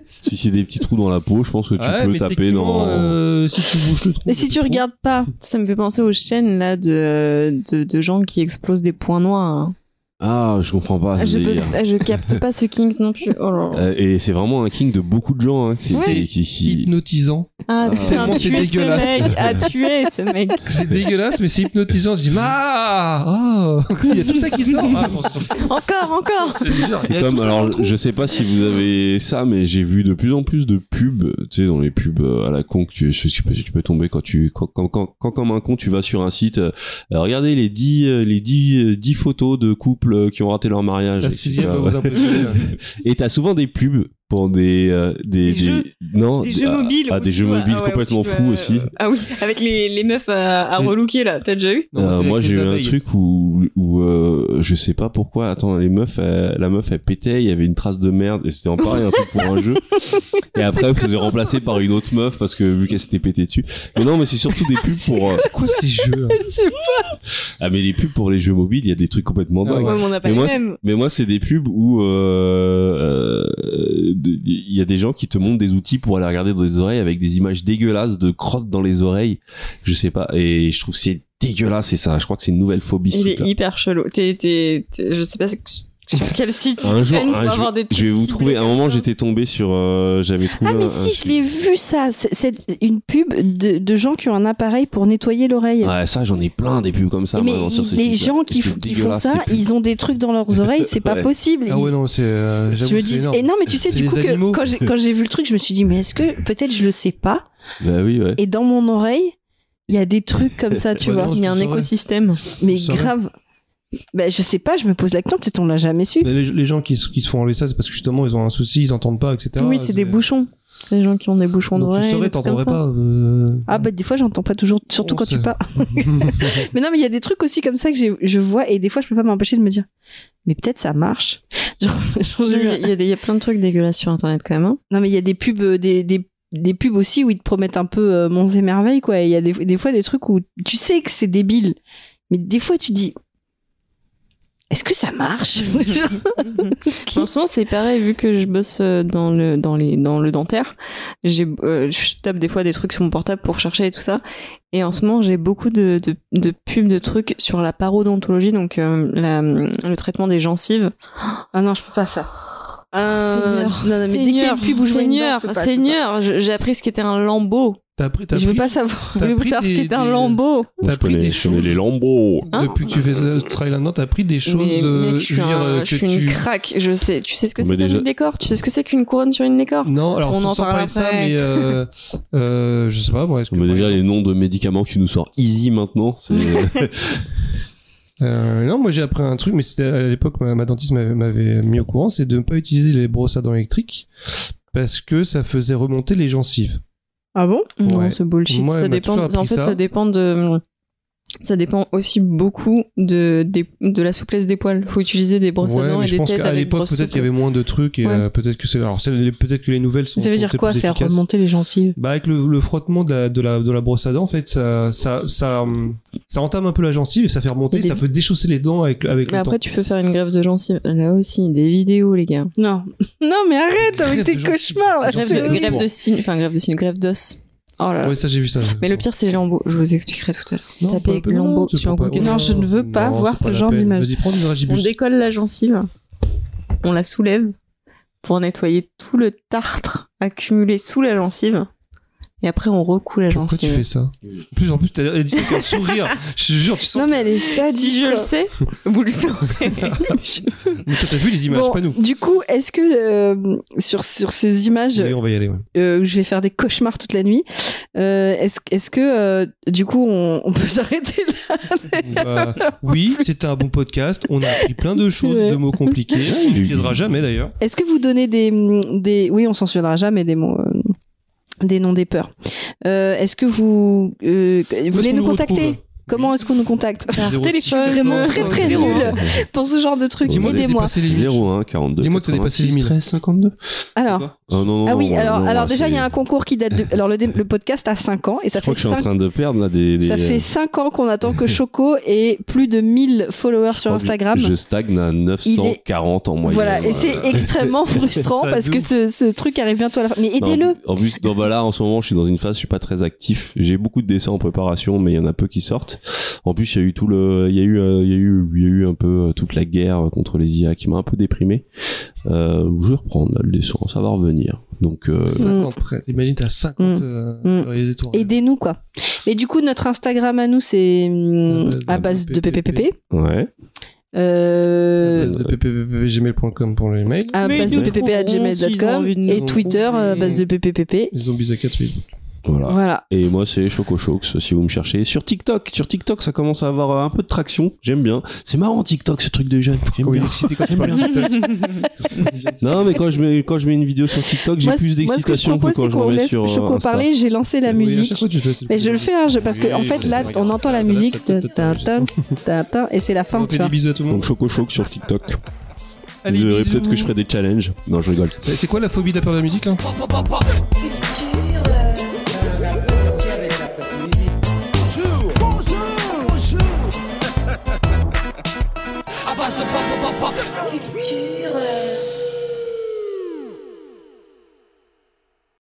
si c'est des petits trous dans la peau, je pense que Bah, tu
Ouais,
peux
mais
taper
techniquement,
dans.
euh, si tu bouges le trou.
mais si tu regardes pas,
Ça me fait penser aux chaînes là de, de, de gens qui explosent des points noirs. hein.
Ah, je comprends pas.
Ah,
ce
je, peux,
délire.
ah, je capte pas ce kink non plus. Oh là là.
Euh, et c'est vraiment un king de beaucoup de gens. Hein, qui-
Ouais.
c'est- qui- qui-
hypnotisant.
(laughs)
Ah,
Ah,
putain,
tellement c'est
tuer ce
dégueulasse.
mec, à tuer ce mec.
C'est dégueulasse, mais c'est hypnotisant. Je dis, ah, ah, (laughs) il y a tout ça qui sort. Ah, attends, c'est- c'est-
Encore, encore.
c'est bizarre. Il y
C'est
a
comme,
tout ça dans le
alors,
trou.
je sais pas si vous avez ça, mais j'ai vu de plus en plus de pubs, tu sais, dans les pubs euh, à la con que tu, je- tu peux, tu peux tomber quand tu, quand, quand, quand, quand comme un con, tu vas sur un site, euh, euh, regardez les 10, euh, les 10, euh, 10 photos de couples euh, qui ont raté leur mariage.
La
etc.
sixième va vous impressionner. hein.
Et t'as souvent des pubs pour des, euh, des,
Des jeux-
non,
Des
(laughs)
jeux
ah,
mobiles.
ah,
où
des
tu
jeux
dois-
mobiles
ah ouais, où
complètement
tu dois-
fous aussi. Mm.
Ah oui, avec les, les meufs à, à relooker là, t'as déjà (laughs) eu
Non,
Euh,
c'est
moi
avec
j'ai
les
eu un
abeilles.
truc où, où euh, je sais pas pourquoi attends les meufs euh, la meuf elle pétait il y avait une trace de merde et c'était en pareil un truc pour
(laughs)
un jeu et après elle faisait remplacer par une autre meuf parce que vu qu'elle s'était pétée dessus mais non mais c'est surtout des pubs
(laughs)
pour euh,
Quoi ces jeux hein
(laughs)
là
ah mais les pubs pour les jeux mobiles il y a des trucs complètement
Ah
dingues
ouais.
Ouais, mais on n'a pas
Mais
les
moi,
mêmes.
mais moi c'est des pubs où euh, euh, de- il y a des gens qui te montrent des outils pour aller regarder dans les oreilles avec des images dégueulasses de crottes dans les oreilles je sais pas et je trouve que c'est dégueulasse et ça je crois que c'est une nouvelle phobie ce
Il
truc
est
là
hyper chelou. T'es, t'es, t'es- je sais pas sur quel site tu
Ah, un
te
jour,
traînes pour
un jour-
avoir des
je vais
trucs
vous trouver.
ciblés
À un moment,
comme ça.
j'étais tombé sur. euh, J'avais trouvé.
ah mais
un-
si,
un
je
site.
l'ai vu ça. C'est- C'est une pub de, de gens qui ont un appareil pour nettoyer l'oreille.
Ouais, ça, j'en ai plein des pubs comme ça.
mais
moi, sur ces
il- les
sites-là.
gens qui,
C'est
f- qui font
dégueulasse,
ça,
c'est plus-
ils ont des trucs dans leurs
(laughs)
oreilles, c'est pas
Ouais.
possible.
Ah
Ils-
ouais, non, c'est. euh, j'avoue,
je me
c'est
dis
énorme.
et non mais tu sais
C'est
du
des
coup que
animaux.
quand j'ai quand j'ai vu le truc je me suis dit mais est-ce que peut-être je le sais pas
Bah oui, ouais.
et dans mon oreille il y a des trucs comme ça tu
(laughs) Ouais,
vois
non,
Il y a
je
un
saurais.
écosystème.
mais
je saurais.
grave ben je sais pas je me pose la question peut-être on l'a jamais su
Mais les, les gens qui, se- qui se font enlever ça, c'est parce que justement ils ont un souci, ils entendent pas, etc.
oui, c'est des bouchons. C'est Les gens qui ont des bouchons
Donc,
d'oreilles.
tu saurais,
des trucs comme
t'entendrais
ça.
pas. euh.
ah bah des fois j'entends pas toujours surtout
On
quand tu
sait.
parles (laughs) mais non mais il y a des trucs aussi comme ça que j'ai- je vois et des fois je peux pas m'empêcher de me dire mais peut-être ça marche (laughs) Genre, genre, j'ai
Il y
eu-
a- il y, a des- il y a plein de trucs dégueulasses sur internet quand
(laughs)
même. hein.
Non, mais il y a des pubs, euh, des, des, des pubs aussi où ils te promettent un peu euh, monts et merveilles, quoi. Et Il y a des, des fois des trucs où tu sais que c'est débile, mais des fois tu dis. est-ce que ça
(laughs)
marche (laughs)
En ce moment, c'est pareil, vu que je bosse euh, dans le, dans les, dans le dentaire, j'ai, euh, je tape des fois des trucs sur mon portable pour chercher et tout ça. Et en ce moment, j'ai beaucoup de, de, de pubs, de trucs sur la parodontologie, donc euh, la- le traitement des gencives.
Ah non, je peux pas ça. Euh,
Seigneur, Seigneur, Seigneur, Seigneur, je- j'ai appris ce qu'était un lambeau.
(laughs) T'as appris, t'as
Je veux
appris-
pas savoir.
t'as
Voulez-vous
appris
savoir ce
des-
qu'était un
des-
lambeau
Moi,
T'as
je connais,
appris des
je connais
choses.
les lambeaux.
Hein
Depuis que tu fais ce trail maintenant, t'as appris des choses.
Mais,
euh,
mec, je
je
suis,
veux dire,
un-
euh,
je
que
suis une
tu.
craque. Je sais. Tu sais ce que
Mais
c'est
déjà-
qu'une décor Tu sais ce que c'est qu'une couronne sur une décor
Non, alors
On
on
en
en
parle
parler de ça,
après.
mais euh, euh, je sais pas. Bon, est-ce que
Mais déjà, les noms de médicaments que tu nous sors easy maintenant,
(laughs)
c'est.
Euh, non, moi j'ai appris un truc, mais c'était à l'époque ma, ma dentiste m'avait- m'avait mis au courant, c'est de ne pas utiliser les brosses à dents électriques parce que ça faisait remonter les gencives.
Ah bon
Non,
Ouais.
c'est bullshit.
Moi, elle m'a
ça dépend.
toujours
En
appris
fait, ça.
ça.
dépend de. Ça dépend aussi beaucoup de, des- de la souplesse des poils. Faut utiliser des brosses à
ouais,
dents
mais
et
je
des
pense
têtes
qu'à
avec
l'époque
brosses
peut-être qu'il y
souples.
avait moins de trucs et
Ouais.
euh, peut-être que c'est alors celles- peut-être que les nouvelles sont.
Ça veut
sont
dire
peut-être
quoi
plus
faire
efficaces.
remonter les gencives
Bah avec le, le frottement de la, de la de la brosse à dents en fait ça ça ça hum, ça entame un peu la gencive et ça fait remonter
Et des-
ça fait déchausser les dents avec avec
Mais
le
après,
temps.
tu peux faire une grève de gencives. Là aussi, des vidéos, les gars.
Non. (laughs) Non, mais arrête
Grève
avec tes
de gencives.
cauchemars là,
Grève
Grève
c'est
de-
de,
horrible.
grève de signe. Enfin, grève de signe, grève d'os. Oh là là.
Ouais ça j'ai vu ça.
Mais le pire, c'est les lambeaux. Je vous expliquerai tout à l'heure.
Non,
tapez
pas la peine,
Lambeau
c'est
sur
pas-
Google.
Non, je ne veux pas
non,
voir
c'est
ce
la
genre
peine.
d'image.
Vas-y prends du
On
dragibus.
décolle la gencive. On la soulève pour nettoyer tout le tartre accumulé sous la gencive. Et après, on recoue la
Pourquoi tu
gencive.
fais ça En plus, en plus, t'as elle dit ça avec un sourire. Je te jure, tu sens.
Non, mais elle est sadique.
Si je le
quoi.
sais, vous le saurez. Je-
Mais toi, t'as vu les images,
Bon,
pas nous.
Du coup, est-ce que euh, sur, sur ces images
Oui, on va y aller. Ouais.
(laughs) euh, où je vais faire des cauchemars toute la nuit, euh, est-ce est que euh, du coup on, on peut (laughs) s'arrêter là
Bah, oui, c'était un bon podcast. On a appris plein de choses,
Ouais.
de mots compliqués. On n'utilisera jamais d'ailleurs.
Est-ce que vous donnez des, des oui, on censurera jamais des mots, euh, des noms des peurs. Euh, est-ce que vous euh, vous voulez nous contacter Comment est-ce qu'on nous contacte
téléphone,
vraiment très, très nul. (laughs) pour ce genre de truc
Dis-moi des
Aidez-moi.
(laughs) 01 42.
Dis-moi que t'as dépassé les
86,
1000.
13, 52.
Alors.
Oh, non, non,
Ah oui,
non,
alors,
non,
alors
non,
déjà
c'est-
il y a un concours qui date de... Alors le, dé- le podcast a 5 ans et ça
Je crois
fait
que je suis en
5
train de euh, perdre là des. des-
Ça fait 5 ans qu'on attend que Choco ait plus de 1000 followers
je
sur
crois que
Instagram.
Je stagne à 940 en moyenne.
Voilà, et c'est extrêmement frustrant
Ça
parce que
double.
ce, ce truc arrive bientôt à la fin. Mais
Non,
aidez-le
Bah, En plus, non, bah là, en ce moment, je suis dans une phase, je suis pas très actif. J'ai beaucoup de dessins en préparation, mais il y en a peu qui sortent. En plus, il y a eu tout le, il y a eu, euh, il y a eu, il y a eu un peu euh, toute la guerre contre les IA qui m'a un peu déprimé. Euh, je vais reprendre là, le dessin, ça va revenir. Donc, euh,
50 près. Imagine, t'as 50 euh,
Mm.
réalisés toi.
Aidez-nous, quoi. Mais du coup, notre Instagram à nous, c'est hum,
base de
à base de
PPP.
PPPP.
ouais.
Euh,
de ppppgmail.com pour les mails.
à
Mais
base de
nous
pp à
trouverons s'ils ont
gmail.com
envie de nous
et Twitter
trouver.
euh, base de pppp
Les zombies à 4 Facebook.
Voilà.
voilà
Et moi, c'est Choco Chocs, si vous me cherchez. Sur TikTok, sur TikTok, ça commence à avoir euh, un peu de traction. J'aime bien. C'est marrant, TikTok, ce truc de jeune. J'aime
Oh, il est
bien.
excité
(laughs)
quand tu parles de TikTok.
Non, mais quand je mets, quand je mets une vidéo sur TikTok, j'ai
moi,
plus
ce- moi, ce que je
d'excitation que
propose c'est
quand je
qu'on
mets
laisse
sur euh,
Choco
Insta.
parler j'ai lancé la
Oui, à
musique
chaque fois, tu fais, c'est le
mais
plus
je le
drôle.
fais hein, je- parce que
Oui,
en
oui,
fait
je
là
sais,
on
regarde, (laughs)
entend la
ça, ça,
musique
ça, ça, ça,
ta-
ça,
ta-
ça.
ta- ta- et c'est la fin
On
tu
fait des
vois
bisous à tout le monde.
Donc Choco Choc sur TikTok.
Allez,
vous verrez
bisous. Bah,
peut-être que je ferai des challenges. Non, je rigole.
Euh, C'est quoi la phobie de la peur de la musique là
Culture.